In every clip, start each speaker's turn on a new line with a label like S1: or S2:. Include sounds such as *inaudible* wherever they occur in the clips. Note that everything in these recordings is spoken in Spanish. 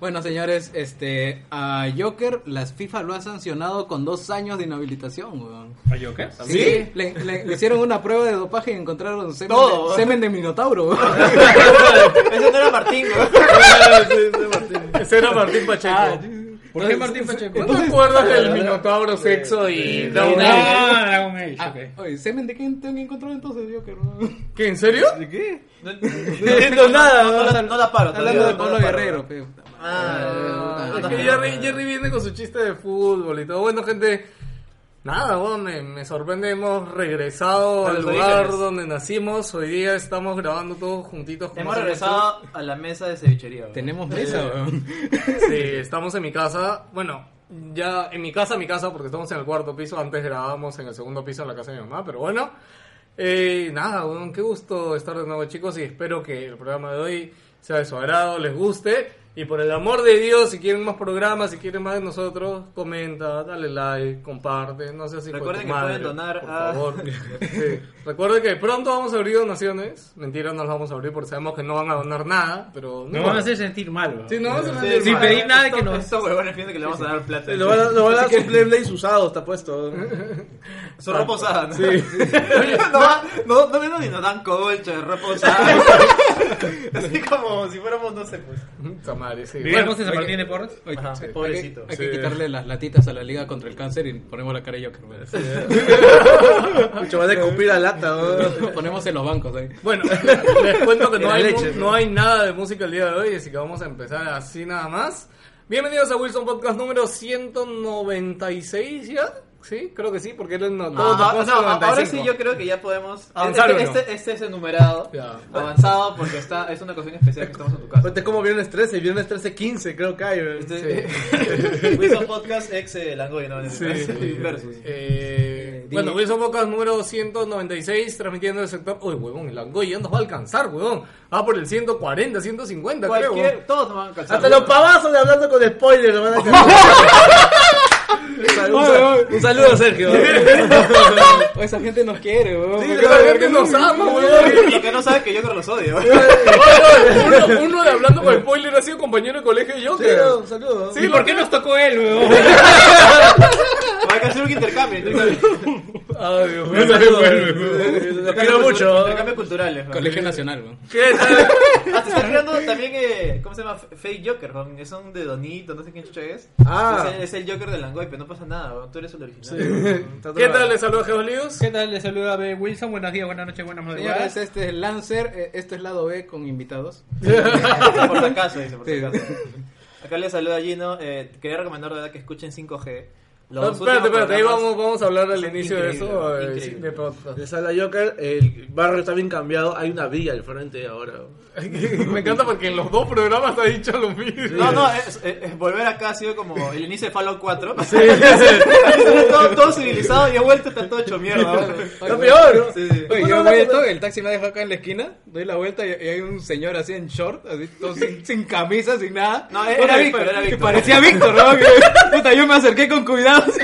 S1: Bueno, señores, este, a Joker, las FIFA lo ha sancionado con dos años de inhabilitación, weón.
S2: ¿A Joker?
S1: Sí, Le, le- le hicieron una prueba de dopaje y encontraron semen,
S3: Todo.
S1: de, semen de minotauro. weón.
S3: Eso no era Martín, weón.
S4: Ese era Martín Pacheco.
S2: ¿Por qué Martín Pacheco?
S4: ¿Tú recuerdas el Minotauro sexo y
S2: Ah,
S4: Dragon Age?
S2: Dragon Age,
S1: Ah,
S2: ok.
S1: Oye, ¿semen de quién te han encontrado entonces, Joker? weón?
S4: ¿Qué, en serio?
S3: No, no, entiendo nada, no, la- no la paro. todavía,
S1: Hablando de
S3: no
S1: Pablo
S3: la paro.
S1: Guerrero, pe, puta madre.
S3: Ah,
S4: Es
S3: puta
S4: que
S3: madre.
S4: Jerry, Jerry viene con su chiste de fútbol y todo. Bueno, gente, nada, bueno, me, me sorprende. Hemos regresado
S3: A
S4: al
S3: los
S4: lugar
S3: orígenes.
S4: donde nacimos. Hoy día estamos grabando todos juntitos. como
S3: Hemos
S4: siempre.
S3: regresado a la mesa de cevichería. weón.
S1: Tenemos mesa, weón.
S4: Sí, Este, estamos en mi casa. Bueno, ya en mi casa, mi casa, porque estamos en el cuarto piso. Antes grabábamos en el segundo piso en la casa de mi mamá, pero bueno. Eh, nada, bueno, qué gusto estar de nuevo, chicos. Y espero que el programa de hoy sea de su agrado, les guste. Y por el amor de Dios, si quieren más programas, si quieren más de nosotros, comenta, dale like, comparte, no sé si
S3: Recuerden que pueden donar
S4: por
S3: a- *laughs*
S4: favor. Sí. Recuerden que pronto vamos a abrir donaciones. Mentira, no las vamos a abrir porque sabemos que no van a donar nada, pero no
S2: Nos van a hacer sentir mal, weón.
S4: Sí, no vamos a
S3: Sí,
S4: sentir
S2: Sin
S3: ma,
S4: mal.
S2: pedir nada
S3: estos-
S2: que nos-
S3: Estos huevones piensan que le vamos a dar plata.
S5: Lo van a, lo van a dar su play blaze usado, está puesto.
S3: Son reposadas, ¿no? *laughs* no, va- no, no menos ni nos dan colcha, *laughs* reposadas. Así como si fuéramos, no sé, pues.
S4: *laughs* Puta madre, sí.
S2: ¿Vivimos
S4: Bueno,
S2: en San
S4: hay
S2: Martín
S4: que-
S2: de Porres?
S1: Oye,
S3: Ajá,
S1: sí. Hay que-
S3: pobrecito.
S1: Hay que,
S4: Sí.
S1: quitarle las latitas a la liga contra el cáncer y ponemos la cara de Joker. weón.
S5: eh.
S1: *laughs*
S5: Mucho van a escupir la lata. ¿no?
S1: ponemos en los bancos ahí.
S4: Bueno, *laughs* les cuento que no
S5: Era
S4: hay,
S5: leche,
S4: mu- no hay nada de música el día de hoy, así que vamos a empezar así nada más. Bienvenidos a Wilson Podcast número 196, ¿ya? Sí, creo que sí, porque era el no, todos
S3: Ah,
S4: nos fuimos
S3: no,
S4: al
S3: ahora
S4: 95.
S3: sí yo creo que ya podemos
S4: Avanzar,
S3: este,
S4: ¿o no?
S3: este, este es enumerado
S4: Ya.
S3: avanzado porque está es una ocasión especial que estamos en tu casa
S5: Este es como viernes 13, viernes 13, 15, creo que hay. ¿eh?
S3: Este- *laughs* Wilson Podcast ex eh, Langoy no *laughs*
S4: Sí, sí.
S3: versus
S4: Eh, bueno, Wilson Podcast número 196, transmitiendo el sector. Uy, huevón, el Angoy ya nos va a alcanzar, huevón. Ah, por el 140, 150, creo.
S3: cualquier todos nos van a calzar
S5: Hasta los pavazos de hablando con spoilers lo van a hacer. Un sal- Un saludo, Sergio. ¿eh?
S1: Oh, *laughs* esa gente nos quiere, weón.
S5: Sí,
S1: ¿Por qué
S5: la
S1: la
S5: verdad
S1: gente
S5: que
S1: nos
S5: sí.
S1: ama, weón?
S3: y que no sabe que yo creo que los odio *laughs*
S4: uno, uno de hablando con spoiler ha sido compañero de colegio de
S5: Sí,
S4: Joker.
S5: un saludo.
S4: Sí, ¿por qué nos tocó él, weón?
S3: hay que hacer un intercambio intercambio,
S4: Ay, Dios
S5: Un saludo. Lo quiero mucho.
S3: intercambio cultural ¿no?
S1: Colegio Nacional, weón.
S4: ¿Qué tal?
S3: ah se está creando también eh, ¿cómo se llama? F- Fake Joker ¿no? es un de Donito no sé quién chucha es
S5: Ah.
S3: es el, es el Joker de Langoy pero no pasa nada ¿no? tú eres el original
S4: ¿Qué tal? Les saluda Geolius.
S2: ¿Qué tal? Les saluda B. Wilson. Buenos días, buenas noches, buenas
S1: Señores,
S2: madrugadas.
S1: este es Lancer, eh, esto es lado B con invitados.
S3: por si acaso, dice, por si
S1: Sí.
S3: acaso. Acá le saluda Gino. Eh, quería recomendar de verdad que escuchen 5G. Los
S4: No,
S3: últimos
S4: espérate, espérate, ahí
S3: programas-
S4: vamos, vamos a hablar al
S3: son
S4: inicio de eso.
S3: increíbles,
S4: eh,
S3: increíbles.
S4: de podcast.
S5: De Sala Joker, el barrio está bien cambiado. Hay una villa al frente ahora.
S4: *laughs* Me encanta porque en los dos programas ha dicho lo mismo.
S3: No, no, es- es- es- volver acá ha sido como el inicio de Fallout 4. *laughs* Era todo, todo civilizado y ha vuelto está todo hecho mierda.
S5: Está peor.
S3: Sí, sí.
S1: Oye,
S5: Uno
S1: yo
S5: habla
S1: voy
S5: con-
S1: esto, el taxi me ha dejado acá en la esquina, doy la vuelta y, y hay un señor así en short, así todo sin, sin camisa, sin nada.
S3: No, era
S1: Puta,
S3: Víctor, era
S1: que
S3: Víctor.
S1: parecía Víctor, ¿no? Que- puta, yo me acerqué con cuidado, así,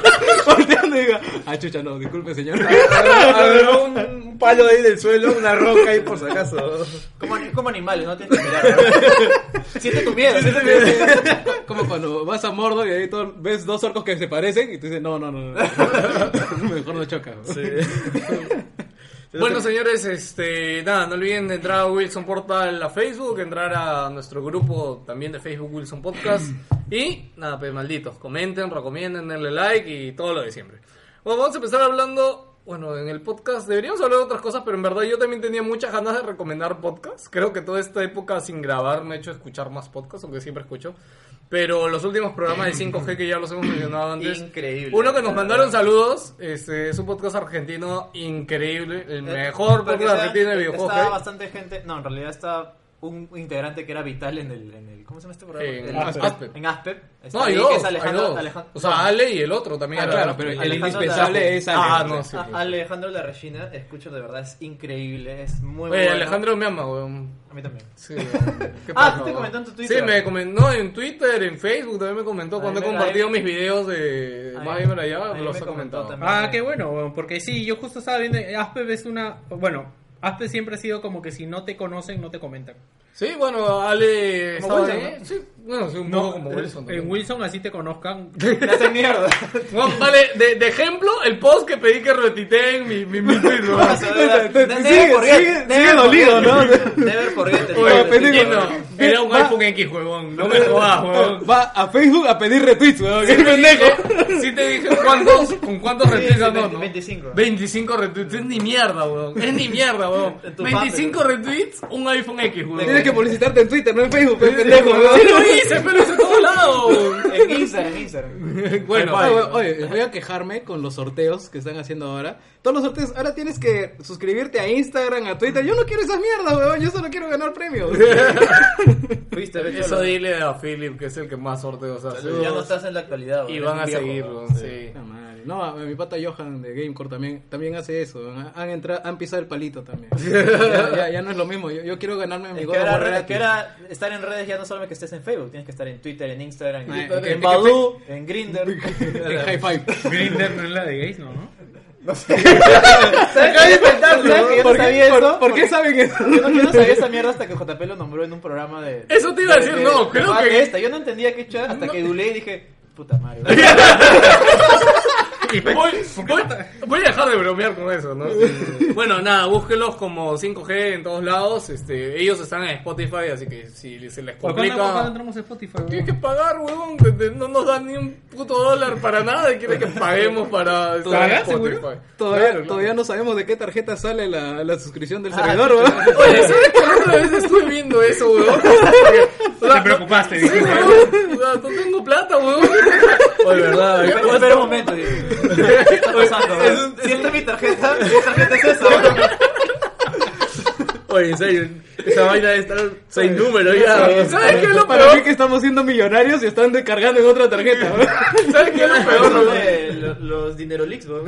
S1: *laughs* volteando y digo, ah, chucha, no, disculpe, señor.
S5: Agarró un un palo ahí del suelo, una roca ahí por si acaso.
S3: Como, como animales, no tienes que mirar. ¿no? Siente tu miedo.
S1: *laughs* Como cuando vas a Mordor y ahí todo- ves dos orcos que se parecen y tú dices, no, no, no, no. mejor no *laughs* choca. ¿no?
S4: Bueno, señores, este, nada, no olviden de entrar a Wilson Portal a Facebook, entrar a nuestro grupo también de Facebook Wilson Podcast. y nada, pues malditos, comenten, recomienden, denle like y todo lo de siempre. Bueno, vamos a empezar hablando, bueno, en el podcast deberíamos hablar de otras cosas, pero en verdad yo también tenía muchas ganas de recomendar podcasts. Creo que toda esta época sin grabar me ha hecho escuchar más podcasts, aunque siempre escucho. Pero los últimos programas de 5G que ya los hemos mencionado antes.
S3: Increíble.
S4: Uno que nos mandaron saludos, este, es un podcast argentino increíble, el mejor
S3: Eh, Porque
S4: podcast
S3: está-
S4: argentino de videojuegos. ¿eh?
S3: Estaba
S4: que hay.
S3: bastante gente. No, en realidad estaba un integrante que era vital en el. En el ¿Cómo se llama este programa?
S4: En
S3: El-
S4: Aspep. Aspep.
S3: En Aspep. Está
S4: No, hay
S3: ahí, que
S4: dos,
S3: es Alejandro,
S4: hay dos.
S3: Alejandro-
S4: O sea, Ale y el otro también.
S1: Ah,
S4: era-
S1: claro, pero el
S3: Alejandro
S1: indispensable
S3: Lara.
S1: es Ale.
S4: Ah, no, sí.
S3: A- Alejandro La Regina, escucho de verdad, es increíble, es muy
S4: Oye,
S3: bueno.
S4: Alejandro me ama, weón.
S3: A mí también.
S4: Sí, weón. ¿Qué
S3: Ah,
S4: pasa,
S3: tú te
S4: weón?
S3: comentó en tu Twitter.
S4: Sí, me comentó en Twitter, en Facebook también me comentó
S3: Ahí
S4: cuando he
S3: me-
S4: compartido
S3: ahí-
S4: mis videos de
S3: ahí-
S4: Más Gamer allá,
S3: ahí
S4: los
S3: me
S4: he
S3: comentó
S4: comentado.
S3: también.
S2: Ah, qué bueno, weón, porque sí, yo justo estaba viendo, eh, Aspe es una, bueno, Aspe siempre ha sido como que si no te conocen, no te comentan.
S4: Sí, bueno, Ale
S3: Como
S4: estaba
S3: Wilson,
S4: ahí. Sí, bueno, sí, un poco
S2: No,
S4: como
S6: eh,
S4: Wilson.
S2: en
S4: también.
S2: Eh, Wilson así te conozcan.
S3: Me
S4: *laughs*
S3: hacen mierda. *laughs*
S4: No, vale, de, de ejemplo, el post que pedí que retuiteen mi, mi, mi tweet, ¿no?
S3: *laughs*
S1: Sigue- sigue- sigue dolido, ¿no?
S3: Never forget.
S1: Oye,
S3: el nombre del
S1: pendejo.
S3: tipo,
S4: No, Era un
S1: Va-
S4: iPhone X, huevón. No me jodas, huevón.
S1: Va a Facebook a pedir retweets, weón.
S4: Sí
S1: qué
S4: te
S1: pendejo.
S4: dije- sí te dije cuántos, con cuántos
S3: Sí,
S4: retweets
S3: sí,
S4: ganó,
S3: 20,
S4: ¿no?
S3: 25.
S4: 25 retweets, es ni mierda, weón. Es ni mierda, weón.
S3: En tu
S4: 25 retweets, un iPhone X, weón.
S1: *laughs* Tienes que publicitarte en Twitter, no en Facebook, pe, pendejo, weón.
S4: Sí lo hice, pero hice a todos lados.
S3: En Instagram, en Instagram.
S4: *laughs* Bueno,
S1: Ah, bueno, oye, voy a quejarme con los sorteos que están haciendo ahora. Todos los sorteos, ahora tienes que suscribirte a Instagram, a Twitter. Yo no quiero esas mierdas, weón. Yo solo quiero ganar premios. *laughs*
S3: Fuiste, ve,
S4: eso
S3: solo.
S4: dile a Philip, que es el que más sorteos hace.
S3: Ya no estás en la actualidad.
S4: Y
S3: bro,
S4: van a
S3: eres un
S4: seguir,
S3: viejo,
S4: weón, sí.
S1: Puta madre. No, a- a mi pata Johan de Gamecore también, también hace eso. weón. Han, entrado, han pisado el palito *laughs* también. Ya, ya- ya no es lo mismo. Yo, yo quiero ganarme mi
S3: Es
S1: God
S3: que,
S1: of
S3: era,
S1: War
S3: es que
S1: gratis.
S3: era estar en redes ya no solo que estés en Facebook, tienes que estar en Twitter, en Instagram,
S1: Ah,
S3: en,
S1: es que-
S3: en Badoo, en Grindr.
S1: En high *laughs* five.
S2: Grindr no es la de gays, ¿no?
S3: ¿Sabes qué? ¿Sabes que yo no
S1: ¿Por qué-
S3: sabía
S1: por-
S3: eso?
S1: ¿Por qué saben eso?
S3: Yo no, yo
S1: *laughs*
S3: no sabía esa mierda hasta que JP lo nombró en un programa de...
S4: Eso te iba a decir,
S3: de-
S4: no,
S3: de-
S4: creo
S3: de-
S4: que-
S3: Esta. Yo no entendía qué chucha hasta que dulé y dije, puta
S4: *laughs*
S3: madre.
S4: Voy, voy- voy a dejar de bromear con eso, ¿no? *laughs* Bueno, nada, búsquenlos como 5G en todos lados. Este, ellos están en Spotify, así que si se les
S2: ¿Por cuándo
S4: complica.
S2: entramos en Spotify?
S4: Tienes que pagar, huevón. que te- No nos dan ni un puto dólar para nada. y Quieren que paguemos para estar en
S2: ¿Pagas,
S4: Spotify.
S2: seguro?
S1: Todavía,
S4: Claro, claro.
S1: todavía no sabemos de qué tarjeta sale la, la suscripción del
S3: Ah,
S1: servidor,
S3: chucha.
S1: weón.
S4: Oye, ¿sabes que la otra vez estuve viendo eso, *laughs* huevón?
S2: Te preocupaste,
S4: Sí,
S2: dijiste.
S4: huevón. O sea, no tengo plata, huevón. *laughs*
S3: Oye, verdad. Espera un momento. dije. ¿Qué está pasando? bro? Si esta es mi tarjeta, mi tarjeta es esa. bro.
S5: Oye, en serio, esa vaina de estar sin número ya.
S4: ¿Sabes qué es lo
S1: Para
S4: peor?
S1: mí que estamos siendo millonarios y están descargando en otra tarjeta, weón.
S4: ¿Sabes qué es lo peor,
S3: Eso
S4: huevón?
S3: de lo- los dinero leaks, bro.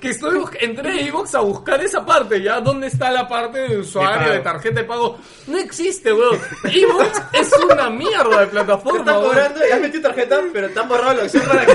S4: Que estoy bus- entré a Evox a buscar esa parte, ya dónde está la parte de usuario,
S2: pago.
S4: de tarjeta de pago. No existe, weón. Evox es una mierda de plataforma,
S3: Están
S4: weón.
S3: cobrando, ya has metido tarjeta, pero te han borrado la opción para que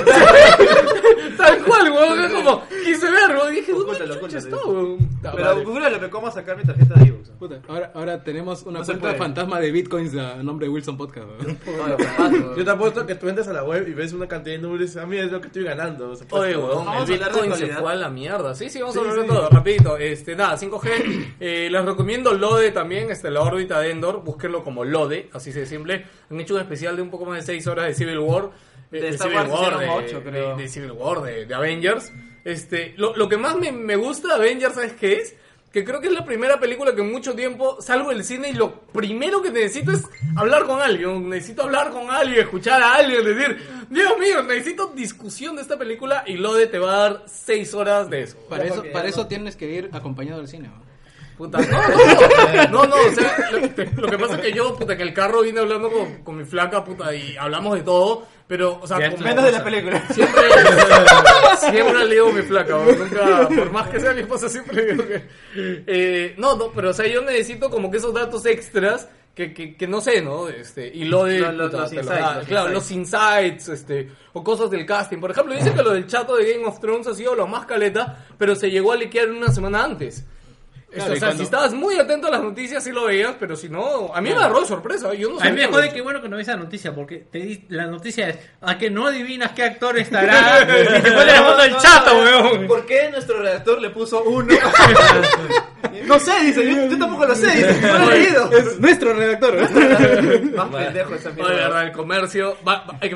S4: Tal cual, weón. Es como, quise ver, weón. Dije, ¿dónde
S3: Ocúltalo,
S4: chucha
S3: ocúltalo.
S4: está, weón? Ta
S3: *laughs* Pero
S4: madre.
S3: googlale cómo sacar mi tarjeta de Evox.
S1: Puta, ahora, ahora tenemos una
S3: No se
S1: cuenta
S3: puede.
S1: fantasma de bitcoins a nombre de Wilson Podcast, weón.
S5: Yo te apuesto que tú entras a la web y ves una cantidad de números y dices, a mí es lo que estoy ganando. o sea, pues,
S4: Oye, weón,
S3: Vamos
S4: el
S3: a hablar de
S4: Bitcoin se
S3: actualidad.
S4: fue a la mierda. Sí, sí, vamos a
S5: Sí,
S4: hablar de
S5: sí.
S4: todo, rapidito. Este, nada,
S3: *laughs*
S4: 5G. eh, les recomiendo LODE también, este, la órbita de Endor. Búsquenlo como LODE, así de simple. Han hecho un especial de un poco más de 6 horas de Civil War. eh,
S3: De Star
S4: Civil
S3: Wars hicieron
S4: de-
S3: ocho, creo.
S4: de- de Civil War, de, de Avengers. Este, lo, lo que más me, me gusta de Avengers, ¿sabes qué es? Que creo que es la primera película que en mucho tiempo salgo del cine y lo primero que necesito es hablar con alguien. Necesito hablar con alguien, escuchar a alguien, decir, Dios mío, necesito discusión de esta película y Lode te va a dar seis horas de eso.
S1: Para
S3: Ya,
S1: eso,
S3: porque ya
S1: para
S3: no-
S1: eso tienes que ir acompañado al cine, weón.
S4: Puta, no, no, no, no, o sea, lo, lo que pasa es que yo, puta, que el carro vine hablando con, con mi flaca, puta, y hablamos de todo, pero, o sea,
S2: Ya
S4: como-
S3: Menos de la película.
S4: Siempre, siempre le digo mi placa, bro. nunca, por más que sea mi esposa, siempre le digo que... Eh, no, no, pero o sea, yo necesito como que esos datos extras que, que, que no sé, ¿no? Este, y lo de...
S3: Lo- lo-
S4: puta,
S3: los
S4: te lo
S3: insights,
S4: da.
S3: los
S4: claro,
S3: insights.
S4: los insights, este, o cosas del casting. Por ejemplo, dice que lo del chato de Game of Thrones ha sido lo más caleta, pero se llegó a liquear una semana antes. Este,
S1: Claro,
S4: o
S1: y
S4: sea,
S1: cuando-
S4: si estabas muy atento a las noticias, sí lo veías, pero si no, a mí me agarró de sorpresa. Yo no
S2: A mí me
S4: sabía,
S2: jode
S4: bro.
S2: que bueno que no ves la noticia, porque te di- la noticia es a que no adivinas qué actor estará. y
S1: *laughs*
S2: te pone la foto del chato, weón.
S3: ¿Por qué nuestro redactor le puso uno?
S1: *laughs*
S3: no sé, dice. Yo, yo tampoco lo sé, dice. No lo he leído.
S1: Es nuestro redactor, weón.
S3: Más pendejo esa
S4: No, de
S3: mierda.
S4: verdad, el comercio, va- va- hay que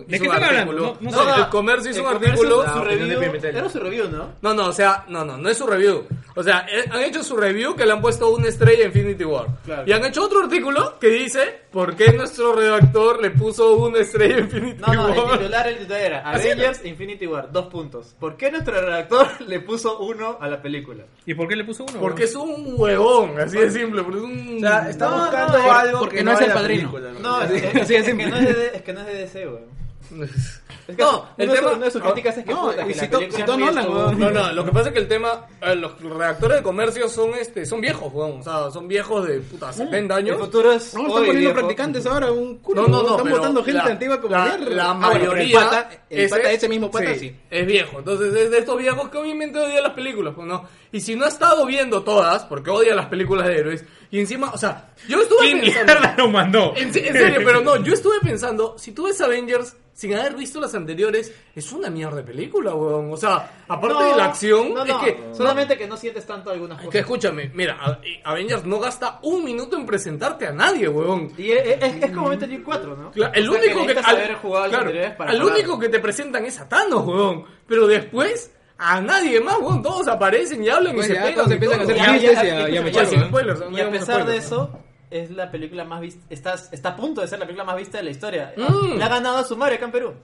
S2: ¿De
S4: Hizo
S2: qué
S4: un
S2: están
S4: artículo.
S2: hablando? No- no
S4: No,
S2: sé.
S4: el comercio hizo
S3: El
S4: un
S3: comercio,
S4: artículo.
S3: su
S5: no,
S3: review.
S5: no, no, no.
S3: Era su review, ¿no?
S4: No, no, o sea, no, no, no es su review. O sea, eh, han hecho su review que le han puesto una estrella a Infinity War.
S3: Claro.
S4: Y han hecho otro artículo que dice por qué nuestro redactor le puso una estrella a Infinity
S3: No, no, el
S4: War.
S3: titular, el titular era
S4: Así era.
S3: Avengers Infinity War, dos puntos. ¿Por qué nuestro redactor *laughs* le puso uno a la película?
S2: ¿Y por qué le puso uno?
S4: porque es un huevón, así de simple. Porque es un...
S5: O sea, está
S3: No,
S5: buscando
S3: no,
S5: algo
S1: porque
S5: que
S1: no es
S5: hay
S1: el
S5: en la
S1: padrino.
S5: película,
S3: No, es, *laughs* es-
S1: Así de
S3: es que
S1: simple.
S3: no es de, es que no es de DC, weón. Es que Ah,
S4: No, el
S3: uno de su-
S4: tema-
S3: una de sus críticas es que
S1: no,
S3: puta,
S1: y
S3: que
S1: si
S3: la
S1: to-
S3: película
S1: si to-
S3: Henry
S1: Nolan,
S3: estuvo-
S1: weón.
S4: No, no, lo que pasa es que el tema, eh, los redactores de comercio son este, son viejos, weón, o sea, son viejos de puta 70
S3: El
S4: años.
S3: futuro es
S1: No,
S3: hoy,
S1: están poniendo
S3: viejo.
S1: practicantes ahora, un culo.
S4: No, no, no,
S1: Están
S4: pero
S1: votando gente
S4: la-
S1: antigua como
S4: la,
S1: mierda.
S4: La
S1: Ah, bueno, pero
S4: mayoría.
S1: el pata, el pata, ese mismo pata, sí.
S4: Es viejo. Entonces, es de estos viejos que obviamente odia las películas, pues, ¿no? Y si no ha estado viendo todas, porque odia las películas de héroes, Y encima, o sea, yo estuve
S6: ¿Quién
S4: pensando.
S6: mierda lo mandó?
S4: En, se- en serio, pero no, yo estuve pensando, si tú ves Avengers sin haber visto las anteriores, es una mierda de película, weón. O sea, aparte de la acción,
S3: no,
S4: es
S3: no,
S4: que...
S3: solamente que no sientes tanto algunas
S4: Es que
S3: cosas.
S4: escúchame, mira, a- eh, Avengers no gasta un minuto en presentarte a nadie, weón.
S3: Y es, es- es como Metal Gear 4, ¿no?
S4: Cla- el
S3: O sea,
S4: único que,
S3: necesitas
S4: al-
S3: haber jugado
S4: claro,
S3: las anteriores para
S4: al
S3: parar.
S4: único que te presentan es a Thanos, weón. Pero después a nadie más, weón. Todos aparecen y hablan
S1: Pues
S4: y se
S1: ya,
S4: pegan.
S1: todos
S4: y
S1: empiezan a
S4: todo.
S1: hacer
S3: Ya,
S1: chistes
S3: ya,
S1: y a- y a
S3: ya,
S4: Ya,
S1: mecharlo,
S4: sin
S1: ¿no?
S4: spoilers, no
S3: Y a
S4: digamos
S3: pesar de
S4: spoilers, ¿no?
S3: eso, es la película más vista, está, está a punto de ser la película más vista de la historia.
S4: Mm.
S3: La ha ganado a su madre acá en Perú.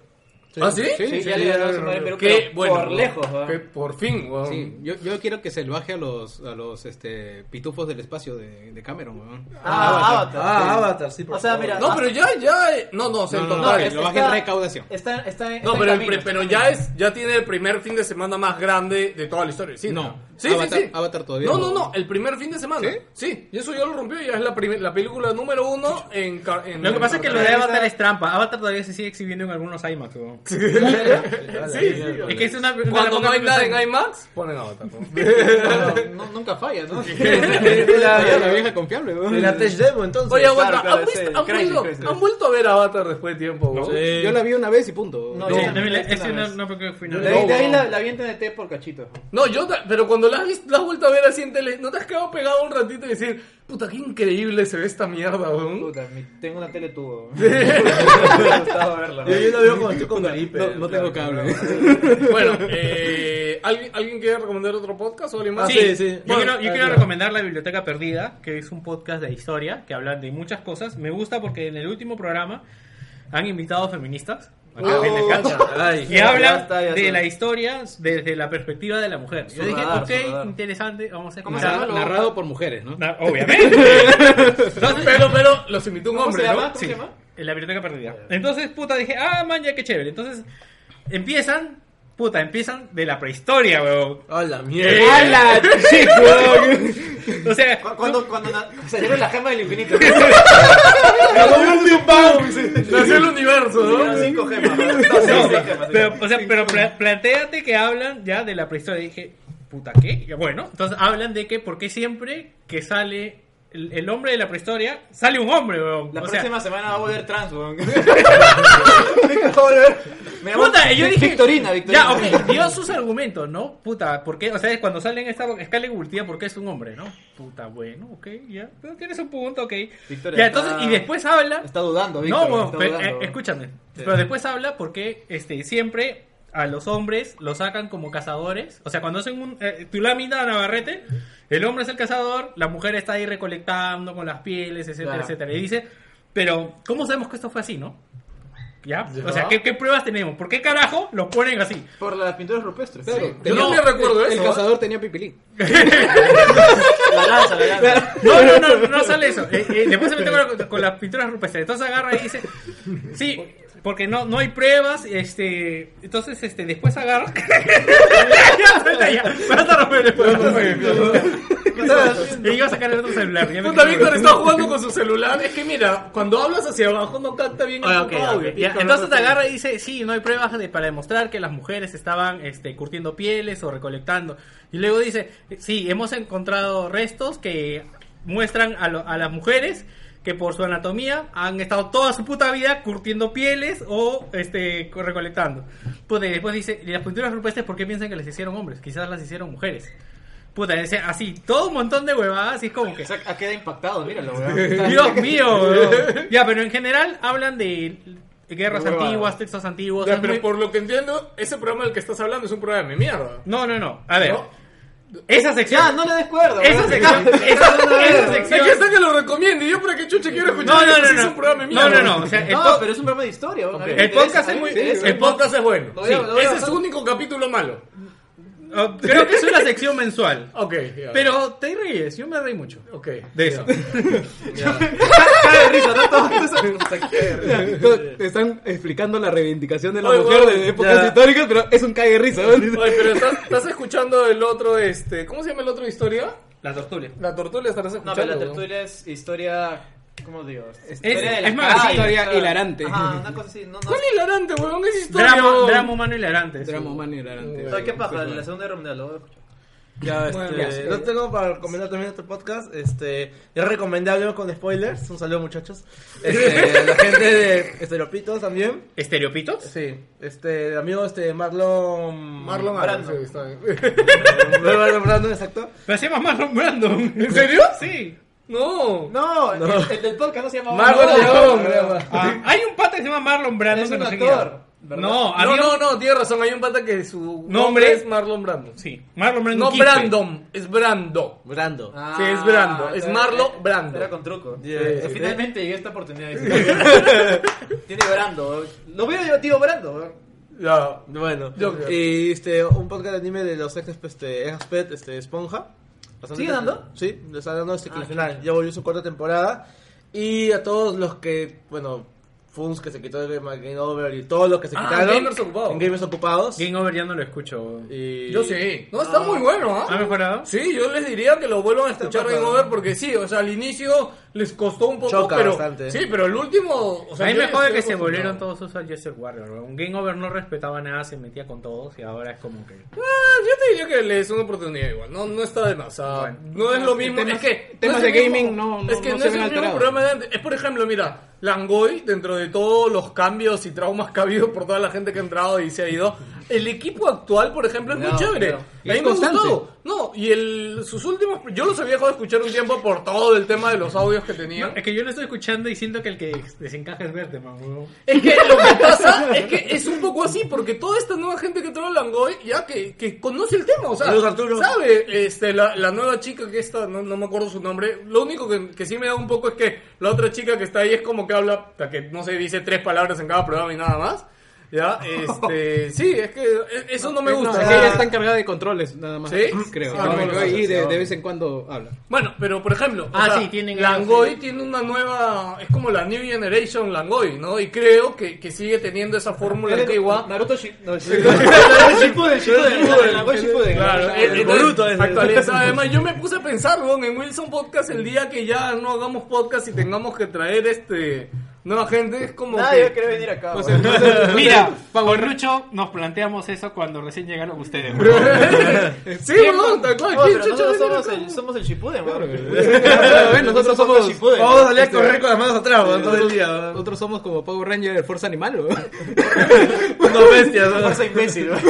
S4: ¿Ah, sí?
S3: Sí, ya le ganó a su madre en Perú,
S4: Qué
S3: pero
S4: bueno.
S3: por
S4: weón.
S3: lejos. ¿verdad?
S4: Que por fin, weón.
S1: Sí, yo, yo quiero que se le baje a los, a los este, pitufos del espacio de, de Cameron, weón.
S3: Ah, Avatar.
S5: Ah, Avatar, sí, por
S3: O sea,
S5: favor.
S3: mira,
S4: No, pero ya, ya. eh, No, no, o sea,
S1: No,
S4: en
S1: no, no,
S4: total.
S1: que lo baje en recaudación.
S3: Está, está, está
S4: No,
S3: en este
S4: pero, el
S3: camino,
S4: pre-
S3: está
S4: pero
S3: en
S4: ya
S3: camino.
S4: es ya tiene el primer fin de semana más grande de toda la historia. Sí,
S1: No,
S4: sí, sí,
S1: Avatar-
S4: sí.
S1: Avatar todavía
S4: No,
S1: no.
S4: no, no, el primer fin de semana.
S1: ¿Sí?
S4: Sí, y eso ya lo rompió. Ya es la, primer- la película número uno en, ca- en-
S6: Lo que pasa es que lo de
S4: en-
S6: Avatar es trampa. Avatar todavía se sigue exhibiendo en algunos IMAX. weón.
S4: Sí, sí,
S6: Es que es una. una
S4: Cuando no
S6: poca
S4: hay nada en
S6: cosa-
S4: IMAX, ponen Avatar. ¿no?
S3: No, no, nunca falla,
S4: *laughs*
S3: ¿no?
S1: *laughs* La, la
S5: la,
S1: vieja confiable, weón.
S5: la test demo, entonces.
S4: Oye, aguanta,
S3: claro,
S4: ¿han,
S3: sí,
S4: visto- han
S3: crazy,
S4: vuelto-
S3: crazy.
S4: han vuelto a ver Avatar después de tiempo? güey?
S5: Sí.
S1: Yo la vi una vez y punto.
S3: No,
S6: Sí,
S3: yo
S6: también la-
S3: también
S6: es
S3: la
S6: una-
S3: vez.
S6: no, porque fui una-
S3: De ahí, de ahí
S4: No.
S3: la, la vi en TNT por cachito.
S4: No, yo, ta- pero cuando la has, vis- la has vuelto a ver así en tele, ¿no te has quedado pegado un ratito y decir, puta, qué increíble se ve esta mierda, weón?
S3: Puta, mi- tengo una tele *laughs* tubo. Me hubiera gustado verla.
S5: Yo, yo la veo cuando estoy con Felipe.
S1: No, no tengo
S5: claro.
S1: cable.
S4: Bueno, eh, ¿alguien, ¿alguien quiere recomendar otro podcast o alguien más?
S5: Ah, sí, sí.
S6: Yo
S5: Bueno,
S6: quiero, yo
S5: ah,
S4: eh,
S6: quiero
S5: claro.
S6: recomendar La Biblioteca Perdida, que es un podcast de historia que hablan de muchas cosas. Me gusta porque en el último programa han invitado feministas. Acá
S4: Oh,
S6: en el cacho, *laughs*
S5: Ay,
S6: que
S5: ya
S6: hablan
S3: está, ya
S6: de
S3: está.
S6: la historia desde la perspectiva de la mujer. Yo
S3: Su
S6: dije,
S3: radar, su
S6: ok,
S3: radar.
S6: interesante, vamos a
S3: ¿Cómo se
S6: escuchar.
S3: llama?
S1: Narrado por mujeres, ¿no?
S6: Na- Obviamente.
S4: Entonces, pero, pero, los invitó un
S3: ¿Cómo
S4: hombre,
S3: se llama?
S4: ¿no?
S3: ¿Cómo
S6: Sí,
S3: se llama?
S6: en la biblioteca perdida. Entonces, puta, dije, ah, man, ya qué chévere. Entonces, empiezan, puta, empiezan de la prehistoria, weón.
S5: Ah, la
S6: Eh,
S5: mierda.
S6: *laughs* O sea,
S3: Cu- Cuando, cuando *laughs* na- salieron la gema del infinito.
S4: Nació el universo, ¿no?
S3: Fueron cinco *laughs* gemas. No,
S6: No,
S3: seis, seis gemas.
S6: pero, o sea, pero pla- planteate que hablan ya de la prehistoria. Y dije, puta, ¿qué? Y Bueno, entonces hablan de que por qué siempre que sale el, el hombre de la prehistoria, sale un hombre, weón.
S3: La
S6: o sea,
S3: próxima semana va a volver trans, weón. *laughs* Me va a volver- me va a-
S6: Puta, y yo dije.
S3: Victorina, Victorina.
S6: Ya, ok, dio sus argumentos, ¿no? Puta, ¿por qué? O sea, cuando salen esta Scarlett Gurtía, ¿por qué es un hombre, no? Puta, bueno, ok, ya. Pero tienes un punto, ok.
S3: Victoria ah,
S6: ya, entonces,
S3: está-
S6: y después habla.
S3: Está dudando,
S6: No,
S3: Víctor.
S6: bueno,
S3: está
S6: pero,
S3: dudando,
S6: eh,
S3: weón.
S6: escúchame. Pero después habla porque este, siempre a los hombres los sacan como cazadores. O sea, cuando hacen un, eh, tu lámina Navarrete, el hombre es el cazador, la mujer está ahí recolectando con las pieles, etcétera,
S3: Claro.
S6: etcétera. Y dice, pero ¿cómo sabemos que esto fue así, no? ¿Ya? O sea, ¿qué, qué pruebas tenemos? ¿Por qué carajo los ponen así?
S3: Por las pinturas rupestres.
S1: Claro,
S4: Yo no
S1: tenía-
S4: me recuerdo
S1: el,
S4: eso,
S1: El
S4: ¿eh?
S1: cazador tenía pipilín.
S3: La lanza, la lanza.
S6: No, no, no, no sale eso. Eh, eh, después se metió con, la- con las pinturas rupestres. Entonces agarra y dice, sí, porque no, no hay pruebas. Este, entonces, este, después agarra. ya, suelta ya. Vas a romper el fuego. Y iba a sacar el otro celular. ya me
S4: *laughs* Puta,
S6: quedé
S4: Víctor
S6: con-
S4: está jugando con su celular. Es que mira, cuando hablas hacia abajo no capta bien el
S6: Ah,
S4: puto
S6: ok, ok.
S4: audio.
S6: Ya, Entonces te agarra y dice, sí, no hay pruebas de- para demostrar que las mujeres estaban este, curtiendo pieles o recolectando. Y luego dice, sí, hemos encontrado restos que muestran a, lo- a las mujeres que por su anatomía han estado toda su puta vida curtiendo pieles o este co- recolectando. Pues después dice, ¿y las pinturas rupestres por qué piensan que les hicieron hombres? Quizás las hicieron mujeres. Puta, dice así, todo un montón de huevadas y es como que...
S3: O sea, ah, queda impactado, míralo, weón.
S6: Dios mío, weón. Ya, pero en general hablan de guerras
S3: Huevada.
S6: antiguas, textos antiguos.
S4: Ya,
S6: es
S4: pero
S6: muy-
S4: por lo que entiendo, ese programa del que estás hablando es un programa de mierda.
S6: No, no, no. A ver.
S4: ¿No?
S6: Esa sección.
S3: Ya, no le des cuerda,
S6: Esa
S3: weón. *laughs*
S6: sección. Esa, esa
S4: Es que
S6: sección.
S4: está que lo recomiende. Yo para que chuche quiero escuchar.
S6: No, no,
S4: eso,
S6: no.
S4: si es un programa de
S6: No, no,
S4: mierda.
S6: no. no, O sea, el,
S3: No,
S6: po-
S3: pero es un programa de historia, weón. A mí me
S6: el
S3: interesa,
S6: podcast
S3: a mí
S6: es
S3: me
S6: muy.
S3: interesa.
S6: El podcast es bueno.
S3: Lo voy a-
S6: sí.
S3: lo voy a
S4: Ese es
S3: bajar.
S4: su único capítulo malo.
S6: Oh, Creo que es una sección mensual.
S4: Ok, ya.
S6: Pero te ríes, yo me reí mucho.
S4: Ok.
S6: De eso.
S3: Cae de risa, ¿no? Todo eso.
S1: Te están explicando la reivindicación de la
S4: Oye,
S1: mujer
S4: huevón,
S1: de épocas
S5: ya.
S1: históricas, pero es un cague de risa. ¿no?
S4: Oye, pero estás, estás escuchando el otro, este... ¿Cómo se llama el otro de historia?
S6: La tortulia.
S4: La tortulia estarás
S3: No,
S4: escuchando.
S3: pero la
S4: weón.
S3: tertulia es historia. ¿Cómo digo? Es,
S6: es más,
S1: historia hilarante.
S3: Ajá, una cosa así. No, no.
S4: ¿Cuál hilarante, weón? Es historia.
S6: Drama,
S4: weón.
S6: drama humano hilarante.
S1: Drama humano hilarante.
S3: Ay, ¿Qué pasa? La segunda guerra mundial. lo voy a escuchar.
S5: Pues Ya,
S2: Bueno,
S5: este,
S2: ya.
S5: no tengo para recomendar también otro podcast. Este, ya recomendé Hablemos con Spoilers. Un saludo, muchachos. Este, la gente de Estereopitos también.
S2: ¿Estereopitos?
S5: Sí, este, amigo, este, Marlon.
S4: Marlon
S5: *laughs*
S3: Brando.
S4: Aronso, está bien.
S5: Marlon Brandon, exacto.
S2: Me hacía más Marlon Brando. ¿En serio? Sí.
S4: No.
S3: No, El, el del podcast no se llama
S5: Marlon León, creo.
S2: Ah, hay un pata que se llama Marlon Brando.
S3: Es
S2: que
S3: un
S2: no sé
S3: actor,
S2: quién.
S3: ¿verdad?
S2: No,
S4: No,
S2: había
S4: no,
S2: un-
S4: no, tienes razón. Hay un pata que su
S2: Nombre.
S4: nombre es Marlon Brando.
S2: Sí, Marlon Brando.
S4: No
S2: Quispe.
S4: Brandon, es Brando.
S5: Brando.
S3: Ah,
S4: Sí, es Brando, es
S3: era-
S4: Marlo
S3: era-
S4: Brando.
S3: Era con truco.
S5: Yeah.
S3: Eh,
S5: Sí.
S3: Finalmente llegué a esta oportunidad. de- *laughs* Tiene Brando. Lo veo yo, tío Brando.
S4: Ya.
S5: Bueno,
S4: Yo-
S5: y este, un podcast de anime de los ex, este, ex Pet, este, Esponja. Bastante-
S3: ¿Sigue dando?
S5: Sí, le está dando este
S3: Ah,
S5: quincenal. Ya volvió su cuarta temporada. Y a todos los que, bueno, Funs que se quitó de Game Game Over y todos los que se
S4: Ah,
S5: quitaron.
S4: en Gamers Ocupados.
S5: En Gamers Ocupados.
S2: Game Over ya no lo escucho.
S5: Y-
S4: Yo sí. No, está muy bueno, ¿ah?
S2: ¿Ha mejorado?
S4: Sí, yo les diría que lo vuelvan a escuchar
S5: bacán.
S4: Game Over porque sí, o sea, al inicio les costó un poco,
S5: Choca
S4: pero
S5: bastante.
S4: sí, pero el último, o sea,
S2: a mí
S4: yo
S2: me
S4: ya
S2: jode
S4: estoy
S2: que se
S4: acostumbrado.
S2: volvieron todos sus Jesse Warrior. ¿no? Un Game Over no respetaba nada, se metía con todos y ahora es como que.
S4: Ah, yo te diría que le es una oportunidad igual, no, no está de más. o sea,
S2: Bueno.
S4: no es lo mismo.
S1: Temas-
S4: es que,
S1: temas
S4: no es el
S1: de
S4: mismo-
S1: gaming no- no-
S4: es que
S1: no
S4: no,
S1: se
S4: es
S1: ven
S4: el mismo
S1: alterados.
S4: programa de antes. Es por ejemplo, mira, Langoy, dentro de todos los cambios y traumas que ha habido por toda la gente que ha entrado y se ha ido, el equipo actual, por ejemplo, es
S3: No,
S4: muy chévere.
S3: no.
S4: A mí
S1: Es
S4: me ha
S1: constante.
S4: gustado. No, y el, sus últimos. Yo los había dejado de escuchar un tiempo por todo el tema de los audios que tenían.
S2: Es que yo lo estoy escuchando y siento que el que desencaja es verte, man. huevón.
S4: Es que lo que pasa es que es un poco así, porque toda esta nueva gente que trae Langoy, ya que, que conoce el tema, o sea,
S5: Saludos, Arturo.
S4: sabe, este, la, la nueva chica que está, no, no me acuerdo su nombre, lo único que, que sí me da un poco es que la otra chica que está ahí es como que habla, hasta que no se dice tres palabras en cada programa y nada más, ya, este, sí, es que eh, eso no me gusta.
S1: Es que ella está encargada de controles, nada más.
S4: ¿Sí?
S1: Creo.
S4: Ah, bueno,
S1: y de,
S5: sí,
S1: de vez en cuando habla.
S4: Bueno, pero por ejemplo, o
S2: Ah,
S4: sea,
S2: sí, tienen-
S4: Langoy tiene una nueva, es como la New Generation Langoy, ¿no? Y creo que, que sigue teniendo esa fórmula antigua.
S3: Naruto Shi- no, Shippuden. Shippuden, Shippuden, Naruto Shippuden.
S4: Claro,
S3: Claro,
S4: eh,
S5: el Boruto
S4: entonces,
S5: es el-
S4: actualiza. Además, yo me puse a pensar, weón, en Wilson Podcast el día que ya no hagamos podcast y tengamos que traer este nueva gente, es como
S3: Nadie
S4: que-
S3: quiere venir acá.
S4: o sea,
S3: weón.
S4: entonces-
S2: *laughs* *laughs* Mira, Pablo Rucho, nos planteamos eso cuando recién llegaron ustedes. huevón.
S4: *laughs* sí, weón, tal cual.
S3: No,
S4: ¿quién
S3: pero
S4: chucha viene
S3: nosotros somos
S4: acá?
S3: el, somos el Shippuden, weón.
S1: Pero ven, nosotros somos.
S3: Shippuden.
S5: Vamos a salir a correr con las manos atrás, weón, todo el día. weón.
S1: Nosotros somos como Power Ranger de Fuerza Animal, weón.
S5: Unos bestias, weón.
S3: Fuerza imbécil, weón.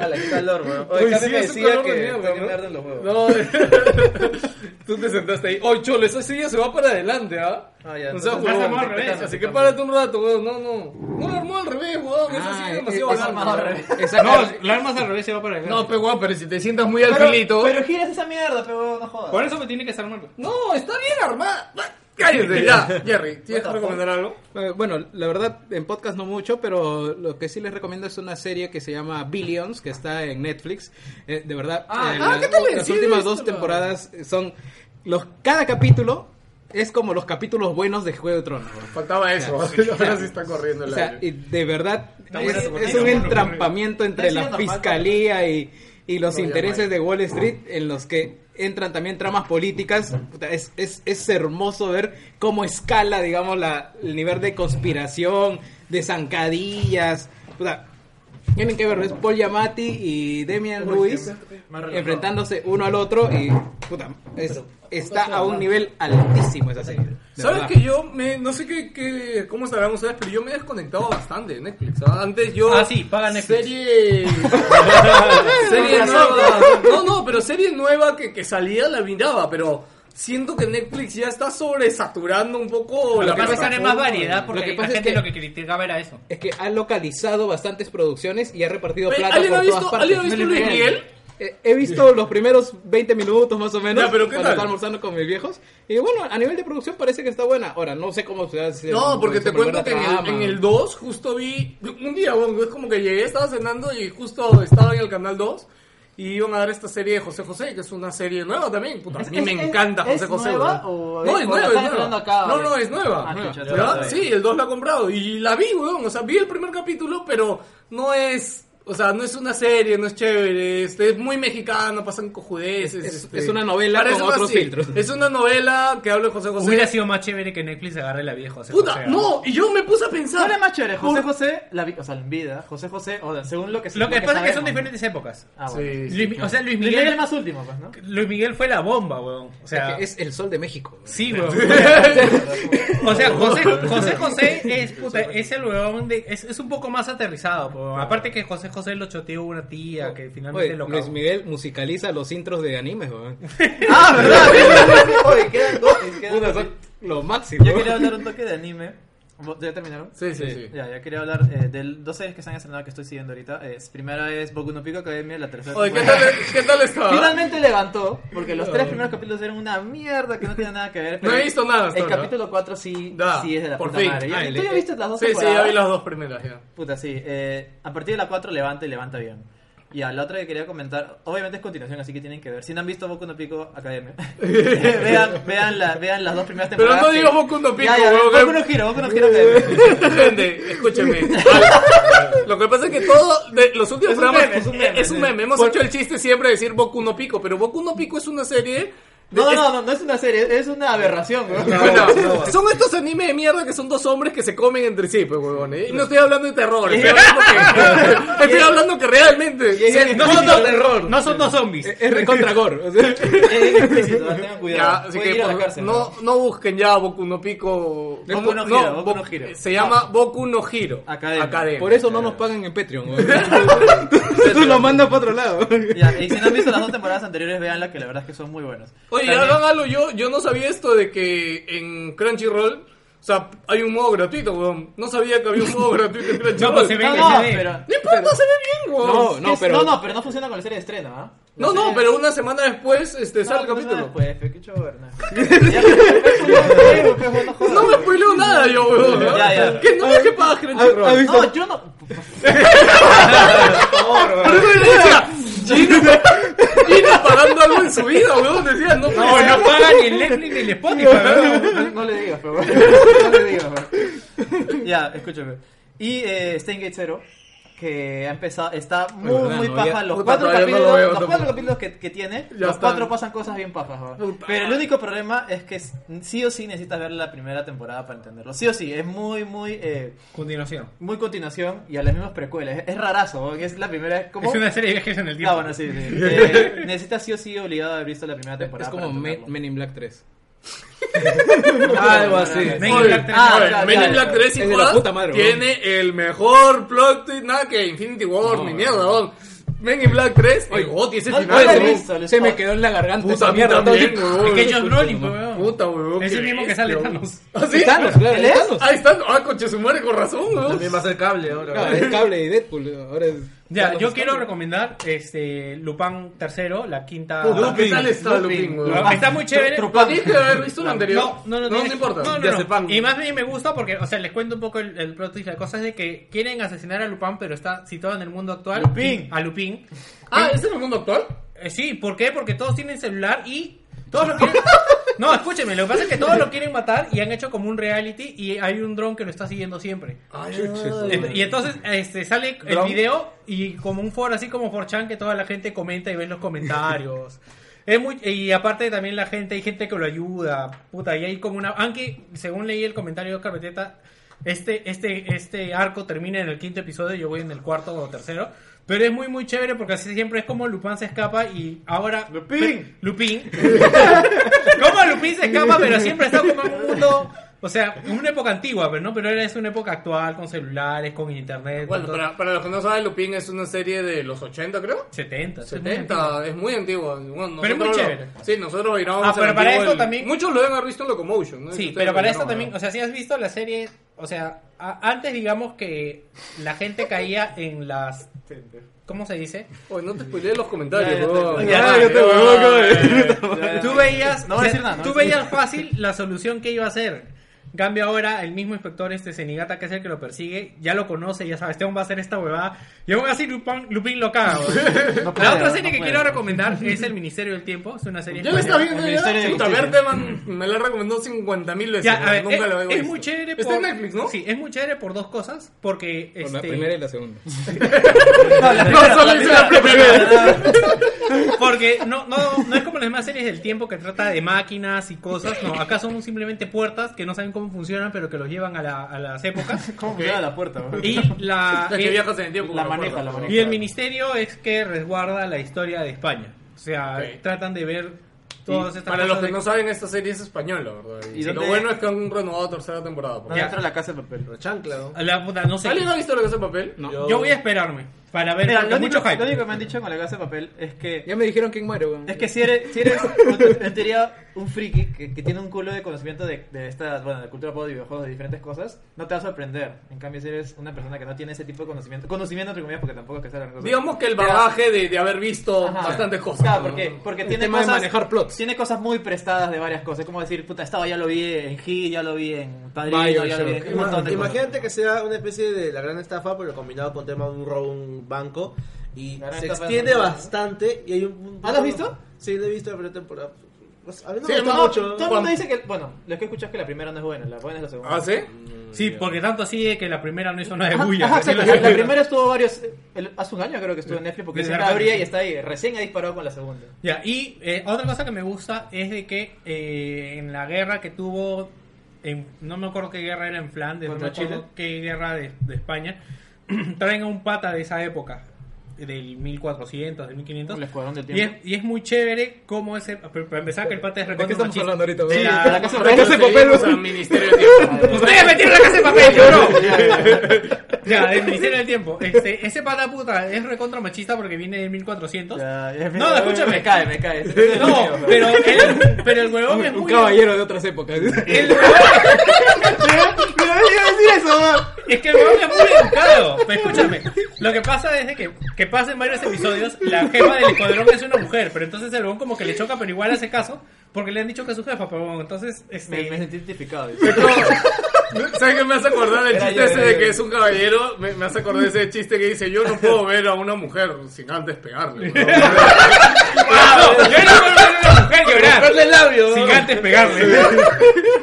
S3: Ala, qué calor, weón.
S4: Uy,
S3: Oye, Carmen
S4: sí,
S3: me
S4: es un
S3: decía
S4: calor de
S3: que
S4: mierda,
S3: también
S4: ¿no?
S3: me arden los huevos.
S4: No, tú te sentaste ahí. Oye, chole, esa silla se va para adelante, ¿ah?
S3: Ah, ya,
S4: no seas
S2: entonces-
S4: huevón.
S2: Ah, se armó al revés,
S4: Así que párate un rato, weón. No, no. No lo armó al revés,
S1: *laughs*
S4: weón. Esa silla
S1: Ah,
S4: es
S1: eh,
S4: demasiado
S1: es
S4: grande.
S3: armado al revés.
S1: *laughs* Exacto.
S2: No, la arma es al revés se va para acá.
S4: No, pe weón, pero si te sientas muy al
S3: Pero,
S4: filito.
S3: pero giras esa mierda, pero weón, no jodas.
S2: Por eso me tiene que desarmarlo.
S4: No, está bien armada. Cállate, *laughs* ya, Jerry. ¿Tienes que recomendar algo?
S1: Eh, Bueno, la verdad, en podcast no mucho, pero lo que sí les recomiendo es una serie que se llama Billions, que está en Netflix. Eh, de verdad,
S4: Ah,
S1: eh,
S4: ah,
S1: la-
S4: ¿qué tal es?
S1: las
S4: Sí, he
S1: últimas
S4: visto
S1: dos
S4: la-
S1: temporadas son... los Cada capítulo es como los capítulos buenos de Juego de Tronos. ¿no?
S4: Faltaba eso. Ahora sí está corriendo
S1: O
S4: el
S1: sea,
S4: aire.
S1: y de verdad,
S2: buena
S1: es,
S2: tu
S1: es
S2: cortina,
S1: un
S2: amor,
S1: entrampamiento entre
S3: Está
S1: la
S3: haciendo falta.
S1: fiscalía y, y los
S4: No, ya
S1: intereses de Wall Street en los que entran también tramas políticas. Puta, Es, es, es hermoso ver cómo escala, digamos, la, el nivel de conspiración, de zancadillas. Puta, tienen que ver, es Paul Yamati y Demian Lewis enfrentándose uno al otro y puta, es- está a un nivel altísimo esa serie. de
S4: ¿Sabes
S1: verdad.
S4: que yo me, no sé qué, qué, cómo estarán ustedes, pero yo me he desconectado bastante de Netflix. ¿ah? Antes yo...
S2: Ah, sí, paga Netflix.
S4: Serie... *laughs* serie
S3: Con
S4: nueva. No, no, pero serie nueva que, que salía la miraba, pero siento que Netflix ya está sobresaturando un poco
S2: Lo
S4: la
S2: que pasa es que hay más
S4: plataforma.
S2: variedad porque
S1: Lo que
S2: la
S1: pasa es
S2: gente
S1: que-
S2: lo que criticaba era eso.
S1: Es que ha localizado bastantes producciones y ha repartido
S4: Oye,
S1: plata
S4: ¿alguien
S1: por
S4: ha
S1: todas
S4: visto-
S1: partes.
S4: alguien ha visto Luis Miguel?
S1: Eh, He visto los primeros 20 minutos más o menos
S4: Ya, pero ¿qué
S1: cuando
S4: tal?
S1: estaba almorzando con mis viejos. Y bueno, a nivel de producción parece que está buena. Ahora, no sé cómo se hace.
S4: No, porque
S1: se
S4: te
S1: vuelve
S4: cuento
S1: la
S4: que en el,
S1: trama.
S4: en el 2 justo vi, un día, bueno, es como que llegué, estaba cenando y justo estaba en el canal 2 y iban a dar esta serie de José José, que es una serie nueva también. Puta, a mí
S3: es-
S4: me
S3: es-
S4: encanta José
S3: ¿es
S4: José.
S3: nueva
S4: weón.
S3: o
S4: no,
S3: es-
S4: es
S3: o la
S4: nueva,
S3: están
S4: es nueva.
S3: estrenando acá,
S4: no,
S3: weón?
S4: no, es nueva.
S3: Ah,
S4: Nueva.
S3: chucha,
S4: ¿Ya?
S3: está bien.
S4: Sí, el 2 la ha comprado y la vi, weón, o sea, vi el primer capítulo, pero no es O sea, no es una serie, no es chévere, este, es muy mexicano, pasan cojudeces.
S1: Es-
S4: este.
S1: es una novela
S4: Parece
S1: con
S4: más
S1: otros
S4: así.
S1: filtros.
S4: Es una novela que habla de José José.
S6: Hubiera sido más chévere que Netflix agarre la vieja. José
S4: Puta,
S6: José,
S4: no, y yo me puse a pensar.
S3: ¿Cuál es más chévere? José
S4: Por-
S3: José, la vi- o sea, en vida, José José, o sea, según lo que
S6: Lo que pasa es que son
S3: sabemos.
S6: diferentes épocas.
S3: Ah, bueno.
S4: Sí, sí.
S6: Luis Mi- o sea, Luis
S3: Luis Miguel
S6: Miguel,
S3: más último, pues, ¿no?
S6: Luis Miguel fue la bomba, weón. O sea,
S1: es el sol de México.
S6: sí, weón. O sea, José José, José es, puta, es el weón de, es, es un poco más aterrizado. po. Aparte que José José lo choteó una tía que finalmente
S1: Oye,
S6: lo
S1: Luis
S6: cagó.
S1: Miguel musicaliza los intros de animes, weón.
S3: Ah, ¿verdad? Oye, quedan dos. quedan
S1: Puta,
S3: dos.
S1: son lo máximo.
S3: Yo quería hablar un toque de anime. ¿Vos- ¿Ya terminaron?
S4: Sí, sí, sí.
S3: Ya, ya quería hablar eh, de dos series que se han estrenado que estoy siguiendo ahorita. Es, primera es Boku no Pico Academia, la tercera.
S4: Oye, ¿qué
S3: temporada.
S4: tal, ¿qué tal estaba?
S3: Finalmente levantó, porque los tres primeros capítulos eran una mierda que no tenía nada que ver.
S4: Ah. No he visto nada hasta
S3: El
S4: ahora.
S3: capítulo 4 sí,
S4: Da,
S3: sí es de la
S4: por
S3: puta
S4: fin.
S3: madre.
S1: Ah,
S3: Ya- ¿Tú
S1: el-
S3: ya viste las dos
S4: Sí, sí,
S3: temporadas?
S4: ya vi las dos primeras. Ya.
S3: Puta, sí. eh, a partir de la 4 levanta y levanta bien. Y a la otra que quería comentar, obviamente es continuación, así que tienen que ver. Si no han visto Boku no Pico
S4: *laughs*
S3: Academia, vean, vean, la- vean las dos primeras
S4: Pero
S3: temporadas.
S4: no digo
S3: que-
S4: Boku no Pico,
S3: Ya, ya,
S4: weón,
S3: Boku
S4: que-
S3: *laughs* no Hero, Boku no Hero Academia.
S4: Gente, escúcheme. Lo que pasa es que todos los últimos
S3: Es un
S4: programas
S3: meme, es un meme,
S4: es un
S3: sí.
S4: meme. Hemos hecho el chiste siempre de decir Boku no Pico, pero Boku no Pico es una serie. de-
S3: No,
S4: es-
S3: no, no, no es una serie, es una aberración, weón.
S4: Bueno,
S3: *laughs*
S4: son estos animes de mierda que son dos hombres que se comen entre sí, pues, huevón. ¿eh? Y no estoy hablando de terror, estoy hablando que, *laughs* estoy hablando que realmente.
S6: Sí, no, son dos- no son dos zombies.
S4: Eh,
S1: Es recontra gore. o sea.
S3: Es explícito, tengan cuidado.
S4: Ya, así
S3: Pueden
S4: que
S3: ir a la
S4: por-
S3: cárcel.
S4: no, no busquen ya Boku no Pico.
S3: Boku no Hero, Boku no Hero.
S4: Se llama Boku no Hiro.
S3: Academia.
S1: Por
S4: *laughs*
S1: eso no nos pagan en Patreon, weón. Tú lo mandas para otro lado.
S3: Ya, y si no han visto las dos temporadas anteriores, veanlas, que la verdad es que son muy buenas.
S4: Oye,
S3: También-
S4: hagan algo, yo, yo no sabía esto de que en Crunchyroll, o sea, hay un modo gratuito, weón. No sabía que había un modo gratuito en Crunchyroll.
S6: pues, se ve-
S3: No, no,
S6: Ven,
S3: pero...
S4: No importa, se ve bien,
S1: No,
S4: weón.
S1: no,
S3: es-
S1: pero.
S3: no, no, pero no funciona con la serie de estreno, ¿ah?
S4: No, no, pero una semana después este, sale el capítulo.
S3: Pues, qué chorna. Ya, pues, bueno, pues, bueno, joder.
S4: No me spoileo *laughs* nada yo, weón. ¿no?
S3: Ya, ya.
S4: Que no es que pagas
S1: ¿Ha- *laughs* has
S4: Crunchyroll.
S1: visto-
S3: No, yo no.
S4: Por eso yo decía, Gino, Gino pagando algo en su vida, weón. Decía, no, puede
S6: No,
S4: ser.
S6: no pagan ni el Netflix ni el Spotify. weón.
S3: No, no le digas, pero bueno. No le digas, pero- Ya, escúchame. Y eh, Steingate Zero, que ha empezado, está muy,
S1: verdad,
S3: muy
S1: no,
S3: paja.
S1: ya-
S3: Los
S4: puta,
S3: cuatro
S4: todavía no
S3: capítulos,
S4: lo veo
S3: los cuatro
S4: tampoco.
S3: capítulos que, que tiene,
S4: Ya
S3: los
S4: está.
S3: cuatro pasan cosas bien pajas. ¿no?
S4: Puta.
S3: Pero el único problema es que s- sí o sí necesitas ver la primera temporada para entenderlo. Sí o sí, es muy, muy. eh,
S6: Continuación.
S3: muy continuación y a las mismas precuelas. Es, es rarazo, ¿no? es la primera. Es como.
S6: Es una serie de viajes *laughs* en el tiempo.
S3: Ah, bueno, sí. sí. Eh, necesitas sí o sí obligado a haber visto la primera temporada.
S1: Es como
S3: para
S1: Men,
S3: entenderlo. *laughs*
S1: Men in Black 3.
S5: Algo así.
S6: Men in
S4: Oye,
S6: Black 3,
S3: ah,
S6: oye,
S3: claro.
S4: Men in Black 3
S1: Es de la puta madre,
S4: tiene el mejor plot twist, nada que Infinity War,
S1: No,
S4: ni
S1: no.
S4: mierda, weón. Men in Black 3, el Goti, ese
S3: no,
S4: final,
S3: no lo he
S4: weón.
S3: visto. Sale
S1: Se me
S3: Scott.
S1: quedó en la garganta
S4: Puta,
S1: esa
S4: a mí
S1: mierda.
S4: también,
S1: todo el
S4: weón.
S6: Es que Josh Brolin, pues, weón.
S4: Puta, weón.
S6: Es el
S4: qué
S6: mismo que sale
S4: bestia,
S6: Thanos.
S4: weón. ¿Ah, sí?
S1: tiempo. Thanos, claro,
S3: ¿Él es?
S1: Thanos.
S4: Ahí están, ah, coche su madre con razón, weón.
S5: También va a ser cable ahora.
S1: Claro, es Ah, cable y Deadpool. Ahora es.
S6: Ya, yo quiero recomendar este Lupin III, la quinta.
S4: Puta, ¿qué
S5: Lupin,
S4: tal está Lupin, weón?
S6: Lupin. Está muy chévere.
S4: Tru- Tru- Tienes que haber visto lo anterior.
S6: No, no, no,
S4: no,
S6: tienes-
S4: importa.
S6: no, no,
S5: ya
S6: no.
S5: sepan.
S6: Y más bien me gusta porque, o sea, les cuento un poco el, el plot twist. La cosa es de que quieren asesinar a Lupin, pero está situado en el mundo actual.
S3: Lupin.
S6: A Lupin.
S4: Ah, ¿es en el mundo actual?
S6: Eh, sí, ¿por qué? Porque todos tienen celular y todos lo quieren... No, escúcheme, lo que pasa es que todos lo quieren matar y han hecho como un reality y hay un dron que lo está siguiendo siempre. Ent- Y entonces este, sale el
S5: ¿Dron?
S6: video y como un foro así como 4chan que toda la gente comenta y ves los comentarios. Es muy, y aparte también la gente, hay gente que lo ayuda, puta, y hay como una... Aunque, según leí el comentario de Oscar Beteta, este, este, este arco termina en el quinto episodio, yo voy en el cuarto o tercero, pero es muy, muy chévere porque así siempre es como Lupin se escapa y ahora...
S3: Lupin.
S6: Lupin. como Lupin se escapa, pero siempre está como en un mundo... O sea, en una época antigua, pero no, pero ahora es una época actual, con celulares, con internet,
S4: Bueno,
S6: con todo-
S4: para, para los que no saben, Lupin es una serie de los 80, creo.
S6: 70. sí, muy antiguo.
S4: 70, es muy antigua. Bueno,
S6: Pero es muy
S4: nosotros lo-
S6: chévere.
S4: Sí, nosotros iramos
S6: Ah, pero para esto también-
S4: Muchos lo deben haber visto en Locomotion. ¿no?
S6: Sí,
S4: Ustedes
S6: pero
S4: lo
S6: para
S4: vieron,
S6: esto
S4: ¿no?
S6: también, o sea, si has visto la serie, o sea, a- antes digamos que la gente caía en las... ¿Cómo se dice?
S4: Oye, no te spoilees los comentarios,
S3: Ya, ya,
S4: huevón.
S3: ya,
S6: ya,
S4: yo te
S3: Ya, ya,
S6: Tú
S3: ya.
S6: veías,
S3: *laughs* No
S6: o
S3: voy a
S6: sea,
S3: decir nada, no
S6: tú
S3: voy a decir
S6: veías fácil la solución que iba a ser. cambio ahora, el mismo inspector este Senigata, que es el que lo persigue, ya lo conoce, ya sabe, este hombre va a hacer esta huevada. Y aún así Lupin, Lupin lo caga. güey.
S3: puede,
S6: la otra
S3: no
S6: serie que
S3: puede.
S6: quiero recomendar es El Ministerio del Tiempo. Es una serie
S4: Yo lo estaba viendo
S6: española.
S3: El
S4: ya.
S3: Ministerio de
S4: Puta,
S3: Justicia.
S4: Berteman me la recomendó 50.000 veces.
S6: Ya, a
S4: pero
S6: ver,
S4: nunca
S6: es,
S4: la veo.
S6: es muy chévere
S4: Está en Netflix, ¿no?
S6: Sí, es muy chévere por dos cosas. Porque.
S1: Por la
S6: este,
S1: primera y la segunda.
S3: No,
S4: *laughs*
S3: la
S4: No, solo hice
S6: *laughs*
S4: la primera.
S6: Porque no, no, no es como las demás series del tiempo que trata de máquinas y cosas. No, acá son simplemente puertas que no saben cómo funcionan, pero que los llevan a, la- a
S4: *laughs*
S6: las épocas.
S3: ¿Cómo funciona la puerta? bro?
S6: Y la, eh,
S4: La que viajas en el tiempo.
S3: La
S4: me
S3: maneja,
S4: acuerdo.
S3: la maneja.
S6: y el ministerio es que resguarda la historia de España. O sea,
S4: Ok.
S6: tratan de ver todas estas
S4: Para los
S6: cosas
S4: que
S6: de-
S4: no saben, esta serie es española, ¿verdad? Y
S3: ¿Y
S4: lo
S3: dónde-
S4: bueno es que han renovado tercera temporada. pues. por
S3: No
S6: Ya.
S3: entra la casa de papel.
S5: Pero chancla, ¿no?
S6: La puta, no sé.
S4: ¿Alguien ha visto lo que es el papel?
S1: No.
S5: Yo-
S6: Yo voy a esperarme para ver
S3: Mira,
S6: porque
S3: lo único,
S6: mucho hype.
S3: lo único que me han dicho con la casa de papel es que.
S1: Ya me dijeron quién muere, weón.
S3: Es que si eres, si eres en teoría, un friki que, que tiene un culo de conocimiento de, de estas, bueno, de cultura pop, de videojuegos, de diferentes cosas, no te va a sorprender. En cambio, si eres una persona que no tiene ese tipo de conocimiento, conocimiento entre comillas, porque tampoco es que sea la gran cosa.
S4: Digamos que el bagaje de, de haber visto
S3: Ajá.
S4: bastantes cosas.
S3: Claro, porque, porque
S1: El
S3: tiene
S1: tema de
S3: cosas,
S1: manejar plots.
S3: Tiene cosas muy prestadas de varias cosas. Es como decir, puta, estaba ya lo vi en He, ya lo vi en Padrino, ya lo vi en un montón
S5: Ima-
S3: de cosas.
S5: Imagínate que sea una especie de la gran estafa, pero combinado con tema de un robo a un banco. Y
S3: La gran
S5: se
S3: estafa
S5: extiende
S3: es-
S5: bastante. Y hay un, un-
S3: ¿Ah, lo has visto?
S5: Sí, lo he visto, pero temporada. pues, a mí no
S4: Sí,
S5: me gustó
S4: no,
S5: mucho.
S3: Todo el mundo dice que, bueno, lo que he escuchado es que la primera no es buena, la buena es la segunda.
S4: ¿Ah, sí?
S6: Sí, porque tanto así es que la primera no hizo nada de
S3: Ajá,
S6: bulla.
S3: ajá,
S6: Así
S3: Ah, exacto.
S6: lo-
S3: La, la primera estuvo varios. el- hace un año creo que estuvo en Netflix porque
S6: Desde
S3: siempre
S6: la
S3: abría
S6: primera.
S3: y está ahí. Recién ha disparado con la segunda.
S6: Ya, y eh, otra cosa que me gusta es de que eh, en la guerra que tuvo, en- no me acuerdo qué guerra era en Flandes, no me
S3: ¿Contra
S6: acuerdo
S3: Chile?
S6: qué guerra de, de España, *clears throat* traen a un pata de esa época, del 1400, del 1500.
S3: El escuadrón del
S6: Y
S3: tiempo.
S6: es, y es muy chévere cómo ese, para empezar que el pata es
S1: ¿De qué
S6: recontra
S1: estamos
S6: machista.
S1: hablando ahorita,
S6: De
S1: weón?
S6: la-
S3: de la casa de
S1: La
S3: papel.
S1: casa de papel,
S4: Seguimos al
S1: weón.
S4: Ministerio de Tiempo.
S6: *laughs* Ustedes metieron la casa de papel, yo no. ya, del Ministerio del Tiempo. Este, ese pata puta es recontra machista porque viene del 1400.
S3: Ya, ya,
S6: No, escúchame.
S3: Me cae, me cae.
S6: No, pero el, pero el huevón es
S1: Un,
S6: muy...
S1: un caballero de otras
S6: *laughs*
S1: épocas.
S6: El huevón,
S5: Pero yo iba a decir eso, weón.
S6: es que el huevón es muy educado. Pero escúchame, lo que pasa es de que, que pasa en varios episodios, la jefa del escuadrón es una mujer, pero entonces el huevón como que le choca, pero igual hace caso, porque le han dicho que es su jefa, pero bueno, entonces...
S3: Me, me
S6: Este,
S3: sentí identificado.
S4: ¿Sabes qué me hace acordar del
S3: Era
S4: chiste
S3: yo,
S4: ese
S3: era
S4: de
S3: yo.
S4: que es un caballero? Me, me hace acordar de ese chiste que dice, yo no puedo ver a una mujer sin antes pegarle. *laughs* weón".
S6: Ah, no, yo no puedo ver a una mujer llorar
S5: Cortarle el labio.
S6: sin
S5: weón.
S6: antes pegarle.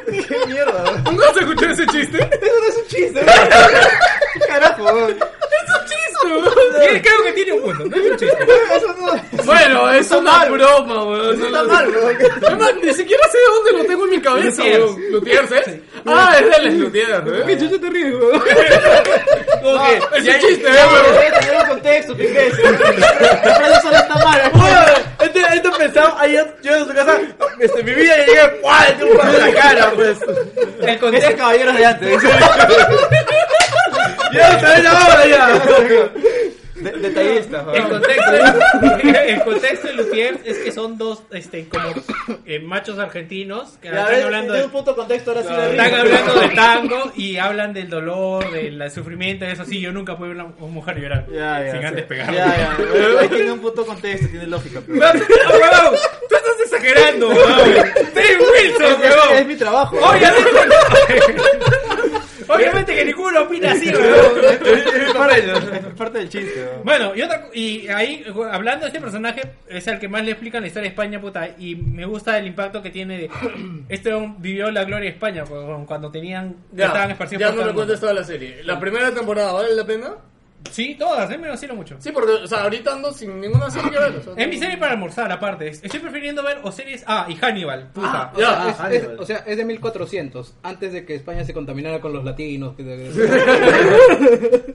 S5: Qué mierda, weón.
S4: ¿Nunca has escuchado ese chiste?
S5: Eso no es un chiste, weón. Carajo, weón.
S6: Tiene- Creo que tiene un punto, no es un chiste.
S5: Eso no.
S4: Bueno, es una broma, weón.
S5: Está mal, weón.
S4: Es más, ni siquiera sé de dónde lo tengo en mi cabeza,
S6: Lutiers.
S4: weón. ¿Lutiers es? Ah, es del Lutiers,
S1: *laughs* ¿Qué
S4: weón.
S1: chucha te ríes, *laughs* weón?
S6: Como que-
S4: Es un chiste, eh, weón.
S3: Tener un contexto, ¿qué
S6: *laughs*
S3: crees? La frase solo está mala.
S5: Este, este pensaba ayer, yo en su casa, este, mi vida y llegué, ¡guau! Le tengo un rato en la cara,
S4: *laughs*
S5: pues.
S6: El
S3: Esos
S6: contexto,
S3: caballeros de antes.
S5: Ya, se ve la hora ya.
S3: De-
S5: *laughs*
S3: Detallista.
S6: el contexto, el contexto de Lutier es que son dos, este, como eh, machos argentinos que
S3: Ya
S6: están
S3: ves,
S6: hablando
S3: de
S6: de,
S3: un punto de contexto ahora sí la
S6: están
S3: risa.
S6: hablando de tango y hablan del dolor, del sufrimiento, eso sí, yo nunca pude ver a una mujer llorar
S3: Ya, ya,
S6: sin
S3: sí.
S6: antes pegarle.
S3: Ya, ya. Bueno, Ahí tiene un punto de contexto, tiene lógica.
S6: *laughs*
S3: pero-
S6: No, weón, tú estás exagerando, weón. Terry Wilson,
S3: *laughs* Es,
S6: weón.
S3: mi trabajo.
S6: Obviamente, *laughs* obviamente que ninguno opina así, weón.
S3: es, parte, es parte del chiste. ¿no?
S6: Bueno, y, otra, y ahí, gu- hablando de este personaje, es el que más le explican la historia de España, puta, y me gusta el impacto que tiene de... *clears throat* Este hombre vivió la gloria de España cu- cuando tenían... estaban
S4: Ya,
S6: esparcidos
S4: ya no
S6: por todo
S4: me
S6: el mundo.
S4: cuentes toda la serie. ¿La primera temporada vale la pena?
S6: Sí, todas, ¿eh? me vacilo mucho.
S4: Sí, porque, o sea, ahorita ando sin ninguna serie que ver. o sea,
S6: Es mi serie para almorzar, aparte. Es- Estoy prefiriendo ver o series... Ah, y Hannibal, puta.
S4: Ya.
S1: Es- es- o sea, es de 1400, antes de que España se contaminara con los latinos.
S6: *laughs*
S1: que-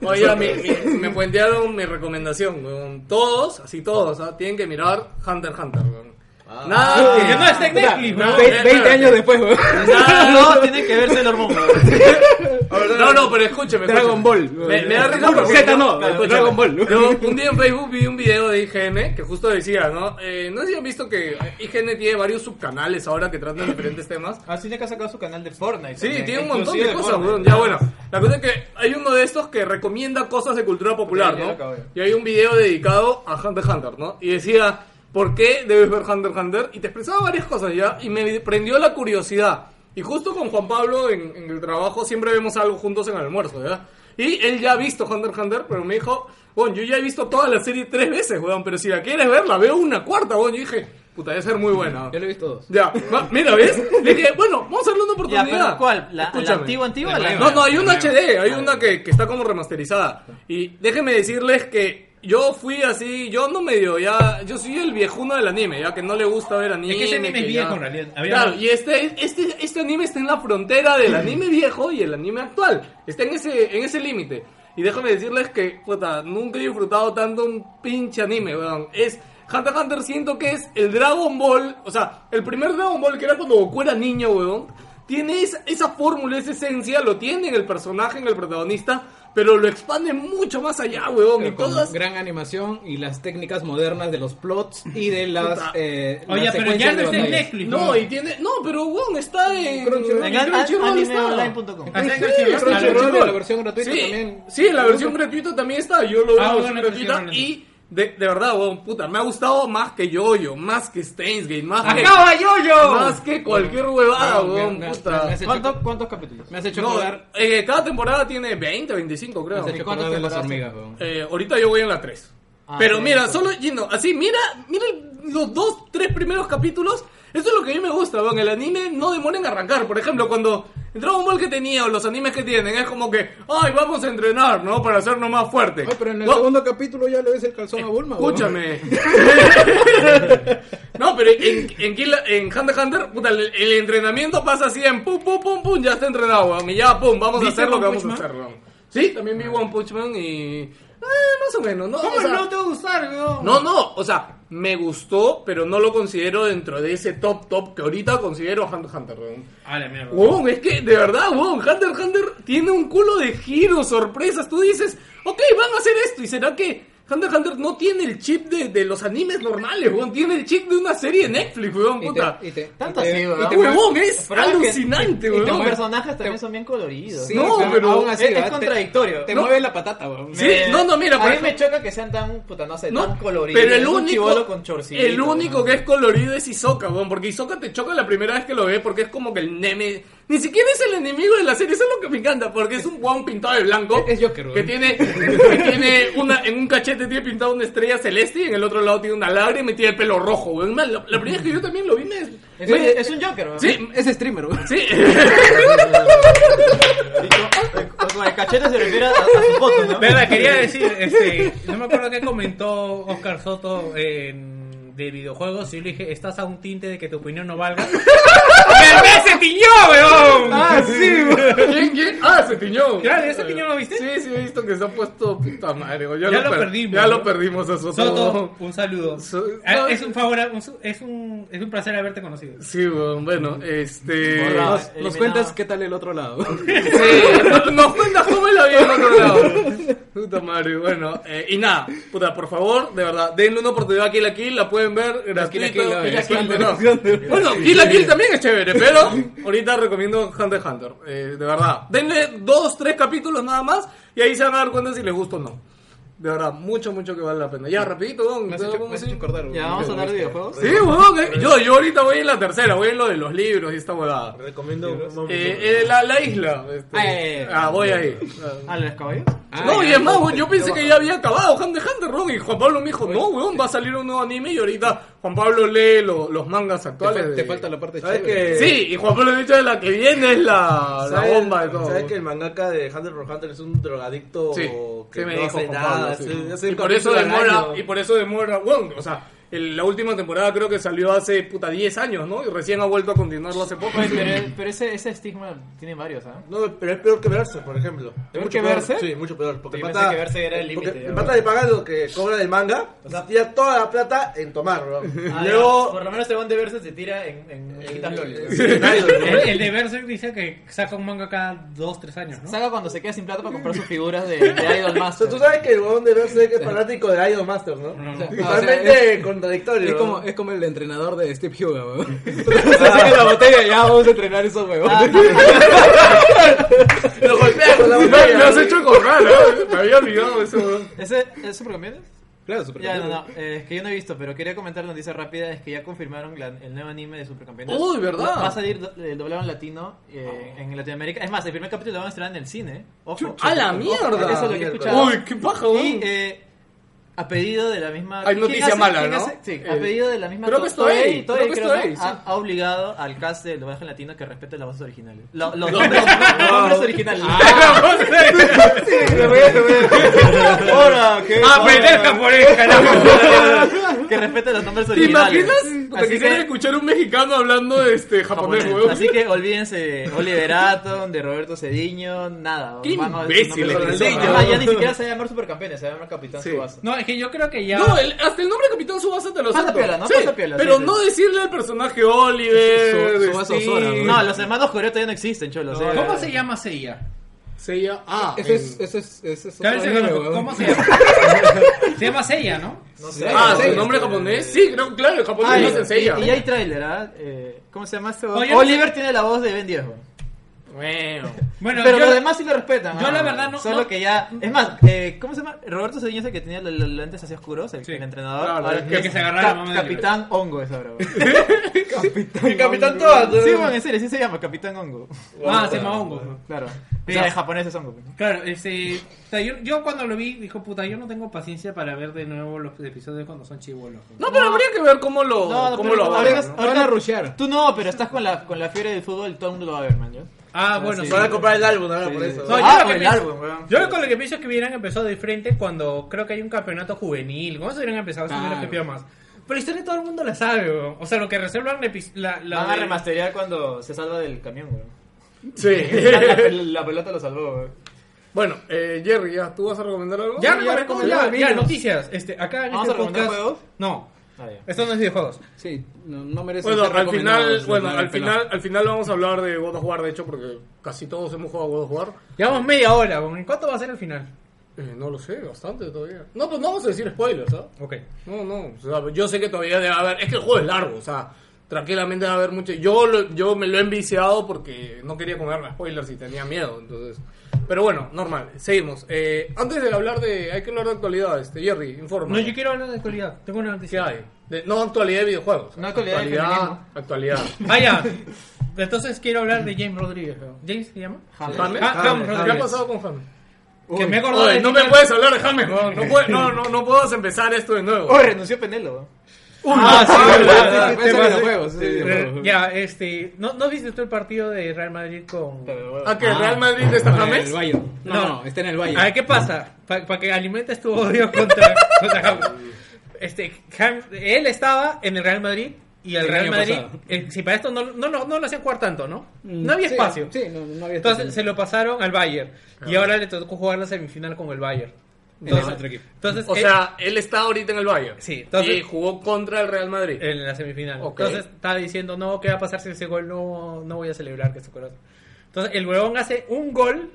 S4: Oye, mi- mi- me puentearon mi recomendación, weón. Todos, así todos, ¿ah? tienen que mirar Hunter x Hunter, weón. Nada,
S6: Que Ah. no esté en
S1: O sea,
S6: Netflix,
S1: ve-
S6: weón.
S4: no,
S1: 20
S4: espérate.
S1: años después,
S6: *laughs*
S1: weón.
S4: nada, *laughs*
S3: Ah, No, tiene que verse el hormón. ¿no?
S4: No, no, pero escúcheme.
S1: Dragon
S4: escúcheme.
S1: Ball.
S4: Me, me da risa
S1: Dragon
S4: porque
S1: Z
S4: yo-
S1: no,
S4: escúchame.
S1: Dragon Ball.
S4: Yo un día en Facebook vi un video de IGN que justo decía, ¿no? Eh, no sé si han visto que IGN tiene varios subcanales ahora que tratan diferentes temas.
S3: Así tiene que Ah, ha sacado su canal de Fortnite.
S4: Sí,
S3: también,
S4: tiene un montón
S3: inclusive
S4: de cosas,
S3: Fortnite.
S4: weón. Ya bueno, la cosa es que hay uno de estos que recomienda cosas de cultura popular,
S3: Ok, ya lo
S4: ¿no?
S3: acabé.
S4: Y hay un video dedicado a Hunter x Hunter, ¿no? Y decía, ¿por qué debes ver Hunter x Hunter? Y te expresaba varias cosas ya, y me prendió la curiosidad. Y justo con Juan Pablo en, en el trabajo siempre vemos algo juntos en el almuerzo, ¿verdad? Y él ya ha visto Hunter x Hunter, pero me dijo, bueno, yo ya he visto toda la serie tres veces, weón, pero si la quieres ver, la veo una cuarta, weón. Yo dije, puta, debe ser muy buena.
S1: Yo le he visto dos.
S4: Ya, va, mira, ¿ves? Le dije, bueno, vamos a darle una
S3: Ya,
S4: oportunidad.
S3: pero ¿cuál? ¿La, la
S4: Escúchame.
S3: antigua, Ah, antigua?
S1: La
S3: o la-
S1: nueva.
S4: No, no, hay una HD, hay una que, que está como remasterizada. Y déjenme decirles que yo fui así, yo no medio, ya, yo soy el viejuno del anime, ya que no le gusta ver anime.
S6: Es que ese anime es
S4: ya-
S6: viejo, en realidad. Había
S4: Claro,
S6: más-
S4: y este, este, este anime está en la frontera del anime viejo y el anime actual. Está en ese, en ese límite. Y déjame decirles que, puta, nunca he disfrutado tanto un pinche anime, weón. Es. Hunter x Hunter siento que es el Dragon Ball, o sea, el primer Dragon Ball que era cuando Goku era niño, weón. Tiene esa, esa fórmula, esa esencia, lo tiene en el personaje, en el protagonista, pero lo expande mucho más allá, weón. Y
S1: Pero con
S4: todas.
S1: gran animación y las técnicas modernas de los plots y de las.
S4: Puta.
S1: Eh,
S6: Oye,
S1: las
S6: pero
S1: secuencias
S6: ya no
S1: de
S6: está en
S1: batallas.
S6: Netflix.
S4: No, y tiene. No, pero weón, está en.
S1: Crunchyroll.
S4: en
S3: An- an-
S4: Crunchyroll está.
S3: animeonline.com.
S6: Ah, está en
S4: Sí,
S6: Crunchyroll.
S4: está en
S6: Ah,
S4: Crunchyroll.
S1: la versión gratuita
S4: sí,
S1: también.
S4: Sí, la versión gratuita también está. Yo lo veo
S6: Ah,
S4: en la
S6: bueno,
S4: versión gratuita.
S6: Crunchyroll.
S4: Y de, de verdad, weón, puta, me ha gustado más que Yoyo, más que Steins Gate, más que.
S3: ¡Acaba yo, yo!
S4: Más que cualquier huevada,
S1: Bueno,
S4: weón,
S1: me- me-
S4: puta.
S1: me has hecho-
S3: ¿Cuánto- ¿Cuántos capítulos?
S1: Me has hecho
S4: No,
S1: acordar.
S4: eh, cada temporada tiene 20, 25,
S1: Me
S4: creo.
S1: has hecho
S3: ¿cuántas
S1: acordar de las
S3: temporadas
S1: hormigas, weón.
S4: Eh, ahorita yo voy en la 3.
S3: Ah,
S4: Pero
S3: sí,
S4: mira,
S3: sí.
S4: solo yendo, así, mira, mira el- los dos, tres primeros capítulos. Eso es lo que a mí me gusta, weón. El anime no demora en arrancar. Por ejemplo, cuando el Dragon Ball que tenía o los animes que tienen es como que, ay, vamos a entrenar, ¿no? Para hacernos más fuertes.
S1: Ay, pero en el
S4: No,
S1: segundo capítulo ya le ves el calzón a Bulma. weón.
S6: *laughs*
S4: Escúchame. no, pero en, en, Kill- en Hunter x Hunter, puta, el, el entrenamiento pasa así en pum, pum, pum, pum, ya está entrenado, weón. Y ya, pum, vamos a
S6: ¿Viste
S4: hacer lo que
S6: One
S4: vamos a
S6: Punch Man? Ah.
S4: hacer, weón. Sí, también vi One Punch Man y... eh, más o menos, ¿no? O sea,
S3: te va a gustar, weón?
S4: Ah, no, no, o sea, me gustó, pero no lo considero dentro de ese top top que ahorita considero Hunter x Hunter, weón.
S6: Ah, la mierda.
S4: Weón, es que de verdad, weón, Hunter x Hunter tiene un culo de giros, sorpresas. Tú dices, ok, van a hacer esto, ¿y será que Hunter x Hunter no tiene el chip de, de los animes normales, weón? Tiene el chip de una serie de Netflix, weón,
S1: Y te-
S4: puta.
S1: y te-
S3: Tanto
S1: y te-
S3: así,
S1: y
S3: weón.
S1: te-
S4: Huevón, es
S3: Pero que-
S4: alucinante,
S3: y
S4: weón.
S3: Los personajes también son bien coloridos.
S1: Sí,
S4: No,
S1: pero,
S4: pero
S1: aún así
S3: es- es
S1: ¿verdad? Te-
S3: contradictorio.
S1: Te
S4: No.
S1: mueve la patata, weón.
S4: Sí, no, no, mira,
S3: a
S4: por
S3: mí
S4: ejemplo-
S3: me choca que sean tan, puta, no sé, tan coloridos.
S4: Pero el
S3: Es un
S4: único,
S3: chibolo con chorcito,
S4: el único
S3: ¿no?
S4: que es colorido es Hisoka, weón, porque Hisoka te choca la primera vez que lo ves porque es como que el neme, ni siquiera es el enemigo de la serie, eso es lo que me encanta, porque es un weón pintado de blanco,
S1: Es- es Joker, weón.
S4: que tiene, que tiene una, en un cachete tiene pintado una estrella celeste y en el otro lado tiene una lágrima y tiene el pelo rojo, weón. Man, la, la primera vez que yo también lo vi me,
S3: Es,
S4: me-
S3: un- es un Joker, weón.
S4: sí,
S1: Es streamer, weón.
S4: sí, *laughs*
S3: Y con- Con el cachete se refiere a, a su foto, ¿no?
S6: Verdad, quería decir, este, no me acuerdo qué comentó Oscar Soto en- de videojuegos. Y yo le dije, estás a un tinte de que tu opinión no valga. ¡Me se tiñó, weón!
S4: ah, sí, ¿Quién, quién? Ah, se tiñó.
S6: Claro, ¿ese tiñó lo viste?
S4: Sí, sí, he visto que se ha puesto puta madre. weón. Ya,
S6: Ya lo
S4: per-
S6: perdimos,
S4: Ya
S6: ¿no?
S4: lo perdimos a Soto.
S6: Soto, un saludo.
S4: So-
S6: Ah, Es un favor, un su- es un, es un placer haberte conocido.
S4: Sí, weón, bueno, este.
S3: Borrado.
S1: Nos,
S4: Nos,
S3: Ah,
S1: nos
S3: eliminado.
S1: cuentas qué tal el otro *laughs* lado.
S4: sí, nos- nos cuentas cómo la vida en otro lado. Puta madre, bueno. eh, y nada, puta, por favor, de verdad, denle una oportunidad a Kill la Kill, la pueden ver
S1: Kill
S4: gratuito.
S1: la Kill, la
S4: Kill la
S1: versión
S4: Kill,
S1: de-
S4: no.
S1: versión de-
S4: Bueno, Kill la Kill también es chévere, pero ahorita recomiendo Hunter x Hunter, eh, de verdad. Denle dos, tres capítulos nada más y ahí se van a dar cuenta si les gusta o no. De verdad, mucho, mucho que vale la pena. Ya, rapidito, weón.
S1: Me has hecho, me
S4: vamos
S1: has
S4: a
S1: hecho
S4: ir.
S1: acordar, weón.
S3: Ya, vamos a hablar de videojuegos.
S4: Sí, weón, eh, yo, yo ahorita voy en la tercera, voy en lo de los libros y esta huevada.
S5: Recomiendo un
S4: Eh, eh, la, la isla. este.
S3: Ah, ya, ya, ya.
S4: Ah, voy ahí.
S3: ¿A los caballos?
S1: Ah,
S4: no,
S1: ya,
S4: y es más, weón, yo pensé que ya había acabado Hunter x Hunter, weón, Y Juan Pablo me dijo, no, weón, va a salir un nuevo anime. Y ahorita Juan Pablo lee lo- los mangas
S1: Te, fal-
S4: actuales.
S1: te
S4: de-
S1: falta la parte
S5: ¿Sabes
S1: chévere.
S5: qué?
S4: Sí, y Juan Pablo ha dicho de la que viene es la, la
S5: ¿Sabes-
S4: bomba de todo.
S5: ¿Sabes
S4: weón?
S5: que el mangaka de Hunter x Hunter es un drogadicto
S4: Sí,
S5: que
S4: sí me
S5: no
S4: dijo
S5: hace
S4: Juan
S5: nada?
S4: Pablo, sí.
S5: hace- hace
S4: Y
S5: un
S4: por eso
S5: capítulo al
S4: demora,
S5: año.
S4: y por eso demora, weón, o sea, el- la última temporada creo que salió hace puta 10 años, ¿no? Y recién ha vuelto a continuarlo hace poco.
S3: Oye, pero, pero ese, ese estigma tiene varios, ¿ah?
S5: No, pero es peor que verse, por ejemplo. Es
S3: ¿Peor
S5: mucho
S3: que verse?
S5: Sí, mucho peor. Porque
S3: Yo
S5: el
S3: pensé que verse era el límite,
S5: porque
S3: ya,
S5: El
S3: bro.
S5: pata le paga lo que cobra del manga, o sea, tira toda la plata en tomar, bro.
S3: Ah, ya,
S5: Luego. *laughs*
S3: por lo menos este buen de verse se tira en, en Chiquitas Loli.
S5: Sí, claro,
S6: El,
S5: bro.
S6: el de Berserk dice que saca un manga cada dos, tres años, ¿no?
S3: Saca cuando se queda sin plata para comprar sus figuras de, de Idol
S5: O sea,
S3: Master.
S5: tú sabes que el huevón de Berserk es fanático de Idol Masters, ¿no?
S6: No, no.
S5: Totalmente
S1: O sea,
S5: contradictorio.
S1: Es
S5: ¿no?
S1: como, es como el entrenador de Steve Huga, *laughs* weón. Se saca la botella ya vamos a entrenar esos huevones.
S4: Lo golpea
S5: con la
S4: Me,
S5: botella.
S4: *laughs* me has hecho acordar, ¿eh? Me había olvidado eso, weón.
S3: ¿Ese, ¿Ese recomiendas?
S1: *laughs* Claro, Super
S3: Ya, no, no, eh, es que yo no he visto, pero quería comentar la noticia rápida, es que ya confirmaron la- el nuevo anime de Supercampeones.
S4: Uy, ¿verdad?
S3: Va, va a salir do- eh, doblado en latino eh, en Latinoamérica. Es más, el primer capítulo lo van a estrenar en el cine. Ojo.
S4: ¡A la mierda!
S3: Eso es lo que he escuchado.
S4: Uy, qué paja,
S3: Y
S4: weón.
S3: eh, a pedido de la misma...
S4: Hay
S3: ¿Quién
S4: noticia
S3: hace-
S4: mala,
S3: quién
S4: ¿no?
S3: hace- Sí, a
S4: Eh,
S3: pedido de la misma...
S4: creo que es Toei, creo que es
S3: ¿no?
S4: Toei, sí.
S3: ha, ha obligado al cast del doblaje latino que respete las voces originales.
S4: *laughs*
S3: Lo- los nombres, los nombres originales.
S4: Ah,
S3: Ahora, ¿qué?
S6: ¡Aprender japonés, carajo!
S3: *laughs* Que respete los nombres
S4: ¿Te
S3: originales.
S4: imaginas? Te
S3: Así
S4: quisiera
S3: que-
S4: escuchar un mexicano hablando de este japonés,
S3: japonés.
S4: weón.
S3: Así que olvídense de Oliver Atom, de Roberto Cediño, nada.
S4: Qué
S3: Van a ver
S4: imbécil
S3: sus
S4: eres,
S3: nombres originales.
S4: ¿no?
S3: Además, Ah, ya ni siquiera se va a llamar Supercampeones, se va a llamar Capitán
S4: Sí.
S3: Subasa.
S6: No, es que yo creo que ya.
S4: No, el- hasta el nombre de Capitán Subasa te lo
S3: Pasa
S4: acepto.
S3: piola, ¿no?
S4: Sí,
S3: Pasa piola, sí,
S4: pero
S3: sí.
S4: no decirle al personaje Oliver, este,
S1: Su- Subasa
S4: Steve,
S1: Osora, weón.
S3: No, los hermanos Coreto ya no existen, cholo. o sea,
S6: ¿Cómo se llama Seiya?
S4: Seiya- ah,
S1: Ese
S4: en-
S1: es,
S3: eh,
S1: ese es, ese es
S6: Claro,
S1: otro
S6: se
S1: anime,
S6: conozco.
S1: weón.
S6: ¿Cómo se llama? Se llama Seiya, ¿no?
S3: No sé.
S4: Ah,
S1: sí,
S4: ¿su nombre japonés? Sí, creo, claro, el japonés
S3: Ay,
S4: no se enseña.
S3: y, y hay tráiler, ¿ah? Eh, ¿Cómo se llama este?
S6: Oye,
S3: Oliver tiene la voz de Ben 10. weón. *laughs*
S4: Bueno.
S6: Bueno,
S3: pero
S6: yo-
S3: los demás sí lo respetan.
S6: yo
S3: ah,
S6: la verdad no-
S3: Solo
S6: no-
S3: que ya. Es más, eh, ¿cómo se llama? Roberto Cediño es el que tenía los los lentes así oscuros, el,
S6: Sí.
S3: el entrenador.
S4: Claro,
S3: Ahora
S4: el
S3: es
S6: que se agarró la
S3: Cap-
S6: mamá del
S3: Capitán Hongo es ahora. weón.
S5: El capitán Toad.
S3: Sí, bueno, en serio, sí se llama Capitán Hongo.
S6: Ah, se llama Hongo.
S3: Claro. Sí,
S6: Ya.
S3: en japonés es Hongo. ¿no?
S6: Claro, ese. o sea, yo, yo cuando lo vi, dijo, puta, yo no tengo paciencia para ver de nuevo los episodios cuando son chivolos.
S4: No, pero habría que ver cómo lo,
S3: No, no,
S4: cómo
S3: pero
S4: lo
S3: ahorita-
S4: abordan, ¿no?
S1: Lo van a rushear.
S3: Tú no, pero estás con la, con la fiebre del fútbol, todo el mundo lo va a ver, man. ¿yo?
S6: Ah, bueno,
S5: Van
S6: sí.
S5: a comprar el álbum ahora por eso.
S6: No, yo
S3: ah,
S6: lo que
S3: con el
S6: pienso-
S3: álbum, weón.
S6: Yo con lo que pienso es que hubieran empezado de frente cuando creo que hay un campeonato juvenil. ¿Cómo se hubieran empezado? Eso
S3: Ah.
S6: hubiera
S1: Claro.
S6: pepeado más. Pero la historia todo el mundo la sabe, weón. O sea, lo que reservan la... epi- la, la
S3: Van a
S6: de-
S3: remasterear cuando se salva del camión, weón. *laughs* La,
S4: Sí.
S3: pel- la pelota lo salvó, weón.
S4: *laughs* bueno, eh, Jerry, ya, ¿tú vas a recomendar algo?
S6: Ya,
S4: Sí,
S6: ya,
S4: recomendé
S6: ya,
S4: videos.
S6: ya, noticias. Este, acá en
S3: ¿Vamos
S6: este
S3: a recomendar
S6: podcast-
S3: juegos?
S6: No,
S3: Ah, ya.
S6: esto no es videojuegos.
S1: Sí, no, no merece
S4: Bueno,
S1: ser
S4: al
S1: recomendado,
S4: final,
S1: es
S4: bueno,
S1: verdad,
S4: al
S1: el
S4: final, al final vamos a hablar de God of War, de hecho, porque casi todos hemos jugado a God of War.
S6: Llevamos media hora, weón. ¿En cuánto va a ser el final?
S4: Eh, no lo sé, bastante todavía. No, pues no vamos a decir spoilers, ¿ah?
S6: Ok.
S4: No, no, o sea, yo sé que todavía debe haber, es que el juego es largo, o sea, tranquilamente debe haber mucho. Yo, lo- yo me lo he enviciado porque no quería comerme spoilers y tenía miedo, entonces. Pero bueno, normal, seguimos. Eh, antes de hablar de, hay que hablar de actualidad, este, Jerry, informa.
S6: No, yo quiero hablar de actualidad. Tengo una
S4: ¿Qué
S6: noticia.
S4: hay? De- no actualidad de videojuegos.
S3: No, actualidad de
S4: actualidad.
S3: feminismo.
S4: actualidad.
S6: Ah, ya. Entonces quiero hablar de James Rodríguez, weón. ¿James se llama?
S4: ¿James?
S6: Ah, James
S4: ¿Qué ha
S6: Rodríguez.
S4: pasado con James?
S6: Que me he acordado
S4: Oye,
S6: de
S4: no
S6: ti,
S4: me
S6: pero-
S4: puedes hablar de James, no, no, puede- no, no, no puedes empezar esto de nuevo.
S3: Oh, renunció Penelo, weón.
S6: Ah, sí, verdad.
S1: Ah,
S6: Te
S1: ese
S6: pasé.
S1: videojuego, ese videojuego.
S6: Eh, Ya, este. ¿no, ¿No viste tú el partido de Real Madrid con.?
S3: Pero, weón.
S4: ¿A que el Real Madrid está
S1: Con
S4: James?
S1: Ah, El Bayern. No,
S6: No. Ah,
S1: no, está en el Bayern.
S6: A ver, ¿qué pasa? Para que alimentes tu odio *laughs* contra, contra Ham. Este, Ham- él estaba en el Real Madrid y el
S1: El
S6: Real
S1: año
S6: Madrid,
S1: pasado. Mm.
S6: eh, si para esto no, no, no, no lo hacían jugar tanto, ¿no? No había
S1: Sí,
S6: espacio.
S1: Sí, no, no había espacio.
S6: Entonces se lo pasaron al Bayern
S4: Ah.
S6: y ahora le tocó jugar la semifinal con el Bayern. Entonces,
S1: otro equipo.
S6: entonces,
S4: O
S6: él-
S4: sea, él está ahorita en el Bayern.
S6: Eh. Sí, entonces- Eh.
S4: Y jugó contra el Real Madrid.
S6: en la semifinal.
S4: Ok.
S6: Entonces estaba diciendo, no, ¿qué va a pasar si ese gol no, no voy a celebrar que es otro? Entonces el huevón hace un gol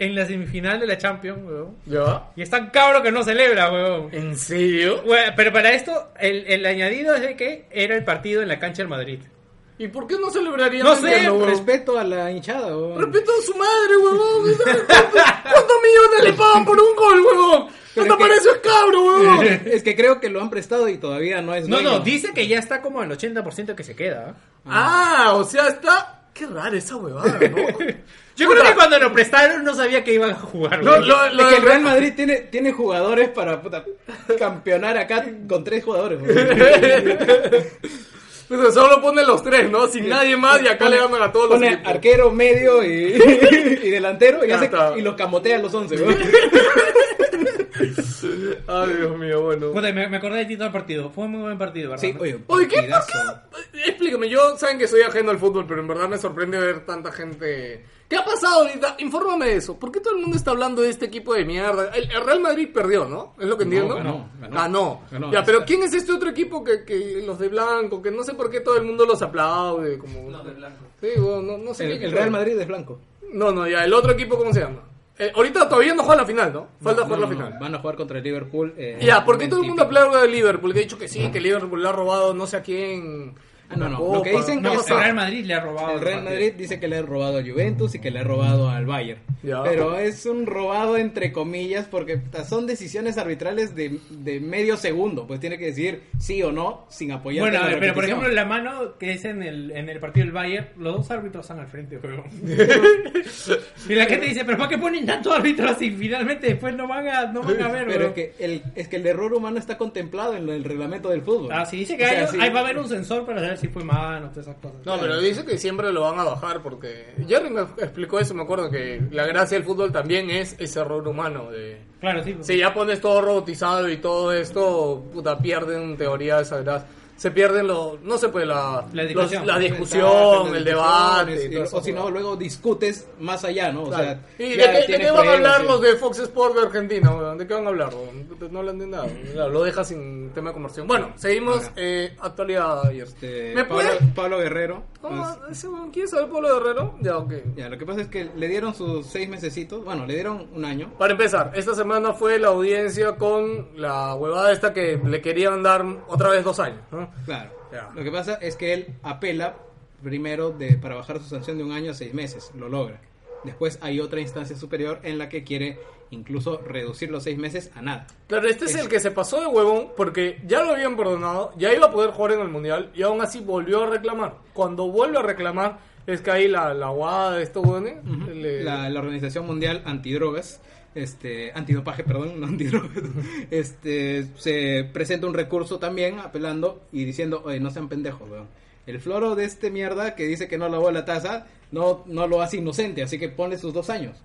S6: en la semifinal de la Champions, huevón.
S4: ¿Ya?
S6: Y es tan cabro que no celebra, huevón.
S4: ¿En serio?
S6: Bueno, pero para esto, el, el añadido es de que era el partido en la cancha del Madrid.
S4: ¿Y por qué no celebraría?
S6: No
S4: el
S6: sé,
S4: Mundial, huevón?
S1: Respeto a la hinchada, oh. weón.
S4: Respeto a su madre, huevón. ¿Cuántos cuántos millones le pagan por un gol, huevón? ¿No
S1: Pero
S4: te
S1: es que-
S4: parece un cabro, huevón?
S1: *laughs* Es que creo que lo han prestado y todavía no es
S6: No,
S1: dueño.
S6: no, dice que ya está como al 80% que se queda. ¿eh?
S4: Ah, o sea, está... Qué rara esa huevada, ¿no?
S6: Yo creo que cuando lo prestaron no sabía que iban a jugar.
S4: Lo,
S6: güey.
S4: lo,
S1: Es
S4: lo
S1: que
S4: del
S1: el Real Madrid tiene, tiene jugadores para puta, campeonar acá con tres jugadores. oh. weón.
S4: *laughs* Entonces Pues, solo pone los tres, ¿no? Sin nadie más y acá le ganan a todos los
S1: Pone
S4: equipos.
S1: arquero,
S4: *laughs*
S1: medio y, y delantero y,
S4: Ya
S1: hace-
S4: está.
S1: y los camotea a los once. oh.
S4: *laughs*
S1: weón.
S4: Ay, Dios mío, bueno.
S6: Puta, me, me acordé de ti todo el partido. Fue un muy buen partido, ¿verdad?
S1: Sí,
S6: ¿No?
S1: oye,
S4: Oye, ¿qué
S1: partidazo.
S4: pasa? Explícame, yo saben que soy ajeno al fútbol, pero en verdad me sorprende ver tanta gente. ¿Qué ha pasado ahorita? Infórmame de eso. ¿Por qué todo el mundo está hablando de este equipo de mierda? El, el Real Madrid perdió, ¿no? Es lo que entiendo.
S1: ganó, ganó.
S4: Ganó.
S1: Ganó.
S4: Ya, pero ¿quién es este otro equipo que, que los de blanco? Que no sé por qué todo el mundo los aplaude. Como... Los de blanco. Sí, bueno, no, no sé.
S1: El,
S4: qué
S1: el
S4: equipo
S1: Real
S4: es.
S1: Madrid es blanco.
S4: No, no, ya. El otro equipo, ¿cómo se llama? Eh, ahorita todavía no juega la final, ¿no? Falta
S1: No,
S4: jugar la
S1: no,
S4: final.
S1: Van a jugar contra el Liverpool. eh,
S4: Ya, ¿por qué todo el
S1: típico.
S4: mundo aplaude de Liverpool? Que ha dicho que sí, que Liverpool le ha robado no sé a quién.
S1: Ah, no, no.
S4: La
S1: Lo que
S4: Copa.
S1: dicen
S4: No,
S1: que
S6: No,
S1: es-
S6: el Real Madrid le ha robado.
S1: el
S6: los
S1: Real
S6: partidos.
S1: Madrid dice que le ha robado al Juventus y que le ha robado al Bayern.
S4: Ya.
S1: Pero es un robado entre comillas porque puta, son decisiones arbitrales de, de medio segundo. Pues tiene que decidir sí o no sin apoyar.
S6: Bueno, a
S1: en la
S6: ver, pero por
S1: repetición.
S6: ejemplo, la mano que es en el, en el partido del Bayern, los dos árbitros están al frente,
S1: *laughs*
S6: weón. y la gente dice, pero ¿para qué ponen tanto árbitro si finalmente después no van a, no van a ver,
S1: Pero
S6: weón?
S1: es que, el, es que el error humano está contemplado en lo- el reglamento del fútbol.
S6: Ah, si dice que
S1: O sea,
S6: hay,
S1: sí.
S6: ahí va a haber un sensor para saber si fue mano, todas esas cosas.
S4: No, pero dice que siempre lo van a bajar porque Jerry me explicó eso, me acuerdo que la gracia del fútbol también es ese error humano de
S6: Claro, sí.
S4: si ya pones todo robotizado y todo esto, puta, pierden teoría esa gracia. Se pierden lo no sé, pues la
S6: La
S4: los-
S6: discusión.
S4: la
S1: Debates,
S4: discusión,
S1: discusiones,
S4: el debate y
S1: y-
S4: todo eso.
S1: o si no, luego discutes más allá, ¿no? O
S4: Claro.
S1: sea,
S4: ¿Y de,
S1: ya
S4: qué- de qué,
S1: tienes
S4: van a hablar
S1: problemas,
S4: los
S1: sí.
S4: de Fox Sports de Argentina? weón? ¿De qué van a hablar? weón? Puta, No hablan de nada. Claro, Lo deja sin tema de conversión. Bueno, seguimos. Eh, actualidad ayer.
S1: Este,
S4: ¿Me
S1: Pablo,
S4: puede?
S1: Pablo Guerrero. pues,
S4: ¿Cómo? ¿Ese weón? ¿Quién sabe Pablo Guerrero? Ya, ok.
S1: ya, lo que pasa es que le dieron sus seis mesecitos. Bueno, le dieron un año.
S4: Para empezar, esta semana fue la audiencia con la huevada esta que le querían dar otra vez dos años. ¿no?
S1: Claro.
S4: Ya.
S1: Lo que pasa es que él apela primero de, para bajar su sanción de un año a seis meses. Lo logra. Después hay otra instancia superior en la que quiere incluso reducir los seis meses a nada.
S4: Claro, este es el que se pasó de huevón porque ya lo habían perdonado, ya iba a poder jugar en el mundial y aún así volvió a reclamar. Cuando vuelve a reclamar, es que ahí la, la guada de estos huevones le-
S1: la, la Organización Mundial Antidrogas, este, antidopaje, perdón, no antidrogas, este, se presenta un recurso también apelando y diciendo, oye, no sean pendejos, weón. El floro de este mierda que dice que no lavó la taza, no, no lo hace inocente, así que ponle sus dos años.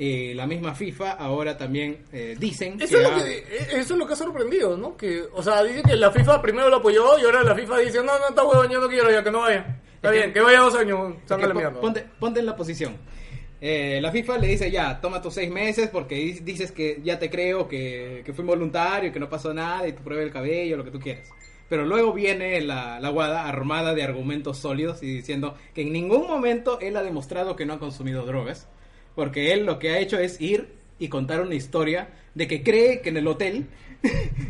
S1: Eh, la misma FIFA ahora también eh, dicen
S4: Eso es,
S1: ha-
S4: lo que, e, eso es lo que ha sorprendido, ¿no? Que, o sea, dice que la FIFA primero lo apoyó y ahora la FIFA dice, no, no, está huevón, yo no quiero ya, que no vaya. Está
S1: Es que-
S4: bien, que vaya dos años,
S1: Porque
S4: salga la
S1: pon-
S4: mierda.
S1: Ponte, ponte en la posición. Eh, la FIFA le dice ya, toma tus seis meses porque di- dices que ya te creo, que, que fue involuntario, que no pasó nada y te pruebe el cabello, lo que tú quieras. Pero luego viene la, la guada armada de argumentos sólidos y diciendo que en ningún momento él ha demostrado que no ha consumido drogas. Porque él lo que ha hecho es ir y contar una historia de que cree que en el hotel *laughs*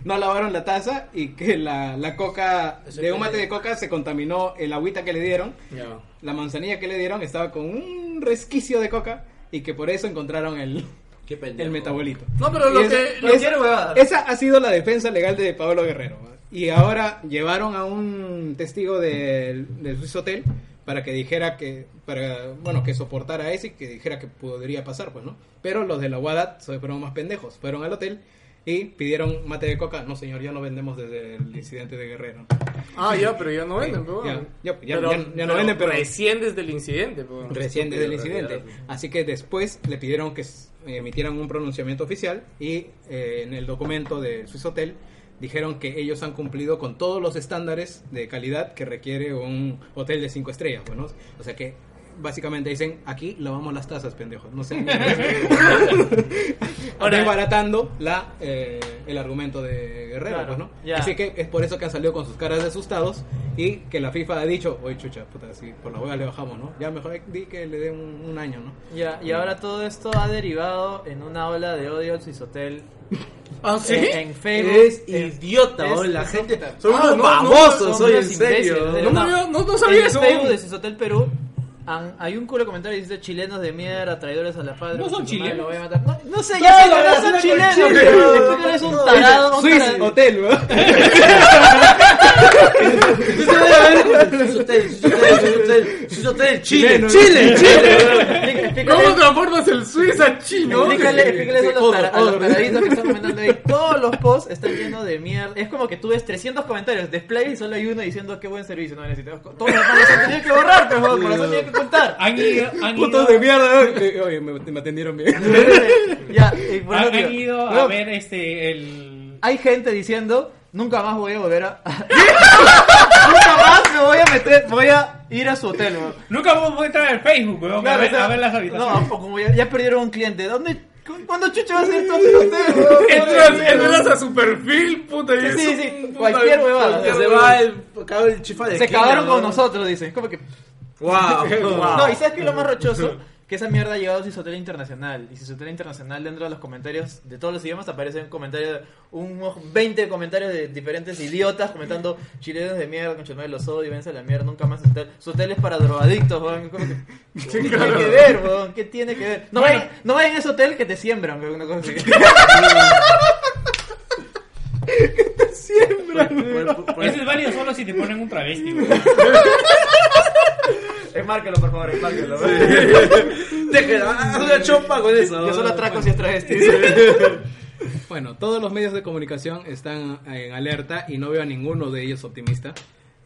S1: no lavaron la taza y que la, la coca, de un mate de coca se contaminó el agüita que le dieron
S4: Ya.
S1: la manzanilla que le dieron estaba con un resquicio de coca y que por eso encontraron el,
S5: Qué pendejo.
S1: el metabolito.
S4: No, pero lo
S1: Y esa-
S4: que- lo
S1: esa-
S4: quiero, huevada.
S1: Esa ha sido la defensa legal de Pablo Guerrero. Y ahora llevaron a un testigo del, del Swiss Hotel para que dijera que, para, bueno, que soportara eso y que dijera que podría pasar, pues, ¿no? Pero los de la WADAT se fueron más pendejos. Fueron al hotel y pidieron mate de coca. No, señor, ya no vendemos desde el incidente de Guerrero.
S4: Ah, ya, pero ya no venden,
S1: Sí,
S4: huevón.
S1: ya, ya, ya- ya- ya no venden, pero-
S4: Recién desde el incidente, pues. huevón.
S1: recién desde el incidente. Así que después le pidieron que s- eh, emitieran un pronunciamiento oficial y eh, en el documento de Swiss Hotel dijeron que ellos han cumplido con todos los estándares de calidad que requiere un hotel de cinco estrellas, bueno, o sea que básicamente dicen aquí lavamos las tazas, pendejos, no sé.
S4: Ahora-
S1: desbaratando la eh, el argumento de Guerrero,
S3: Claro,
S1: pues, ¿no?
S3: ya.
S1: Así que es por eso que han salido con sus caras de asustados y que la FIFA ha dicho, oye chucha, puta, si por la hueá le bajamos, ¿no? Ya mejor di que le den un, un año, ¿no?
S3: Ya, y ahora todo esto ha derivado en una ola de odio al Cisotel
S4: Ah, ¿sí?
S3: en, en Facebook.
S5: Eres
S3: en-
S5: idiota,
S3: es-
S5: bro, la
S3: es-
S5: gente.
S3: son-
S5: Son
S4: Ah, no,
S5: unos
S4: no,
S5: babosos,
S3: son
S5: soy en
S3: unos
S5: serio.
S3: imbéciles,
S4: No,
S3: No.
S4: me- no, no sabía
S3: en
S4: eso.
S3: Facebook de Cisotel Perú han- hay un culo comentario que dice chilenos de mierda, traidores a la patria.
S6: No son
S3: su madre,
S6: chilenos.
S3: lo voy a matar". No, no sé, ya sé que no son chilenos. pero tú que eres un tarado. un
S1: Swiss
S3: tarado.
S1: Hotel, ¿no?
S5: Chile, Chile,
S1: Chileno.
S5: Chile, Chile.
S3: Explica- explícale-
S4: ¿Cómo transformas el Suiza a chino?
S3: Explícale, explícale eso a los,
S1: Otro,
S3: tara- a los
S1: otro.
S3: taraditos que están comentando ahí. Todos los posts están llenos de mierda. Es como que tú ves 300 comentarios, display y solo hay uno diciendo qué buen servicio. No necesitamos. Todos los demás los han tenido que borrar, pero por eso tienen que *laughs* contar.
S6: Han ido, han ido,
S1: Putos de mierda. ¿no? Oye, me, me atendieron bien. *laughs*
S3: ya, y por eso
S6: han,
S3: digo,
S6: han ido a
S3: no,
S6: ver este, el...
S3: Hay gente diciendo, nunca más voy a volver a. *laughs* nunca más me voy a meter, voy a ir a su hotel, weón.
S6: Nunca vamos a entrar al Facebook, weón, a,
S3: Claro,
S6: ver,
S3: o sea,
S6: a ver las habitaciones.
S3: No, o como ya, ya perdieron un cliente. ¿Dónde? cu- ¿Cuándo chucho vas a ir tú a su hotel,
S6: *laughs*
S3: weón?
S4: Entras, entras a su perfil, puta, y
S3: Sí,
S4: es
S3: sí,
S4: un-
S3: sí,
S4: puta,
S3: cualquier huevada.
S5: Se va el, acaba el chifa de
S3: Se *laughs*
S5: esquina,
S3: cagaron
S5: bro.
S3: con nosotros, dicen. Es como que.
S5: Wow. *laughs*
S3: No, y sabes que lo más rochoso que esa mierda ha llegado a su Sisotela Internacional. Y Sisotela Internacional, dentro de los comentarios de todos los idiomas, aparecen comentarios, unos 20 comentarios de diferentes idiotas comentando chilenos de mierda, con los odio, vence a la mierda, nunca más Sisotela. Sisotela es para drogadictos, weón. ¿Cómo
S5: *laughs*
S3: que- ¿Qué tiene que ver, weón? ¿Qué tiene que ver? No, vayan, no vayan a ese hotel que te siembran, weón. Una cosa así.
S5: *laughs*
S6: Eso es válido solo si te ponen un travesti, güey.
S3: *laughs* Enmárquelo, por favor, enmárquelo.
S5: *laughs* Deja, haz ah, una chompa con eso.
S3: Yo solo atraco si es travesti.
S1: Bueno, todos los medios de comunicación están en alerta y no veo a ninguno de ellos optimista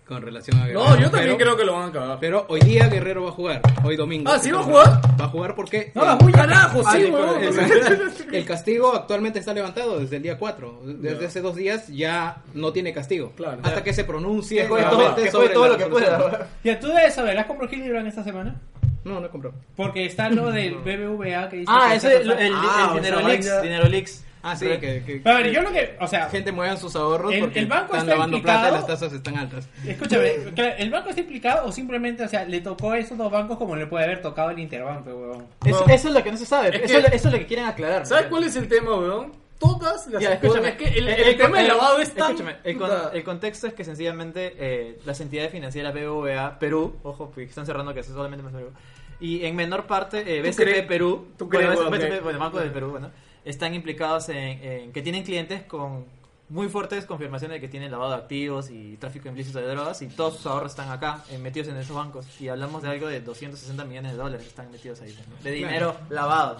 S1: con relación a Guerrero.
S4: No, yo también
S1: Pero-
S4: creo que lo van a cagar.
S1: Pero hoy día Guerrero va a jugar, hoy domingo.
S4: Ah, ¿sí va a jugar?
S1: Va a jugar porque...
S4: No, muy carajo,
S1: *laughs*
S4: sí,
S1: el,
S4: weón.
S1: el- el castigo actualmente está levantado desde el día 4. Desde hace dos días ya no tiene castigo.
S4: Claro.
S1: Hasta que se pronuncie
S3: Que juegue todo,
S1: nuevamente
S3: que juegue
S1: sobre
S3: todo
S1: la
S3: lo que
S1: resolución.
S3: pueda.
S6: Ya, tú debes saber, ¿has comprado Kill Gibran esta semana?
S1: No, no compró.
S6: Porque está lo del BBVA que dice.
S3: Ah,
S6: que
S3: eso es
S6: esa
S3: el,
S6: cosa-
S3: el,
S5: Ah, o sea,
S3: Dinero Leaks.
S5: vaina-
S3: Dinero Leaks.
S1: Ah, sí,
S3: Pero-
S1: que, que-
S6: A ver, yo lo que. O sea,
S1: gente muevan sus ahorros
S6: El-
S1: porque
S6: el banco
S1: están
S6: está
S1: lavando
S6: implicado.
S1: plata y las tasas están altas.
S6: escúchame, claro, ¿el banco está implicado o simplemente, o sea, le tocó a esos dos bancos como le puede haber tocado el Interbank, pues, huevón?
S3: Eso, eso es lo que no se sabe.
S4: Es
S3: eso,
S4: que-
S3: es lo- eso es lo que quieren aclarar.
S4: ¿Sabes cuál es el tema, weón? Todas las
S3: Ya,
S4: escúchame,
S3: escúchame. Eh,
S4: es que el, el tema del lavado es tan...
S3: Escúchame, eh, el, con-
S4: puta.
S3: el contexto es que sencillamente eh, las entidades financieras BBVA Perú, ojo, porque están cerrando que eso solamente más Perú, y en menor parte eh,
S4: ¿Tú
S3: BCP
S4: crees-
S3: Perú,
S4: tú crees,
S3: bueno,
S4: weón,
S3: BCP,
S4: que-
S3: bueno, Banco del Perú, bueno, están implicados en, en que tienen clientes con muy fuertes confirmaciones de que tienen lavado de activos y tráfico implícito de drogas y todos sus ahorros están acá, eh, metidos en esos bancos. Y hablamos de algo de 260 millones de dólares que están metidos ahí, ¿no? de dinero lavado.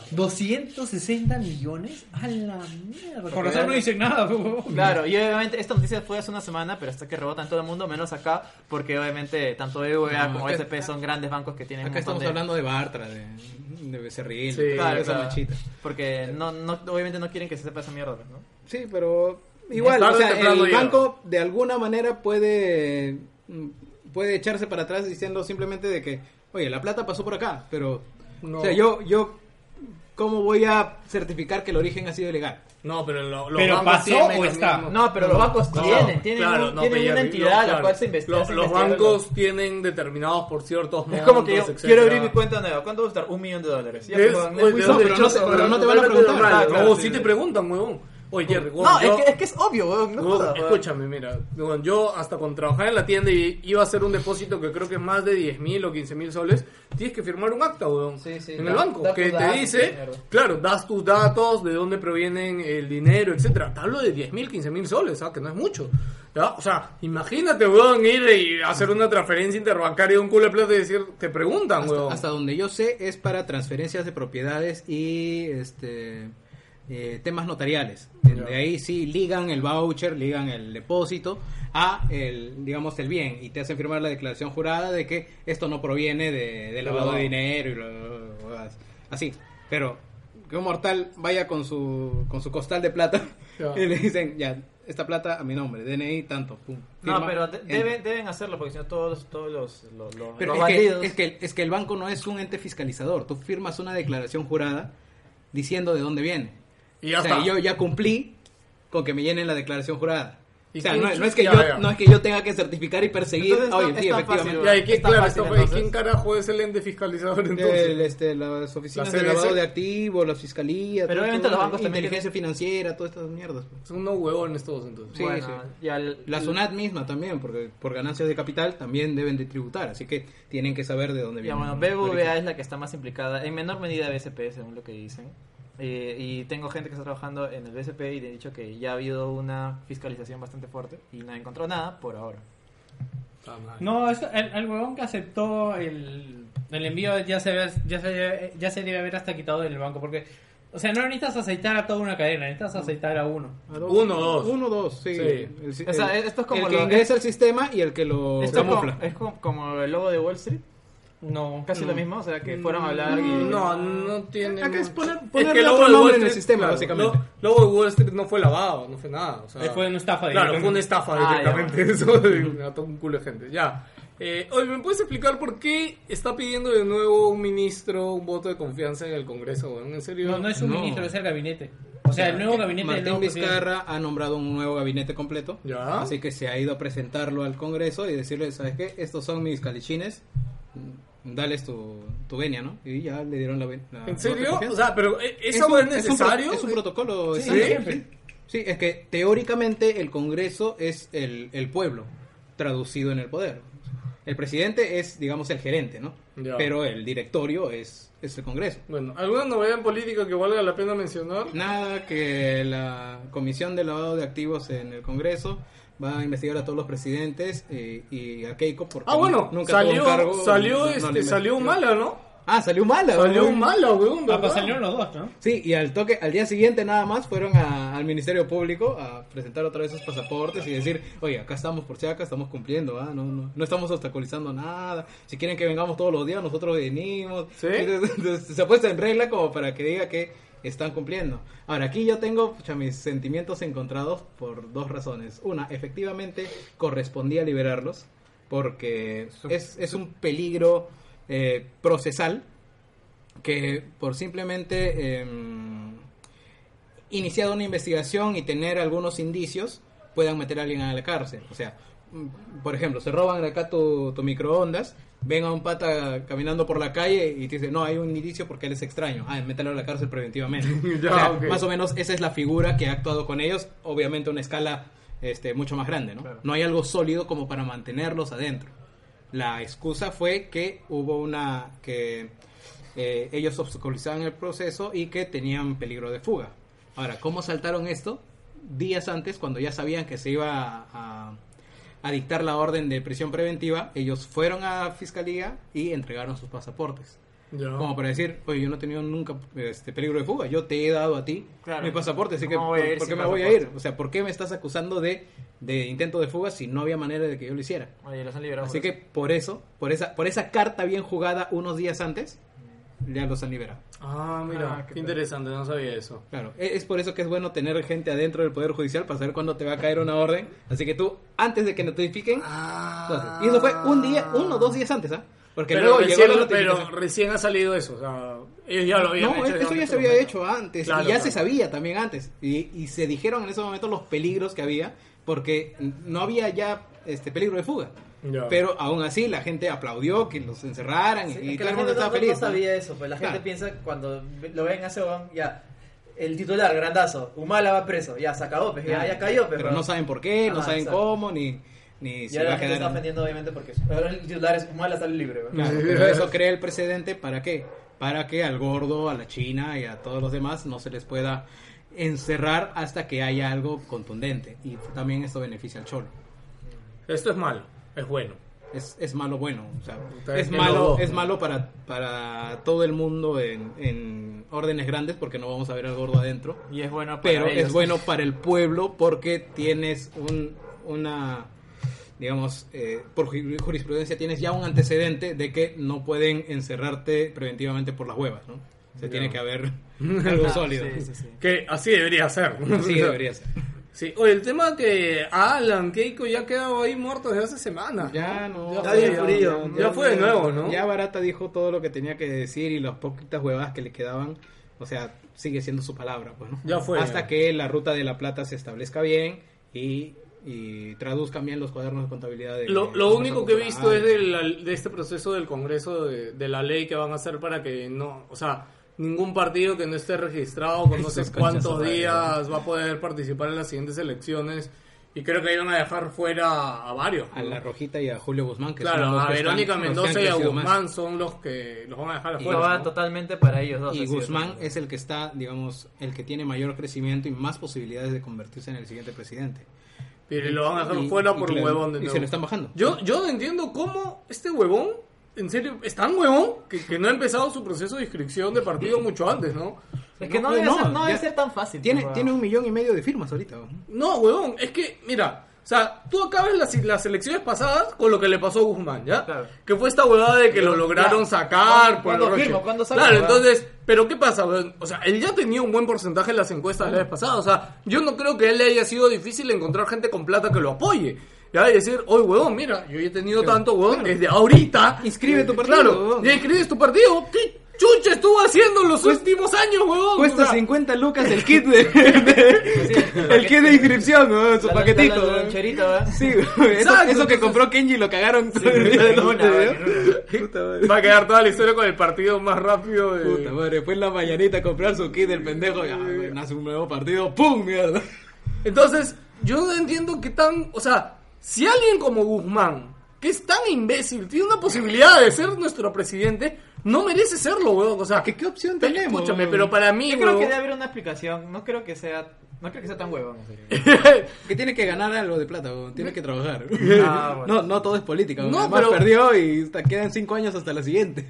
S6: 260 millones a la mierda.
S3: Por razón no dicen
S6: nada, huevón.
S3: Claro, y obviamente esta noticia fue hace una semana, pero hasta que rebotan todo el mundo, menos acá, porque obviamente tanto BBVA
S1: No,
S3: como
S1: acá-
S3: SP son grandes bancos que tienen un
S1: Acá
S3: montón
S1: estamos
S3: de-
S1: hablando de Bartra, de, de Becerril,
S4: Sí,
S1: de
S3: Claro,
S1: esa
S3: claro,
S1: manchita.
S3: porque no, no, obviamente no quieren que se sepa esa mierda, pues, ¿no?
S1: Sí, pero igual,
S4: Tarde
S1: o
S4: o
S1: sea,
S4: temprano
S1: el
S4: llega.
S1: banco de alguna manera puede mm, puede echarse para atrás diciendo simplemente de que, oye, la plata pasó por acá, pero
S4: No.
S1: o sea, yo yo cómo voy a certificar que el origen ha sido ilegal.
S4: No, pero lo- los
S6: ¿Pero
S4: bancos
S6: pasó
S4: tienen
S6: o
S4: mecanismos-
S6: está?
S3: No, pero los bancos tienen, tienen,
S4: claro,
S3: un-
S4: no,
S3: tienen
S4: pero ya
S3: una
S4: vi-
S3: entidad
S4: lo-
S3: a la
S4: claro.
S3: cual se investiga.
S4: Los,
S3: se
S4: los
S3: investiga
S4: bancos tienen determinados por ciertos
S3: Es como que yo
S4: montos,
S3: quiero abrir
S4: etcétera.
S3: mi cuenta nueva. ¿Cuánto va a costar? Un millón de dólares. Ya,
S4: Es-
S3: pues,
S4: oye,
S3: muy
S4: ¿de
S1: no,
S4: dónde
S1: pero no
S4: choca,
S1: te- pero
S4: weón?
S1: no te van a
S4: Totalmente
S1: preguntar.
S4: normal.
S3: Ah, claro,
S4: No,
S3: sí,
S4: sí te
S3: sí.
S4: preguntan, huevón. Oye, Jerry, weón,
S3: No,
S4: yo-
S3: es que, es que es obvio, weón. No,
S4: Huevón,
S3: jodas, weón.
S4: escúchame, mira, huevón, yo hasta con trabajar en la tienda y iba a hacer un depósito que creo que es más de 10 mil o 15 mil soles, tienes que firmar un acta, weón,
S3: Sí, sí,
S4: en
S3: da-
S4: el banco,
S3: da
S4: que
S3: tus
S4: te
S3: datos,
S4: dice,
S3: mierda.
S4: claro, das tus datos, de dónde provienen el dinero, etcétera. Te hablo de 10 mil, 15 mil soles, ¿ah? que no es mucho. ¿ya? O sea, imagínate, weón, ir y hacer una transferencia interbancaria de un culo de plata y decir, te preguntan, weón.
S1: Hasta donde yo sé es para transferencias de propiedades y este eh, temas notariales. De ahí sí ligan el voucher, ligan el depósito a el digamos el bien y te hacen firmar la declaración jurada de que esto no proviene de, de lavado de dinero y bla, bla, bla, bla, así. Pero que un mortal vaya con su con su costal de plata
S4: Ya.
S1: *laughs* y le dicen ya esta plata a mi nombre, DNI tanto, pum.
S3: No,
S1: firma,
S3: pero de-
S1: entra.
S3: deben, deben hacerlo porque si no todos, todos los, los, los-
S1: Pero es
S3: los
S1: que,
S3: bandidos-
S1: es, que, es que el banco no es un ente fiscalizador. Tú firmas una declaración jurada diciendo de dónde viene.
S4: Y ya
S1: o sea,
S4: está.
S1: yo ya cumplí con que me llenen la declaración jurada.
S4: ¿Y
S1: O sea,
S4: qué
S1: no,
S4: chus-
S1: no es que
S4: ya,
S1: yo,
S4: ya.
S1: no es que yo tenga que certificar y perseguir.
S3: Entonces,
S1: Oye,
S3: está-
S1: sí,
S3: está
S1: efectivamente.
S3: fácil,
S4: Y ahí, ¿quién,
S3: Está
S4: claro,
S3: fácil,
S4: esto fue-
S3: entonces.
S4: ¿quién carajo es el ente fiscalizador entonces?
S1: El, este, las oficinas
S4: ¿La
S1: de lavado
S4: CBC?
S1: de activos, la fiscalía,
S3: Pero
S1: todo
S3: obviamente
S1: esto,
S3: los bancos también
S1: inteligencia financiera, todas estas mierdas. pues.
S4: Son unos huevones todos entonces.
S1: Sí,
S3: Bueno,
S1: sí.
S3: y al-
S1: La SUNAT misma también, porque por ganancias de capital también deben de tributar, así que tienen que saber de dónde
S3: Ya,
S1: viene.
S3: bueno,
S1: el origen.
S3: BBVA es la que está más implicada, en menor medida BSP, según lo que dicen. Eh, y tengo gente que está trabajando en el BSP y le he dicho que ya ha habido una fiscalización bastante fuerte y no ha encontrado nada por ahora.
S4: Ah, madre.
S6: No, eso- el, el huevón que aceptó el, el envío ya se, ve- ya, se, ya se debe haber hasta quitado del banco. Porque, o sea, no necesitas aceitar a toda una cadena, necesitas aceitar a uno.
S1: A dos.
S4: Uno, dos.
S1: Ah, Uno, dos, sí.
S4: Sí.
S1: El si-
S3: O sea,
S1: el-
S3: esto es como
S1: el que
S3: lo-
S1: ingresa al sistema y el que lo
S3: Esto es como,
S1: camufla.
S3: es como, como el logo de Wall Street,
S6: No.
S3: casi
S1: Mm.
S3: lo mismo, o sea, que fueron a hablar y...
S4: Mm, No, no tiene.
S1: Acá es
S4: mucho.
S1: poner-
S4: Es
S1: ponerle
S4: que el
S1: otro
S4: logo de
S1: nombre
S4: Wall
S1: en el
S4: Street,
S1: sistema, básicamente.
S4: Lo, logo de Wall Street no fue lavado, no fue nada. O sea,
S6: Eh, fue una estafa
S4: Claro,
S6: directamente.
S4: fue una estafa
S3: Ah,
S4: directamente. *laughs* Eso de- me ató un culo de gente. Ya. Eh, oye, ¿me puedes explicar por qué está pidiendo de nuevo un ministro un voto de confianza en el Congreso? weón? ¿En serio?
S6: No, no es un
S1: No.
S6: ministro, es el gabinete. O sea, el nuevo gabinete del
S1: Martín
S6: nuevo presidente.
S1: Vizcarra ha nombrado un nuevo gabinete completo.
S4: Ya.
S1: Así que se ha ido a presentarlo al Congreso y decirle, ¿sabes qué? Estos son mis calichines. mm, Dales tu, tu tu venia, ¿no? Y ya le dieron la venia. la-
S4: ¿En
S1: la
S4: serio?
S1: confianza.
S4: O sea, pero ¿e-
S1: Es
S4: ¿esa
S1: un-
S4: hueá es
S1: un pro-
S4: necesario?
S1: Es un protocolo.
S4: Sí,
S1: estándar,
S4: siempre.
S1: sí. Sí, es que teóricamente el Congreso es el, el pueblo, traducido en el poder. El presidente es, digamos, el gerente, ¿no?
S4: Ya.
S1: Pero el directorio es, es el Congreso.
S4: Bueno, ¿alguna novedad en política que valga la pena mencionar?
S1: Nada que la Comisión de Lavado de Activos en el Congreso va a investigar a todos los presidentes eh, y a Keiko porque
S4: Ah, bueno,
S1: nunca tuvo
S4: salió,
S1: un cargo.
S4: salió,
S1: no- no
S4: este,
S1: le-
S4: salió mala, ¿no?
S1: Ah, salió *laughs* mala.
S4: Salió
S1: weón.
S4: mala, weón,
S6: Ah,
S4: ¿verdad?
S6: pues salieron los dos, ¿no?
S1: Sí, y al toque, al día siguiente nada más fueron a- al Ministerio Público a presentar otra vez sus pasaportes y decir, oye, acá estamos por si acá, estamos cumpliendo, ah, no, no, no estamos obstaculizando nada, si quieren que vengamos todos los días, nosotros venimos.
S4: ¿Sí?
S1: Entonces, se ha puesto en regla como para que diga que están cumpliendo. Ahora, aquí yo tengo pucha, mis sentimientos encontrados por dos razones. Una, efectivamente correspondía liberarlos porque es, es un peligro eh, procesal que por simplemente eh, iniciar una investigación y tener algunos indicios puedan meter a alguien a la cárcel. O sea, mm, por ejemplo, se roban acá tu, tu microondas, ven a un pata caminando por la calle y te dice, no, hay un indicio porque él es extraño. Ah, mételo a la cárcel
S4: *laughs*
S1: preventivamente.
S4: Ya,
S1: O sea,
S4: ok.
S1: Más o menos esa es la figura que ha actuado con ellos, obviamente a una escala este, mucho más grande, ¿no? No hay algo sólido como para mantenerlos adentro. La excusa fue que hubo una que eh, ellos obstaculizaban el proceso y que tenían peligro de fuga. Ahora, ¿cómo saltaron esto? Días antes, cuando ya sabían que se iba a, a- a dictar la orden de prisión preventiva, ellos fueron a fiscalía y entregaron sus pasaportes.
S4: Ya.
S1: Como para decir, oye, yo no he tenido nunca este peligro de fuga, yo te he dado a ti
S3: Claro.
S1: mi pasaporte, así que
S3: ¿Cómo voy a
S1: ¿por,
S3: ir
S1: por qué
S3: sin
S1: me voy a
S3: pasaporte?
S1: ir? O sea, ¿por qué me estás acusando de, de intento de fuga si no había manera de que yo lo hiciera?
S3: Oye, los han liberado.
S1: Así
S3: por
S1: que por eso, por esa, por esa carta bien jugada unos días antes, ya los han liberado.
S4: Ah, mira,
S3: Ah, qué
S4: qué interesante, no sabía eso.
S1: Claro, e- es por eso que es bueno tener gente adentro del Poder Judicial para saber cuándo te va a caer una orden. Así que tú, antes de que notifiquen, tú haces. y eso fue un día, uno o dos días antes, ¿ah? Porque
S4: pero,
S1: luego
S4: recién,
S1: llegó la
S4: pero
S1: notificación.
S4: recién ha salido eso, o sea, ellos ya lo habían
S1: no,
S4: hecho.
S1: es- eso ya
S4: digamos, en
S1: se
S4: ese
S1: había
S4: momento.
S1: hecho antes
S4: Claro,
S1: y ya
S4: claro.
S1: se sabía también antes. Y, y se dijeron en ese momento los peligros que había porque no había ya este peligro de fuga.
S4: Ya.
S1: Pero aún así la gente aplaudió que los encerraran y-
S3: Sí,
S1: y
S3: es
S1: todo
S3: que la
S1: el
S3: gente
S1: mundo
S3: no,
S1: estaba
S3: no- no
S1: feliz. ¿no?
S3: sabía eso, pues la gente
S1: Claro.
S3: piensa cuando lo ven a ese huevón, ya. El titular, grandazo, Humala va preso, ya se acabó, pues, ya, ya cayó, pues,
S1: Pero
S3: huevón.
S1: no saben por qué, no
S3: Ajá,
S1: saben
S3: exacto.
S1: cómo, ni, ni
S3: Y
S1: si va
S3: ahora la
S1: a
S3: gente está
S1: quedar.
S3: ofendiendo, obviamente, porque ahora el titular es Humala sale libre,
S4: *laughs*
S3: huevón.
S1: Claro, pero eso crea el precedente para qué? Para que al gordo, a la china y a todos los demás no se les pueda encerrar hasta que haya algo contundente. Y también esto beneficia al cholo.
S4: Esto es malo, es bueno.
S1: Es, es malo bueno, o sea,
S4: Está
S1: es
S4: en
S1: malo,
S4: los dos,
S1: es
S4: ¿no?
S1: malo para, para todo el mundo en, en órdenes grandes porque no vamos a ver al gordo adentro.
S3: Y es bueno para
S1: pero
S3: ellos.
S1: es bueno para el pueblo porque tienes un, una, digamos, eh, por ju- jurisprudencia tienes ya un antecedente de que no pueden encerrarte preventivamente por las huevas, ¿no? O sea, tiene que
S3: *laughs*
S1: haber algo
S3: Ah,
S1: sólido.
S3: sí, sí, sí.
S4: Que así debería ser. *laughs*
S1: Así debería ser.
S4: Sí, oye, el tema que Alan, Keiko ya quedaba ahí muerto desde hace semanas.
S1: Ya no.
S4: Ya
S5: Está
S4: fue,
S5: bien
S4: ya-
S5: frío.
S4: ya fue de nuevo, ¿no?
S1: Ya Barata dijo todo lo que tenía que decir y las poquitas huevadas que le quedaban, o sea, sigue siendo su palabra, pues, ¿no?
S4: Ya fue,
S1: Hasta
S4: ya.
S1: que la ruta de la plata se establezca bien y, y traduzcan bien los cuadernos de contabilidad. De,
S4: Lo, lo
S1: de
S4: único que he visto es
S1: Corporal.
S4: de, la- de este proceso del Congreso, de, de la ley que van a hacer para que no, o sea, ningún partido que no esté registrado con no sé
S1: Esos conchas
S4: cuántos
S1: de madre,
S4: días va a poder participar en las siguientes elecciones. Y creo que ahí van a dejar fuera a varios.
S1: A
S4: ¿no?
S1: La Rojita y a Julio Guzmán, que
S4: Claro,
S1: son los
S4: a
S1: que están-
S4: Verónica
S1: los que han
S4: Mendoza y a
S1: crecido más.
S4: Guzmán son los que los van a dejar afuera.
S3: Lo va
S4: ¿no?
S3: totalmente para ellos dos.
S1: Y
S3: así
S1: Guzmán
S3: de-
S1: es el que está, digamos, el que tiene mayor crecimiento y más posibilidades de convertirse en el siguiente presidente.
S4: Pero lo van a dejar
S1: Y-
S4: fuera
S1: y
S4: por
S1: que le-
S4: huevón de
S1: Y
S4: nuevo.
S1: se lo están bajando.
S4: Yo, yo no entiendo cómo este huevón, en serio, es tan huevón que, que no ha empezado su proceso de inscripción de partido mucho antes, ¿no?
S3: Es que no,
S1: No,
S3: debe,
S1: no,
S3: ser, no debe
S1: ya-
S3: ser tan fácil.
S1: Tiene,
S3: huevón.
S1: tiene un millón y medio de firmas ahorita. ¿no?
S4: No, huevón, es que, mira, o sea, tú acabas las, las elecciones pasadas con lo que le pasó a Guzmán, ¿ya?
S3: Claro.
S4: Que fue esta huevada de que lo lograron
S3: Ya.
S4: sacar por el
S3: ¿Cuándo
S4: roche.
S3: firmo? ¿Cuándo saco, Ah.
S4: Claro,
S3: huevón?
S4: entonces, pero ¿qué pasa, huevón? O sea, él ya tenía un buen porcentaje en las encuestas
S3: Ah.
S4: la vez pasada, o sea, yo no creo que a él le haya sido difícil encontrar gente con plata que lo apoye. Ya, y decir, oye, huevón, mira, yo ya he tenido tanto, huevón, desde ahorita.
S1: Inscribe tu
S4: Eh,
S1: partido,
S4: Claro,
S1: huevón.
S4: ya inscribes tu partido, ¿qué? Chucha estuvo haciendo los últimos años, huevón.
S1: Cuesta
S4: O sea,
S1: 50 lucas el kit de, de- el kit de inscripción, ¿no? su
S3: La- la-
S1: paquetito.
S3: la- la
S1: ¿no?
S3: loncherita, ¿verdad?
S1: Sí, güey, eso,
S4: Exacto,
S1: eso que
S4: entonces-
S1: compró Kenji lo cagaron todo el día de
S3: de
S1: los
S3: una,
S1: videos.
S4: Va a quedar toda la historia con el partido más rápido de.
S1: Puta madre, fue en la mañanita a comprar su kit del pendejo. Ya, güey, nace un nuevo partido, ¡pum! Mierda.
S4: Entonces, yo no entiendo qué tan. O sea, si alguien como Guzmán, que es tan imbécil, tiene una posibilidad de ser nuestro presidente, no merece serlo, huevón. O sea,
S1: ¿Qué, qué opción
S4: pe-
S1: tenemos?
S4: Escúchame,
S1: güey?
S4: pero para mí,
S3: Yo creo que
S4: huevón,
S3: debe haber una explicación. No creo que sea, no creo que sea tan huevón.
S4: *laughs*
S3: en serio.
S1: Que tiene que ganar algo de plata, güey, tiene que trabajar.
S3: Ah,
S1: No,
S3: bueno.
S1: no todo es política, güey.
S4: No,
S1: Además
S4: pero-
S1: perdió y hasta quedan 5 años hasta la siguiente.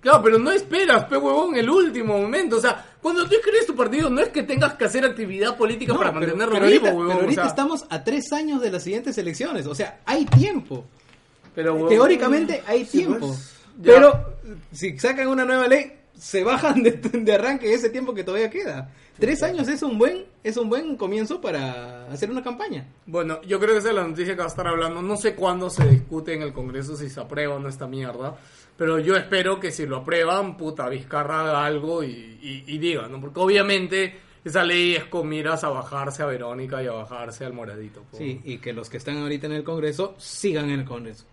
S4: Claro, pero no esperas, pe huevón, el último momento. O sea, cuando tú escribes tu partido, no es que tengas que hacer actividad política para
S1: pero-
S4: mantenerlo
S1: pero
S4: vivo,
S1: ahorita,
S4: huevón.
S1: pero
S4: o
S1: ahorita
S4: sea,
S1: estamos a 3 años de las siguientes elecciones, o sea, hay tiempo.
S4: pero, huevón,
S1: Teóricamente hay tiempo.
S4: Ya.
S1: Pero si sacan una nueva ley, se bajan de, de arranque ese tiempo que todavía queda. Tres años es un buen, es un buen comienzo para hacer una campaña.
S4: Bueno, yo creo que esa es la noticia que va a estar hablando. No sé cuándo se discute en el Congreso si se aprueba o no esta mierda. Pero yo espero que si lo aprueban, puta, Vizcarra haga algo y, y- y diga, ¿no? Porque obviamente esa ley es con miras a bajarse a Verónica y a bajarse al moradito. po.
S1: Sí, y que los que están ahorita en el Congreso sigan en el Congreso.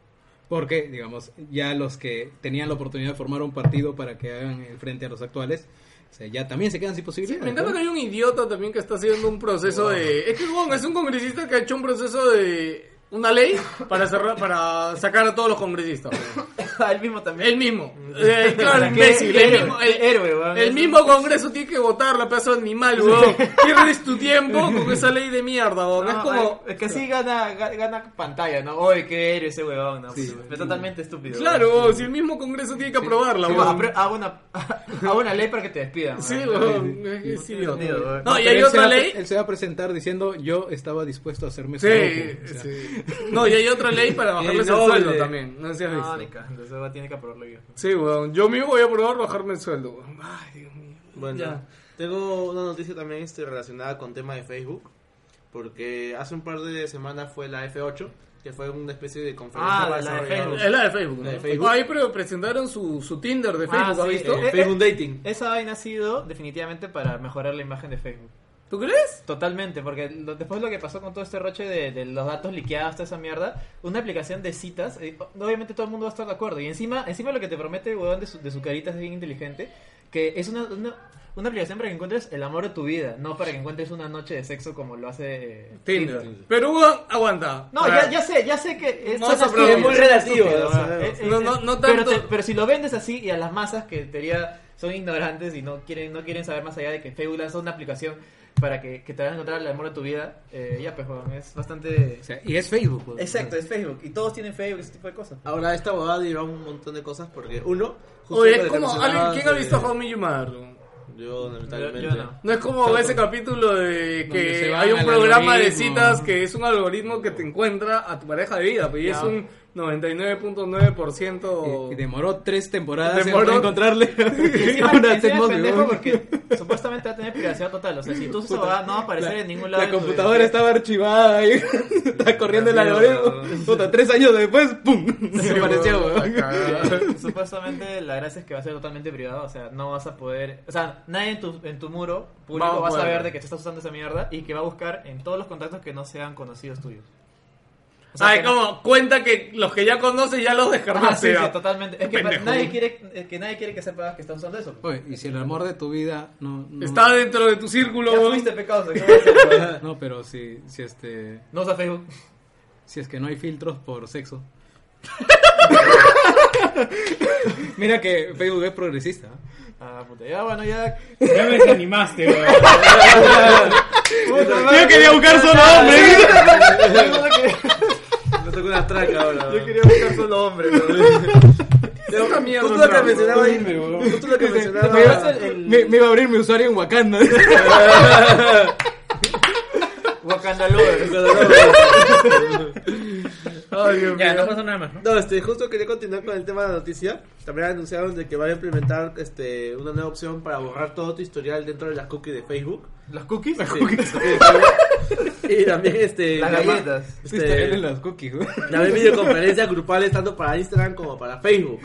S1: Porque, digamos, ya los que tenían la oportunidad de formar un partido para que hagan el frente a los actuales, o sea, ya también se quedan sin posibilidades.
S4: Me encanta
S1: ¿no?
S4: que hay un idiota también que está haciendo un proceso de... Es que, huevón, es un congresista que ha hecho un proceso de... Una ley para cerrar, para sacar a todos los congresistas. huevón.
S3: Ah, El mismo *laughs* también.
S4: El mismo. Eh, claro,
S3: Qué-
S4: imbécil.
S3: qué
S4: El
S3: héroe,
S4: mismo,
S3: qué
S4: el-
S3: héroe, weón.
S4: el
S3: Es
S4: mismo Congreso tiene que votar la pedazo de animal, weón. *laughs* Pierdes tu tiempo con esa ley de mierda, weón.
S3: No,
S4: es como.
S3: ay, es que así gana, ga- gana pantalla, ¿no? Oye, qué héroe ese huevón, ¿no? es totalmente estúpido.
S4: Claro,
S3: weón.
S4: weón, si el mismo Congreso tiene que aprobarla,
S3: Sí,
S4: weón.
S3: apro- hago, una, *laughs* hago una ley para que te despidan.
S4: Sí,
S3: weón.
S4: weón. Es que sí, weón.
S3: Dios mío, weón.
S4: No, y
S1: ¿eh? Pero
S4: hay
S1: él se
S4: otra
S1: va a pre-
S4: ley.
S1: Él se va a presentar diciendo, yo estaba dispuesto a hacerme su
S4: Sí,
S1: loco", o sea.
S4: sí. No, y hay otra ley para bajarles el
S5: doble.
S4: sueldo también. No sé si has
S3: No, ni
S4: visto.
S3: cago, entonces va, tiene que aprobarlo yo.
S4: Sí, weón. Yo mismo voy a probar bajarme el sueldo, weón. Ay, Dios mío.
S5: Bueno,
S4: Ya.
S5: tengo una noticia también este, relacionada con tema de Facebook. Porque hace un par de semanas fue la F8, que fue una especie de conferencia eh,
S3: Ah,
S5: para
S3: la de
S5: desarrolladores.
S4: Es la de Facebook,
S5: La de
S4: ¿no?
S5: Facebook.
S4: Ahí pre- presentaron su, su Tinder de Facebook,
S3: Ah,
S4: ¿has
S3: sí,
S4: visto?
S3: eh.
S5: Facebook Dating.
S3: Esa vaina ha sido definitivamente para mejorar la imagen de Facebook.
S4: ¿Tú crees?
S3: Totalmente, porque lo- después lo que pasó con todo este roche de, de los datos liqueados, toda esa mierda, una aplicación de citas, eh, obviamente todo el mundo va a estar de acuerdo. Y encima, encima lo que te promete el huevón de su, de su carita es bien inteligente, que es una, una, una aplicación para que encuentres el amor de tu vida, no para que encuentres una noche de sexo como lo hace eh,
S4: Tinder. Pero, weón, aguanta.
S3: No,
S4: Para-
S3: ya, ya sé, ya sé que es,
S4: No,
S3: son
S4: eso, pero
S3: estúpidos,
S4: es
S5: muy
S3: son
S5: relativo,
S3: estúpidos,
S5: o sea,
S3: ¿verdad? Es- es-
S4: no, no- no
S3: pero,
S4: tanto-
S3: te- pero si lo vendes así y a las masas que en teoría son ignorantes y no quieren no quieren saber más allá de que Facebook lanza una aplicación para que, que te vas a encontrar el amor de tu vida, eh, ya pues weón, es bastante...
S1: O sea, y es Facebook. weón.
S3: Exacto, es Facebook y todos tienen Facebook, ese tipo de cosas. pues.
S5: Ahora, esta abogada dirá un montón de cosas porque, uno, justo
S4: Oye, es
S5: lo que
S4: como alguien, ¿quién ha
S5: mencionabas
S4: visto
S5: de-
S4: How Me You Mother?
S5: Yo, lamentablemente.
S3: Yo- yo no.
S4: No es como ese capítulo de
S1: Donde se
S4: que
S1: van
S4: hay un
S1: al
S4: programa de
S1: algoritmo.
S4: citas que es un algoritmo que te encuentra a tu pareja de vida, pues, y es un 99.9%
S1: Y, y demoró tres temporadas
S4: Demoró-
S1: en
S4: *laughs*
S1: encontrarle *laughs*
S3: Y encima,
S1: a una
S3: encima *laughs* es
S1: Atmos,
S3: pendejo
S1: weón. *laughs*
S3: porque supuestamente va a tener privacidad total, o sea, si tú usas esa huevada, no va a aparecer en ningún lado.
S1: La
S3: de tu
S1: computadora
S3: biografía.
S1: estaba archivada ahí. *laughs* Estaba corriendo el
S4: La mierda,
S1: algoritmo. Puta, tres años después, ¡pum! *laughs* Se apareció, weón.
S4: Ah.
S3: Pero, *laughs* Supuestamente la gracia es que va a ser totalmente privado, o sea, no vas a poder, o sea, nadie en tu, en tu muro público
S4: Va a
S3: va a
S4: poder.
S3: saber de que tú estás usando esa mierda y que va a buscar en todos los contactos que no sean conocidos tuyos. O sea,
S4: Ay,
S3: que no-
S4: como cuenta que los que ya conoces ya los
S3: Ajá, sí,
S4: descartaste.
S3: sí,
S4: ya.
S3: totalmente. Es que
S4: Pendejo.
S3: nadie quiere es que nadie quiere que sepas que estás usando eso.
S1: Oye, y si el amor de tu vida no. no
S4: Está dentro de tu círculo,
S3: Ya
S4: weón.
S3: fuiste pecado, ¿qué vas a hacer,
S4: *laughs*
S3: weón?
S1: No, pero si, si este.
S3: No usa Facebook.
S1: Si es que no hay filtros por *laughs* sexo. Mira que Facebook es progresista.
S3: Ah, puta. Ya, bueno, ya.
S6: *laughs* Ya me desanimaste,
S3: *laughs*
S6: weón.
S1: Yo quería buscar solo hombres.
S5: Me tocó una traca ahora.
S3: Yo quería buscar solo hombres.
S4: Es una mierda,
S5: Justo lo que
S4: weón.
S5: mencionaba ahí. Justo lo
S1: *laughs*
S5: que
S1: Me
S5: mencionaba.
S1: iba, me- me iba a abrir mi usuario en Wakanda.
S3: Wakanda Lover.
S4: Ay, Dios
S6: Ya,
S4: mío.
S6: no pasa nada más, ¿no?
S5: No, este, justo quería continuar con el tema de la noticia. También anunciaron de que van a implementar este, una nueva opción para borrar todo tu historial dentro de las cookies de Facebook.
S3: Los cookies.
S5: Sí, las cookies de Facebook. y también este,
S3: Las
S5: llama-
S3: galletas.
S1: *laughs* Sí, está bien en
S5: Este,
S1: las cookies, weón.
S5: también videoconferencias grupales tanto para Instagram como para Facebook.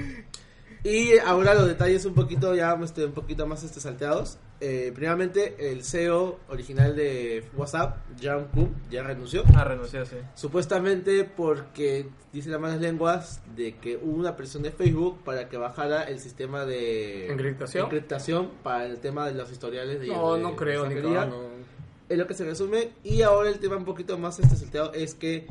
S5: Y ahora los detalles un poquito ya este, un poquito más este, salteados. Eh, primeramente, el CEO original de WhatsApp, John Cook, ya renunció.
S3: Ah, renunció, sí.
S5: Supuestamente porque dice las malas lenguas de que hubo una presión de Facebook para que bajara el sistema de
S4: ¿Encriptación?
S5: encriptación para el tema de los historiales de
S4: No,
S5: de
S4: no creo, ni
S5: mensajería.
S4: cagando.
S5: Es lo que se resume. Y ahora el tema un poquito más este salteado es que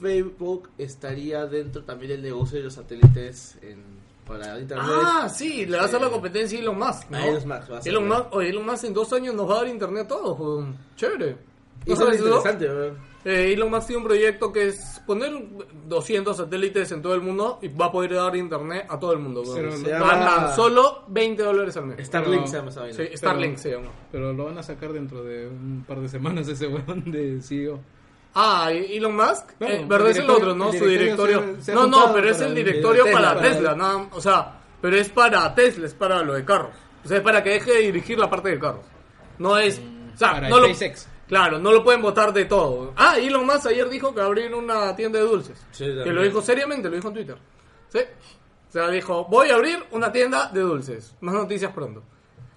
S5: Facebook estaría dentro también del negocio de los satélites en- para internet.
S4: Ah, sí, le va a hacer la competencia a Elon Musk, ¿no?
S5: A Elon Musk, va a ser,
S4: Elon
S5: ¿no?
S4: Musk, oye, Elon Musk en dos años nos va a dar internet a todos, weón. Chévere.
S5: Y
S4: ¿No
S5: eso es
S4: sabes eso?
S5: interesante, weón.
S4: Eh, Elon Musk tiene un proyecto que es poner 200 satélites en todo el mundo y va a poder dar internet a todo el mundo. weón.
S1: Pero
S5: Se
S1: no-
S5: llama-
S4: Tan- tan solo 20 dólares al mes.
S5: Starlink
S1: Pero-
S5: se llama esa vaina.
S4: Sí, Starlink se llama.
S1: Pero lo van a sacar dentro de un par de semanas ese weón de E CEO.
S4: Ah, y- Elon Musk,
S1: Claro,
S4: Eh,
S1: el
S4: verdad es el
S1: directorio-
S4: otro, ¿no?
S1: el
S4: Su
S1: directorio
S4: directorio.
S1: se- se ha
S4: no, no,
S1: juntado
S4: pero es
S1: para
S4: el
S1: el-
S4: directorio
S5: de
S4: para
S5: Tesla.
S4: Tesla, nada- o sea, pero es para Tesla, es para lo de carros. O sea, es para que deje de dirigir la parte de carros. No es, o sea,
S1: Mm, para
S4: no lo,
S1: SpaceX.
S4: Claro, no lo pueden votar de todo. Ah, Elon Musk ayer dijo que va a abrir una tienda de dulces.
S5: Sí,
S4: que
S5: también.
S4: lo dijo seriamente, lo dijo en Twitter. ¿Sí? O sea, dijo, voy a abrir una tienda de dulces. Más noticias pronto.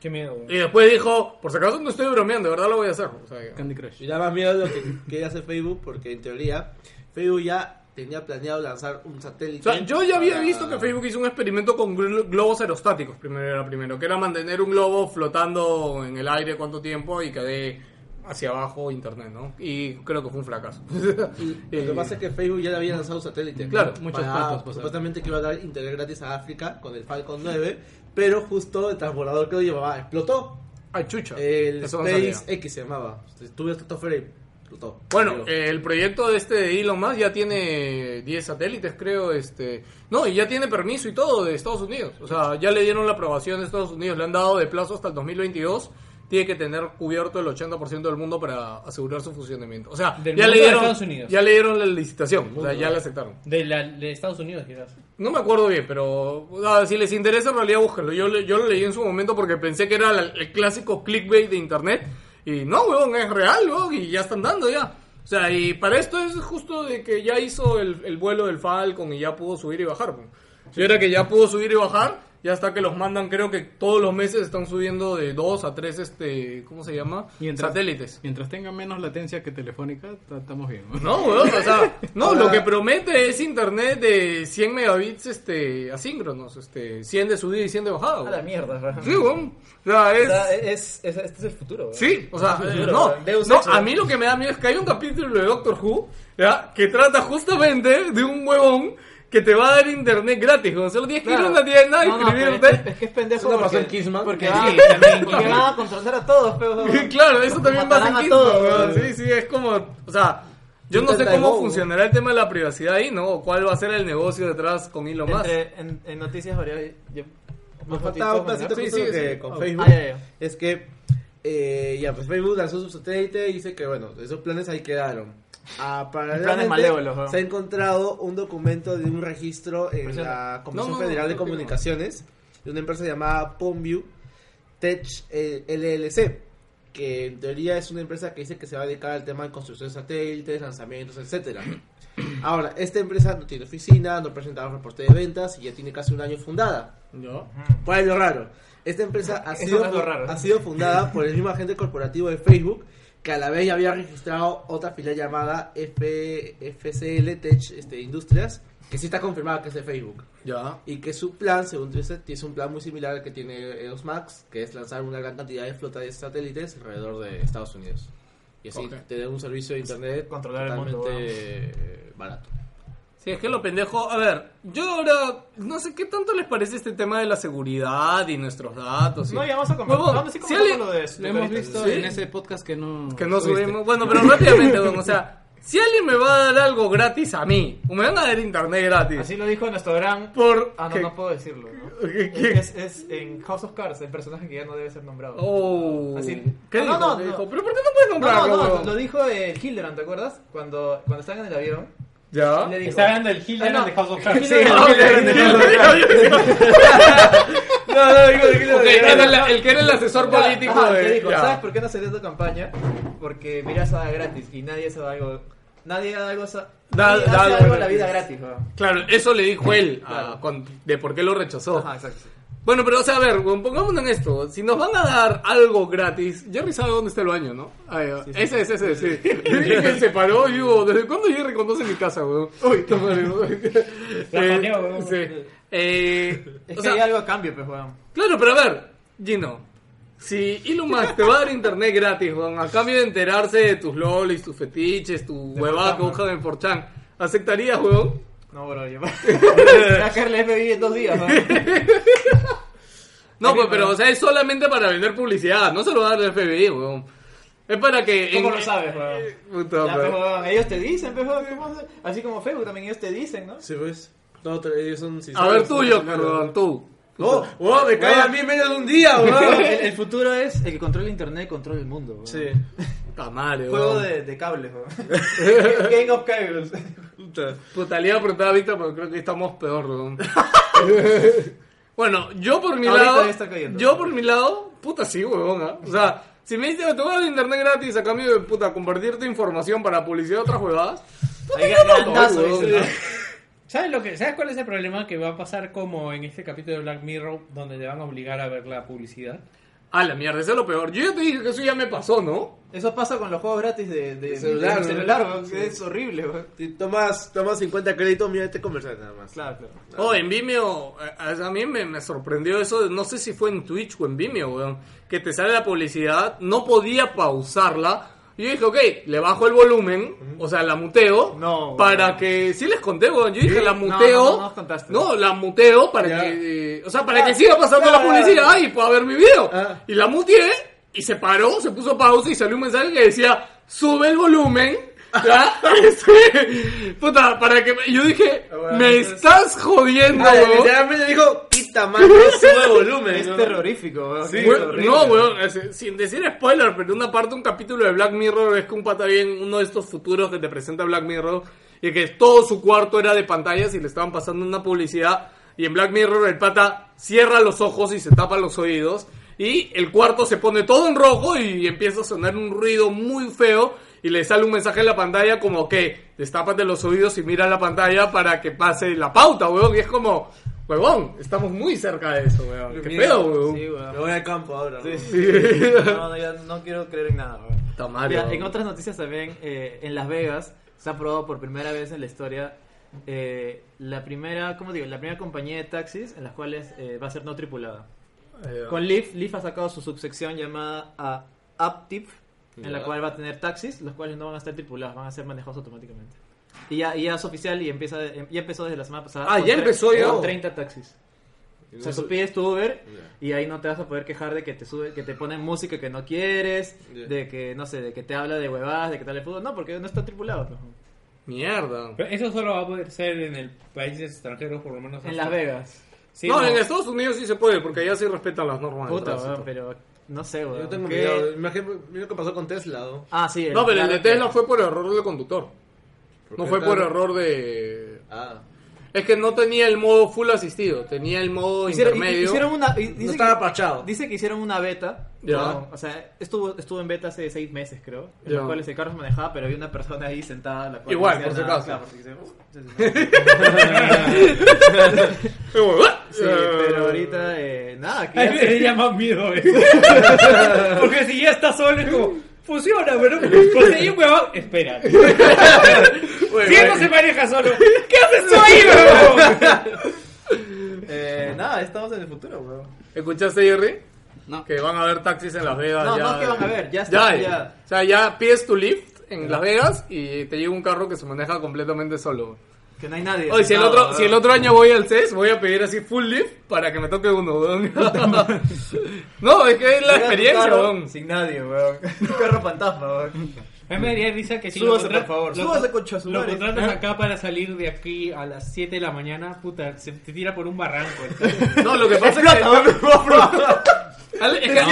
S6: Qué miedo. weón.
S4: Y después dijo, por si acaso no estoy bromeando, de verdad lo voy a hacer. O sea, que-
S1: Candy Crush.
S5: Y da más miedo lo que *laughs* quiere hacer Facebook porque en teoría Facebook ya tenía planeado lanzar un
S4: O
S5: satélite.
S4: sea, yo ya había
S5: para-
S4: visto que Facebook hizo un experimento con glo- globos aerostáticos, primero era primero, que era mantener un globo flotando en el aire cuánto tiempo y que dé hacia abajo internet, ¿no? Y creo que fue un fracaso. *laughs*
S5: Lo que pasa es que Facebook ya le había lanzado un satélite.
S4: Claro, pues,
S1: muchos
S5: para-
S1: patos pasaron.
S5: Supuestamente que iba a dar internet gratis a África con el Falcon 9, pero justo el transbordador que lo llevaba explotó.
S4: Ay, chucha.
S5: El
S4: Eso no sabía.
S5: Space X se llamaba. Estuve hasta frame. Explotó.
S4: Bueno,
S5: Digo,
S4: eh, el proyecto este de Elon Musk ya tiene 10 satélites, creo, este... No, y ya tiene permiso y todo de Estados Unidos. O sea, ya le dieron la aprobación de Estados Unidos, le han dado de plazo hasta el 2022. Tiene que tener cubierto el 80% del mundo para asegurar su funcionamiento. O sea,
S6: Del
S4: ya
S6: mundo
S4: le
S6: de
S4: dieron,
S6: Estados Unidos.
S4: ya le dieron la licitación, o sea, ya la aceptaron.
S6: De, la, de Estados Unidos, quizás.
S4: No me acuerdo bien, pero o sea, si les interesa, en realidad búsquenlo. Yo, le- yo lo leí en su momento porque pensé que era la- el clásico clickbait de internet. Y no, weón, es real, weón, y ya están dando ya. O sea, y para esto es justo de que ya hizo el, el vuelo del Falcon y ya pudo subir y bajar. weón. Si era que ya pudo subir y bajar, ya hasta que los mandan, creo que todos los meses están subiendo de dos a tres, este, ¿cómo se llama?
S1: Mientras-
S4: Satélites.
S1: Mientras tenga menos latencia que telefónica, ta- estamos bien. ¿no?
S4: No, weón, o sea, no,
S5: Ahora-
S4: lo que promete es internet de 100 megabits este, asíncronos, este, 100 de subida y 100 de bajada.
S3: A la
S4: weón.
S3: mierda, bro.
S4: Sí, weón. O sea,
S3: O sea,
S4: es...
S3: es, es- este es el futuro, bro.
S4: Sí, o sea, eh,
S3: Duro,
S4: no,
S3: weón. Deus
S4: no,
S3: Ex,
S4: a
S3: weón.
S4: mí lo que me da miedo es que hay un capítulo de Doctor Who ¿ya? que trata justamente de un huevón que te va a dar internet gratis, weón. solo tienes que ir a una tienda,
S3: No, no,
S4: *laughs*
S3: pero
S4: inscribirte.
S3: es, este es que es pendejo.
S5: Eso no pasó
S3: porque-
S5: en Kissman.
S3: Porque
S5: Sí,
S3: va,
S6: también.
S3: porque va a contratar a todos,
S4: *laughs*
S3: pero.
S4: claro, eso también pasa en
S3: Matarán a
S4: Kingsman,
S3: todos,
S4: weón.
S3: weón.
S4: Sí, sí, es como, o sea, yo no sé
S5: Intenta
S4: cómo
S5: de bobo.
S4: funcionará el tema de la privacidad ahí, ¿no? O cuál va a ser el negocio detrás con Elon Musk.
S3: Entre, en, en noticias variadas. Yo,
S5: Me faltaba un pedacito
S4: Sí,
S5: justo
S4: sí,
S5: lo que
S4: sí.
S5: con
S3: Ah,
S5: Facebook.
S3: ya, ya.
S5: Es que eh, ya, pues Facebook lanzó su satélite y dice que bueno, esos planes ahí quedaron. Ah, paralelamente,
S3: malévolos, ¿no?
S5: se ha encontrado un documento de un registro en la Comisión
S4: No, no,
S5: Federal
S4: no,
S5: de
S4: no, no.
S5: Comunicaciones de una empresa llamada Ponview Tech eh, LLC, que en teoría es una empresa que dice que se va a dedicar al tema de construcción de satélites, lanzamientos, etcétera. Ahora, esta empresa no tiene oficina, no presentaba reporte de ventas y ya tiene casi un año fundada. ¿Cuál es lo raro? Esta empresa ha
S3: Eso
S5: sido,
S3: no es lo raro. ¿eh?
S5: ha sido fundada por el mismo agente corporativo de Facebook que a la vez ya había registrado otra filial llamada F- FCL Tech este, Industrias, que sí está confirmada que es de Facebook.
S4: Ya.
S5: Y que su plan, según dice, es un plan muy similar al que tiene EOS Max, que es lanzar una gran cantidad de flota de satélites alrededor de Estados Unidos. Y así
S4: Ok.
S5: tener un servicio de internet
S3: Pues Controlar el
S5: totalmente
S3: mundo,
S5: eh, barato.
S4: Sí, es que lo pendejo. A ver, yo ahora no sé qué tanto les parece este tema de la seguridad y nuestros datos. y-
S3: No, ya vamos a comentar.
S4: Huevón,
S3: Vamos a
S4: si
S3: comentar
S4: alguien-
S3: lo de esto.
S1: Lo hemos visto
S4: Sí.
S1: en ese podcast que no
S4: Que no
S1: subiste.
S4: subimos. Bueno, pero rápidamente, weón, O sea, si alguien me va a dar algo gratis a mí, o me van a dar internet gratis.
S3: Así lo dijo nuestro gran.
S4: por.
S3: Ah, no,
S4: que-
S3: no puedo decirlo, ¿no?
S4: ¿Qué- qué?
S3: Es, es en House of Cards, el personaje que ya no debe ser nombrado.
S4: Oh.
S3: Así.
S4: ¿Qué
S3: No,
S4: dijo?
S3: no,
S4: ¿Qué
S3: no.
S4: dijo? ¿Pero por qué no puedes
S3: no, no,
S4: nombrarlo?
S3: no,
S4: weón?
S3: lo dijo el Hildebrand, ¿te acuerdas? Cuando, cuando estaban en el avión.
S4: Ya.
S3: y le dijo,
S6: Está hablando del Hilden
S3: Ah, no.
S6: de House of
S3: Sí,
S6: Cards. *laughs*
S3: el
S4: Ah, ok.
S3: Hildebrand de House of Cards.
S4: *laughs* No, no, digo, digo, digo, era la- El que era el asesor
S3: Ya,
S4: político
S3: "Ah, ajá,
S4: de.
S3: ¿qué dijo?
S4: ya.
S3: ¿Sabes por qué no se dio tu campaña? Porque miras a gratis y nadie se da algo. Nadie da algo, sa-
S4: Da-
S3: nadie
S4: da
S3: hace
S4: algo
S3: algo a la
S4: gratis.
S3: vida gratis, weón.
S4: Claro, eso le dijo él a-
S3: Claro.
S4: con- de por qué lo rechazó.
S3: Ajá, exacto. sí.
S4: Bueno, pero o sea, a ver, weón, pongámonos en esto. Si nos van a dar algo gratis, Jerry sabe dónde está el baño, ¿no? Ah, ya. ese es ese, sí. Jerry que se paró *laughs* y digo, ¿desde cuándo Jerry conoce mi casa, weón? Uy, qué madre, weón.
S6: planeó,
S4: Eh,
S6: weón.
S4: sí. Eh,
S3: Es
S4: o
S3: que
S4: sea,
S3: hay algo a cambio, pues, weón.
S4: Claro, pero a ver, Gino, si Elon Musk te va a dar internet gratis, weón, a cambio de enterarse de tus lolis, tus fetiches, tu huevada que buscan en 4chan, ¿aceptarías, weón?
S3: No,
S4: *laughs*
S3: bro, yo. Voy a caerle FBI en dos días, weón.
S4: No, pues, pero, o sea, es solamente para vender publicidad, no se lo va a dar el FBI, weón. Es para que...
S3: ¿Cómo
S4: en- eh,
S3: lo sabes, weón?
S4: Puta,
S3: Ya,
S4: weón.
S3: pues, weón, ellos te dicen, pues, weón, ¿qué más? Así como Facebook también ellos te dicen, ¿no?
S5: Sí, pues. No, te- ellos son
S4: A
S5: sinceros,
S4: ver, tuyo,
S5: profesionales.
S4: perdón, tú.
S5: No, wow, me cae a mí en menos de un
S4: *laughs*
S5: día,
S3: Weón,
S5: weón.
S3: Oh, el, el futuro es el que controla internet controla el mundo, weón.
S5: Sí.
S4: Puta madre,
S3: Juego
S4: weón.
S3: de, de cables,
S4: *laughs*
S3: weón. *laughs* Game of Cables.
S5: Puta.
S4: Puta, le iba a preguntar a Víctor, pero creo que estamos peor,
S3: *laughs*
S4: weón. bueno, yo por mi
S3: Ahorita
S4: lado.
S3: ya está cayendo.
S4: Yo por mi lado, puta sí, weón. ¿ah? O sea, si me dicen, te voy a dar internet gratis a cambio de puta compartir tu información para publicidad de otras huevadas. Puta,
S3: Ahí
S4: yo no lo
S3: grandazo,
S4: hago,
S3: dice,
S4: weón.
S6: ¿Sabes, lo que, ¿Sabes cuál es el problema que va a pasar como en este capítulo de Black Mirror donde te van a obligar a ver la publicidad?
S4: A la mierda, eso es lo peor. Yo ya te dije que eso ya me pasó, ¿no?
S3: Eso pasa con los juegos gratis de, de, de
S5: celular,
S3: celular,
S5: ¿no?
S3: weón, que Es horrible, weón.
S5: Si tomas, tomas 50 créditos, mira este comercial nada más.
S3: Claro, claro.
S4: Oh, en Vimeo, a, a- a mí me, me sorprendió eso, de- no sé si fue en Twitch o en Vimeo, weón, que te sale la publicidad, no podía pausarla. Y yo dije, ok, le bajo el volumen, o sea, la muteo,
S3: No, weón.
S4: para que, sí les conté, weón, yo dije, la
S3: No,
S4: muteo,
S3: no, no nos contaste. Ah,
S4: no, la muteo para
S5: Ya.
S4: que, eh, o sea, para que siga pasando la publicidad y pueda ver mi video.
S5: Ah.
S4: Y la muteé, y se paró, se puso pausa y salió un mensaje que decía, sube el volumen. ¿ya? *laughs* Este, puta, para que yo
S3: Ah,
S4: dije,
S5: bueno,
S4: me
S5: entonces-
S4: estás jodiendo,
S5: Ah,
S4: weón.
S5: literalmente dijo, quita más, sube el volumen.
S3: Es
S5: ¿no?
S3: terrorífico, weón.
S5: Sí,
S3: Es
S4: Weón,
S3: horrible.
S4: no, weón, es- sin decir spoiler, pero una parte, un capítulo de Black Mirror es que un pata bien, uno de estos futuros que te presenta Black Mirror, y que todo su cuarto era de pantallas y le estaban pasando una publicidad, y en Black Mirror el pata cierra los ojos y se tapa los oídos, y el cuarto se pone todo en rojo y empieza a sonar un ruido muy feo, y le sale un mensaje en la pantalla como que destápate los oídos y mira la pantalla para que pase la pauta, weón, y es como... Weón, estamos muy cerca de eso, weón. Qué pedo, weón.
S3: Sí, weón.
S5: Me voy al campo ahora. ¿no?
S3: No, no, ya no quiero creer en nada. weón.
S4: Puta
S5: Ah,
S4: madre,
S3: Mira,
S4: weón.
S3: en otras noticias también, eh, en Las Vegas se ha probado por primera vez en la historia eh, la primera, ¿cómo digo? La primera compañía de taxis en las cuales eh, va a ser no tripulada.
S4: Eh,
S3: Con Lyft, Lyft ha sacado su subsección llamada ah, UpTip, en la cual va a tener taxis, los cuales no van a estar tripulados, van a ser manejados automáticamente. Y ya, y ya es oficial y empieza, em- ya empezó desde la semana pasada.
S4: Ah,
S3: con
S4: ya
S3: tre-
S4: empezó ya.
S3: Con 30 taxis. O sea, tú pides tu Uber
S5: Ya.
S3: y ahí no te vas a poder quejar de que te sube, que te ponen música que no quieres,
S5: Ya.
S3: de que no sé, de que te habla de huevadas, de que tal el fútbol, no, porque no está tripulado. pues.
S4: Mierda.
S6: Pero eso solo va a poder ser en el país extranjero, por lo menos.
S3: En
S6: hasta-
S3: Las Vegas.
S6: Sí,
S4: no, en Estados Unidos sí se puede, porque allá sí respetan las normas. de
S3: Puta,
S4: Ah, tránsito.
S3: weón, pero no sé, weón.
S5: Yo tengo
S3: ¿Qué?
S5: miedo. Imagínate, mira lo que pasó con Tesla. ¿no?
S3: Ah, sí.
S4: No, pero el de
S3: claro que-
S4: Tesla fue por error del conductor. No
S5: qué
S4: fue por
S5: tal?
S4: error de...
S5: Ah.
S4: Es que no tenía el modo full asistido, tenía el modo
S3: Hicieron,
S4: intermedio.
S3: hicieron una, y- dice
S5: No estaba
S3: que-
S5: pachado.
S3: Dice que hicieron una beta.
S4: Ya.
S3: Con- o sea, estuvo, estuvo en beta hace seis meses, creo. En
S4: Ya.
S3: los cuales el carro se manejaba, pero había una persona ahí sentada. La cual
S4: Igual,
S3: no
S4: por si
S3: hacía nada,
S4: acaso.
S3: claro, porque "Uh, se-
S4: *laughs*
S3: Sí, pero ahorita, eh, nada. que
S6: Ay,
S3: ya
S6: me
S3: se-
S6: daría más miedo, eh. Porque si ya estás solo, es como, funciona, pero pues ahí un huevón. Espera. Si él no
S4: eh,
S6: se maneja solo, ¿qué haces
S4: *laughs*
S6: tú *laughs* ahí, huevón?
S3: eh, nada, estamos en el futuro, weón.
S4: ¿Escuchaste, Jerry?
S1: No.
S4: Que van a haber taxis en Las Vegas.
S3: No,
S4: ya.
S3: no es que van a haber, ya está,
S4: eh.
S3: ya.
S4: O sea, ya pides tu lift en Las Vegas y te llega un carro que se maneja completamente solo.
S3: Que no hay nadie.
S4: Oye, si el
S3: No,
S4: otro,
S3: weón.
S4: si el otro año voy al CES, voy a pedir así full lift para que me toque uno, weón.
S3: *laughs*
S4: no, es que es la
S3: Era tu
S4: experiencia,
S3: carro
S4: weón.
S3: Sin nadie, weón. Un carro
S4: *laughs*
S3: fantasma, weón.
S6: A mí me daría risa que si
S3: Súbase,
S6: lo contra-
S3: por favor.
S6: lo-
S3: Súbase, concha su
S6: Lo
S3: madre.
S6: contratas acá para salir de aquí a las 7 de la mañana, puta, se te tira por un barranco.
S4: No, lo que
S3: *laughs*
S4: pasa es
S3: Explota,
S4: que...
S3: weón, por favor.
S4: Ale, es que-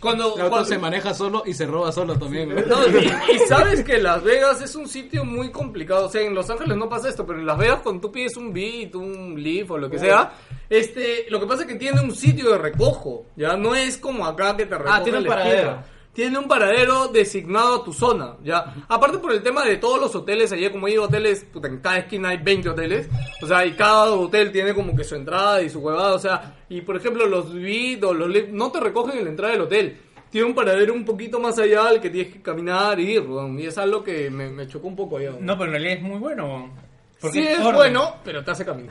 S4: cuando,
S1: El auto
S4: cuando-
S1: se maneja solo y se roba solo también. güey.
S4: No, y, y sabes que Las Vegas es un sitio muy complicado. O sea, en Los Ángeles no pasa esto, pero en Las Vegas cuando tú pides un beat, un leaf o lo
S3: Oh.
S4: que sea, este, lo que pasa es que tiene un sitio de recojo. Ya no es como acá que te recoge
S3: Ah, tiene un
S4: la esquina.
S3: paradero.
S4: tiene un paradero designado a tu zona, ¿ya? Aparte por el tema de todos los hoteles, allá como hay hoteles, puta, en cada esquina hay 20 hoteles, o sea, y cada hotel tiene como que su entrada y su huevada, o sea, y por ejemplo los VIP o los Lyft no te recogen en la entrada del hotel, tiene un paradero un poquito más allá al que tienes que caminar y ir, weón, y es algo que me, me chocó un poco, allá.
S6: No, pero en realidad es muy bueno. weón. Porque
S4: Sí es
S6: orden.
S4: bueno, pero te hace
S6: *laughs*
S4: caminar.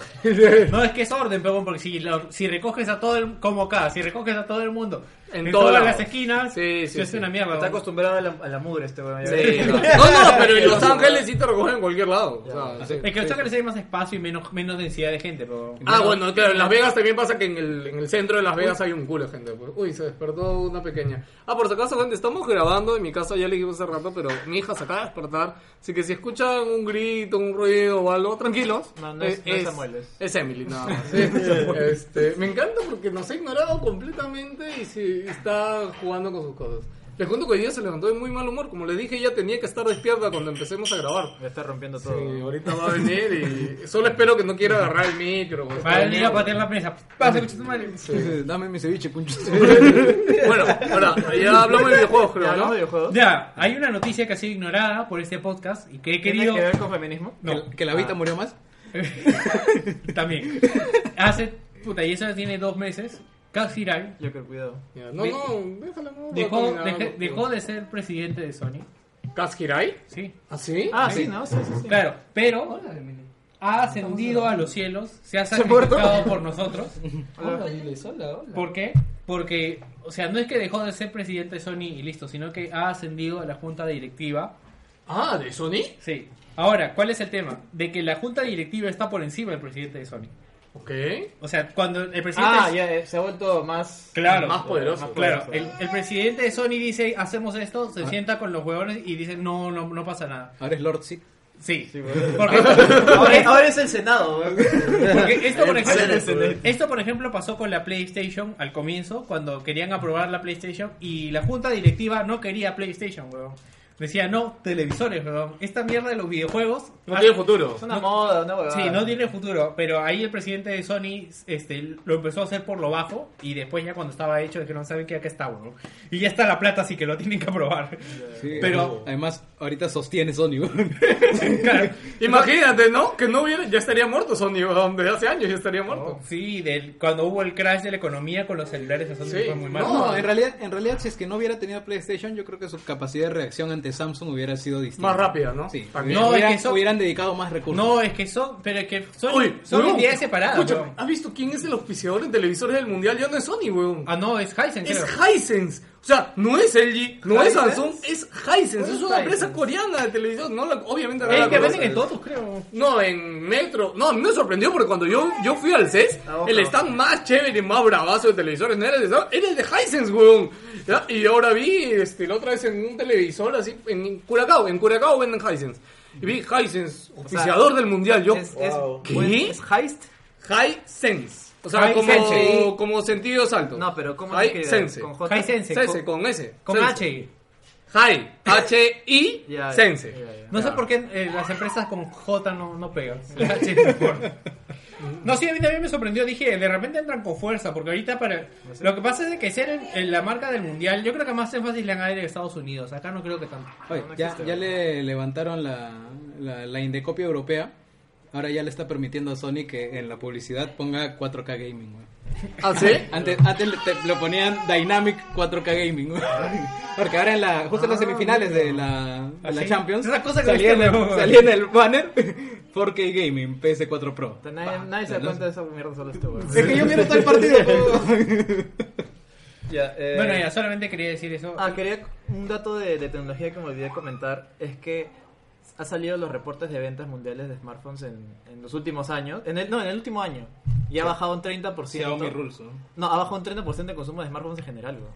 S6: No, es que es orden, pero porque si, lo- si recoges a todo el como acá, si recoges a todo el mundo en,
S4: En todo
S6: todas
S4: lado.
S6: las esquinas,
S4: Sí, sí,
S6: eso es
S4: sí.
S6: una mierda.
S3: Está
S6: weón.
S3: acostumbrado a la, a la mugre este weón. ya
S4: Sí,
S3: ves.
S4: no. no, no, pero en Los Ángeles sí te recogen en cualquier lado. o sea, sí.
S6: Es que en Los Ángeles hay más espacio y menos, menos densidad de gente, pero...
S4: Ah, bueno, claro, en Las Vegas también pasa que en el, en el centro de Las Vegas hay un culo de gente. pues. Uy, se despertó una pequeña. Ah, por si acaso, gente, estamos grabando, en mi casa ya le dijimos hace rato, pero mi hija se acaba de despertar. Así que si escuchan un grito, un ruido o algo, tranquilos. Eh,
S3: No, no es- no es Samuel, es-
S4: es Emily, nada más.
S3: *laughs*
S4: Sí. *laughs* este, me encanta porque nos ha ignorado completamente y se- está jugando con sus cosas. Les cuento que hoy día se levantó de muy mal humor. Como les dije, ya tenía que estar despierta cuando empecemos a grabar.
S3: Me está rompiendo todo.
S4: Sí, ahorita va a venir y *laughs* solo espero que no quiera agarrar el micro. pues.
S6: Va a venir a patear la prensa. Pasa, escucha tu madre.
S1: Dame mi ceviche, puncho.
S4: Bueno, ahora, ya hablamos de videojuegos, creo,
S3: Ya,
S4: ¿no?
S3: ¿no? videojuegos.
S6: Ya, hay una noticia que ha sido ignorada por este podcast y que he
S3: ¿Tiene
S6: querido...
S3: que ver con feminismo?
S4: *laughs*
S6: No,
S1: ¿Que la Vita murió más?
S6: también. Hace... Puta, y eso tiene dos meses. Kaxirai
S3: Yo creo, cuidado.
S4: Ya, No, no, déjala, no.
S6: dejó, dejé- dejó de ser presidente de Sony.
S4: ¿Kaskirai?
S6: Sí.
S4: ¿Ah, sí?
S3: Ah, sí, ¿no? Sí, sí, sí.
S6: Claro, pero ha ascendido a los cielos, se
S3: *laughs*
S6: ha sacrificado por nosotros. ¿Por qué? Porque, o sea, no es que dejó de ser presidente de Sony y listo, sino que ha ascendido a la junta directiva.
S4: Ah, ¿de Sony?
S6: Sí. Ahora, ¿cuál es el tema? De que la junta directiva está por encima del presidente de Sony.
S4: Ok.
S6: O sea, cuando el presidente...
S3: Ah,
S6: es-
S3: ya, eh, se ha vuelto más...
S6: Claro.
S4: Más poderoso.
S6: Claro, el, el presidente de Sony dice, hacemos esto,
S3: Ah.
S6: se sienta con los huevones y dice, no, no, no pasa nada.
S1: Ahora es Lord Sick.
S6: Sí.
S3: bueno.
S6: Porque-
S3: Ahora, ahora es el Senado, weón.
S4: *laughs*
S6: Porque esto, por
S3: Excelente,
S6: ejemplo,
S3: excelente.
S6: esto, por ejemplo, pasó con la PlayStation al comienzo, cuando querían aprobar la PlayStation y la junta directiva no quería PlayStation, weón. Decía, no, televisores, weón. Esta mierda de los videojuegos...
S4: No tiene futuro.
S3: Es una moda, una huevada.
S6: Sí, no tiene futuro, pero ahí el presidente de Sony este, lo empezó a hacer por lo bajo y después ya cuando estaba hecho dijeron, ¿saben qué? Acá está, weón. Y ya está la plata, así que lo tienen que aprobar. Pero-
S1: Además, ahorita sostiene Sony. weón.
S6: Claro.
S4: Imagínate, ¿no? Que no hubiera, ya estaría muerto Sony, donde hace años ya estaría muerto.
S6: *laughs* Sí, del, cuando hubo el crash de la economía con los celulares a Sony
S4: Sí,
S6: le fue muy mal.
S1: No, en realidad, en realidad, si es que no hubiera tenido PlayStation, yo creo que su capacidad de reacción ante Samsung hubiera sido distinta.
S4: Más rápida, ¿no?
S1: Sí.
S4: También.
S1: No,
S6: No, es que
S1: hubieran,
S6: eso-
S1: hubieran dedicado más recursos.
S6: No, es que son, pero es que son,
S4: Uy,
S6: son
S4: huevón,
S6: entidades separadas.
S4: escúchame,
S6: weón.
S4: ¿has visto quién es el auspiciador en televisores del mundial? Ya no es Sony, weón.
S6: Ah, no, es Heisen,
S4: Es
S6: creo.
S4: Hisense. O sea, no es LG, no es Samsung, es Hisense.
S3: ¿Cuál
S4: Es
S3: es
S4: una empresa
S3: Hisense?
S4: coreana de televisión. No la, obviamente no
S6: Es
S4: la
S6: que
S4: conocen.
S6: venden en todos, creo.
S4: No, en Metro. No, a mí me sorprendió porque cuando yo, yo fui al CES,
S3: Ah, ojo.
S4: el stand más chévere, más bravazo de televisores no era el de Samsung, era el de Hisense, weón. Ya, Y ahora vi este, la otra vez en un televisor así, en Curacao. En Curacao venden Hisense. Y vi Hisense, oficiador del mundial. Yo,
S3: Es, es,
S5: Wow.
S4: ¿Qué?
S3: buen- ¿Es heist?
S4: Hisense. O sea, como,
S3: Hisense.
S4: como sentido salto.
S3: No, pero ¿cómo se escribe?
S4: Hisense.
S3: ¿Con J?
S6: Hisense.
S4: Sense, con S.
S6: Con
S4: Sense.
S6: H.
S4: Hi, H-I,
S3: Ya, ya,
S4: Sense.
S3: ya, ya.
S6: No sé por qué eh, las empresas con J no, no pegan. La H es mejor. No, sí, a mí también me sorprendió. Dije, de repente entran con fuerza, porque ahorita para... Lo que pasa es de que ser en- en la marca del mundial, yo creo que más énfasis le han dado en Estados Unidos. Acá no creo que tanto.
S1: Oye,
S3: no
S1: ya,
S3: existe,
S1: ya
S3: weón.
S1: le levantaron la, la, la indecopia europea. Ahora ya le está permitiendo a Sony que en la publicidad ponga 4K Gaming. weón.
S4: ¿Ah, sí?
S1: Antes, antes le, te- lo ponían Dynamic 4K Gaming. güey. Porque ahora en la, justo en
S3: Ah,
S1: las semifinales de la, de la
S6: Así.
S1: Champions
S6: Esa cosa que
S1: salía, en
S6: viste,
S1: el,
S6: güey.
S1: salía en el banner *laughs* 4K Gaming PS4 Pro.
S3: Puta, Nadie, nadie se da cuenta de esa mierda solo este weón.
S1: Es que yo quiero estar partido.
S3: *laughs* Ya, eh,
S6: Bueno, ya, solamente quería decir eso.
S3: Ah, quería un dato de, de tecnología que me olvidé comentar es que ha salido los reportes de ventas mundiales de smartphones en, en los últimos años. En el, no, en el último año. Y ha bajado un 30%. No, ha bajado un 30% el consumo de smartphones en general, weón.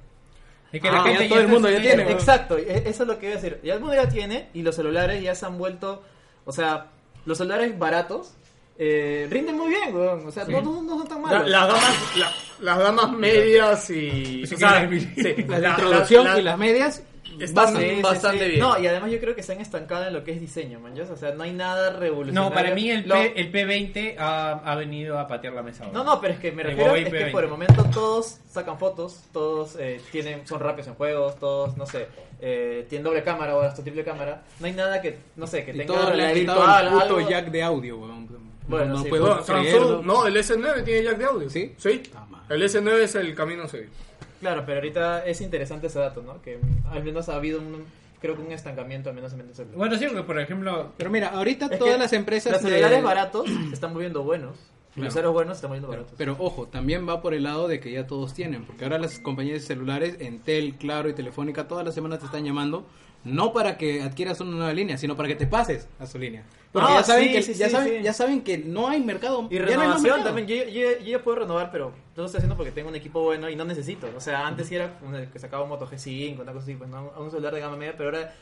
S6: Es que
S1: Ah, ya todo
S6: ya
S1: el mundo ya
S6: está-
S1: tiene, weón.
S3: Exacto, e- eso es lo que iba a decir. Ya el mundo ya tiene y los celulares ya se han vuelto, o sea, los celulares baratos eh, rinden muy bien, weón. O sea, no, no, no son tan
S4: La-
S3: malos.
S4: las gamas, la- las gamas medias y.
S6: Eso
S4: o sea,
S6: quiere decir.
S4: sí,
S1: La
S4: la-
S1: introducción
S4: la-
S1: y las medias
S4: Están
S3: Sí, sí,
S4: bastante
S3: sí.
S4: bien.
S3: No, y además yo creo que se han estancado en lo que es diseño, man. O sea, no hay nada revolucionario.
S6: No, para mí el,
S3: Lo-
S6: P, el P20 ha, ha venido a patear la mesa. ahora.
S3: No, no, pero es que me
S6: El
S3: refiero
S6: Huawei
S3: es que
S6: P20.
S3: por el momento todos sacan fotos, todos eh, tienen son rápidos en juegos, todos, no sé, eh, tienen doble cámara ahora, hasta triple cámara. No hay nada que, no sé, que
S1: Y
S3: tenga
S1: todo le
S3: realidad
S1: han quitado
S3: virtual,
S1: el puto
S3: algo.
S1: jack de audio, weón.
S3: Bueno,
S1: no
S3: sí,
S1: puedo
S4: No, Samsung,
S1: creerlo.
S4: no, el S9 tiene jack de audio.
S1: ¿Sí?
S4: Sí.
S1: Ah, madre.
S4: el S9 es el camino a seguir.
S3: Claro, pero ahorita es interesante ese dato, ¿no? Que al menos ha habido un, creo que un estancamiento al menos en el celular.
S6: Bueno, sí, porque por ejemplo,
S1: Pero mira, ahorita
S3: Es
S1: todas
S3: que
S1: las empresas
S3: Los
S1: de-
S3: celulares baratos se están volviendo buenos.
S1: Claro.
S3: Los celulares buenos se están volviendo
S1: Pero,
S3: baratos.
S1: pero ojo, también va por el lado de que ya todos tienen, porque ahora las compañías de celulares, Entel, Claro y Telefónica, todas las semanas te están llamando, no para que adquieras una nueva línea, sino para que te pases a su línea. Porque
S3: Ah,
S1: ya, saben
S3: sí,
S1: que,
S3: sí,
S1: ya,
S3: sí,
S1: saben,
S3: sí.
S1: ya saben que no hay mercado.
S3: Y
S1: ya no hay más
S3: renovación
S1: mercado.
S3: también. Yo, yo, yo ya puedo renovar, pero yo lo estoy haciendo porque tengo un equipo bueno y no necesito. O sea, antes sí era como el que sacaba un Moto G5, una cosa así, pues no, un celular de gama media, pero ahora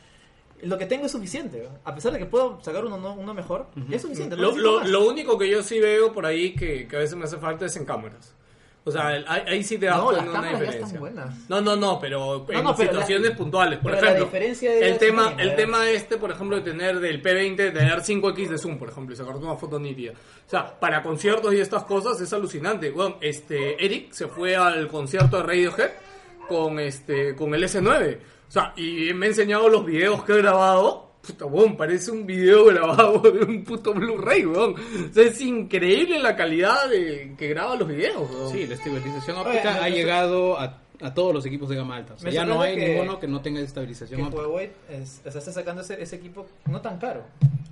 S3: lo que tengo es suficiente. ¿no? A pesar de que puedo sacar uno, no- uno mejor, ya es suficiente. no
S4: Lo,
S3: necesito
S4: lo-
S3: más.
S4: lo único que yo sí veo por ahí que, que a veces me hace falta es en cámaras. O sea, el- ahí, ahí sí te das
S3: No,
S4: cuenta
S3: las
S4: una
S3: cámaras ya
S4: diferencia.
S3: están buenas.
S4: No, no, no, pero en
S3: no, pero
S4: situaciones
S3: la-
S4: puntuales. Por
S3: pero la
S4: ejemplo,
S3: diferencia de
S4: el,
S3: la
S4: tema,
S3: Sony,
S4: el
S3: ¿verdad?
S4: tema este, por ejemplo, de tener del P20, de tener 5X de zoom, por ejemplo, y sacar una foto nítida. O sea, para conciertos y estas cosas es alucinante. Bueno, este, Eric se fue al concierto de Radiohead con, este, con el S9. O sea, y me ha enseñado los videos que he grabado. Puta, weón, parece un video grabado de un puto Blu-ray, weón. O sea, es increíble la calidad de, que graba los videos, weón.
S1: Sí, la estabilización
S3: Oye,
S1: óptica
S3: me-
S1: ha
S3: me-
S1: llegado a, a todos los equipos de gama alta. O sea,
S3: me
S1: ya no hay
S3: sorprende que-
S1: ninguno que no tenga
S3: Que
S1: estabilización óptica.
S3: Huawei es- o sea, está sacando ese, ese equipo no tan caro.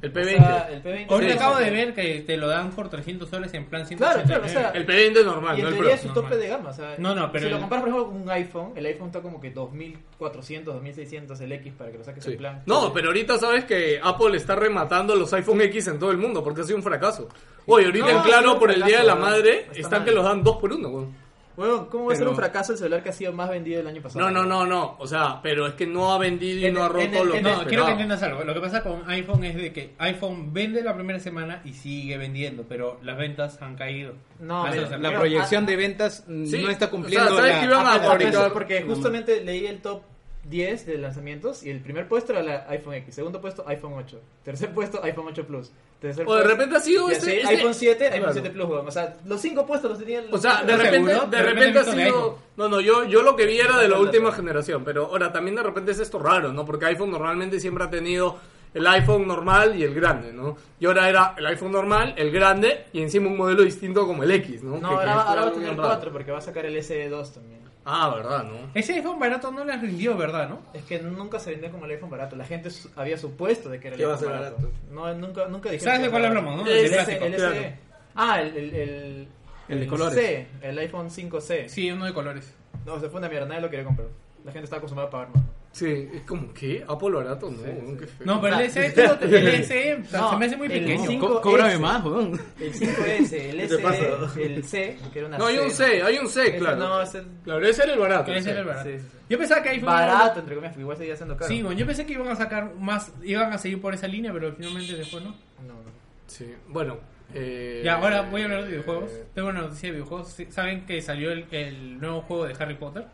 S4: El
S3: O
S4: P20.
S3: sea, el P20
S6: ahorita
S3: sí,
S6: acabo
S3: sí.
S6: de ver que te lo dan por 300 soles en plan
S3: Claro,
S6: 189.
S3: claro, o sea,
S4: El P20 normal,
S3: Y en
S4: Ah, no el
S3: teoría
S4: Pro.
S3: es su
S6: normal.
S3: tope de gama. O sea,
S6: No, no, pero
S3: si lo
S6: el-
S3: comparas, por ejemplo, con un iPhone, el iPhone está como que 2400, 2600 el X para que lo saques
S4: Sí.
S3: en plan.
S4: No, pero ahorita sabes que Apple está rematando los iPhone X en todo el mundo porque ha sido un fracaso. Oye, ahorita
S3: No,
S4: en claro
S3: sí,
S4: por el Día de la
S3: fracaso,
S4: Madre
S3: está
S4: están
S3: mal.
S4: que los dan dos por uno, weón.
S3: Bueno, ¿cómo va a ser
S1: Pero-
S3: un fracaso el celular que ha sido más vendido el año pasado?
S4: No, no, no, no. O sea, pero es que no ha vendido y
S3: En-
S4: no ha
S3: en-
S4: roto
S3: en-
S4: lo que
S3: en-
S6: No, quiero que
S4: esperaba.
S6: entiendas algo. Lo que pasa con iPhone es de que iPhone vende la primera semana y sigue vendiendo, pero las ventas han caído.
S3: No,
S6: Las-
S3: pero-
S6: las-
S1: La
S3: Pero-
S1: proyección de ventas mm,
S4: Sí,
S1: no
S4: o sea,
S1: está cumpliendo
S4: ¿sabes
S1: la-
S4: que iban a
S3: A pesar de Ah, eso,
S4: fabricar-
S3: porque justamente leí el top 10 de lanzamientos y el primer puesto era la iPhone X, segundo puesto iPhone 8, tercer puesto iPhone 8 Plus, tercer
S4: O de
S3: puesto-
S4: repente ha sido
S3: y
S4: este-
S3: así,
S4: este-
S3: iPhone 7,
S4: Claro.
S3: iPhone 7 Plus, weón. o sea, los cinco puestos los tenían
S4: O sea, de
S6: ¿Estás
S4: repente,
S6: seguro?
S4: de
S6: De
S4: repente
S6: repente
S4: ha
S6: no son de iPhone.
S4: sido... No, no, yo, yo lo que vi era de la
S3: No, no,
S4: última
S3: no.
S4: generación, pero ahora también de repente es esto raro, ¿no? Porque iPhone normalmente siempre ha tenido el iPhone normal y el grande, ¿no? Y ahora era el iPhone normal, el grande y encima un modelo distinto como el X, ¿no?
S3: No,
S4: Que- que
S3: ahora,
S4: es
S3: ahora va a
S4: algo
S3: tener
S4: bien raro.
S3: 4 porque va a sacar el SE2 también.
S4: Ah, verdad, ¿no?
S6: Ese iPhone barato no les rindió, ¿verdad? ¿No?
S3: Es que nunca se vendía como el iPhone barato. La gente su- había supuesto de que era el
S5: Que iba a
S3: iPhone
S5: ser
S3: barato. No, nunca, nunca dijeron.
S6: ¿Sabes
S3: que
S6: de
S3: era
S6: cuál
S3: barato.
S6: hablamos, no?
S3: El, S-
S6: Del
S3: el
S6: plástico,
S3: SE.
S6: claro.
S3: Ah, el, el, el,
S1: El de
S3: el
S1: colores.
S3: C, el iPhone 5C.
S6: Sí, uno de colores.
S3: No, se fue una mierda, nadie lo quería comprar. La gente estaba acostumbrada a pagar más.
S4: Sí, es como que Apple barato, ¿no? Qué feo.
S6: No, pero
S3: O
S6: el
S3: sea,
S6: SE, tío, el SE o sea,
S3: no,
S6: se me hace muy
S3: el
S6: pequeño.
S3: cinco-
S1: Co- cóbrame
S3: 5S.
S1: más, weón.
S3: El 5S, el
S5: te
S3: S,
S5: pasa?
S3: el C, que era una
S4: No, hay un
S3: C.
S4: C, hay un C,
S3: Ese
S4: claro.
S3: No, es el
S4: Claro, ese era el barato.
S6: Que ese
S4: sí.
S6: era el barato.
S3: Sí, sí, sí.
S6: Yo pensaba que iPhone
S3: barato, entre comillas, porque igual seguía siendo caro.
S6: Sí, bueno, yo pensé que iban a sacar más, iban a seguir por esa línea, pero finalmente después no.
S3: No, no.
S4: Sí, bueno. Eh,
S6: Ya, ahora voy a hablar de videojuegos.
S4: eh,
S6: Tengo una noticia de videojuegos. Sí, ¿Saben que salió el, el nuevo juego de Harry Potter?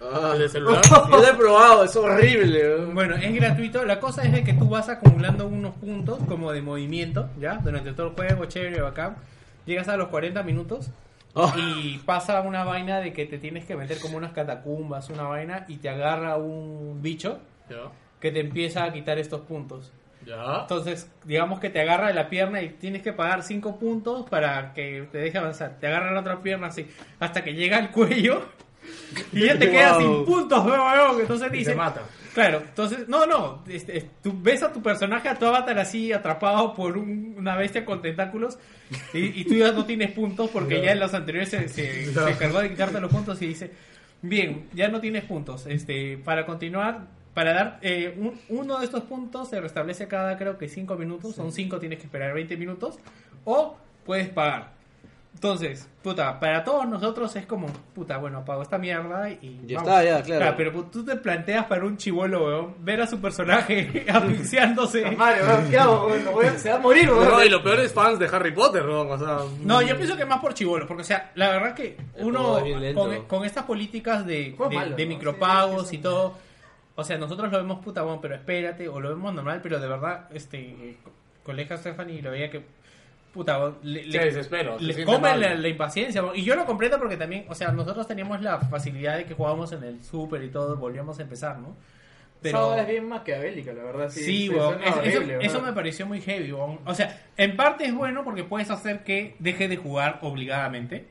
S5: Ah,
S4: ¿El de *laughs* celular?
S5: Yo lo he probado, es horrible. weón.
S6: Bueno, es gratuito. La cosa es de que tú vas acumulando unos puntos como de movimiento, ¿ya? Durante todo el juego, chévere, bacán. Llegas a los 40 minutos y pasa una vaina de que te tienes que meter como unas catacumbas, una vaina, y te agarra un bicho
S4: Ya,
S6: que te empieza a quitar estos puntos.
S4: ya.
S6: Entonces, digamos que te agarra de la pierna y tienes que pagar 5 puntos para que te deje avanzar. Te agarra la otra pierna así, hasta que llega al cuello y ya te quedas sin puntos, weón. Entonces dice.
S4: mata.
S6: Claro, entonces, no, no. este, es- tú ves a tu personaje, a tu avatar así atrapado por un- una bestia con tentáculos y, y tú ya no tienes puntos porque ya en los anteriores se,
S5: *laughs*
S6: se- se encargó de quitarte los puntos y dice: Bien, ya no tienes puntos. Este, para continuar. Para dar eh, un- uno de estos puntos se restablece cada creo que 5 minutos, son 5 tienes que esperar 20 minutos o puedes pagar. Entonces, puta, para todos nosotros es como, puta, bueno, apago esta mierda y
S5: Ya
S6: vamos.
S5: está, ya, claro.
S6: pero pu- tú te planteas para un chivolo, weón, ver a su personaje *laughs* asfixiándose.
S3: Mario, weón, ¿qué hago? weón? Weón, Se va a morir, weón.
S4: No, y lo peor es fans de Harry Potter, ¿no? O sea, mm,
S6: No, yo pienso que más por chivolo, porque o sea, la verdad que
S5: juego
S6: uno
S5: es bien lento.
S6: con, con estas políticas de,
S3: Juego
S6: de-
S3: malo,
S6: de
S3: ¿no?
S6: micropagos
S3: Sí, sí,
S6: y
S3: sí.
S6: todo, O sea, nosotros lo vemos puta, bueno, pero espérate, o lo vemos normal, pero de verdad, este, eh, co- colega Stephanie lo veía que, puta, bueno, le,
S4: Se
S6: le-
S4: desespera, se
S6: le
S4: siente
S6: come
S4: mal.
S6: la, la impaciencia. bueno, Y yo lo comprendo porque también, o sea, nosotros teníamos la facilidad de que jugábamos en el Super y todo, volvíamos a empezar, ¿no?
S3: Pero es bien maquiavélica, la verdad. Sí,
S6: Sí,
S3: sí,
S6: weón.
S3: suena
S6: Es- eso,
S3: horrible,
S6: eso
S3: ¿verdad?
S6: me pareció muy heavy, weón. O sea, en parte es bueno porque puedes hacer que deje de jugar obligadamente.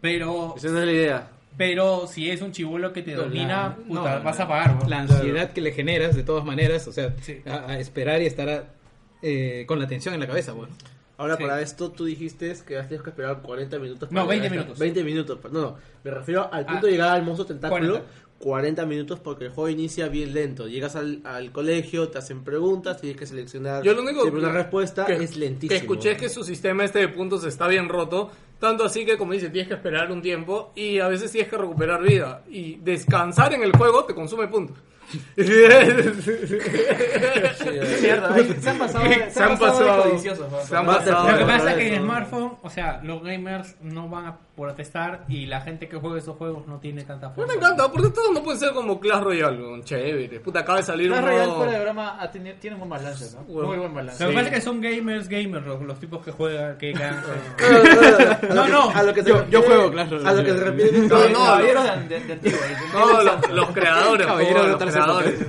S6: Pero
S4: Esa no es la idea.
S6: pero si es un chibulo que te
S1: Pero
S6: domina,
S1: la-
S6: puta,
S1: no,
S6: vas
S1: la-
S6: a pagar, weón.
S1: La ansiedad que le generas, de todas maneras, o sea,
S6: Sí.
S1: a, a esperar y estar a- eh, con la tensión en la cabeza, bueno.
S5: Ahora,
S6: Sí.
S5: para esto tú dijiste que has tenido que esperar 40 minutos.
S6: No,
S5: para
S6: 20
S5: llegar a-
S6: minutos.
S5: 20 minutos. pa- No, no. Me refiero al punto
S6: Ah,
S5: de llegar al monstruo tentáculo.
S6: 40.
S5: 40. minutos porque el juego inicia bien lento. Llegas al, al colegio, te hacen preguntas, tienes que seleccionar.
S4: Yo lo único
S5: siempre una
S4: que-
S5: respuesta
S4: que-
S5: es lentísimo.
S4: Que escuché es que su sistema este de puntos está bien roto. Tanto así que, como dice, tienes que esperar un tiempo y a veces tienes que recuperar vida. Y descansar en el juego te consume puntos. *laughs*
S3: Mierda, ay, se han pasado de-
S4: Se han pasado.
S3: codiciosos, weón.
S4: Se han
S5: Más
S4: pasado.
S5: de-
S6: Lo que pasa es
S5: Ahora
S6: que en
S5: eso.
S6: smartphone, o sea, los gamers no van a por testar y la gente que juega esos juegos no tiene tanta
S4: No
S6: fuerza.
S4: me encanta, porque todos no pueden ser como Clash Royale, weón, chévere. Puta, acaba de salir
S3: Clash
S4: un
S3: Royale
S4: nuevo-
S3: fuera de broma ha tenido- tiene un buen balance, ¿no?
S4: Weón.
S3: Muy buen
S6: Lo
S3: balance.
S6: que
S4: Sí.
S6: pasa es que son gamers, gamers, los, los tipos que juegan, que ganan. pues.
S5: no,
S6: no,
S5: A lo que se
S1: yo- yo
S5: refiere-
S1: juego Clash Royale.
S5: A lo que se refiere.
S4: No, no,
S3: caballeros de, de- de antiguo.
S6: *laughs*
S4: No, los, los creadores.
S1: Caballero
S4: joder,
S1: de
S4: los
S1: tercer
S4: creadores.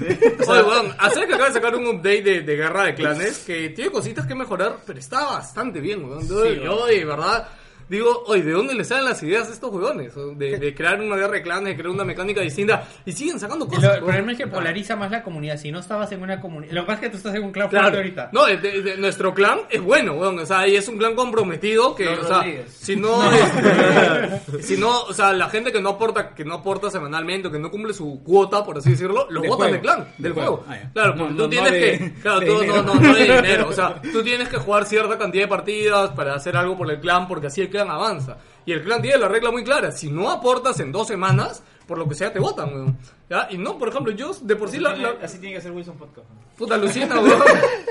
S4: Oye, weón, acerca que acaba de sacar un update de, de Guerra de Clanes que tiene cositas que mejorar, pero está bastante bien, weón. yo, de verdad, digo, oye, ¿de dónde le salen las ideas a estos weones? De, de crear una guerra de clanes, de crear una mecánica distinta, y siguen sacando
S6: Lo-
S4: cosas.
S6: el
S4: weón.
S6: problema es que polariza más la comunidad. Si no estabas en una comunidad. Lo que pasa es que tú estás en un club fuerte
S4: Claro.
S6: ahorita.
S4: No, de- de- de- nuestro clan es bueno, weón. O sea, y es un clan comprometido que,
S3: Los
S4: o sea,
S3: Rodríguez.
S4: si no, este, *laughs* si no, o sea, la gente que no aporta, que no aporta semanalmente, o que no cumple su cuota, por así decirlo, lo
S1: Del
S4: votan
S1: juego.
S4: del clan, del
S1: Del
S4: juego.
S1: juego. Ah, ya.
S4: Claro,
S1: No,
S4: porque
S1: no,
S4: tú
S1: no
S4: tienes
S1: de- *laughs*
S4: que, claro,
S1: de
S4: tú- no,
S1: dinero.
S4: no, no de dinero. O sea, tú tienes que jugar cierta cantidad de partidas para hacer algo por el clan, porque así el clan avanza. Y el clan tiene la regla muy clara. Si no aportas en dos semanas, por lo que sea, te votan, weón. ¿Ya? Y no, por ejemplo, yo de por sí la, la-
S3: Así tiene que ser Wilson Podcast. ¿no?
S4: puta Lucina, weón.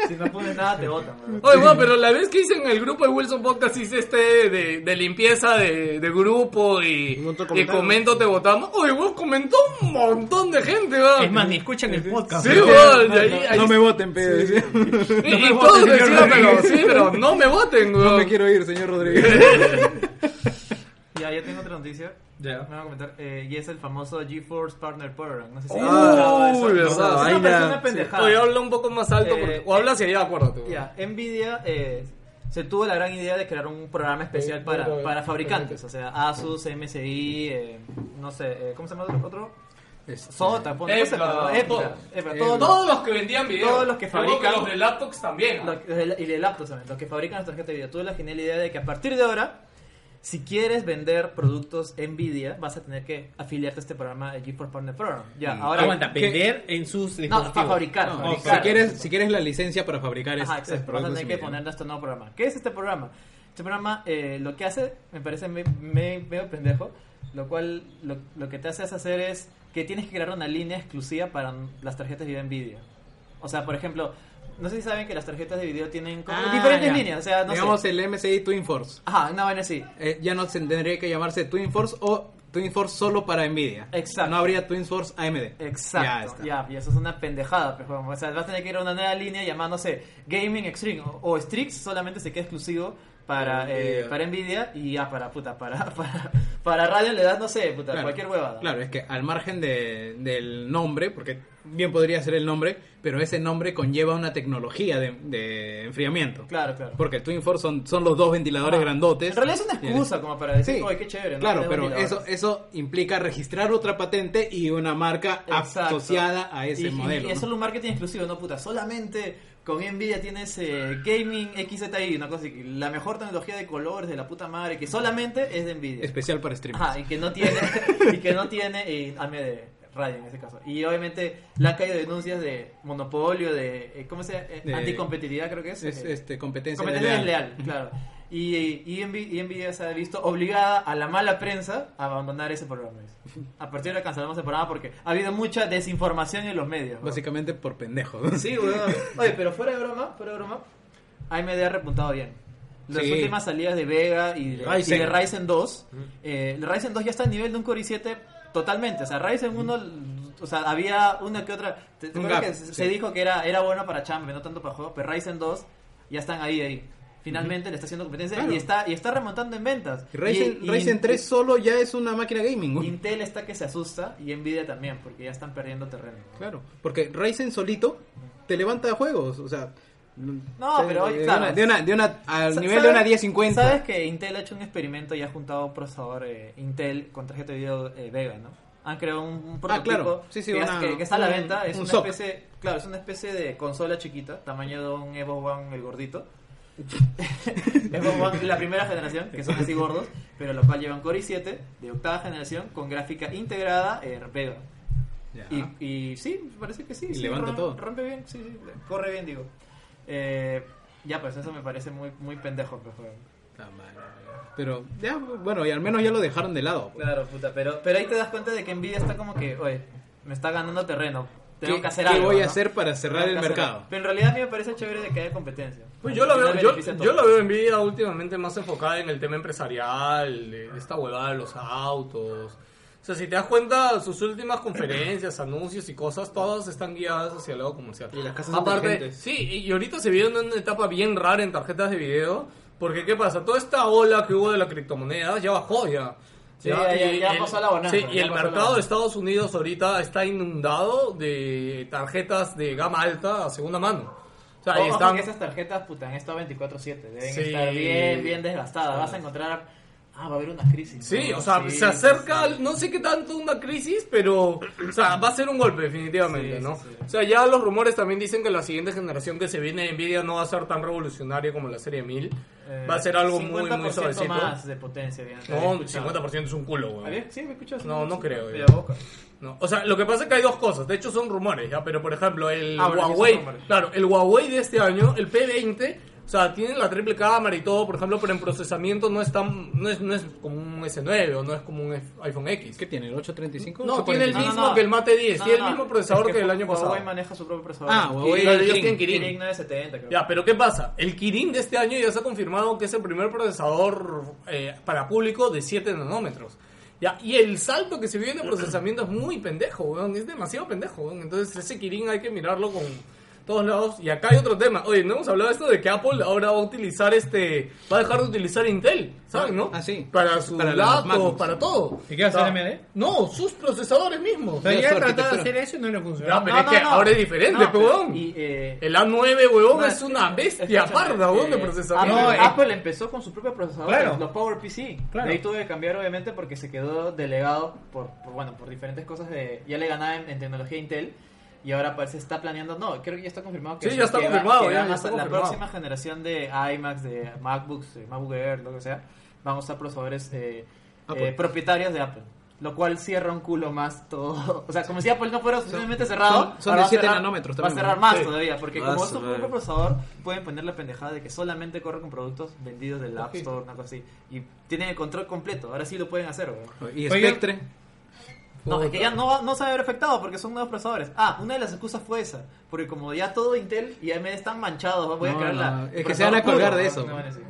S3: Si no pones nada, te votan.
S6: *laughs*
S3: weón.
S4: Oye, bueno, pero la vez que hice en el grupo de Wilson Podcast, hice este de, de limpieza de, de grupo y,
S5: Un montón de
S4: y
S5: comentarios.
S4: comento, te votamos. Oye, weón, comentó un montón de gente, weón.
S6: Es más, ni escuchan el podcast.
S4: Sí, weón, y ahí, ahí-
S1: No me voten, pero
S4: y- y todos decían, pero, sí, pero no me voten, weón.
S1: No me *laughs* quiero ir, señor Rodríguez.
S3: Ya, ya tengo otra noticia.
S6: Ya.
S3: Me van a comentar. eh, y es el famoso GeForce Partner Program. No sé si
S4: Uy,
S3: han escuchado eso.
S4: verdad.
S3: Es una
S5: vaina.
S3: persona pendejada.
S4: Oye, habla un poco más alto, porque-
S3: Eh,
S4: o habla hacia allá, acuérdate. weón.
S3: Ya, Nvidia eh, se tuvo la gran idea de crear un programa especial para, para fabricantes, o sea, Asus, MSI, eh, no sé, eh, ¿cómo se llama otro? otro?
S1: Este,
S3: Sota, pon,
S4: Epla,
S3: no sé, pero- Epla,
S4: todos.
S3: Epla,
S4: Todos,
S3: todos los-
S4: los que vendían videos.
S3: todos los que
S4: Supongo
S3: fabrican-
S4: Los de laptops también. ah.
S3: los que- y de laptops también, los que fabrican las tarjetas de video. Tuve la genial idea de que a partir de ahora, si quieres vender productos Nvidia, vas a tener que afiliarte a este programa de GeForce Partner Program. Ya,
S1: Mm,
S3: ahora...
S6: Aguanta,
S1: ¿Qué?
S6: vender en sus
S3: No,
S6: dispositivos.
S3: para fabricar.
S1: No,
S3: fabricar.
S1: si, quieres, si quieres la licencia para fabricar es-
S3: Ajá,
S1: es
S3: exacto. Vas a
S1: productos
S3: tener que
S1: similares.
S3: ponerle este nuevo programa. ¿Qué es este programa? Este programa eh, lo que hace, me parece me- me- medio pendejo, lo cual lo, lo que te hace es hacer es que tienes que crear una línea exclusiva para las tarjetas de video NVIDIA. O sea, por ejemplo, no sé si saben que las tarjetas de video tienen como
S1: Ah,
S3: diferentes
S1: ya.
S3: líneas, o sea, no
S1: Digamos eh,
S3: sé.
S1: el MSI Twin Force.
S3: Ajá, no, bueno, sí.
S1: Eh, ya no se- tendría que llamarse Twin Force o Twin Force solo para Nvidia.
S3: Exacto.
S1: No habría Twin Force AMD. Ya
S3: Exacto,
S1: está.
S3: ya, y eso es una pendejada, pues, huevón. o sea, vas a tener que ir a una nueva línea llamada, no sé, Gaming Extreme o, o Strix, solamente se queda exclusivo para, eh, para Nvidia y ya, para puta, para, *laughs* para, para radio le das, no sé, puta,
S1: Claro.
S3: cualquier huevada.
S1: Claro, es que al margen de- del nombre, porque bien podría ser el nombre, pero ese nombre conlleva una tecnología de, de enfriamiento.
S3: claro, claro.
S1: Porque el Twin Force son, son los dos ventiladores
S3: Ah,
S1: grandotes.
S3: En realidad es una excusa como para decir,
S1: Sí.
S3: oye, qué chévere. ¿no?
S1: Claro,
S3: Tengo
S1: pero eso,
S3: ventiladores".
S1: eso implica registrar otra patente y una marca
S3: Exacto.
S1: asociada a ese
S3: Y- y-
S1: modelo.
S3: Y
S1: ¿no?
S3: es solo un marketing exclusivo, no puta, solamente con Nvidia tienes eh, Gaming XZI, una cosa así, la mejor tecnología de colores de la puta madre, que solamente es de Nvidia.
S1: Especial para streamers.
S3: Ajá, Ah, y que no tiene, y que no tiene eh, AMD Radio en ese caso. Y obviamente le han caído denuncias de monopolio, de, eh, ¿cómo se llama? Eh,
S1: De-
S3: Anticompetitividad creo que es.
S1: Es
S3: eh,
S1: este, competencia,
S3: competencia
S1: desleal.
S3: desleal, claro. Y, y, Envi- y Nvidia se ha visto obligada a la mala prensa a abandonar ese programa. A partir de ahora cancelamos el programa porque ha habido mucha desinformación en los medios. weón.
S1: Básicamente por *laughs* pendejos.
S3: Sí, weón. Oye, pero fuera de broma, fuera de broma, AMD ha repuntado bien. Las
S1: Sí.
S3: últimas salidas de Vega y de,
S1: Ryzen.
S3: y de Ryzen 2, eh, el Ryzen 2 ya está al nivel de un Core i7 totalmente. O sea, Ryzen 1 o sea, había una que otra. ¿te- te
S1: Un
S3: acuerdas
S1: gap,
S3: que se-
S1: sí.
S3: se dijo que era, era bueno para Champions, no tanto para juego, pero Ryzen 2 ya están ahí, ahí. Finalmente le está haciendo competencia
S1: Claro.
S3: y, está, y está remontando en ventas.
S1: Y Ryzen,
S3: Y- y-
S1: Ryzen 3 solo ya es una máquina gaming, güey.
S3: Intel está que se asusta y Nvidia también, porque ya están perdiendo terreno. ¿no?
S1: Claro, porque Ryzen solito te levanta juegos, o sea...
S3: No,
S1: o sea,
S3: pero hoy,
S1: de,
S3: claro.
S1: una, de una, de una- al
S3: Sa-
S1: nivel de una
S3: ¿sabes-
S1: 1050.
S3: Sabes que Intel ha hecho un experimento y ha juntado un procesador eh, Intel con tarjeta de video eh, Vega, ¿no? Han creado un, un prototipo
S1: Ah, claro. Sí, sí,
S3: que,
S1: una-
S3: que- que está a la
S1: un-
S3: venta. Es
S1: un
S3: una
S1: SoC.
S3: especie, claro, es una especie de consola chiquita, tamaño de un Evo One el
S1: *laughs*
S3: gordito. Evo One la primera generación, que son así gordos, pero lo cual llevan Core i7 de octava generación con gráfica integrada eh, Vega.
S1: Ya.
S3: Y, y sí, parece que sí.
S1: Y
S3: sí,
S1: levanta
S3: rom-
S1: todo.
S3: Rompe bien, sí, sí, corre bien, digo. Eh, ya, pues eso me parece muy, muy pendejo, pues, weón.
S1: Está mal, güey. Pero ya, bueno, y al menos ya lo dejaron de lado.
S3: Claro, puta, pero, pero ahí te das cuenta de que Nvidia está como que, oye, me está ganando terreno. Tengo
S1: ¿Qué,
S3: que hacer
S1: qué
S3: algo.
S1: voy a
S3: ¿no?
S1: hacer para cerrar el
S3: Tengo que hacer
S1: mercado?
S3: algo. Pero en realidad a mí me parece chévere de que haya competencia.
S4: Pues yo la
S3: Al
S4: veo,
S3: final
S4: yo,
S3: beneficia a
S4: yo la
S3: todos.
S4: veo en vida últimamente más enfocada en el tema empresarial, de esta huevada de los autos. O sea, si te das cuenta, sus últimas conferencias, *clears throat* anuncios y cosas, todas están guiadas hacia el lado comercial.
S5: Y las casas
S4: Aparte,
S5: inteligentes.
S4: sí, y ahorita se viene una etapa bien rara en tarjetas de video, porque ¿qué pasa? Toda esta ola que hubo de la criptomoneda ya bajó ya.
S3: Sí, ya- ya- ya pasó la bonanza,
S4: sí, y
S3: ya
S4: el
S3: pasó la
S4: mercado
S3: bonanza.
S4: de Estados Unidos ahorita está inundado de tarjetas de gama alta a segunda mano. O sea,
S3: Ojo
S4: ahí
S3: que
S4: están...
S3: esas tarjetas, puta, han estado 24-7. Deben
S4: Sí.
S3: estar bien, bien desgastadas. Vas a encontrar. Ah, va a haber una crisis.
S4: Sí,
S3: ¿no?
S4: o sea,
S3: Sí,
S4: se acerca, al- no sé qué tanto una crisis, pero, o sea, va a ser un golpe definitivamente,
S3: Sí,
S4: ¿no?
S3: sí, sí.
S4: O sea, ya los rumores también dicen que la siguiente generación que se viene de Nvidia no va a ser tan revolucionaria como la serie 1000.
S3: Eh,
S4: va a ser algo muy, muy
S3: 50%
S4: suavecito.
S3: más de potencia, bien.
S4: No, 50% es un culo, güey.
S3: ¿Había? Sí, me escuchas.
S4: No, no creo,
S3: De
S4: ya.
S3: la boca.
S4: No, o sea, lo que pasa es que hay dos cosas. De hecho, son rumores, ¿ya? Pero, por ejemplo, el
S3: Ah, bueno, sí son
S4: Huawei...
S3: rumores.
S4: Claro, el Huawei de este año, el P20... O sea, tiene la triple cámara y todo, por ejemplo, pero en procesamiento no es tan, no es, no es como un S9 o no es como un iPhone X.
S1: ¿Qué tiene? ¿El 835?
S4: No,
S1: 845.
S4: tiene el
S3: No, no,
S4: mismo
S3: no.
S4: que el Mate 10,
S3: No,
S4: tiene el
S3: no,
S4: mismo
S3: no.
S4: procesador
S3: Es
S4: que, el año
S3: Huawei
S4: pasado.
S3: maneja su propio procesador.
S1: Ah,
S4: Y
S1: Huawei.
S4: ellos
S1: el
S4: tienen
S1: Kirin.
S4: Kirin.
S3: Kirin 970, creo.
S4: Ya, pero ¿qué pasa? El Kirin de este año ya se ha confirmado que es el primer procesador eh, para público de 7 nanómetros. Ya, y el salto que se viene de procesamiento es muy pendejo, weón, es demasiado pendejo, weón. Entonces ese Kirin hay que mirarlo con todos lados. Y acá hay otro tema. Oye, no hemos hablado de esto de que Apple ahora va a utilizar este... Va a dejar de utilizar Intel, ¿saben, no?
S1: Ah, sí.
S4: Para sus
S1: Para los
S4: datos,
S1: MacBooks.
S4: para todo.
S6: ¿Y qué va a hacer
S4: O sea,
S6: AMD?
S4: No, sus procesadores mismos.
S6: O sea,
S1: Ya
S6: ya
S1: su
S6: he tratado de
S1: arquitectura.
S6: hacer eso y no le
S4: Ya,
S6: funcionó.
S4: pero
S3: No,
S4: es
S3: no,
S4: que
S3: no.
S4: ahora es diferente,
S3: No, pero-
S4: weón.
S3: y, eh,
S4: El A9, huevón,
S3: no,
S4: es una bestia
S3: escúchame,
S4: parda, huevón, de
S3: eh,
S4: procesamiento.
S3: Apple,
S6: No, eh.
S3: Apple empezó con su propio procesador,
S6: Claro.
S3: los PowerPC.
S6: Claro.
S3: De ahí tuve que cambiar, obviamente, porque se quedó delegado por, por, bueno, por diferentes cosas. De, ya le ganaba en, en tecnología Intel. Y ahora parece está planeando, no, creo que ya está confirmado que
S4: Sí, ya está
S3: que va-
S4: confirmado,
S3: que
S4: ya,
S3: van
S4: ya
S3: a-
S4: está
S3: la
S4: confirmado.
S3: próxima generación de iMacs, de MacBooks, de MacBook Air, lo que sea, van a usar procesadores eh,
S1: Apple.
S3: eh, propietarios de Apple. Lo cual cierra un culo más todo. *laughs* O sea, como si Apple no fuera suficientemente
S1: son-
S3: cerrado.
S1: son
S3: ahora
S1: de
S3: va a
S1: 7
S3: cerrar-
S1: nanómetros
S3: Va a
S1: también,
S3: cerrar
S1: ¿no?
S3: más
S4: Sí.
S3: todavía, porque
S5: Ah,
S3: como es
S5: su
S3: su propio
S5: madre.
S3: procesador, pueden poner la pendejada de que solamente corre con productos vendidos del App Store, una cosa así. Y tienen el control completo, ahora sí lo pueden hacer, weón.
S1: Y
S6: Oiga.
S1: Spectre.
S3: No, es que ya no, va- no se va a ver afectado porque son nuevos procesadores. Ah, una de las excusas fue esa, porque como ya todo Intel y AMD están manchados, weón, voy a
S1: No,
S3: crear
S1: no,
S3: la.
S1: es que
S3: procesador
S1: se van a colgar
S3: puro,
S1: de
S3: weón,
S1: eso.
S3: no van a decir.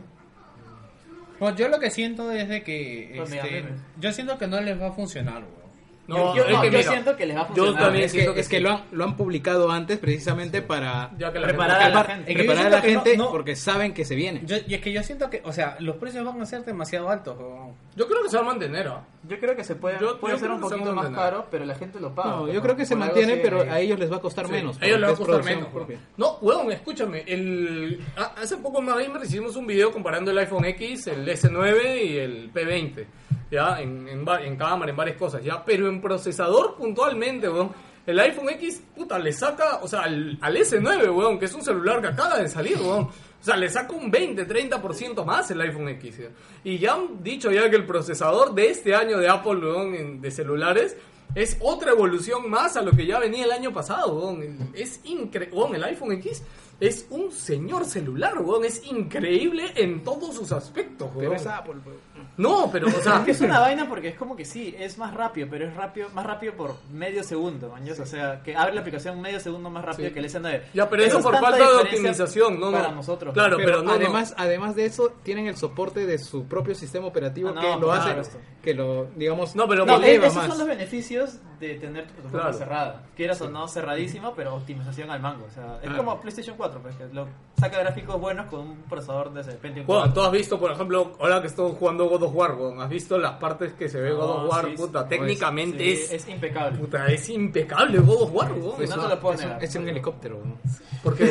S6: Pues yo lo que siento es de que.
S3: Pues mega
S6: este,
S3: memes.
S6: yo siento que no les va a funcionar, weón.
S4: No,
S3: yo, yo-
S4: es
S3: no,
S4: que
S3: yo
S4: mira,
S3: siento que les va a
S4: yo
S3: funcionar.
S4: también
S1: es que,
S4: siento que
S1: es que
S4: sí.
S1: lo, han, lo han publicado antes precisamente para
S4: Ya que la
S3: Preparar
S4: gente-
S3: a la
S1: prepar-
S3: gente.
S1: preparar a
S6: Yo
S1: la
S6: siento que no-
S1: gente
S6: no.
S1: porque saben que se viene.
S6: Yo- y es que yo siento que, o sea, los precios van a ser demasiado altos, weón.
S4: Yo creo que se va a mantener, ¿ah.
S3: Yo creo que se puede,
S4: Yo-
S3: puede
S4: yo
S3: ser
S4: creo
S3: un
S4: que se
S3: poquito
S4: van a
S3: más
S4: ordenar.
S3: caro, pero la gente lo paga.
S1: No,
S3: pues,
S1: yo creo que se
S3: por algo
S1: mantiene,
S3: así,
S1: pero
S3: eh,
S1: a ellos les va a costar
S4: Sí,
S1: menos.
S4: a ellos les va a
S1: porque es
S4: costar menos.
S1: producción
S4: weón.
S1: propia.
S4: No, weón, escúchame. El, a- hace poco más Gamer hicimos un video comparando el iPhone X, el S9 y el P20. Ya, en, en, va- en cámara, en varias cosas, ya. Pero en procesador puntualmente, weón. El iPhone X, puta, le saca, o sea, al, al S9, weón, que es un celular que acaba de salir, weón. O sea, le saca un 20, 30% más el iPhone X. ya. Y ya han dicho ya que el procesador de este año de Apple, weón, en- de celulares, es otra evolución más a lo que ya venía el año pasado, weón. Es increíble. El iPhone X es un señor celular, weón. Es increíble en todos sus aspectos, weón.
S5: Pero es Apple, pues.
S4: No, pero, o sea,
S3: *laughs*
S4: *laughs*
S3: Es una vaina porque es como que sí, es más rápido, pero es rápido, más rápido por medio segundo, maños. O sea, que abre la aplicación medio segundo más rápido
S4: Sí.
S3: que el SNR.
S4: Ya, pero eso
S3: es
S4: por
S3: tanta
S4: falta de
S3: diferencia
S4: optimización, ¿no?
S3: Para
S4: no.
S3: nosotros.
S4: Claro, pero,
S1: pero
S4: no, no.
S1: además, además de eso, tienen el soporte de su propio sistema operativo
S3: Ah, no,
S1: que lo
S3: por
S1: hace,
S3: supuesto.
S1: que lo, digamos,
S4: No, pero
S1: lo
S3: No,
S4: por-
S3: eh,
S1: eleva
S3: esos
S1: más.
S3: son los beneficios de tener tu plataforma
S4: Claro.
S3: cerrada. Quieras o no, cerradísima, pero optimización al mango. O sea, es como PlayStation 4, pues, que lo, saca gráficos buenos con un procesador de ese Pentium
S4: Juan,
S3: 4.
S4: tú has visto, por ejemplo, ahora que estoy jugando God of War, weón, has visto las partes que se ve
S3: No,
S4: God of War,
S3: Ah, sí,
S4: puta,
S3: sí,
S4: técnicamente
S3: Sí,
S4: es,
S3: es impecable.
S4: puta, es impecable God of War, weón.
S3: Pues, no te lo puedo negar.
S1: Es un helicóptero, weón. *laughs*
S4: Porque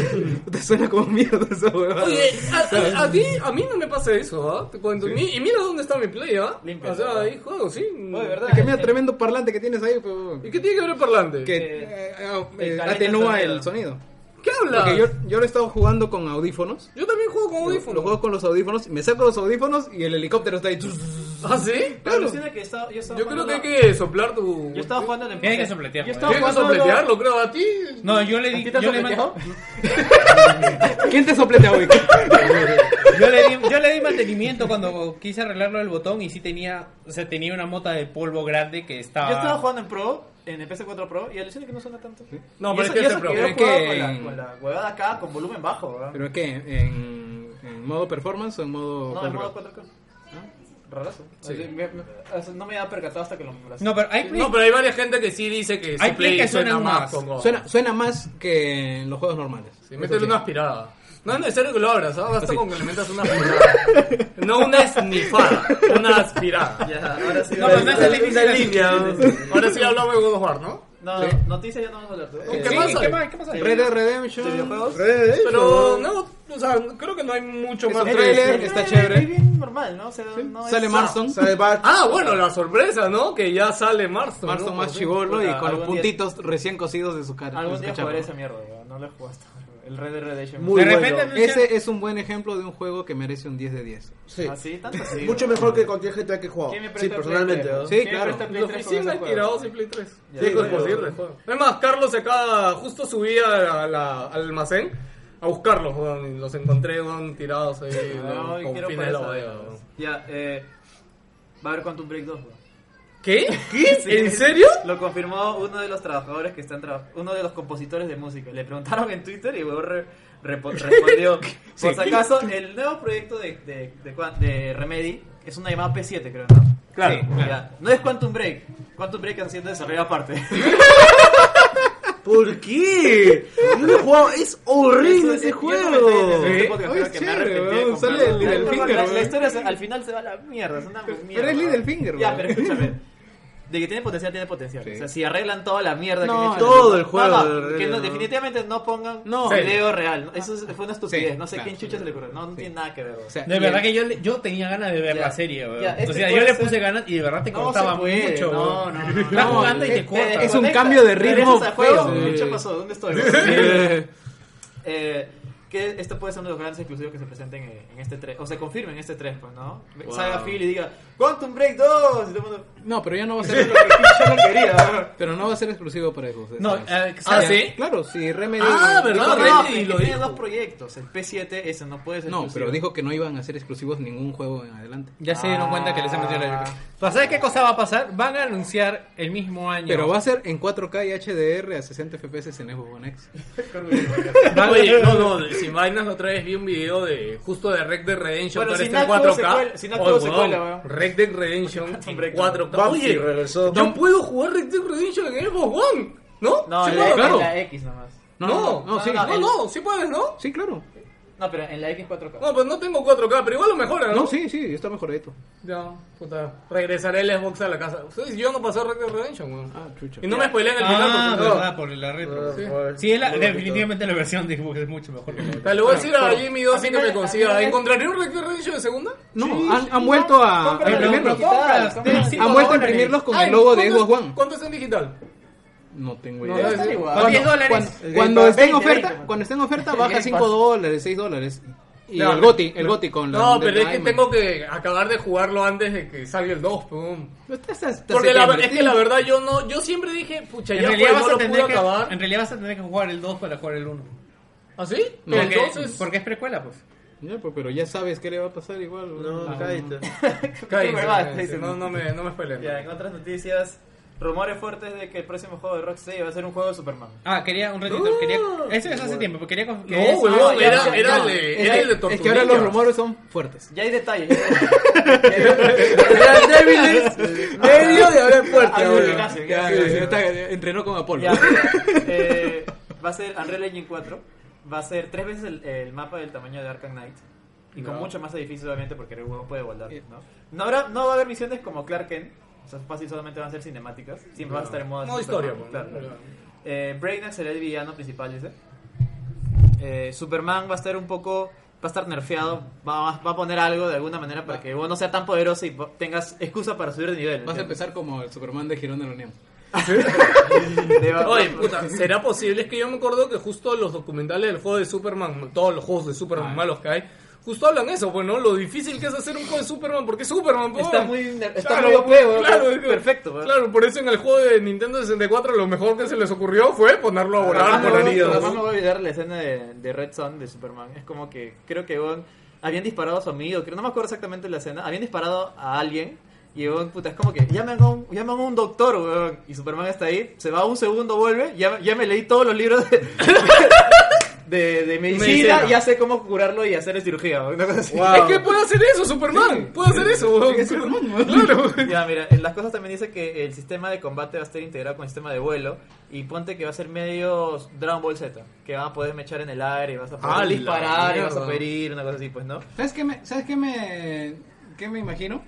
S1: Te suena como miedo esa huevada.
S4: Oye, a, a- a ti, a mí no me pasa eso, ¿ah? Te cuento. Mi- y mira dónde está mi play, ¿ah?
S3: Limpio,
S4: o sea,
S3: ¿verdad?
S4: ahí juego, sí.
S3: No, de verdad.
S1: Es que mira, tremendo parlante que tienes ahí, pero...
S4: ¿Y qué tiene que ver el parlante?
S1: Que
S3: Eh,
S1: eh, eh,
S3: te
S1: eh,
S3: calienta
S1: atenúa
S3: el
S1: el sonido.
S4: ¿Qué hablas?
S1: Porque yo, yo lo he estado jugando con audífonos.
S4: Yo también juego con
S1: Lo- Lo
S4: audífonos.
S1: juego con los audífonos, me saco los audífonos y el helicóptero está ahí. *laughs*
S4: ¿Ah, sí?
S3: Pero
S4: Claro.
S3: alucina que estaba- yo estaba
S4: Yo creo que hay
S3: jugando-
S4: que soplar tu.
S3: Yo estaba jugando en el
S6: Tiene que sopletear,
S3: Yo
S6: ¿no?
S3: estaba
S4: Tienes que
S3: jugando-
S4: sopletearlo, creo, a ti.
S6: No, yo le
S3: ¿A
S6: di.
S3: ti te
S6: Yo le,
S3: sopleteó?
S6: man-
S1: ¿Quién te sopleta hoy?
S6: yo le di, yo le di mantenimiento cuando quise arreglarlo el botón y sí tenía. O sea, tenía una mota de polvo grande que estaba.
S3: Yo estaba jugando en Pro, en el PS4 Pro, y alucina que no suena tanto.
S4: No,
S3: Y
S4: pero
S3: eso-
S4: es que
S3: y
S4: ese
S3: eso
S4: pro-
S3: yo
S1: es
S3: jugaba
S1: que-
S3: Con la, con la huevada acá, con volumen bajo, ¿verdad?
S1: *laughs* ¿Pero qué? ¿En, en modo performance o en modo.?
S3: No, en
S1: control?
S3: modo 4K. ¿No? Rarazo.
S4: Sí.
S3: Así, me- me- así, no me había percatado hasta que lo nombraste.
S6: No, pero hay play-
S4: No, pero hay varias gente que sí dice que
S6: Hay
S4: su play
S6: play que
S4: suena
S6: suenan
S4: más.
S6: más.
S4: con God.
S1: suena, suena más que en los juegos normales.
S4: Sí, métele
S1: Eso sí.
S4: una aspirada. No es necesario que lo abras, ¿ah? basta con que le metas una aspirada. No una esnifada, una aspirada.
S3: Ya, ahora sí.
S6: No, pero no es el difícil.
S4: Una línea. Ahora sí hablamos de God of War, ¿no?
S3: No, noticias ya no vamos a hablar.
S4: ¿Qué
S6: Sí,
S4: más hay?
S6: ¿Qué más? ¿Qué más hay?
S1: Red Dead Redemption.
S3: ¿De videojuegos?
S1: Red Dead Redemption.
S4: Pero no, o sea, creo que no hay mucho
S1: Es
S4: más.
S1: un
S4: de eso.
S1: trailer. está chévere.
S3: Es bien normal, ¿no? O sea, no es-
S1: Sale Marston.
S5: Sale Bart.
S4: Ah, bueno, la sorpresa, ¿no? Que ya sale Marston. ¿no?
S1: Marston
S4: Por
S1: más
S4: fin.
S1: chivolo y
S3: Puta,
S1: con los
S3: algún día-
S1: puntitos recién cosidos de su cara. de
S3: Algún
S1: su
S3: día
S1: cacharro.
S3: jugaré esa mierda, weón. No lo he jugado hasta ahora. El Red Dead Redemption.
S5: Muy
S6: de repente
S5: bueno.
S6: anuncian-
S1: Ese es un buen ejemplo de un juego que merece un 10 de 10.
S5: Sí.
S3: Así, tanto así.
S5: Mucho
S3: weón.
S5: mejor que cualquier GTA que he jugado.
S3: ¿Quién me
S5: Sí,
S3: presta
S5: personalmente.
S3: Play
S5: ¿no?
S1: Sí,
S3: tres? ¿Quién me
S1: claro.
S3: presta Play
S4: Los
S3: tres con
S4: oficinas
S3: ese juego?
S4: tirados y Play 3.
S3: Ya,
S4: sí, es
S5: pero-
S4: posible. joder. Es más, Carlos acá justo subía a la- al almacén a buscarlos, joder, y los encontré joder, tirados ahí *laughs*
S3: Ay,
S4: joder, con
S3: quiero
S4: fines
S3: por
S4: de la
S3: esa,
S4: bodega,
S3: weón.
S4: joder.
S3: Ya, eh. Va a haber Quantum Break 2, weón.
S4: ¿Qué? ¿Qué?
S3: Sí.
S4: ¿En serio?
S3: Lo confirmó uno de los trabajadores que están trabajando, uno de los compositores de música. Le preguntaron en Twitter y luego re-
S4: *laughs*
S3: repo- respondió. Por si acaso, el nuevo proyecto de, de, de Qua- de Remedy es una llamada P7, creo, ¿no?
S4: Claro,
S3: Sí, ya. No es Quantum Break. Quantum Break está siendo desarrollado aparte.
S5: ¿Por qué? Yo lo he jugado. Es
S3: Eso-
S5: horrible ese
S3: yo no me
S5: juego.
S3: estoy diciendo este
S1: Sí.
S3: podcast,
S1: Oye,
S3: creo
S1: es
S3: que me
S1: chévere,
S3: arrepentí de
S1: weón.
S3: comprarlo.
S1: Sale el Littlefinger,
S3: la, la
S1: weón.
S3: historia se- al final se va a la mierda. Es una mierda.
S1: es Littlefinger,
S3: Ya,
S1: weón. *laughs*
S3: pero escúchame. De que tiene potencial, tiene potencial.
S1: Sí.
S3: O sea, si arreglan toda la mierda que
S1: No,
S3: han hecho-
S5: todo el juego
S3: No, no,
S5: lo
S3: que no,
S5: arreglan.
S3: definitivamente no pongan
S1: No.
S3: video real. Eso es- fue una estupidez.
S1: Sí,
S3: no sé
S1: claro.
S3: quién chucha se le ocurrió. No, no tiene nada que ver. weón.
S1: O sea,
S6: De
S1: y
S6: verdad
S1: el-
S6: que yo, le- yo tenía ganas de ver
S3: Ya.
S6: la serie, weón.
S3: Ya, este
S6: o sea, yo
S3: puede
S6: le
S3: ser-
S6: puse ganas y de verdad te
S3: No
S6: cortaba
S3: se puede,
S6: mucho,
S3: no,
S6: weón.
S3: no, no,
S6: Estás
S1: no,
S6: jugando y
S1: eh,
S6: te corta.
S1: es un
S3: desconectas,
S1: cambio de ritmo
S3: regresas al juego,
S1: feo.
S3: ¿Qué chucha pasó? ¿Dónde estoy?
S1: Sí.
S3: Eh, que esto puede ser uno de los grandes exclusivos que se presenten eh, en este 3, o se confirmen en este 3, pues, ¿no? Salga Phil y diga, Quantum Break 2, y todo el mundo,
S1: *laughs* No, pero ya no va a ser lo que-
S3: yo lo quería.
S1: Pero no va a ser exclusivo para eso.
S6: No, eh,
S1: Ya,
S4: Ah, ¿sí?
S1: Claro, si Remedy.
S4: Ah, ¿verdad?
S3: No,
S4: Remedy
S3: no, es que
S4: lo
S3: tiene
S4: dijo.
S3: dos proyectos, el P7, ese no puede ser
S1: No, pero
S3: exclusivo.
S1: dijo que no iban a ser exclusivos ningún juego en adelante.
S6: Ya se dieron cuenta que les han metido la yuca. Pero ¿sabes qué cosa va a pasar? Van a anunciar el mismo año.
S1: Pero va a ser en 4K y HDR a 60 FPS en Xbox One X.
S4: Oye, no, no, si vainas la otra vez vi un video de justo de Red Dead Redemption pero
S3: Bueno, si
S4: está en
S3: Nacho
S4: 4K.
S3: secuela- si Nacho secuela,
S4: weón,
S3: weón.
S4: Red Dead Redemption *laughs* en
S3: Hombre,
S4: 4K.
S5: Bamsi
S4: Oye,
S5: regresó.
S4: yo puedo jugar Red Dead Redemption en Xbox One, ¿no?
S3: No,
S4: Sí
S3: en,
S4: puedo,
S3: la,
S4: claro.
S3: en la X nomás.
S1: No, no, no,
S4: no,
S1: sí.
S4: no, no, sí puedes, ¿no?
S1: Sí, claro.
S3: No, pero en la X 4K.
S4: No, pues no tengo 4K, pero igual lo mejora, ¿no?
S1: No, sí, sí, está mejoradito.
S4: Ya, puta. Regresaré el Xbox a la casa. Ustedes, yo no pasé Red Dead Redemption, weón.
S1: Ah, chucha.
S4: Y no me spoilean el final
S6: Ah,
S4: porque no.
S6: verdad, por la retro.
S5: Sí.
S6: Sí, es la- definitivamente la versión de Xbox es mucho mejor que la
S4: O
S6: otra.
S4: sea, Le voy a decir a Jimmy 2
S3: a mí
S4: que me
S3: me- a mí
S4: consiga.
S3: me-
S4: ¿Encontraré un Red Dead Redemption de segunda?
S1: No, han, han vuelto a, a
S3: Cómpralo,
S1: imprimirlos.
S3: lo compras,
S6: Han
S3: compras.
S1: Han vuelto a imprimirlos con el logo de
S4: ¿cuánto es-
S1: Xbox One.
S4: ¿Cuánto está en digital?
S1: No tengo
S4: No,
S1: idea.
S4: no,
S3: Está igual.
S6: Por 10
S1: Cuando,
S6: dólares.
S1: cuando
S3: Pass.
S1: esté en
S3: 20,
S1: oferta,
S3: 20.
S1: cuando esté en oferta baja
S3: Game
S1: 5
S3: Pass.
S1: dólares, 6 dólares. Y
S4: Claro.
S1: el Goti, el Goti con la
S4: No, pero es que
S1: Diamond.
S4: tengo que acabar de jugarlo antes de que salga el 2, pum.
S1: No estás hasta
S4: Porque la,
S1: septiembre,
S4: es que
S1: tío.
S4: la verdad yo no, yo siempre dije, pucha,
S6: En
S4: ya
S6: realidad,
S4: fue,
S6: vas
S4: no
S6: a
S4: lo pude
S6: tener que,
S4: acabar.
S6: en realidad vas a tener que jugar el 2 para jugar el 1.
S4: ¿Ah, sí? No,
S6: Porque-
S4: entonces.
S6: Porque es precuela, pues.
S1: Ya, pues, pero ya sabes qué le va a pasar igual.
S5: No, cállate.
S4: Cállate,
S3: Qué huevada,
S4: cállate,
S3: dice.
S4: no, no me, no me spoileen.
S3: Ya, en otras noticias, rumores fuertes de que el próximo juego de Rocksteady va a ser un juego de Superman.
S6: Ah, quería un ratito. Quería... Eso es hace tiempo. Porque quería.
S4: No,
S6: quería-
S4: huevón,
S3: no,
S4: era,
S3: ya,
S4: era
S3: no.
S4: el de,
S1: Es
S4: era
S1: que-
S4: el de
S1: es que ahora los
S4: Tortuguillas.
S1: rumores son fuertes.
S3: Ya hay detalles. Ya hay detalles.
S5: Era el débil, medio de ahora es fuerte.
S3: Algo de
S5: ahora.
S3: gracia,
S1: Ya,
S3: gracia.
S1: ya está, ya entrenó con Apolo. *laughs*
S3: Ya, mira, eh, va a ser Unreal Engine 4. Va a ser tres veces el, el mapa del tamaño de Arkham Knight. Y con
S4: Ya.
S3: mucho más edificios, obviamente, porque el juego puede volar.
S1: Eh,
S3: ¿no? No, habrá, no va a haber misiones como Clark Kent. O sea, fácil, solamente van a ser cinemáticas. Siempre va a estar en modo.
S4: Modo
S3: Superman,
S4: historia, pues,
S3: claro.
S4: ¿no?
S3: Eh, Brainiac será el villano principal, dice. Eh, Superman va a estar un poco. Va a estar nerfeado. Va, va a poner algo de alguna manera para que vos no sea tan poderoso y po- tengas excusa para subir de nivel.
S1: Vas a
S3: ¿entiendes?
S1: empezar como el Superman de Girón de la Unión.
S3: Le va-
S4: Oye, puta, ¿será posible? Es que yo me acuerdo que justo los documentales del juego de Superman, todos los juegos de Superman malos que hay, justo hablan eso, pues, ¿no? Lo difícil que es hacer un juego de Superman, porque es Superman, pues.
S3: Está muy, ner- está
S4: Claro, pues,
S3: muy OP, weón.
S4: claro, es que-
S3: perfecto. pues. weón.
S4: Claro, por eso en el juego de Nintendo 64 lo mejor que se les ocurrió fue ponerlo a volar
S3: Además,
S4: por
S3: Ah, no- además no
S4: heridos.
S3: voy a olvidar la escena de, de Red Son de Superman. Es como que creo que weón, habían disparado a su amigo, creo, no me acuerdo exactamente la escena, habían disparado a alguien y weón, puta, es como que llaman a un, llaman a un doctor weón, y Superman está ahí, se va un segundo, vuelve, ya, ya me leí todos los libros de, *laughs* de- de medicina,
S4: Medicina.
S3: ya sé cómo curarlo y hacerle cirugía. weón, una cosa así.
S5: Wow.
S4: Es que puede hacer eso, Superman. Puede hacer eso, weón. Claro.
S3: *laughs* Ya, mira, en las cosas también dice que el sistema de combate va a estar integrado con el sistema de vuelo y ponte que va a ser medio Dragon Ball Z, que vas a poder mechar en el aire, y vas a
S4: ¡A
S3: poder
S4: ¡Ah, la
S3: disparar y vas a
S4: mierda!
S3: poder ir, una cosa así, pues, ¿no?
S1: ¿Sabes qué me, sabes qué me, qué me imagino?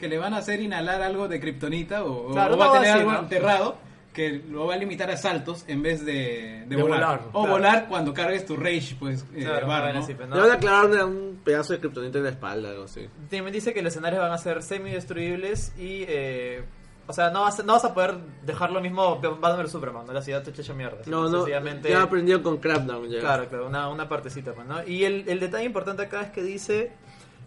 S1: Que le van a hacer inhalar algo de kriptonita o, o-
S3: Claro,
S1: o va
S3: no
S1: a
S3: va
S1: tener
S3: así,
S1: algo
S3: ¿no?
S1: enterrado que lo va a limitar a saltos en vez de, de
S4: De
S1: volar.
S4: volar,
S1: O
S4: claro.
S1: volar cuando cargues tu rage, pues, eh,
S3: Claro,
S1: bar,
S3: bueno,
S1: ¿no?
S3: sí, pues,
S5: Le van a aclarar una- un pedazo de kriptonita en la espalda, algo así.
S3: También dice que los escenarios van a ser semi-destruibles y, eh, o sea, no vas, a- no vas a poder dejar lo mismo Batman vs Superman, ¿no? La ciudad te echa hecha mierda.
S5: No, no,
S3: Sencillamente-
S5: ya aprendió con Crapdown ya.
S3: Claro, claro, una, una partecita más, ¿no? Y el, el detalle importante acá es que dice,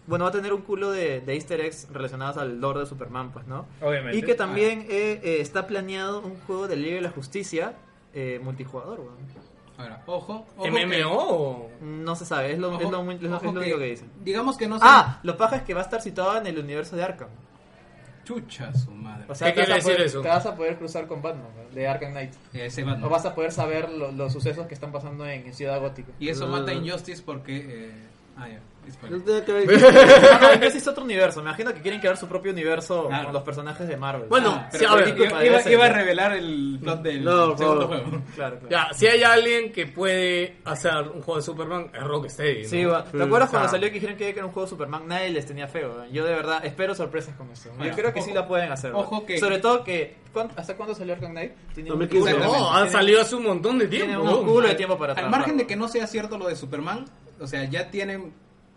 S3: bueno, va a tener un culo de, de easter eggs relacionados al lore de Superman, pues, ¿no?
S6: Obviamente.
S3: Y que también eh, eh, está planeado un juego de Liga de la Justicia eh, multijugador, weón.
S1: Ahora, ojo, ojo
S4: ¿MMO? o-
S3: No se sabe, es lo,
S1: que-
S3: es lo, muy- es lo-
S1: ojo
S3: es lo único que dice.
S1: Digamos que no son
S3: Ah, lo paja es que va a estar situado en el universo de Arkham.
S1: chucha su madre.
S3: O sea,
S4: ¿Qué
S3: te vas
S4: quiere
S3: a
S4: decir
S3: poder-
S4: eso?
S3: Te vas a poder cruzar con Batman, weón, de Arkham Knight.
S1: Ese Batman.
S3: O vas a poder saber lo- los sucesos que están pasando en Ciudad Gótica.
S1: Y eso
S5: No,
S1: mata a
S5: no.
S1: Injustice porque... eh, Ah, ya. spoiler.
S5: No tenía que ver.
S3: No, no, ese es otro universo. Me imagino que quieren crear su propio universo
S1: Claro.
S3: con los personajes de Marvel.
S4: Bueno,
S1: Ah,
S4: sí,
S1: pero
S4: a ver,
S1: iba-
S3: iba-
S1: iba, iba a
S3: ser-
S1: revelar el plot del
S5: No,
S1: segundo
S5: por favor.
S1: juego.
S3: Claro, claro.
S4: Ya, si hay alguien que puede hacer un juego de Superman, es Rocksteady. ¿no?
S3: Sí, va. ¿Te acuerdas
S4: Mm,
S3: cuando
S4: ah.
S3: salió que dijeron que era un juego de Superman? Nadie les tenía fe, weón. Yo de verdad espero sorpresas con eso. Yo
S1: Bueno,
S3: creo que sí
S1: ojo-
S3: la pueden hacer.
S1: ojo
S3: weón.
S1: que-
S3: Sobre todo que... ¿cuán- ¿Hasta cuándo salió Arkham Knight? Tenía un
S5: 2015.
S3: culo-
S4: No, Ah,
S3: tiene-
S4: han salido hace un montón de
S3: Tiene
S4: tiempo.
S3: un
S4: ¿no?
S3: culo de tiempo para
S1: Al
S3: trabajar,
S1: margen de que
S3: weón.
S1: no sea cierto lo de Superman, o sea, ya tienen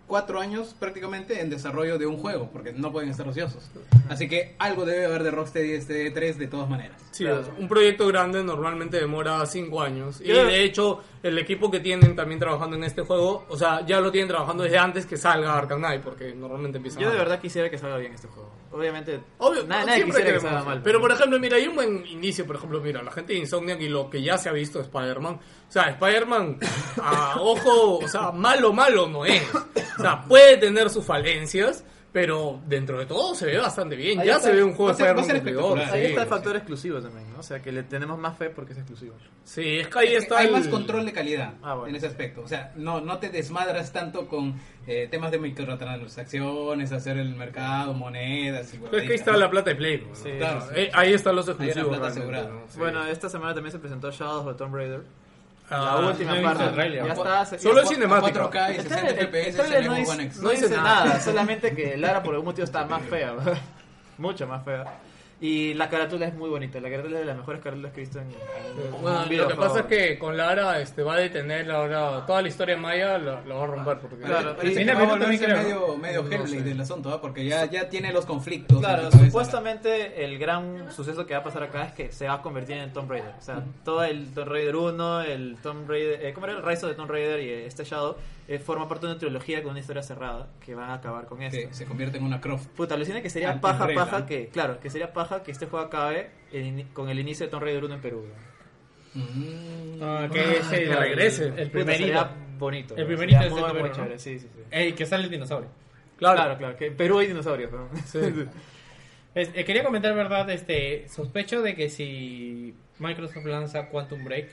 S1: cuatro años prácticamente en desarrollo de un juego, porque no pueden estar ociosos. Así que algo debe haber de Rocksteady este 3 de todas maneras.
S4: Sí, o sea, un proyecto grande normalmente demora 5 años. Y
S3: Claro.
S4: de hecho, el equipo que tienen también trabajando en este juego, o sea, ya lo tienen trabajando desde antes que salga Arkham Knight, porque normalmente empieza
S3: Yo de verdad quisiera que salga bien este juego. Obviamente,
S4: Obvio,
S3: na-
S4: no,
S3: nadie
S4: siempre
S3: quisiera que
S4: queremos.
S3: salga mal.
S4: Pero por ejemplo, mira, hay un buen inicio, por ejemplo, mira, la gente de Insomniac y lo que ya se ha visto de Spider-Man. O sea, Spider-Man, a
S3: *laughs*
S4: ojo, o sea, malo, malo no es. O sea, puede tener sus falencias, pero dentro de todo se ve bastante bien.
S3: Ahí
S4: ya
S3: está.
S4: se ve un juego
S1: Va a
S4: de
S1: ser- va a
S4: Spider-Man
S1: ser
S4: cumplidor,
S1: espectacular.
S3: Ahí
S4: sí.
S3: está el factor exclusivo también, ¿no? O sea, que le tenemos más fe porque es exclusivo.
S4: Sí, es que ahí
S1: Es que
S4: está
S1: Hay
S4: el-
S1: más control de calidad
S3: Ah, bueno.
S1: en ese aspecto. O sea, no, no te desmadras tanto con eh, temas de microtransacciones, hacer el mercado, monedas y
S4: Pero es que ahí está la plata de Play. ¿no?
S3: Sí.
S1: Claro, sí.
S4: Eh, ahí están los
S1: Ahí era
S4: exclusivos.
S1: plata
S4: realmente,
S1: asegurada.
S4: ¿no? Sí.
S3: Bueno, esta semana también se presentó Shadows of the Tomb Raider. La
S4: Ah,
S3: última
S6: no he visto
S3: parte.
S6: el tráiler.
S3: ya está. se-
S4: Solo
S3: ya-
S4: es
S1: A
S4: cinemática.
S1: 4K y
S3: El
S1: 60
S3: tráiler- el
S1: FPS
S3: tráiler
S1: en
S3: no,
S1: la
S3: dice-
S1: One X.
S3: no dice
S4: *laughs*
S3: nada, solamente que Lara por algún motivo está más fea, *laughs* ¿verdad? mucho más fea. Y la carátula es muy bonita, la carátula es de las mejores carátulas que he visto en, en un
S4: Bueno, lo que
S3: videojuego.
S4: pasa es que con Lara este, va a detener ahora toda la historia maya, la, la va a romper. Porque...
S3: Claro.
S1: Parece
S6: Y-
S1: que va a
S6: Mira,
S1: volverse
S6: también
S1: medio, medio
S4: No
S1: Hellblade
S4: sé.
S1: del asunto, ¿ah? porque ya, ya tiene los conflictos. en
S3: Claro,
S1: tu cabeza.
S3: supuestamente el gran suceso que va a pasar acá es que se va a convertir en Tomb Raider. O sea, todo el Tomb Raider 1, el Tomb Raider, eh, ¿cómo era el Rise of the Tomb Raider y eh, este Shadow? eh, forma parte de una trilogía con una historia cerrada que van a acabar con esto.
S1: que se convierte en una Croft.
S3: Puta, alucina que sería
S1: Antes
S3: paja,
S1: regla.
S3: paja que, claro, que sería paja que este juego acabe en- con el inicio de Tomb Raider 1 en Perú. ¿no?
S1: Mm.
S6: Ah, que es el,
S4: que regrese.
S6: El
S3: Puta,
S6: primerito.
S3: sería bonito.
S6: El
S3: ¿no? Sería
S6: primerito es el
S3: muy,
S6: número
S3: muy
S6: uno.
S3: chévere, sí, sí, sí.
S6: El que sale el dinosaurio.
S3: Claro, claro, claro. Que en Perú hay dinosaurios, ¿no?
S6: Es- eh, quería comentar, verdad, este, sospecho de que si Microsoft lanza Quantum Break,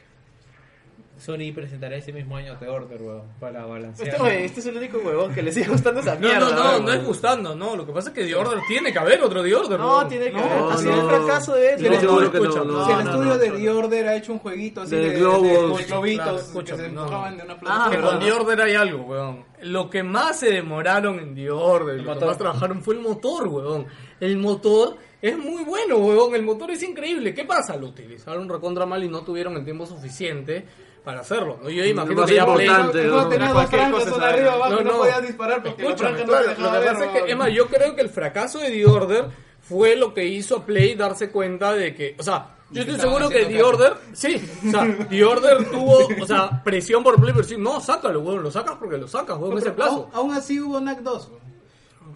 S6: Sony presentará ese mismo año The Order, weón, para balancear.
S3: Este, oye, este es el único huevón que le sigue gustando esa
S4: No,
S3: mierda.
S4: no, no,
S3: huevón.
S4: no es gustando, no. Lo que pasa es que The Order tiene que haber otro The Order.
S3: No, tiene que ver.
S5: No,
S3: Ha sido el
S5: no.
S3: fracaso de él.
S5: No,
S3: Pero-
S5: seguro que no, no,
S1: si el
S5: no,
S1: estudio
S5: no,
S1: de
S5: no.
S1: The Order ha hecho un jueguito así
S5: De
S1: de,
S5: globos.
S1: con globitos
S4: Claro,
S1: que se
S4: escúchame, no.
S1: empujaban de una
S3: Ah,
S4: Que
S1: plataforma.
S4: con The Order hay algo, weón. Lo que más se demoraron en The Order, lo que
S3: motor.
S4: más trabajaron fue el motor, weón. El motor es muy bueno, weón. El motor es increíble. ¿Qué pasa? Lo utilizaron recontra mal y no tuvieron el tiempo suficiente para hacerlo. ¿no? Yo imagino
S5: más
S4: que ya Play-
S5: importante,
S1: no,
S5: ¿no?
S1: tenía dos
S3: Cualquier
S1: franjas,
S3: cosa
S1: una
S3: se
S1: arriba
S3: abre.
S1: abajo, no,
S4: No, no.
S1: podías disparar porque la
S4: Escúchame,
S1: franja no
S4: claro,
S1: te
S4: lo
S1: dejaba
S4: que
S1: ver,
S4: pasa es que,
S1: huevón.
S4: Emma, yo creo que el fracaso de The Order fue lo que hizo a Play darse cuenta de que, o sea, yo estoy
S1: estaban
S4: seguro que The
S1: haciendo
S4: Order, sí, o sea, The Order tuvo, o sea, presión por Play, pero sí, no, sácalo, weón, lo sacas porque lo sacas, weón,
S1: No,
S4: en ese
S1: pero
S4: plazo.
S1: aún- Aún así hubo NAC *laughs* 2. huevón.